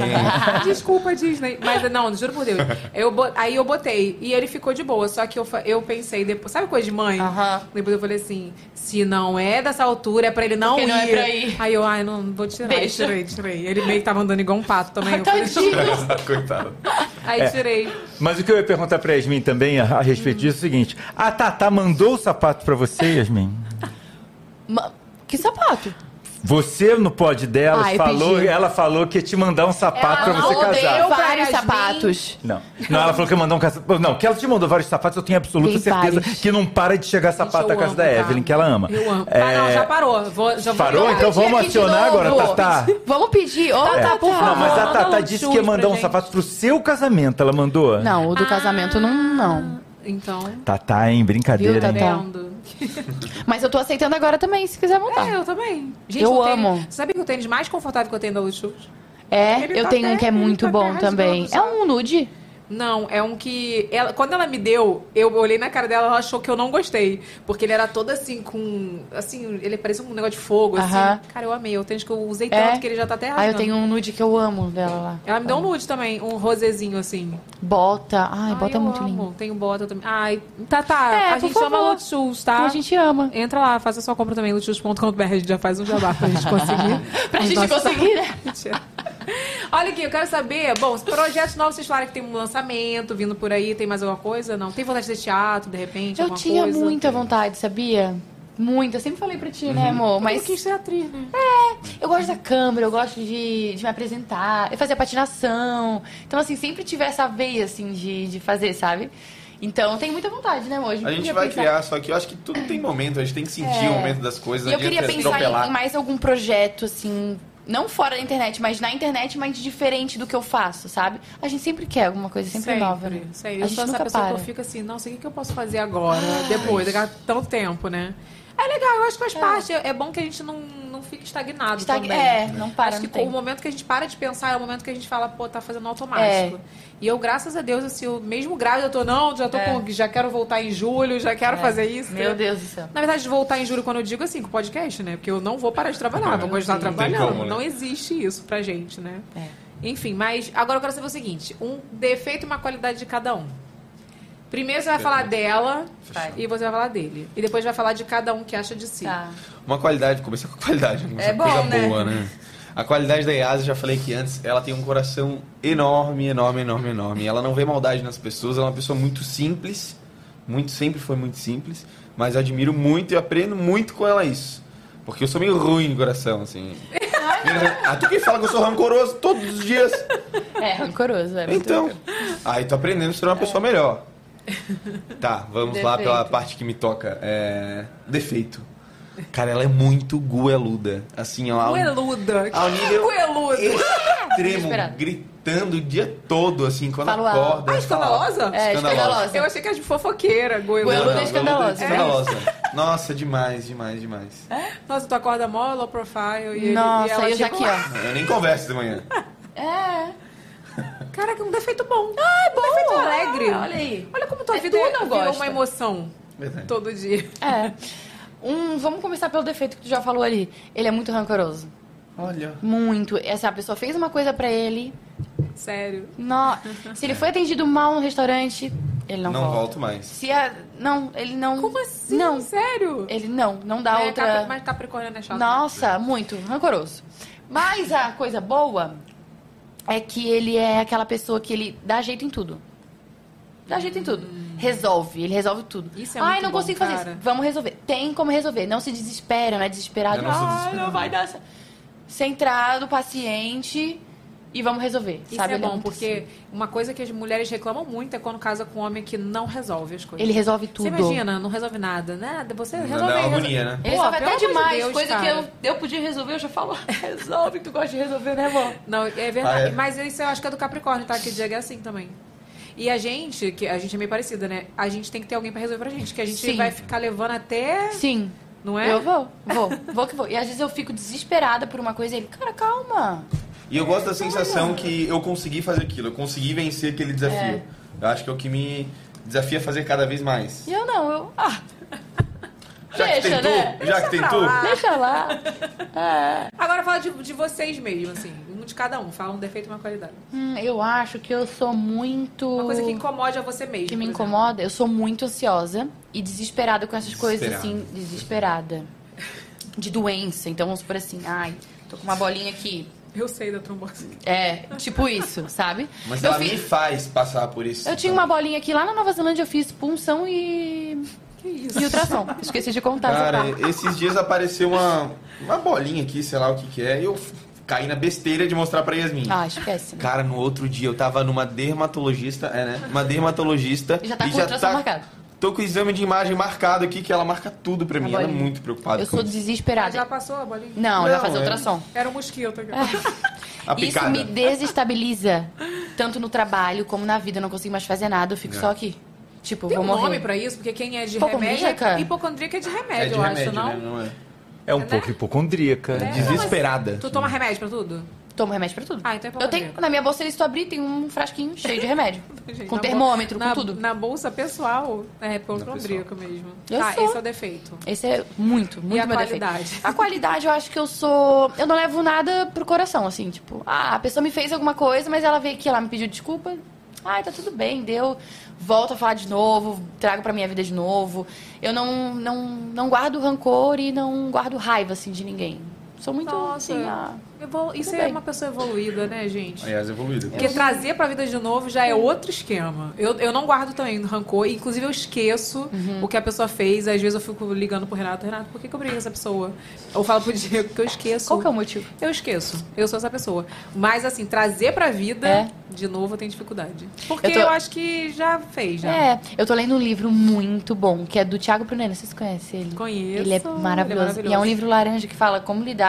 Speaker 1: (laughs) Desculpa, Disney. Mas não, juro por Deus. Eu, bo- aí eu botei. E ele ficou de boa. Só que eu, fa- eu pensei depois. Sabe coisa de mãe? Depois eu falei assim: se não é dessa altura, é pra ele não
Speaker 6: Porque
Speaker 1: ir.
Speaker 6: não é pra ir.
Speaker 1: Aí eu, ai, não vou tirar. Aí
Speaker 6: Deixa.
Speaker 1: Tirei, tirei. Ele meio que tava andando igual um pato também.
Speaker 6: Ai,
Speaker 1: eu falei,
Speaker 5: (laughs)
Speaker 6: tadinho.
Speaker 5: Coitado.
Speaker 1: aí
Speaker 2: É.
Speaker 1: tirei.
Speaker 2: Mas o que eu ia perguntar pra Yasmin também a, a respeito disso é o seguinte: a Tatá mandou o sapato pra você, Yasmin?
Speaker 6: Ma- Que sapato?
Speaker 2: Você no pod dela
Speaker 6: Ah, eu
Speaker 2: falou,
Speaker 6: pedi.
Speaker 2: ela falou que ia te mandar um sapato pra você casar.
Speaker 6: Deu Ah, vários sapatos.
Speaker 2: Não. Não, ela falou que mandou um casapato. Não, que ela te mandou vários sapatos, eu tenho absoluta
Speaker 6: Tem
Speaker 2: certeza
Speaker 6: vários.
Speaker 2: que não para de chegar sapato da
Speaker 1: eu
Speaker 2: casa
Speaker 1: amo,
Speaker 2: da
Speaker 1: tá?
Speaker 2: Evelyn, que ela ama.
Speaker 1: Eu amo.
Speaker 2: É,
Speaker 1: Ah, não, já parou. Vou, já vou-
Speaker 2: Parou?
Speaker 1: Vamos
Speaker 2: Então
Speaker 1: pedir
Speaker 2: vamos
Speaker 1: aqui de
Speaker 2: acionar
Speaker 1: novo.
Speaker 2: agora, Tatá.
Speaker 6: Vamos pedir. Ô,
Speaker 1: tá,
Speaker 2: É.
Speaker 6: Tatá, por favor.
Speaker 2: Não, mas a
Speaker 1: manda
Speaker 2: Tatá
Speaker 1: um
Speaker 2: disse
Speaker 1: chus
Speaker 2: que ia mandar
Speaker 1: pra
Speaker 2: um
Speaker 1: gente.
Speaker 2: sapato pro seu casamento, ela mandou?
Speaker 6: Não, o do casamento não, não. Então.
Speaker 1: Então.
Speaker 2: Tatá, hein? Brincadeira,
Speaker 6: Viu, Tatá?
Speaker 2: hein?
Speaker 6: Mas eu tô aceitando agora também, se quiser montar.
Speaker 1: É, eu também. Gente,
Speaker 6: Eu
Speaker 1: o tênis-
Speaker 6: amo.
Speaker 1: sabe que o tênis mais confortável que eu tenho da Luxus?
Speaker 6: É,
Speaker 1: Ele
Speaker 6: eu
Speaker 1: tá
Speaker 6: tenho um
Speaker 1: até-
Speaker 6: que é
Speaker 1: ele
Speaker 6: muito
Speaker 1: tá até
Speaker 6: bom também. É
Speaker 1: rasgando,
Speaker 6: um nude?
Speaker 1: Não, é um que. ela- quando ela me deu, eu olhei na cara dela ela achou que eu não gostei. Porque ele era todo assim, com. Assim, ele parecia um negócio de fogo,
Speaker 6: Aham.
Speaker 1: assim. Cara, eu amei. O tênis que eu usei
Speaker 6: É?
Speaker 1: tanto que ele já tá até rasgando.
Speaker 6: Ah, eu tenho um nude que eu amo dela lá.
Speaker 1: Ela me deu um nude também, um rosezinho assim.
Speaker 6: Bota. Ai, bota é
Speaker 1: eu
Speaker 6: muito
Speaker 1: amo.
Speaker 6: lindo.
Speaker 1: Tenho bota também. Ai, tá, tá.
Speaker 6: É,
Speaker 1: a
Speaker 6: por
Speaker 1: gente
Speaker 6: favor.
Speaker 1: chama Lute Shoes, tá?
Speaker 6: A gente
Speaker 1: (laughs)
Speaker 6: ama.
Speaker 1: Entra lá, faça sua compra também, luteus.com.br. A gente já faz um jabá pra gente conseguir.
Speaker 6: (laughs) Pra
Speaker 1: Os
Speaker 6: gente
Speaker 1: nossos-
Speaker 6: conseguir, né?
Speaker 1: Mentira. Olha aqui, eu quero saber. Bom, os projetos novos, vocês falaram que tem um lançamento vindo por aí, tem mais alguma coisa? Não? Tem vontade de ter teatro, de repente?
Speaker 6: (laughs) Eu
Speaker 1: alguma
Speaker 6: tinha
Speaker 1: é coisa?
Speaker 6: muita vontade, sabia? Muita. Eu sempre falei pra ti, né, amor? Mas
Speaker 1: Uhum. Eu quis ser atriz, né?
Speaker 6: eu gosto da câmera, eu gosto de, de me apresentar, eu fazia patinação. Então, assim, sempre tive essa veia, assim, de, de fazer, sabe? Então, tem muita vontade, né, amor?
Speaker 5: A gente
Speaker 6: podia
Speaker 5: vai
Speaker 6: pensar-
Speaker 5: criar, só que eu acho que tudo tem momento, a gente tem que sentir
Speaker 6: É.
Speaker 5: o momento das coisas.
Speaker 6: E
Speaker 5: não
Speaker 6: eu queria
Speaker 5: adianta
Speaker 6: pensar
Speaker 5: atropelar.
Speaker 6: em, em mais algum projeto, assim, não fora da internet, mas na internet, mas diferente do que eu faço, sabe? A gente sempre quer alguma coisa, sempre, nova. né?
Speaker 1: Sei,
Speaker 6: a
Speaker 1: eu
Speaker 6: gente
Speaker 1: sou essa
Speaker 6: nunca
Speaker 1: pessoa
Speaker 6: para. Ah,
Speaker 1: que eu fico assim, nossa, o que, que eu posso fazer agora, depois, daqui a tanto tempo, né? É legal, eu acho que faz parte. É bom que a gente não, não fique estagnado
Speaker 6: Estag-
Speaker 1: também.
Speaker 6: é, não para,
Speaker 1: Acho que
Speaker 6: não tem.
Speaker 1: o momento que a gente para de pensar é o momento que a gente fala, pô, tá fazendo
Speaker 6: É.
Speaker 1: automático. E eu, graças a Deus, assim, eu, mesmo grávida eu tô, não, já tô
Speaker 6: É.
Speaker 1: com, já quero voltar em julho, já quero
Speaker 6: É.
Speaker 1: fazer isso.
Speaker 6: Meu Deus do céu.
Speaker 1: Na verdade, voltar em julho, quando eu digo assim, com podcast, né? Porque eu não vou parar de trabalhar, vou continuar
Speaker 5: Não tem
Speaker 1: trabalhando.
Speaker 5: como, né?
Speaker 1: Não existe isso pra gente, né?
Speaker 6: É.
Speaker 1: Enfim, mas agora eu quero saber o seguinte: um defeito e uma qualidade de cada um. Primeiro você vai falar dela
Speaker 6: Vai.
Speaker 1: e você vai falar dele. E depois vai falar de cada um que acha de si.
Speaker 6: Tá.
Speaker 5: Uma qualidade, começar com a qualidade. uma
Speaker 6: É
Speaker 5: coisa
Speaker 6: bom, né?
Speaker 5: boa, né? A qualidade da Yasa, já falei que antes, ela tem um coração enorme, enorme, enorme, enorme. Ela não vê maldade nas pessoas, ela é uma pessoa muito simples, muito sempre foi muito simples, mas eu admiro muito e aprendo muito com ela isso. Porque eu sou meio ruim de coração,
Speaker 6: (laughs)
Speaker 5: assim. ah, tu que fala que eu sou rancoroso todos os dias.
Speaker 6: É, rancoroso, é. muito
Speaker 5: Então, aí tô aprendendo a ser uma pessoa melhor.
Speaker 6: (laughs)
Speaker 5: Tá, vamos lá
Speaker 6: Defeito.
Speaker 5: pela parte que me toca. É... Defeito. Cara, ela é muito goeluda. Assim, ela...
Speaker 1: Coeluda.
Speaker 5: Ao nível
Speaker 1: Coeluda.
Speaker 5: extremo,
Speaker 6: Inesperado.
Speaker 5: gritando o dia todo, assim, quando
Speaker 6: Falo alto.
Speaker 5: acorda.
Speaker 1: Ah, escandalosa?
Speaker 5: Escandalosa.
Speaker 6: É, escandalosa.
Speaker 1: Eu achei que era de fofoqueira, goeluda.
Speaker 5: Não, não,
Speaker 6: Goeluda escandalosa. É?
Speaker 5: escandalosa. Nossa, demais, demais, demais.
Speaker 1: Nossa, tu acorda mó low profile. E
Speaker 6: Nossa,
Speaker 1: ele, e ela
Speaker 6: e eu já
Speaker 1: tipo,
Speaker 6: aqui, ó.
Speaker 5: Eu nem converso de manhã.
Speaker 6: É.
Speaker 1: "Ah, Caraca, um defeito bom. Ah, é bom. Um defeito
Speaker 6: Ah,
Speaker 1: alegre.
Speaker 6: olha aí.
Speaker 1: Olha como tua
Speaker 6: É
Speaker 1: vida
Speaker 6: tudo eu
Speaker 1: virou
Speaker 6: gosto.
Speaker 1: uma emoção
Speaker 5: Verdade.
Speaker 1: todo dia.
Speaker 6: É. Um, vamos começar pelo defeito que tu já falou ali. Ele é muito rancoroso.
Speaker 5: Olha.
Speaker 6: Muito. Essa a pessoa fez uma coisa pra ele.
Speaker 1: Sério.
Speaker 6: Não. Se ele foi atendido mal no restaurante, ele não,
Speaker 5: Não,
Speaker 6: volta.
Speaker 5: volto mais.
Speaker 6: Se a... Não, ele não.
Speaker 1: Como assim?
Speaker 6: Não.
Speaker 1: Sério?
Speaker 6: Ele não, não dá
Speaker 1: É,
Speaker 6: outra.
Speaker 1: Capri- Mas Capricorniano é chato.
Speaker 6: Nossa, muito rancoroso. Mas a coisa boa é que ele é aquela pessoa que ele dá jeito em tudo. Dá jeito em tudo. Resolve, ele resolve tudo.
Speaker 1: Hum. Isso é
Speaker 6: Ai,
Speaker 1: muito
Speaker 6: não
Speaker 1: bom,
Speaker 6: consigo fazer
Speaker 1: cara.
Speaker 6: isso. Vamos resolver. Tem como resolver. Não se desespera, não é desesperado.
Speaker 5: Eu não sou
Speaker 6: Ai,
Speaker 5: desesperado.
Speaker 6: não vai dar. cer- Centrado, paciente e vamos resolver.
Speaker 1: Isso
Speaker 6: sabe?
Speaker 1: é
Speaker 6: Ele
Speaker 1: bom,
Speaker 6: muito
Speaker 1: porque
Speaker 6: assim.
Speaker 1: uma coisa que as mulheres reclamam muito é quando casa com um homem que não resolve as coisas.
Speaker 6: Ele resolve tudo.
Speaker 1: Você imagina, não resolve nada, né? Você
Speaker 5: Dá
Speaker 1: resolve...
Speaker 5: uma
Speaker 1: resolve-
Speaker 5: agonia, né?
Speaker 6: Ele
Speaker 1: Pô,
Speaker 6: resolve
Speaker 1: pelo
Speaker 6: até
Speaker 1: amor de
Speaker 6: demais.
Speaker 1: Deus,
Speaker 6: coisa que
Speaker 1: cara.
Speaker 6: eu, eu podia resolver, eu já falo. (laughs) Resolve, tu gosta de resolver, né, amor?
Speaker 1: Não, é verdade.
Speaker 5: Ah, é?
Speaker 1: Mas isso eu acho que é do Capricórnio, tá? Que Diego é assim também. E a gente, que a gente é meio parecida, né? A gente tem que ter alguém pra resolver pra gente, que a gente
Speaker 6: Sim.
Speaker 1: vai ficar levando até.
Speaker 6: Sim.
Speaker 1: Não é?
Speaker 6: Eu vou, vou, vou que vou. E às vezes eu fico desesperada por uma coisa e ele, cara, calma.
Speaker 5: E eu gosto da sensação que eu consegui fazer aquilo, eu consegui vencer aquele desafio.
Speaker 6: É.
Speaker 5: Eu acho que é o que me desafia a fazer cada vez mais.
Speaker 6: E eu não, eu. Ah.
Speaker 5: Já que
Speaker 6: deixa,
Speaker 5: tentou,
Speaker 6: né?
Speaker 5: já que tentou.
Speaker 6: Deixa lá. (laughs) É.
Speaker 1: Agora fala de, de vocês mesmo, assim. Um de cada um. Fala um defeito e uma qualidade.
Speaker 6: Hum, eu acho que eu sou muito.
Speaker 1: Uma coisa que incomode a você mesmo.
Speaker 6: que me incomoda, eu sou muito ansiosa e desesperada com essas coisas, assim, desesperada. De doença. Então vamos por assim, ai, tô com uma bolinha aqui.
Speaker 1: Eu sei da trombose.
Speaker 6: É, tipo isso, sabe?
Speaker 5: Mas
Speaker 6: eu
Speaker 5: ela
Speaker 6: fiz-
Speaker 5: me faz passar por isso.
Speaker 6: Eu tinha uma bolinha aqui lá na Nova Zelândia, eu fiz punção e. E ultrassom. Esqueci de contar tá? essa
Speaker 5: Cara, é
Speaker 6: parte.
Speaker 5: esses dias apareceu uma, uma bolinha aqui, sei lá o que que é, e eu f- caí na besteira de mostrar pra Yasmin.
Speaker 6: Ah, esquece.
Speaker 5: Cara, no outro dia eu tava numa dermatologista, é, né? Uma dermatologista.
Speaker 6: Já tá
Speaker 5: e
Speaker 6: com
Speaker 5: já
Speaker 6: ultrassom
Speaker 5: tá,
Speaker 6: marcado.
Speaker 5: Tô com o exame de imagem marcado aqui, que ela marca tudo pra mim. Ela é
Speaker 6: bolinha.
Speaker 5: muito preocupada
Speaker 6: Eu
Speaker 5: com
Speaker 6: sou
Speaker 5: isso.
Speaker 6: desesperada.
Speaker 1: Já passou a bolinha?
Speaker 6: Tá, Não, Ah,
Speaker 5: Não,
Speaker 6: ela vai fazer
Speaker 5: é-
Speaker 6: ultrassom.
Speaker 1: Era um mosquito. aqui.
Speaker 5: A
Speaker 6: Isso
Speaker 5: picada.
Speaker 6: me desestabiliza. Tanto no trabalho como na vida. Eu não consigo mais fazer nada, eu fico
Speaker 5: É.
Speaker 6: só aqui. Tipo,
Speaker 1: Tem
Speaker 6: vou
Speaker 1: um
Speaker 6: morrer.
Speaker 1: nome pra isso? Porque quem é de remédio...
Speaker 6: Hipocondríaca?
Speaker 1: É... Hipocondríaca é de remédio,
Speaker 5: É de
Speaker 1: eu
Speaker 5: remédio,
Speaker 1: acho, não?
Speaker 5: né? Não é.
Speaker 2: É um pouco hipocondríaca.
Speaker 1: É.
Speaker 5: Desesperada.
Speaker 1: Tu toma remédio pra tudo?
Speaker 6: Tomo remédio pra tudo.
Speaker 1: Ah, então é
Speaker 6: Eu tenho, na minha bolsa, se tu abrir, tem um frasquinho cheio de remédio.
Speaker 1: (laughs) Gente,
Speaker 6: com
Speaker 1: na
Speaker 6: termômetro,
Speaker 1: bol-
Speaker 6: com
Speaker 1: na-
Speaker 6: tudo.
Speaker 1: Na bolsa pessoal, é hipocondríaca mesmo.
Speaker 6: Eu
Speaker 1: tá,
Speaker 6: sou.
Speaker 1: esse é o defeito.
Speaker 6: Esse é muito, muito
Speaker 1: E a
Speaker 6: meu defeito.
Speaker 1: qualidade?
Speaker 6: A qualidade, eu acho que eu sou. Eu não levo nada pro coração, assim, tipo, ah, a pessoa me fez alguma coisa, mas ela veio aqui, ela me pediu desculpa. Ai, tá tudo bem, deu. Volto a falar de novo, trago pra minha vida de novo. Eu não, não, não guardo rancor e não guardo raiva, assim, de ninguém. Sou muito,
Speaker 1: Nossa,
Speaker 6: assim, ah,
Speaker 1: evol- isso
Speaker 6: tudo
Speaker 1: é
Speaker 6: bem.
Speaker 1: uma pessoa evoluída, né, gente?
Speaker 5: Aliás, evoluído.
Speaker 1: Porque trazer pra vida de novo já é outro esquema. Eu, eu não guardo também rancor. Inclusive, eu esqueço
Speaker 6: Uhum.
Speaker 1: o que a pessoa fez. Às vezes eu fico ligando pro Renato, Renato, por que, que eu briguei com essa pessoa? Ou falo pro (laughs) Diego que eu esqueço.
Speaker 6: Qual que é o motivo?
Speaker 1: Eu esqueço. Eu sou essa pessoa. Mas assim, trazer pra vida
Speaker 6: É.
Speaker 1: de novo eu tenho dificuldade. Porque eu,
Speaker 6: Eu tô-
Speaker 1: acho que já fez, já.
Speaker 6: É, eu tô lendo um livro muito bom, que é do Thiago Brunello, vocês conhecem ele?
Speaker 1: Conheço.
Speaker 6: Ele é
Speaker 1: Ele
Speaker 6: maravilhoso.
Speaker 1: é maravilhoso.
Speaker 6: E é um livro laranja que fala como lidar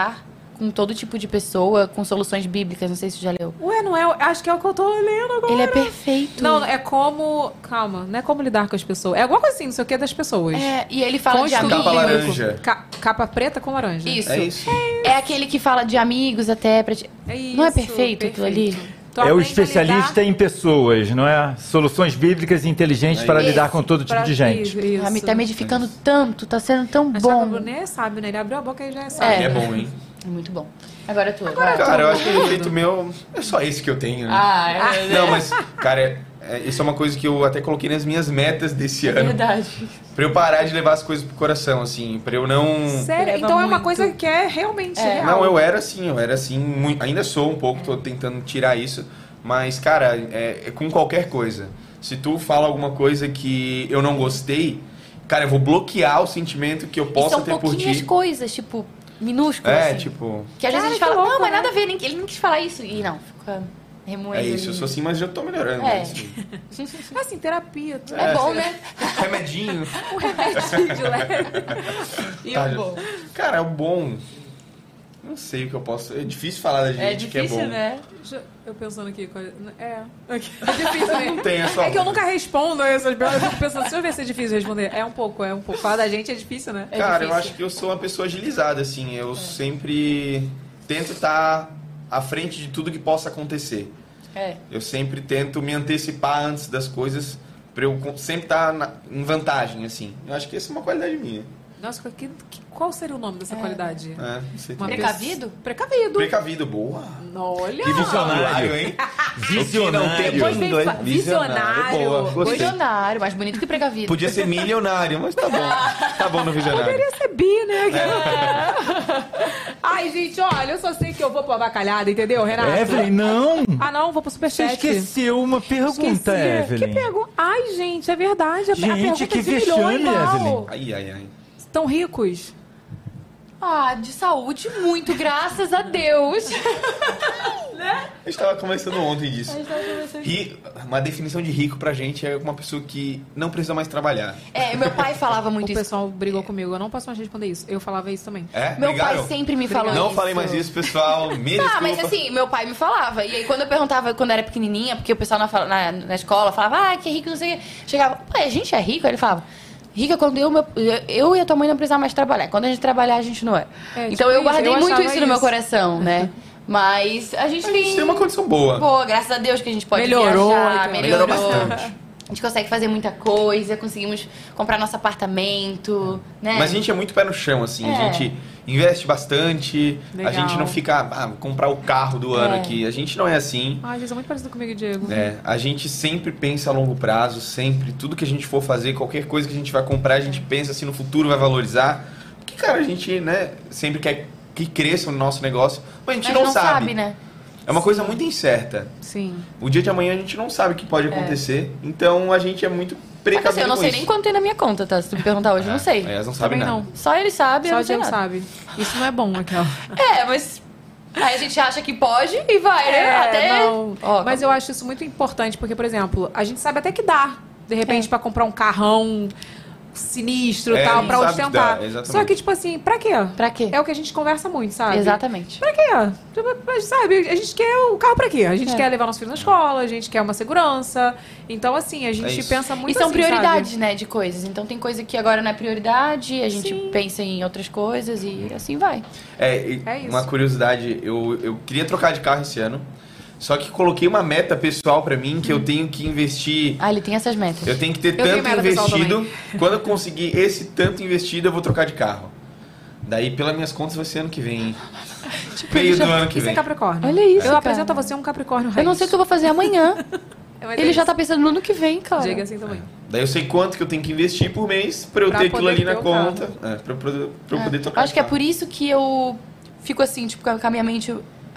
Speaker 6: com todo tipo de pessoa, com soluções bíblicas, não sei se você já leu.
Speaker 1: Ué, não é? Acho que é o que eu tô lendo agora.
Speaker 6: Ele é perfeito.
Speaker 1: Não, é como. Calma, não é como lidar com as pessoas. É alguma coisa assim, não sei o que, das pessoas.
Speaker 6: É, e ele fala de
Speaker 1: Construir.
Speaker 6: amigos.
Speaker 5: Capa laranja.
Speaker 1: Ca- capa preta com laranja.
Speaker 6: Isso.
Speaker 5: É isso.
Speaker 6: É aquele que fala de amigos até pra ti.
Speaker 1: É isso,
Speaker 6: Não é perfeito, aquilo ali?
Speaker 1: Tu
Speaker 2: é o
Speaker 1: aprende a
Speaker 2: especialista em pessoas, não é? Soluções bíblicas e inteligentes
Speaker 5: É
Speaker 2: para
Speaker 5: isso.
Speaker 2: lidar com todo tipo
Speaker 1: pra-
Speaker 2: de gente.
Speaker 1: Isso, isso.
Speaker 6: Ah, me tá me edificando tanto, tá sendo tão
Speaker 1: A Chapa
Speaker 6: bom.
Speaker 1: Brunet sabe, né? Ele abriu a boca e já é
Speaker 5: É.
Speaker 1: sabe.
Speaker 5: é bom, hein?
Speaker 6: É muito bom. Agora tu. vai.
Speaker 5: Cara, eu acho que o defeito meu é só esse que eu tenho, né?
Speaker 6: Ah, é, é
Speaker 5: Não, mas, cara, é- é- isso é uma coisa que eu até coloquei nas minhas metas desse ano.
Speaker 6: É verdade.
Speaker 5: Pra eu parar de levar as coisas pro coração, assim. Pra eu não.
Speaker 1: Sério,
Speaker 6: Leva
Speaker 1: então é uma
Speaker 6: muito.
Speaker 1: coisa que é realmente real.
Speaker 5: Não, eu era assim, eu era assim, muito, ainda sou um pouco, tô tentando tirar isso, mas, cara, é, é com qualquer coisa. Se tu fala alguma coisa que eu não gostei, cara, eu vou bloquear o sentimento que eu
Speaker 6: E
Speaker 5: possa
Speaker 6: são
Speaker 5: ter por
Speaker 6: pouquinhas
Speaker 5: ti.
Speaker 6: coisas, tipo, minúsculas.
Speaker 5: É,
Speaker 6: um assim.
Speaker 5: tipo,
Speaker 6: Que às
Speaker 1: Cara,
Speaker 6: vezes a
Speaker 1: que
Speaker 6: gente fala,
Speaker 1: louco,
Speaker 6: não, mas
Speaker 1: né?
Speaker 6: nada a ver, nem- ele nem quis falar isso. E não, fica remoendo.
Speaker 5: é isso, eu
Speaker 6: ali.
Speaker 5: sou assim, mas já tô melhorando.
Speaker 6: É.
Speaker 5: assim.
Speaker 1: Assim, terapia. tu-
Speaker 6: É bom, né?
Speaker 5: (laughs)
Speaker 6: (laughs)
Speaker 5: Remedinho.
Speaker 1: Um remedinho de leve.
Speaker 5: (laughs)
Speaker 6: E
Speaker 5: Tá,
Speaker 6: o
Speaker 5: já-
Speaker 6: bom.
Speaker 5: Cara, é o bom. Não sei o que eu posso. É difícil falar da gente
Speaker 6: É
Speaker 5: que é
Speaker 6: difícil,
Speaker 5: bom.
Speaker 6: né?
Speaker 1: Já- Eu pensando aqui. qual- É. É difícil, né?
Speaker 5: (laughs) Não tem essa.
Speaker 1: É que eu nunca respondo a essas perguntas. Eu fico pensando, deixa eu ver se é difícil responder. É um pouco, é um pouco. Falar da gente é difícil, né?
Speaker 6: É
Speaker 5: Cara, eu
Speaker 6: difícil. É.
Speaker 5: acho que eu sou uma pessoa agilizada, assim. Eu sempre tento estar à frente de tudo que possa acontecer.
Speaker 6: É.
Speaker 5: Eu sempre tento me antecipar antes das coisas pra eu con- sempre estar na- em vantagem, assim. Eu acho que essa é uma qualidade minha.
Speaker 1: Nossa, que- que- qual seria o nome dessa qualidade?
Speaker 5: É, não sei
Speaker 1: Uma
Speaker 5: também.
Speaker 6: Precavido?
Speaker 1: pessoa- Precavido.
Speaker 5: Precavido, boa.
Speaker 1: Não, Olha!
Speaker 5: Que
Speaker 2: visionário.
Speaker 5: visionário, hein?
Speaker 2: Visionário.
Speaker 5: O que não tem
Speaker 1: Depois vem
Speaker 5: mundo, hein?
Speaker 1: fa- visionário.
Speaker 5: Boa, gostei.
Speaker 6: Milionário, mais bonito que precavido.
Speaker 5: Podia ser milionário, mas tá bom. Tá bom no visionário.
Speaker 1: Poderia ser bi, né?
Speaker 2: É.
Speaker 1: (laughs) Ai, gente, olha, eu só sei que eu vou pro avacalhada, entendeu, Renato?
Speaker 2: Evelyn, não!
Speaker 1: Ah, não, vou pro
Speaker 2: Você
Speaker 1: superchat.
Speaker 2: esqueceu uma pergunta,
Speaker 1: Esqueci.
Speaker 2: Evelyn.
Speaker 1: Que pergunta? Ai, gente, é verdade. A
Speaker 2: Gente,
Speaker 1: pergunta
Speaker 2: que
Speaker 1: é de milhões,
Speaker 2: vexame,
Speaker 1: mal.
Speaker 2: Evelyn.
Speaker 5: Ai, ai, ai.
Speaker 1: Estão ricos?
Speaker 6: Ah, de saúde, muito, graças a Deus.
Speaker 5: Né? A gente tava conversando ontem disso.
Speaker 6: A gente tava conversando
Speaker 5: Ri- Uma definição de rico pra gente é uma pessoa que não precisa mais trabalhar.
Speaker 6: É, meu pai falava muito
Speaker 1: o isso. O pessoal brigou comigo, eu não posso mais responder isso. Eu falava isso também.
Speaker 5: É?
Speaker 6: Meu
Speaker 5: Brigaram?
Speaker 6: pai sempre me falou
Speaker 5: Não
Speaker 6: isso.
Speaker 5: falei mais isso,
Speaker 6: (laughs)
Speaker 5: pessoal. Me
Speaker 6: Tá,
Speaker 5: desculpa.
Speaker 6: mas assim, meu pai me falava. E aí, quando eu perguntava, quando eu era pequenininha, porque o pessoal na, fa- na, na escola falava, ah, que é rico, não sei o quê. Chegava, pai, a gente é rico? Aí ele falava, rica quando eu, meu- eu e a tua mãe não precisar mais trabalhar. Quando a gente trabalhar, a gente não é.
Speaker 1: É,
Speaker 6: então,
Speaker 1: tipo
Speaker 6: eu guardei
Speaker 1: isso, eu
Speaker 6: muito
Speaker 1: achava
Speaker 6: isso, no meu
Speaker 1: isso.
Speaker 6: coração, né? Mas a gente, tem...
Speaker 5: tem uma condição boa.
Speaker 6: Boa, graças a Deus que a gente pode
Speaker 5: Melhorou,
Speaker 6: viajar,
Speaker 5: então.
Speaker 6: melhorou.
Speaker 5: Melhorou bastante.
Speaker 6: A gente consegue fazer muita coisa, conseguimos comprar nosso apartamento, né?
Speaker 5: Mas a gente é muito pé no chão, assim.
Speaker 6: É.
Speaker 5: A gente investe bastante.
Speaker 6: Legal.
Speaker 5: A gente não fica, ah, vou comprar o carro do ano
Speaker 1: É.
Speaker 5: aqui. A gente não é assim.
Speaker 1: Ai, gente, é muito parecido comigo, e Diego.
Speaker 5: né? a gente sempre pensa a longo prazo, sempre. Tudo que a gente for fazer, qualquer coisa que a gente vai comprar, a gente pensa se no futuro vai valorizar. Porque, cara, a gente, né, sempre quer que cresça o nosso negócio, mas a gente
Speaker 6: Mas
Speaker 5: não, sabe.
Speaker 6: né?
Speaker 5: É uma coisa muito incerta.
Speaker 1: Sim.
Speaker 5: O dia de amanhã a gente não sabe o que pode
Speaker 6: É.
Speaker 5: acontecer, então a gente é muito
Speaker 6: Só que, assim,
Speaker 5: precavido
Speaker 6: eu não
Speaker 5: com
Speaker 6: sei
Speaker 5: isso.
Speaker 6: nem quanto tem na minha conta, tá? Se tu me perguntar hoje, eu não sei.
Speaker 5: É, elas não sabem
Speaker 6: Também
Speaker 5: nada.
Speaker 6: Só ele sabe, eu
Speaker 1: Só
Speaker 6: não
Speaker 1: o
Speaker 6: sei
Speaker 1: Diego
Speaker 6: nada.
Speaker 1: sabe. Isso não é bom, aquela.
Speaker 6: É, mas aí a gente acha que pode e vai, né?
Speaker 1: É,
Speaker 6: Até...
Speaker 1: não. Mas eu acho isso muito importante, porque, por exemplo, a gente sabe até que dá, de repente, pra comprar um carrão sinistro e
Speaker 6: É, a
Speaker 1: tal,
Speaker 6: gente
Speaker 1: pra
Speaker 6: sabe que
Speaker 1: ostentar.
Speaker 6: dá, exatamente.
Speaker 1: Só que, tipo assim, pra quê?
Speaker 6: Pra quê?
Speaker 1: É o que a gente conversa muito, sabe?
Speaker 6: Exatamente.
Speaker 1: Pra quê? Tipo, mas, Sabe, a gente quer o carro pra quê? A gente
Speaker 6: É.
Speaker 1: quer levar nosso filho na escola, a gente quer uma segurança. Então, assim, a gente
Speaker 6: É isso.
Speaker 1: pensa muito
Speaker 6: E são
Speaker 1: assim,
Speaker 6: prioridades,
Speaker 1: sabe?
Speaker 6: né, de coisas. Então tem coisa que agora não é prioridade, a gente pensa em outras coisas e assim vai.
Speaker 5: É, e
Speaker 6: É isso.
Speaker 5: uma curiosidade, eu, eu queria trocar de carro esse ano, só que coloquei uma meta pessoal pra mim
Speaker 6: Hum.
Speaker 5: que eu tenho que investir.
Speaker 6: Ah, ele tem essas metas.
Speaker 5: Eu tenho que ter
Speaker 6: Eu tenho
Speaker 5: tanto
Speaker 6: meta pessoal
Speaker 5: investido.
Speaker 6: também.
Speaker 5: (laughs) Quando eu conseguir esse tanto investido, eu vou trocar de carro. Daí, pelas minhas contas, vai ser ano que
Speaker 6: (laughs)
Speaker 5: vem. hein?
Speaker 6: Tipo,
Speaker 5: Meio do ano que
Speaker 1: Isso é
Speaker 5: vem.
Speaker 1: Capricórnio.
Speaker 6: Olha isso,
Speaker 1: Eu
Speaker 6: cara.
Speaker 1: apresento a você um Capricórnio raiz.
Speaker 6: Eu não sei o que eu vou fazer amanhã.
Speaker 5: é
Speaker 6: ele já tá pensando no ano que vem, cara.
Speaker 1: Diego é assim também.
Speaker 5: Daí eu sei quanto que eu tenho que investir por mês pra eu
Speaker 6: Pra
Speaker 5: ter aquilo
Speaker 6: poder
Speaker 5: ali na
Speaker 6: ter o carro.
Speaker 5: conta. É, pra, eu poder- pra eu
Speaker 6: É.
Speaker 5: poder trocar
Speaker 6: Acho
Speaker 5: de
Speaker 6: que é
Speaker 5: carro.
Speaker 6: por isso que eu fico assim, tipo, com a minha mente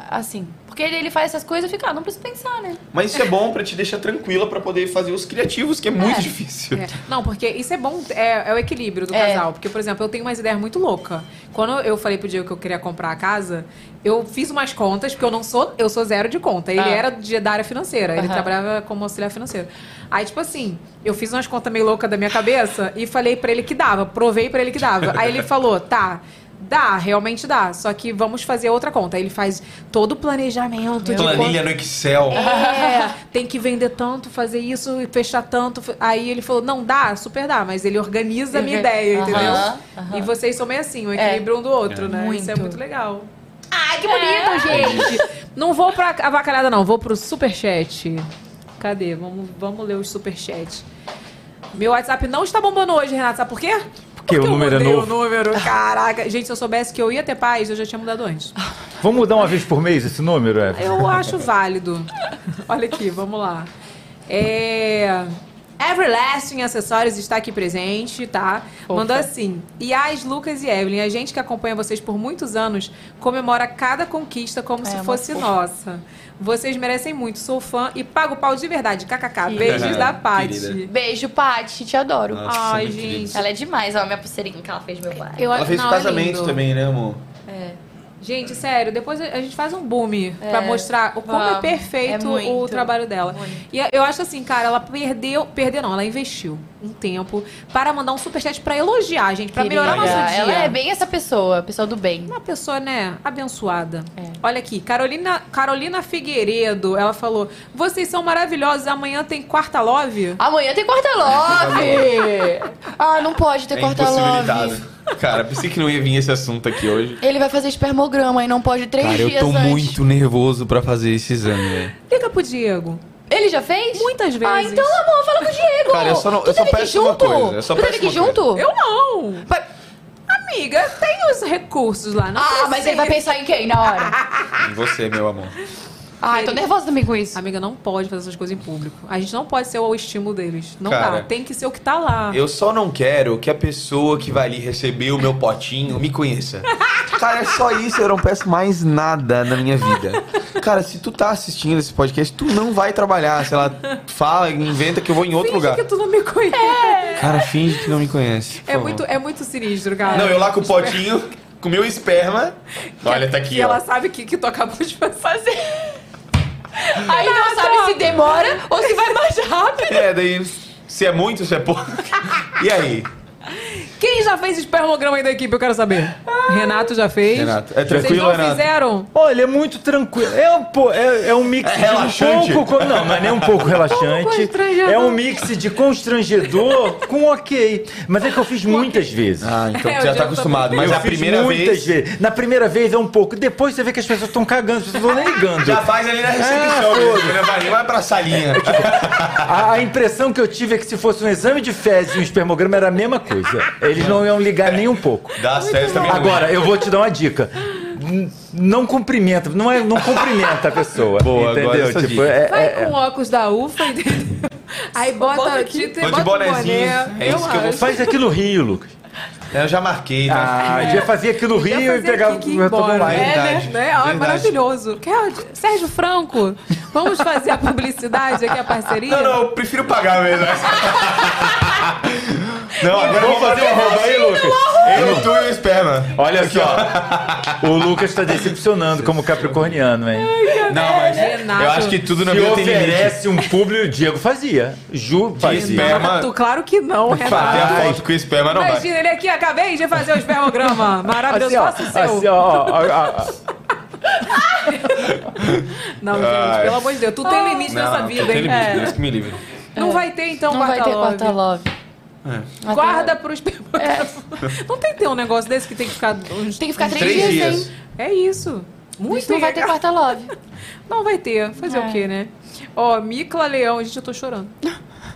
Speaker 6: assim. Porque ele, ele faz essas coisas e fica, ah, não preciso pensar, né?
Speaker 5: Mas isso é
Speaker 6: (laughs)
Speaker 5: bom pra te deixar tranquila pra poder fazer os criativos, que é muito
Speaker 1: É.
Speaker 5: difícil.
Speaker 1: É. Não, porque isso é bom, é, é o equilíbrio do casal. Porque, por exemplo, eu tenho umas ideias muito loucas. Quando eu falei pro Diego que eu queria comprar a casa, eu fiz umas contas, porque eu não sou, eu sou zero de conta. Ele
Speaker 13: Ah.
Speaker 1: era de, da área financeira, ele
Speaker 13: Aham.
Speaker 1: trabalhava como auxiliar financeiro. Aí, tipo assim, eu fiz umas contas meio loucas da minha cabeça e falei pra ele que dava, provei pra ele que dava. Aí ele falou, tá. Dá, realmente dá. Só que vamos fazer outra conta. Aí Ele faz todo o planejamento. de
Speaker 5: (laughs) Planilha
Speaker 1: quanto-
Speaker 5: no Excel.
Speaker 1: é, (laughs) tem que vender tanto, fazer isso, e fechar tanto. Aí ele falou, não, dá, super dá, mas ele organiza a minha
Speaker 6: Uhum.
Speaker 1: ideia, entendeu?
Speaker 6: Aham,
Speaker 1: E vocês são meio assim, um equilíbrio um do outro, né? Isso é muito legal. Ai, que
Speaker 6: É. bonito,
Speaker 1: gente! não vou pra avacalhada, não, vou pro superchat. Cadê? Vamos, vamos ler os superchat. Meu WhatsApp não está bombando hoje, Renato. Sabe por quê?
Speaker 2: Porque o número é
Speaker 1: Mudei o
Speaker 2: novo.
Speaker 1: número. Caraca, gente, se eu soubesse que eu ia ter paz, eu já tinha mudado antes.
Speaker 2: Vamos mudar uma vez por mês esse número, Evelyn?
Speaker 1: Eu acho válido. Olha aqui, vamos lá. É... Everlasting Acessórios está aqui presente, tá?
Speaker 13: Fofa.
Speaker 1: Mandou assim: Iás, Lucas e Evelyn, a gente que acompanha vocês por muitos anos comemora cada conquista como se
Speaker 13: uma
Speaker 1: fosse
Speaker 13: fofa.
Speaker 1: nossa. Vocês merecem muito, sou fã e pago o pau de verdade. KKK. Beijos da Paty.
Speaker 5: Querida.
Speaker 6: Beijo, Paty, te adoro.
Speaker 5: Nossa,
Speaker 1: Ai,
Speaker 5: muito gente. queridos.
Speaker 6: Ela é demais, ó, a minha pulseirinha que ela fez meu pai.
Speaker 1: Eu
Speaker 5: Ela fez o casamento também, né, amor?
Speaker 6: É.
Speaker 1: Gente, sério, depois a gente faz um boom
Speaker 6: É,
Speaker 1: pra mostrar o como é
Speaker 6: vamos.
Speaker 1: perfeito
Speaker 6: É muito,
Speaker 1: o trabalho dela. E eu acho assim, cara, ela perdeu, perdeu não, ela investiu um tempo para mandar um superchat pra elogiar, gente, pra melhorar nosso
Speaker 6: Querida,
Speaker 1: dia.
Speaker 6: Ela é bem essa pessoa, pessoa do bem.
Speaker 1: Uma pessoa, né, abençoada.
Speaker 6: É.
Speaker 1: Olha aqui, Carolina, Carolina Figueiredo, ela falou: "Vocês são maravilhosos, amanhã tem quarta love?"
Speaker 6: Amanhã tem quarta love! ah, não pode ter
Speaker 5: É
Speaker 6: quarta love.
Speaker 5: impossibilitado. Cara, pensei que não ia vir esse assunto aqui hoje.
Speaker 6: Ele vai fazer espermograma e não pode três
Speaker 5: Cara, eu
Speaker 6: dias
Speaker 5: tô
Speaker 6: antes.
Speaker 5: muito nervoso pra fazer esse exame, velho.
Speaker 1: Liga pro Diego.
Speaker 6: Ele já fez?
Speaker 1: Muitas vezes.
Speaker 6: Ah, então, amor, fala com o Diego.
Speaker 5: Cara, eu só não-
Speaker 6: Tu
Speaker 5: eu só
Speaker 6: teve que ir
Speaker 5: peço uma
Speaker 6: junto?
Speaker 5: coisa, eu só
Speaker 6: tu teve
Speaker 5: peço
Speaker 6: que ir
Speaker 5: uma
Speaker 6: junto?
Speaker 1: Eu não. Amiga, tem os recursos lá, não
Speaker 6: ah, mas ele vai pensar em quem na (laughs) hora?
Speaker 5: Em você, meu amor.
Speaker 6: Ai, tô nervosa também com isso.
Speaker 1: Amiga, não pode fazer essas coisas em público. A gente não pode ser o estímulo deles. Não
Speaker 5: Cara,
Speaker 1: dá. Tem que ser o que tá lá.
Speaker 5: Eu só não quero que a pessoa que vai ali receber o meu potinho me conheça. Cara, é só isso, eu não peço mais nada na minha vida. Cara, se tu tá assistindo esse podcast, tu não vai trabalhar. Se ela fala, inventa que eu vou em outro lugar.
Speaker 1: que tu não me conhece.
Speaker 6: É.
Speaker 5: Cara, finge que não me conhece. por
Speaker 1: É
Speaker 5: favor.
Speaker 1: muito, é muito sinistro, cara.
Speaker 5: Não, eu lá com o potinho, com o meu esperma. Olha, tá aqui,
Speaker 1: E
Speaker 5: ó.
Speaker 1: assim. ela sabe o que, que tu acabou de fazer.
Speaker 6: Aí não sabe se demora ou se vai mais rápido.
Speaker 5: É, daí se é muito, se é pouco. E aí?
Speaker 1: Quem já fez espermograma aí da equipe? Eu quero saber. Renato já fez.
Speaker 5: Renato, é tranquilo,
Speaker 1: Vocês não
Speaker 5: Renato?
Speaker 1: fizeram?
Speaker 2: Pô, ele é muito tranquilo. É, um po- é- é um mix
Speaker 5: É
Speaker 2: de
Speaker 5: relaxante? É
Speaker 2: um pouco... Não, mas nem
Speaker 5: (laughs)
Speaker 2: um pouco relaxante.
Speaker 1: constrangedor.
Speaker 2: É um mix de constrangedor com ok. Mas é que eu fiz muitas vezes. Ah,
Speaker 5: então É, já o tá Diego tá acostumado, mas
Speaker 2: eu
Speaker 5: na
Speaker 2: fiz
Speaker 5: primeira
Speaker 2: muitas
Speaker 5: vez-
Speaker 2: vezes. Na primeira vez é um pouco. Depois você vê que as pessoas estão cagando, as pessoas não estão nem ligando.
Speaker 5: Já faz ali na recepção. né? Vai- vai pra (laughs) salinha.
Speaker 2: A, a impressão que eu tive é que se fosse um exame de fezes e um espermograma era a mesma coisa. Eles não iam ligar nem um pouco.
Speaker 5: Dá sério também. não é.
Speaker 2: Agora, eu vou te dar uma dica. N- Não cumprimenta, não, é, não cumprimenta a pessoa.
Speaker 5: Boa, agora
Speaker 2: entendeu?
Speaker 5: essa
Speaker 2: Tipo,
Speaker 5: dica.
Speaker 2: é-
Speaker 1: Vai
Speaker 2: é-
Speaker 1: com óculos da UFA, entendeu? Aí bota o título e
Speaker 5: Vou
Speaker 1: bota
Speaker 5: de
Speaker 1: o boné.
Speaker 5: bonezinho. É
Speaker 1: Eu
Speaker 5: isso que eu vou
Speaker 1: acho.
Speaker 2: Faz aqui no Rio, Lucas.
Speaker 5: Eu já marquei, né?
Speaker 2: Ah, já fazia aqui no
Speaker 1: Podia
Speaker 2: Rio e
Speaker 1: fazer
Speaker 2: pegava
Speaker 1: aqui que ir
Speaker 2: eu tô
Speaker 1: embora.
Speaker 2: online.
Speaker 1: É, né?
Speaker 5: Verdade,
Speaker 1: né? Ó,
Speaker 5: verdade.
Speaker 1: maravilhoso. Quer- Sérgio Franco, vamos fazer a publicidade aqui, a parceria? Tá
Speaker 5: Não, não, eu prefiro pagar mesmo. né?
Speaker 1: É.
Speaker 5: não, agora eu vou
Speaker 2: um
Speaker 5: fazer uma roupa aí, Lucas. Eu, tu e o esperma.
Speaker 2: Olha só, o Lucas tá decepcionando como capricorniano, hein?
Speaker 5: Não, mas
Speaker 1: Renato.
Speaker 5: eu acho que tudo na
Speaker 2: Se
Speaker 5: vida tem limite.
Speaker 2: oferece um público, o Diego fazia. Ju fazia.
Speaker 5: Esperma.
Speaker 1: Tu, claro que não,
Speaker 5: Fazer
Speaker 1: Renato.
Speaker 5: a foto com o esperma não vai.
Speaker 1: Imagina, ele aqui, acabei de fazer o espermograma. Maravilhoso,
Speaker 2: Assim, ó,
Speaker 1: faça o seu.
Speaker 2: assim, ó, ó, ó, ó.
Speaker 1: Não, gente,
Speaker 5: Ai.
Speaker 1: pelo amor de Deus. Tu
Speaker 6: Ah.
Speaker 1: tem limite
Speaker 5: Não,
Speaker 1: nessa
Speaker 5: não,
Speaker 1: vida,
Speaker 5: tem
Speaker 1: hein?
Speaker 5: limite, né?
Speaker 1: É.
Speaker 5: Deus que me livre.
Speaker 1: Não vai ter, então,
Speaker 6: Não vai ter
Speaker 1: quarta-love.
Speaker 6: quarta love. Mas
Speaker 1: Guarda pro espermograma. Não tem que ter um negócio desse que tem que ficar... uns-
Speaker 6: É. Tem que ficar três,
Speaker 5: Três
Speaker 6: dias,
Speaker 5: dias.
Speaker 6: hein?
Speaker 1: É isso. Muito
Speaker 6: Isso não vai ter quarta love.
Speaker 1: Não vai ter. Fazer
Speaker 6: É.
Speaker 1: o quê, né? Ó, Micla Leão, gente, eu tô chorando.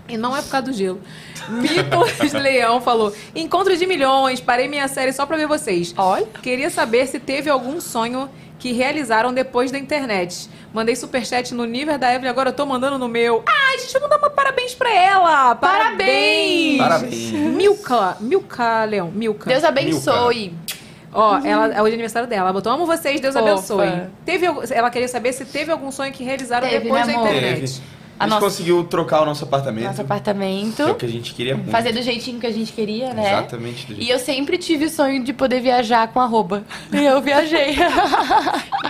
Speaker 1: E não é por causa do gelo. Nicolas Leão falou: Encontro de milhões, parei minha série só pra ver vocês. Olha. Queria saber se teve algum sonho que realizaram depois da internet. Mandei superchat no nível da Evelyn, agora eu tô mandando no meu. Ai, gente, vou dar uma parabéns pra ela! Parabéns!
Speaker 5: Parabéns.
Speaker 1: Milka, Milka Leão, Milka.
Speaker 6: Deus abençoe.
Speaker 1: Ó, ela, é o aniversário dela. Ela botou, amo vocês, Deus
Speaker 6: Uhum. Fofa.
Speaker 1: abençoe. Teve, algum- ela queria saber se teve algum sonho que realizaram
Speaker 6: Teve,
Speaker 1: depois
Speaker 6: né,
Speaker 1: da
Speaker 6: amor?
Speaker 1: internet.
Speaker 5: Teve. É.
Speaker 6: A
Speaker 5: A gente
Speaker 6: nossa-
Speaker 5: conseguiu trocar o nosso apartamento.
Speaker 6: Nosso
Speaker 5: que é o
Speaker 6: apartamento.
Speaker 5: que a gente queria muito.
Speaker 6: Fazer do jeitinho que a gente queria, né?
Speaker 5: Exatamente do
Speaker 6: E
Speaker 5: jeito.
Speaker 6: eu sempre tive o sonho de poder viajar com arroba. (laughs) E eu (laughs) viajei.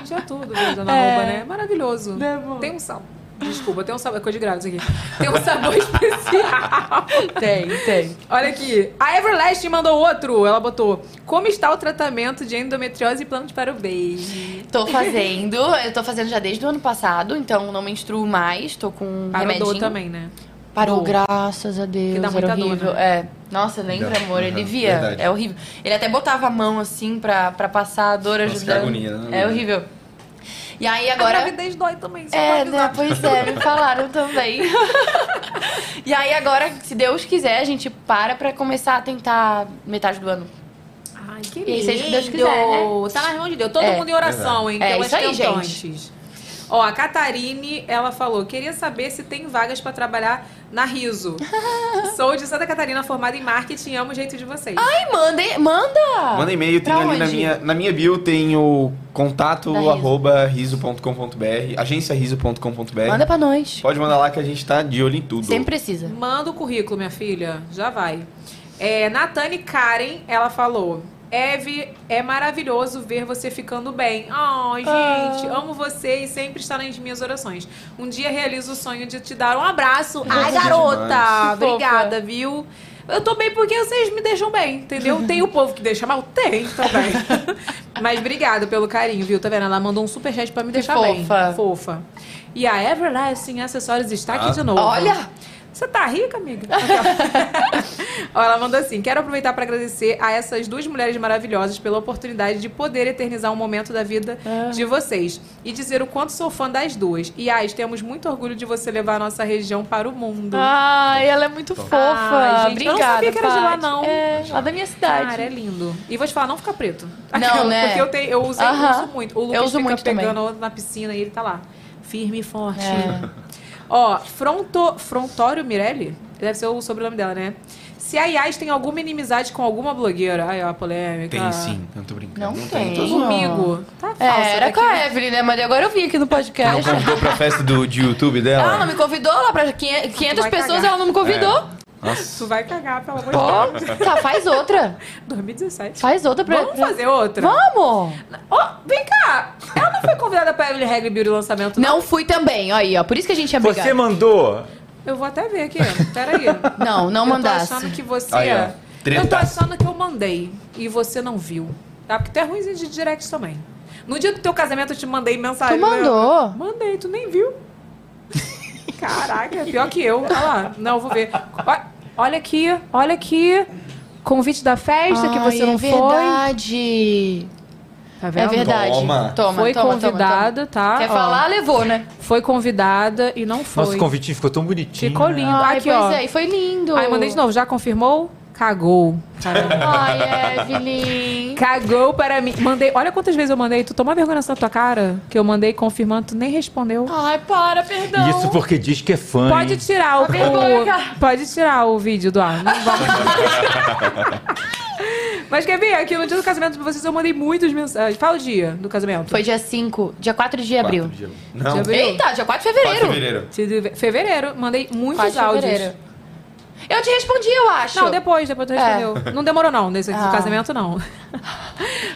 Speaker 1: Tinha tudo mesmo na
Speaker 6: É.
Speaker 1: roupa, né? Maravilhoso. Tem um sal. Desculpa, tem um sabor. É coisa de grávida isso aqui. Tem um sabor (laughs) especial.
Speaker 6: tem, tem.
Speaker 1: Olha aqui. A Everlast mandou outro. Ela botou: Como está o tratamento de endometriose e plano de parabéns?
Speaker 6: Tô fazendo, eu tô fazendo já desde o ano passado, então não menstruo mais, tô com um
Speaker 1: Parou dor
Speaker 6: remedinho.
Speaker 1: também, né?
Speaker 6: Parou,
Speaker 1: Dor.
Speaker 6: graças a Deus.
Speaker 1: Que dá
Speaker 6: era
Speaker 1: muita dor,
Speaker 6: horrível. É. Nossa, lembra,
Speaker 5: Dá.
Speaker 6: amor?
Speaker 5: Uhum,
Speaker 6: Ele via.
Speaker 5: verdade.
Speaker 6: É horrível. Ele até botava a mão assim pra, pra passar a dor
Speaker 5: Nossa, que
Speaker 6: ajudando.
Speaker 5: agonia, né?
Speaker 6: É horrível. E aí
Speaker 1: A
Speaker 6: agora.
Speaker 1: gravidez dói também. Só pra
Speaker 6: É,
Speaker 1: avisar.
Speaker 6: né? Pois é, me falaram (laughs) também. e aí agora, se Deus quiser, a gente para pra começar a tentar metade do ano.
Speaker 1: Ai, que
Speaker 6: E aí,
Speaker 1: lindo.
Speaker 6: seja o que Deus quiser, né?
Speaker 1: Tá nas mãos de Deus. Todo
Speaker 6: É.
Speaker 1: mundo em oração, hein?
Speaker 6: É,
Speaker 1: Pelas
Speaker 6: isso aí,
Speaker 1: tentantes. Ó, a Catarine, ela falou, queria saber se tem vagas pra trabalhar na
Speaker 6: (laughs)
Speaker 1: Riso. Sou de Santa Catarina, formada em marketing, amo o jeito de vocês.
Speaker 6: Ai, manda, hein? manda!
Speaker 5: Manda e-mail, tem
Speaker 6: Ah, Pra
Speaker 5: ali na
Speaker 6: onde?
Speaker 5: minha, na minha bio, tem o contato
Speaker 6: Da Riso.
Speaker 5: arroba riso.com.br, agenciariso.com.br.
Speaker 6: Manda pra nós.
Speaker 5: Pode mandar lá que a gente tá de olho em tudo.
Speaker 6: Sempre precisa.
Speaker 1: Manda o currículo, minha filha. Já vai. É, Natane Karen, ela falou. Eve, é maravilhoso ver você ficando bem. Ai,
Speaker 6: Ah.
Speaker 1: gente, amo você e sempre está nas minhas orações. Um dia realizo o sonho de te dar um abraço. Ai,
Speaker 5: Fofa
Speaker 1: garota!
Speaker 6: demais.
Speaker 1: Obrigada, viu? Eu tô bem porque vocês me deixam bem, entendeu? Tem o povo que deixa mal? Tem também. (laughs) Mas obrigada pelo carinho, viu? Tá vendo? Ela mandou um superchat pra me deixar bem.
Speaker 6: fofa.
Speaker 1: Fofa. E a Everlasting Acessórios está aqui
Speaker 5: Ah.
Speaker 1: de novo.
Speaker 6: Olha!
Speaker 1: Você tá rica, amiga? Ó, Ela mandou assim: quero aproveitar para agradecer a essas duas mulheres maravilhosas pela oportunidade de poder eternizar um momento da vida de vocês e dizer o quanto sou fã das duas. E ai, temos muito orgulho de você levar a nossa região para o mundo.
Speaker 6: Ai, ela é muito
Speaker 1: Ai,
Speaker 6: fofa.
Speaker 1: gente, eu não
Speaker 6: Obrigada.
Speaker 1: sabia que era de lá,
Speaker 6: Paty.
Speaker 1: não.
Speaker 6: É, lá da minha cidade.
Speaker 1: Cara, é lindo. E vou te falar, não fica preto.
Speaker 6: Não, né?
Speaker 1: Porque eu, tenho, eu, usei,
Speaker 6: Aham.
Speaker 1: uso muito. O Lucas
Speaker 6: Eu uso
Speaker 1: fica
Speaker 6: muito também.
Speaker 1: pegando na piscina e ele tá lá. Firme e forte.
Speaker 6: É.
Speaker 1: (laughs) Ó, fronto, Frontório Mirelli, deve ser o sobrenome dela, né? Se a Yas tem alguma inimizade com alguma blogueira. Ai, ó, a polêmica.
Speaker 5: Tem sim, não tô brincando.
Speaker 6: Ah, Não tem.
Speaker 5: tô zoando.
Speaker 1: Comigo. Tá falsa.
Speaker 6: É, era
Speaker 1: daqui.
Speaker 6: com a Evelyn, né? Mas agora eu vim aqui no
Speaker 5: Não
Speaker 6: podcast.
Speaker 5: convidou pra festa do, de YouTube
Speaker 6: Ela não
Speaker 5: dela?
Speaker 6: me convidou lá pra 500
Speaker 1: Vai
Speaker 6: pessoas,
Speaker 1: cagar.
Speaker 6: ela não me convidou.
Speaker 1: Tu vai cagar, pelo amor de Deus. (laughs)
Speaker 6: Pô, tá, faz outra.
Speaker 1: 2017.
Speaker 6: Faz outra pra
Speaker 1: Vamos fazer outra?
Speaker 6: Vamos!
Speaker 1: Ó, vem cá! Ela não foi convidada pra Evelyn Regli Beauty lançamento,
Speaker 6: não? Não fui também, olha aí, ó. Por isso que a gente é brigado.
Speaker 2: Você mandou?
Speaker 1: Eu vou até ver aqui. Peraí.
Speaker 6: (laughs) Não, não
Speaker 1: eu
Speaker 6: mandasse.
Speaker 1: Tô achando que você. é.
Speaker 6: Aí, ó.
Speaker 1: eu tô
Speaker 6: Treta.
Speaker 1: achando que eu mandei e você não viu. Tá? Porque tu é ruim de direct também. No dia do teu casamento eu te mandei mensagem.
Speaker 6: Tu
Speaker 1: né?
Speaker 6: mandou?
Speaker 1: Mandei, tu nem viu. (laughs) Caraca, é pior que eu. Olha lá. Não, eu vou ver. Ó, Olha aqui, olha aqui. Convite da festa que
Speaker 6: Ai,
Speaker 1: você não
Speaker 6: é verdade.
Speaker 1: foi. Tá vendo?
Speaker 6: É verdade. Toma. Toma,
Speaker 1: foi
Speaker 6: toma, toma,
Speaker 1: convidada, tá?
Speaker 6: Quer
Speaker 1: Ó.
Speaker 6: falar, levou, né?
Speaker 1: Foi convidada e não foi.
Speaker 2: Nosso convitinho ficou tão bonitinho.
Speaker 1: Ficou lindo.
Speaker 6: Ai,
Speaker 1: Aqui,
Speaker 6: pois
Speaker 1: ó.
Speaker 6: é, e foi lindo.
Speaker 1: Aí mandei de novo, já confirmou? Cagou. Tá
Speaker 6: Ai, Evelyn.
Speaker 1: Cagou para mim. Mandei, olha quantas vezes eu mandei. Tu toma vergonha na tua cara, que eu mandei confirmando, tu nem respondeu.
Speaker 6: Ai, para, perdão.
Speaker 2: Isso porque diz que é fã.
Speaker 1: Pode
Speaker 2: hein?
Speaker 1: tirar o,
Speaker 6: A Tá vergonha,
Speaker 1: o-
Speaker 6: cara.
Speaker 1: Pode tirar o vídeo do ar. Não vamos- Mas quer ver? Aqui no dia do casamento pra vocês eu mandei muitas mensagens. Fala o dia do casamento.
Speaker 6: Foi dia 5, dia 4 de abril.
Speaker 5: Não.
Speaker 1: De abril.
Speaker 6: Eita, dia 4 de fevereiro.
Speaker 5: 4
Speaker 1: fevereiro. Fevereiro. Mandei muitos
Speaker 6: 4 de
Speaker 1: áudios.
Speaker 6: fevereiro. Eu te respondi, eu acho.
Speaker 1: Não, depois, depois tu respondeu.
Speaker 6: É.
Speaker 1: Não demorou, não, nesse
Speaker 6: Ah.
Speaker 1: casamento,
Speaker 6: (laughs)
Speaker 1: não.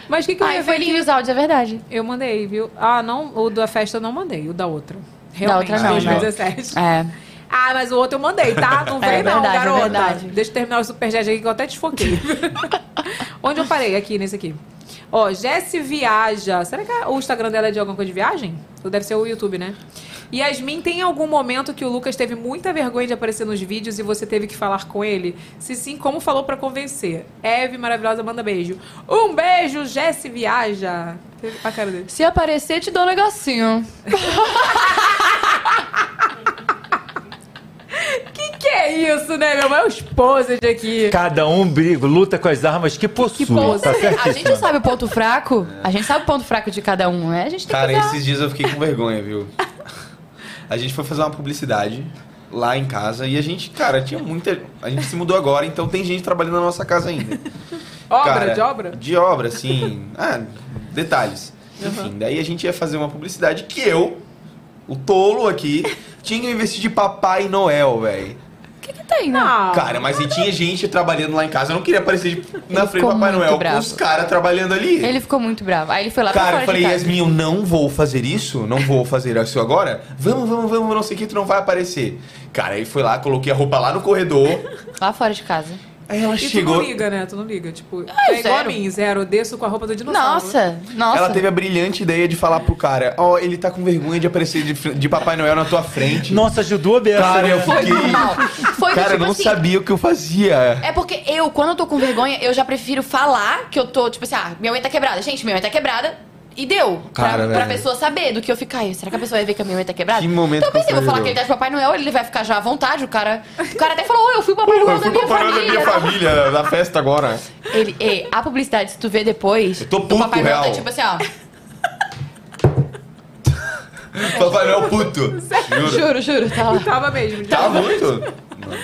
Speaker 1: Mas o que, que eu
Speaker 6: Ai,
Speaker 1: ia
Speaker 6: foi
Speaker 1: ver
Speaker 6: lindo
Speaker 1: aqui?
Speaker 6: os áudios, é verdade.
Speaker 1: Eu mandei, viu? Ah, não, o da festa eu não mandei, o da outra. Realmente,
Speaker 6: outra não, né?
Speaker 1: 2017.
Speaker 6: É.
Speaker 1: Ah, mas o outro eu mandei,
Speaker 6: (laughs)
Speaker 1: tá? Não vem
Speaker 6: É
Speaker 1: não,
Speaker 6: verdade, é
Speaker 1: garota.
Speaker 6: verdade.
Speaker 1: Deixa eu terminar o superchat aqui que eu até
Speaker 6: (laughs)
Speaker 1: desfoquei. Onde eu parei? Aqui, nesse aqui. Ó, Jess Viaja. Será que o Instagram dela é de alguma coisa de viagem? Ou deve ser o YouTube, né? Yasmin, tem algum momento que o Lucas teve muita vergonha de aparecer nos vídeos e você teve que falar com ele? Se sim, como falou pra convencer? Eve, maravilhosa, manda beijo. Um beijo, Jess Viaja. Teve a cara dele.
Speaker 6: Se aparecer, te dou um negocinho.
Speaker 1: Que que é isso, né, meu? É o esposa de aqui.
Speaker 2: Cada um briga, luta com as armas que possui. tá
Speaker 6: é a gente
Speaker 2: certíssimo.
Speaker 6: sabe o ponto fraco. A gente sabe o ponto fraco de cada um, né? A gente tem
Speaker 5: Cara,
Speaker 6: que dar...
Speaker 5: esses dias eu fiquei com vergonha, viu? A gente foi fazer uma publicidade lá em casa e a gente, cara, tinha muita. A gente se mudou agora, então tem gente trabalhando na nossa casa ainda.
Speaker 1: Obra,
Speaker 5: Cara,
Speaker 1: de obra?
Speaker 5: De obra, assim.
Speaker 6: (laughs)
Speaker 5: Ah, detalhes. Enfim, daí a gente ia fazer uma publicidade que eu, o tolo
Speaker 6: (laughs)
Speaker 5: aqui, tinha que me vestir de Papai Noel, velho.
Speaker 6: que tem,
Speaker 1: Ah.
Speaker 6: né?
Speaker 5: Cara, mas e tinha gente trabalhando lá em casa. Eu não queria aparecer de- na frente
Speaker 6: ficou
Speaker 5: do Papai
Speaker 6: muito
Speaker 5: Noel
Speaker 6: bravo.
Speaker 5: com os caras trabalhando ali.
Speaker 6: Ele ficou muito bravo. Aí ele foi lá pra
Speaker 5: Cara,
Speaker 6: fora
Speaker 5: eu falei,
Speaker 6: de casa.
Speaker 5: Yasmin, eu não vou fazer isso, não vou fazer isso agora. Vamos, vamos, vamos, não sei o que, tu não vai aparecer. Cara, aí foi lá, coloquei a roupa lá no corredor.
Speaker 6: Lá fora de casa.
Speaker 5: Aí ela
Speaker 1: E
Speaker 5: chegou.
Speaker 1: tu não liga, né? Tu não liga. Tipo,
Speaker 6: Ah,
Speaker 1: é igual a
Speaker 6: zero.
Speaker 1: mim, zero. Eu desço com a roupa do dinossauro.
Speaker 6: Nossa, nossa.
Speaker 5: Ela teve a brilhante ideia de falar pro cara, ó, ele tá com vergonha de aparecer de, fr- de Papai Noel na tua frente.
Speaker 2: Nossa, ajudou a beça.
Speaker 5: Cara,
Speaker 2: né?
Speaker 5: eu
Speaker 6: Foi
Speaker 5: fiquei.
Speaker 6: normal. Foi do
Speaker 5: Cara, eu
Speaker 6: tipo
Speaker 5: não
Speaker 6: assim,
Speaker 5: sabia o que eu fazia.
Speaker 6: É porque eu, quando eu tô com vergonha, eu já prefiro falar que eu tô, tipo assim, ah, minha unha tá quebrada. Gente, minha unha tá quebrada. E deu.
Speaker 5: Cara,
Speaker 6: pra, pra
Speaker 5: velho.
Speaker 6: pessoa saber do que eu ficar. Ai, Será que a pessoa vai ver que a minha unha tá quebrada?
Speaker 5: Que momento
Speaker 6: então eu pensei, vou falar
Speaker 5: constrangedor.
Speaker 6: que ele tá de Papai Noel, ele vai ficar já à vontade. O cara, o cara até falou, "Ô, eu fui o Papai Noel
Speaker 5: Eu
Speaker 6: da
Speaker 5: fui
Speaker 6: minha
Speaker 5: Papai Noel da minha
Speaker 6: família.
Speaker 5: família, da festa agora.
Speaker 6: Ele, ei, a publicidade, se tu vê depois,
Speaker 5: Eu tô
Speaker 6: o
Speaker 5: puto,
Speaker 6: Papai Noel tá
Speaker 5: real.
Speaker 6: tipo assim, ó.
Speaker 5: Papai Noel puto. Juro.
Speaker 6: Juro, juro, tá lá.
Speaker 1: Tava mesmo.
Speaker 5: Tá muito.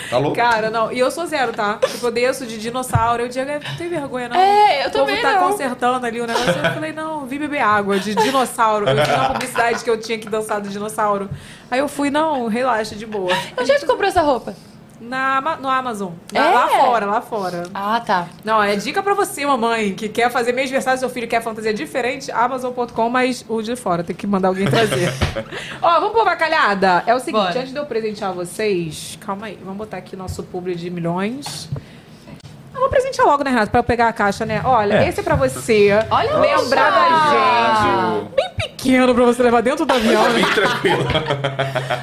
Speaker 5: Tá louco.
Speaker 1: Cara, não. E eu sou zero, tá? Tipo, eu desço de dinossauro. Eu digo, "É, não tem vergonha, não.
Speaker 6: É, eu
Speaker 1: O povo
Speaker 6: também
Speaker 1: tá
Speaker 6: não.
Speaker 1: consertando ali o negócio. Eu falei, não, vim beber água de dinossauro. Eu tinha uma publicidade que eu tinha que dançar do dinossauro. Aí eu fui, não, relaxa, de boa.
Speaker 6: Onde é que tu comprou essa roupa?
Speaker 1: Na, Ama- no Amazon. Na-
Speaker 6: É?
Speaker 1: Lá fora, lá fora.
Speaker 6: Ah, tá.
Speaker 1: Não, é dica pra você, mamãe, que quer fazer mês versátil, seu filho quer fantasia diferente, amazon.com, mas o de fora, tem que mandar alguém trazer. Ó, vamos pôr bacalhada? É o seguinte,
Speaker 6: Bora.
Speaker 1: antes de eu presentear vocês, calma aí, vamos botar aqui nosso publi de milhões. Eu vou presentear logo, né, Renato, pra eu pegar a caixa, né? Olha,
Speaker 2: É.
Speaker 1: esse é pra você.
Speaker 6: Olha
Speaker 1: Lembrar da
Speaker 6: só.
Speaker 1: gente. Bem pequeno pra você levar dentro do avião.
Speaker 5: Bem tranquilo.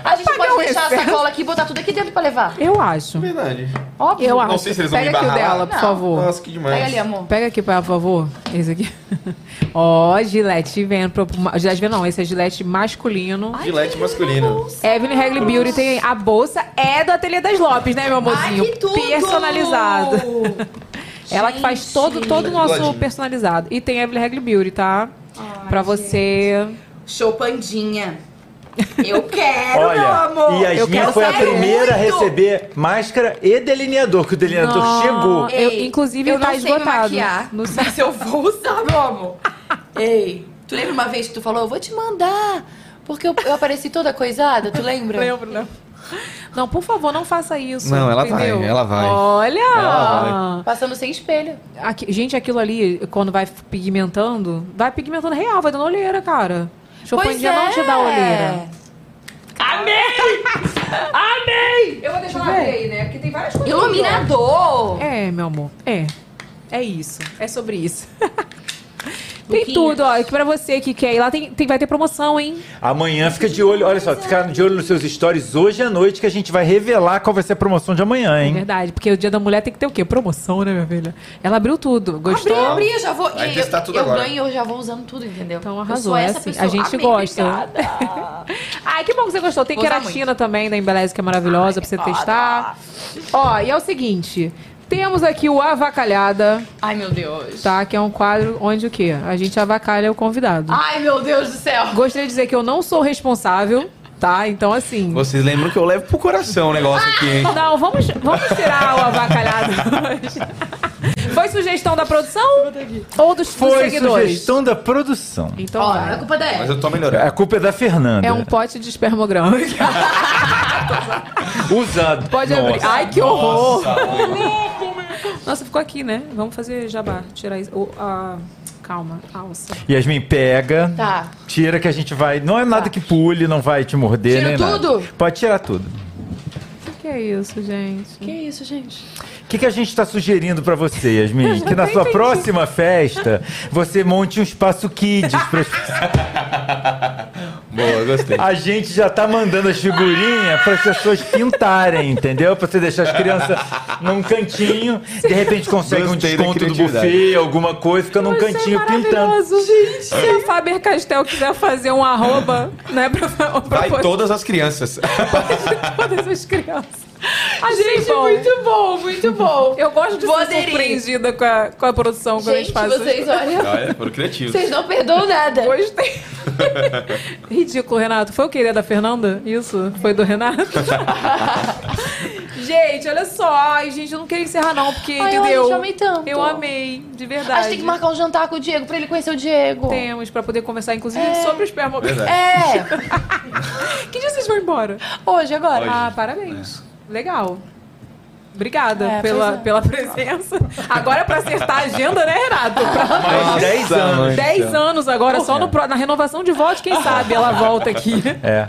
Speaker 6: A gente
Speaker 1: Apagar
Speaker 6: pode
Speaker 1: o
Speaker 6: deixar a
Speaker 1: excesso.
Speaker 6: sacola aqui e botar tudo aqui dentro pra levar.
Speaker 1: Eu acho.
Speaker 5: Verdade.
Speaker 6: Óbvio.
Speaker 1: Eu acho.
Speaker 5: Não sei se eles vão
Speaker 1: Pega
Speaker 5: me
Speaker 1: aqui o
Speaker 5: barrar.
Speaker 1: dela, por
Speaker 6: Não.
Speaker 1: favor.
Speaker 5: Nossa, que demais.
Speaker 6: Pega ali, amor.
Speaker 1: Pega aqui, por favor. Esse aqui. (laughs) Ó, Gillette vendo. pro- Gillette vendo, não. Esse é Gillette masculino.
Speaker 5: Gilete masculino.
Speaker 1: Evelyn Regli Beauty tem a bolsa. É do Ateliê das Lopes, né, meu amorzinho?
Speaker 6: Ai, que tudo!
Speaker 1: Personalizado. Ela que faz todo, todo o nosso
Speaker 5: Bigodinho.
Speaker 1: personalizado. E tem a Evelyn Regli Beauty, tá? pra você...
Speaker 16: Show Pandinha. Eu quero, meu
Speaker 2: Olha,
Speaker 16: amor.
Speaker 2: e
Speaker 1: Eu
Speaker 2: Yasmin
Speaker 1: quero
Speaker 2: foi a
Speaker 1: saber
Speaker 2: primeira a
Speaker 16: muito.
Speaker 2: receber máscara e delineador, que o delineador chegou.
Speaker 1: Eu,
Speaker 16: Ei,
Speaker 1: inclusive,
Speaker 16: eu não
Speaker 1: tá
Speaker 16: sei me
Speaker 1: esgotado.
Speaker 16: maquiar, (laughs)
Speaker 1: No-
Speaker 16: Mas eu vou usar, meu amor. Ei, tu lembra uma vez que tu falou, eu vou te mandar,
Speaker 6: Porque eu, eu apareci toda coisada, tu lembra?
Speaker 1: Lembro, né? Não, por favor, não faça isso.
Speaker 5: Não, ela
Speaker 1: entendeu?
Speaker 5: vai, ela vai.
Speaker 1: Olha!
Speaker 5: Ela
Speaker 1: Ah.
Speaker 6: Passando sem espelho.
Speaker 1: Aqui- gente, aquilo ali, quando vai pigmentando, vai pigmentando real, vai dando olheira, cara. Chopandia
Speaker 6: Pois
Speaker 1: não te dá
Speaker 6: é.
Speaker 1: olheira.
Speaker 6: Amei! Amei!
Speaker 1: Eu vou deixar ela ver aí, né? Porque tem várias coisas.
Speaker 6: Iluminador!
Speaker 1: É, meu amor. É. É isso. É sobre isso. (laughs) tem tudo, ó. Que pra você que quer ir lá, tem, tem- vai ter promoção, hein?
Speaker 2: Amanhã fica de olho, olha só, fica de olho nos seus stories hoje à noite que a gente vai revelar qual vai ser a promoção de amanhã,
Speaker 1: É
Speaker 2: hein?
Speaker 1: verdade. Porque o dia da mulher tem que ter o quê? Promoção, né, minha filha? Ela abriu tudo. Gostou?
Speaker 6: Abri, abri, eu já vou.
Speaker 1: Vai
Speaker 6: e
Speaker 1: testar
Speaker 6: eu,
Speaker 1: tudo
Speaker 6: eu
Speaker 1: agora.
Speaker 6: ganho, eu já vou usando tudo, entendeu? Então
Speaker 1: Arrasou, é assim. A gente
Speaker 6: Amei,
Speaker 1: gosta.
Speaker 6: obrigada.
Speaker 1: (laughs) Ai, que bom que você gostou. Tem
Speaker 6: Vou usar
Speaker 1: queratina também da Embeleze, que é maravilhosa pra você
Speaker 6: foda.
Speaker 1: testar. Ó, e é o seguinte. Temos aqui o Avacalhada,
Speaker 6: Ai, meu Deus.
Speaker 1: tá? Que é um quadro onde o quê? A gente avacalha o convidado.
Speaker 6: Ai, meu Deus do céu.
Speaker 1: Gostaria de dizer que eu não sou responsável, tá? Então, assim...
Speaker 5: Vocês lembram que eu levo pro coração o negócio aqui, hein?
Speaker 1: Não, vamos, vamos tirar o avacalhado hoje. Foi sugestão da produção ou dos, dos
Speaker 2: Foi
Speaker 1: seguidores?
Speaker 2: sugestão da produção.
Speaker 1: Então,
Speaker 6: é
Speaker 1: vai.
Speaker 2: Mas eu tô melhorando. A culpa é da Fernanda.
Speaker 1: É um pote de espermograma. (laughs)
Speaker 2: Usado.
Speaker 1: Pode
Speaker 2: Nossa.
Speaker 1: abrir. Ai, que horror!
Speaker 2: Nossa.
Speaker 1: Nossa, ficou aqui, né? Vamos fazer jabá. Tirar isso. o- a- calma, a alça.
Speaker 2: Yasmin, pega.
Speaker 1: Tá.
Speaker 2: Tira que a gente vai. Não é nada que pule, não vai te morder,
Speaker 1: Tiro
Speaker 2: nem
Speaker 1: tudo?
Speaker 2: nada. Pode tirar tudo.
Speaker 1: O que é isso, gente? que é isso, gente?
Speaker 2: O que, que a gente está sugerindo para você,
Speaker 1: Eu
Speaker 2: Yasmin?
Speaker 1: já
Speaker 2: Que na
Speaker 1: até
Speaker 2: sua
Speaker 1: entendi.
Speaker 2: próxima festa você monte um espaço kids para
Speaker 5: Boa,
Speaker 6: (laughs)
Speaker 5: gostei.
Speaker 2: A gente já tá mandando as figurinhas para as pessoas pintarem, entendeu? Para você deixar as crianças num cantinho, de repente consegue um
Speaker 5: Gostei da
Speaker 2: desconto do
Speaker 5: criatividade.
Speaker 2: buffet, alguma coisa, fica num cantinho pintando.
Speaker 1: é Gente. Se a Faber Castell quiser fazer um arroba, né? Pra, pra
Speaker 5: Vai todas as crianças.
Speaker 1: (laughs) todas as crianças. Achei
Speaker 6: Gente, é muito bom, muito bom.
Speaker 1: Eu gosto de
Speaker 6: Vou
Speaker 1: ser
Speaker 6: aderir.
Speaker 1: surpreendida com a, com a produção quando eles
Speaker 6: Gente,
Speaker 1: fazem
Speaker 6: vocês,
Speaker 1: essas coisas.
Speaker 5: Olha, foram criativos.
Speaker 6: Vocês não perdoam nada.
Speaker 1: Gostei.
Speaker 6: (laughs)
Speaker 1: Ridículo, Renato. Foi o que? Da Fernanda? Isso? Foi do
Speaker 6: (laughs)
Speaker 1: Renato? gente, olha só. Ai, gente, eu não queria encerrar, não, porque,
Speaker 6: Ai,
Speaker 1: entendeu?
Speaker 6: olha, eu amei tanto.
Speaker 1: Eu amei, de verdade.
Speaker 6: A gente tem que marcar um jantar com o Diego pra ele conhecer o Diego.
Speaker 1: Temos, pra poder conversar, inclusive,
Speaker 6: É.
Speaker 1: sobre os espermograma.
Speaker 6: É.
Speaker 1: (laughs) que dia vocês vão embora?
Speaker 6: Hoje, agora.
Speaker 1: Ah, parabéns. Legal. Obrigada
Speaker 6: É,
Speaker 1: pela,
Speaker 6: pois é.
Speaker 1: pela presença. Agora é pra acertar a agenda, né, Renato? Pra...
Speaker 2: Mais 10 anos.
Speaker 1: 10 anos agora, só no pro- na renovação de voto, quem sabe ela volta aqui.
Speaker 2: É.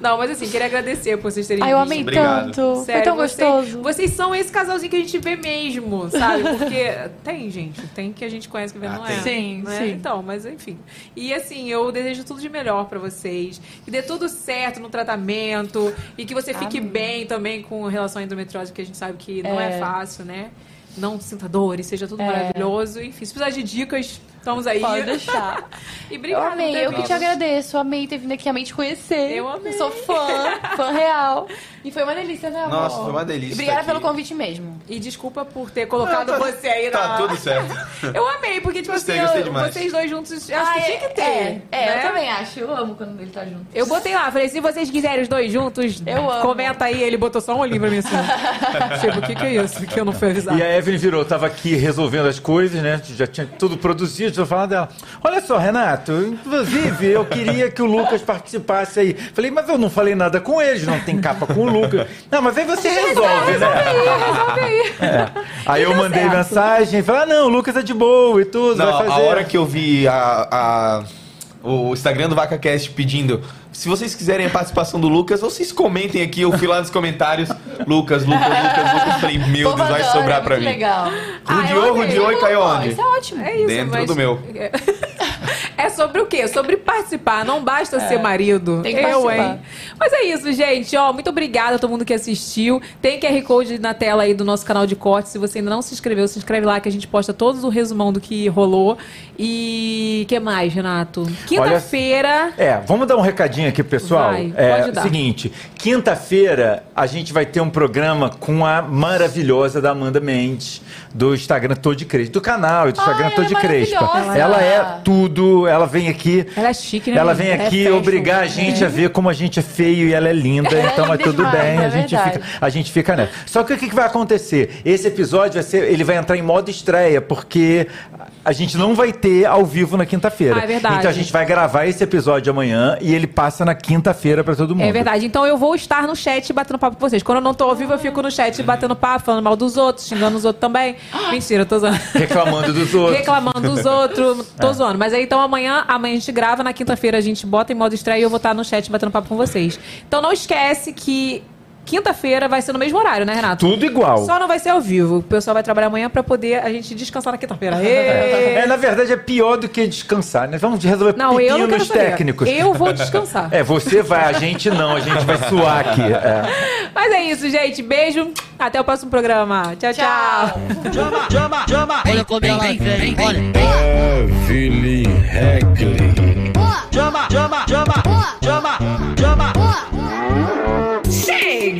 Speaker 1: Não, mas assim, queria agradecer por vocês terem
Speaker 6: Ai, Ah, eu
Speaker 1: vindo.
Speaker 6: amei Obrigado. tanto. Foi
Speaker 1: Sério,
Speaker 6: tão
Speaker 1: vocês-
Speaker 6: gostoso.
Speaker 1: Vocês são esse casalzinho que a gente vê mesmo,
Speaker 6: (laughs)
Speaker 1: sabe? Porque tem, gente. Tem que a gente conhece que vê, não é?
Speaker 6: Ah, tem. Sim,
Speaker 1: Não é?
Speaker 6: sim.
Speaker 1: Então, mas enfim. E assim, eu desejo tudo de melhor pra vocês. Que dê tudo certo no tratamento. E que você fique bem também com relação à endometriose, porque a gente sabe que não é,
Speaker 6: É.
Speaker 1: fácil, né? Não sinta dores, seja tudo
Speaker 6: É.
Speaker 1: maravilhoso. Enfim, se precisar de dicas, estamos aí.
Speaker 6: Pode deixar.
Speaker 1: (laughs) e
Speaker 6: Eu
Speaker 1: obrigada. por
Speaker 6: amei,
Speaker 1: ter
Speaker 6: eu que te
Speaker 1: vindo.
Speaker 6: agradeço. Amei ter vindo aqui, amei te conhecer.
Speaker 1: Eu amei.
Speaker 6: sou fã,
Speaker 1: (laughs)
Speaker 6: fã real. E foi uma delícia, né, amor?
Speaker 5: Nossa, foi uma delícia
Speaker 6: Obrigada
Speaker 5: aqui.
Speaker 6: pelo convite mesmo.
Speaker 1: E desculpa por ter colocado
Speaker 6: Não, tá-
Speaker 1: você aí na...
Speaker 5: Tá tudo certo.
Speaker 1: Eu amei, porque, tipo
Speaker 5: Gostei,
Speaker 1: assim,
Speaker 5: gostei
Speaker 1: eu-
Speaker 5: demais.
Speaker 1: vocês dois juntos, eu acho
Speaker 6: Ah,
Speaker 1: que tinha
Speaker 6: é-
Speaker 1: que ter.
Speaker 6: É, é,
Speaker 1: né?
Speaker 6: eu também acho. Eu amo quando ele tá junto.
Speaker 1: Eu botei lá, falei, se vocês quiserem os dois juntos,
Speaker 6: Eu amo.
Speaker 1: comenta aí. Ele botou só um olhinho pra mim assim. (laughs) tipo, o que, que é isso? Que eu não fui avisado.
Speaker 2: E a Evelyn virou, tava aqui resolvendo as coisas, né? Já tinha tudo produzido, já falando dela. Olha só, Renato, inclusive eu queria que o Lucas participasse aí. Falei, mas eu não falei nada com eles, não tem capa com o Lucas. Não, mas aí você resolve, né? É.
Speaker 1: Resolve aí.
Speaker 2: Aí eu mandei mensagem, falei, ah, não, o Lucas é de boa e tudo,
Speaker 5: Não,
Speaker 2: vai
Speaker 5: a
Speaker 2: fazer.
Speaker 5: hora que eu vi a, a- o Instagram do VacaCast pedindo. Se vocês quiserem a participação do Lucas, vocês comentem aqui. Eu fui lá nos comentários. Lucas, Lucas, Lucas, Lucas. Falei, meu
Speaker 6: Povo
Speaker 5: Deus, vai
Speaker 6: adora,
Speaker 5: um sobrar
Speaker 6: é
Speaker 5: pra
Speaker 6: muito
Speaker 5: mim.
Speaker 6: legal.
Speaker 5: Rodeou,
Speaker 1: Ah, eu amei.
Speaker 5: rodeou e caiu
Speaker 1: Pô,
Speaker 5: onde?
Speaker 1: Isso é ótimo. É isso,
Speaker 5: Dentro do meu.
Speaker 1: (laughs) É sobre o quê? Sobre participar. Não basta ser marido.
Speaker 6: Tem que
Speaker 1: Eu,
Speaker 6: participar.
Speaker 1: hein? Mas é isso, gente. Ó, muito obrigada a todo mundo que assistiu. Tem QR Code na tela aí do nosso canal de corte. Se você ainda não se inscreveu, se inscreve lá que a gente posta todo o resumão do que rolou. E que mais, Renato? Quinta-feira.
Speaker 2: É, vamos dar um recadinho aqui, pessoal.
Speaker 1: Vai,
Speaker 2: é
Speaker 1: pode dar.
Speaker 2: seguinte, quinta-feira a gente vai ter um programa com a maravilhosa da Amanda Mendes, do Instagram Tô de Crespa, do canal e do Instagram Tô
Speaker 1: ela é
Speaker 2: de Crespa.
Speaker 1: maravilhosa!
Speaker 2: Ela é tudo, ela vem aqui.
Speaker 1: Ela é chique, né?
Speaker 2: Ela vem
Speaker 1: menina?
Speaker 2: aqui
Speaker 1: É fashion.
Speaker 2: obrigar a gente a ver como a gente é feio e ela é linda,
Speaker 1: Ela (laughs) é
Speaker 2: então é
Speaker 1: linda
Speaker 2: tudo
Speaker 1: demais,
Speaker 2: bem,
Speaker 1: é
Speaker 2: a, gente
Speaker 1: verdade.
Speaker 2: fica, a gente fica nessa. Só que o que, que vai acontecer? Esse episódio vai ser, ele vai entrar em modo estreia, porque a gente não vai ter ao vivo na quinta-feira.
Speaker 1: Ah, é verdade.
Speaker 2: Então a gente vai gravar esse episódio amanhã e ele passa na quinta-feira pra todo mundo.
Speaker 1: É verdade. Então eu vou estar no chat batendo papo com vocês. Quando eu não tô ao vivo, eu fico no chat batendo papo, falando mal dos outros, xingando os outros também. Mentira, eu tô zoando.
Speaker 2: Reclamando dos outros.
Speaker 1: Reclamando dos outros. Tô
Speaker 2: É. (laughs)
Speaker 1: zoando. Mas aí então amanhã amanhã. Amanhã a gente grava, na quinta-feira a gente bota em modo estreia e eu vou estar no chat batendo papo com vocês. Então não esquece que quinta-feira vai ser no mesmo horário, né, Renato?
Speaker 2: Tudo igual.
Speaker 1: Só não vai ser ao vivo. O pessoal vai trabalhar amanhã pra poder a gente descansar na quinta-feira. Ê!
Speaker 2: (laughs) É, na verdade, é pior do que descansar, né? Vamos resolver
Speaker 1: Não, eu não
Speaker 2: pequenos
Speaker 1: quero saber.
Speaker 2: técnicos.
Speaker 1: Eu vou descansar.
Speaker 2: (laughs) É, você vai, a gente não, a gente vai suar aqui. é.
Speaker 1: Mas é isso, gente. Beijo. Até o próximo programa. Tchau, tchau.
Speaker 4: Chama, chama, chama. Olha como ela vem, vem, olha.
Speaker 14: Evelyn Heckley.
Speaker 4: Chama, chama, chama.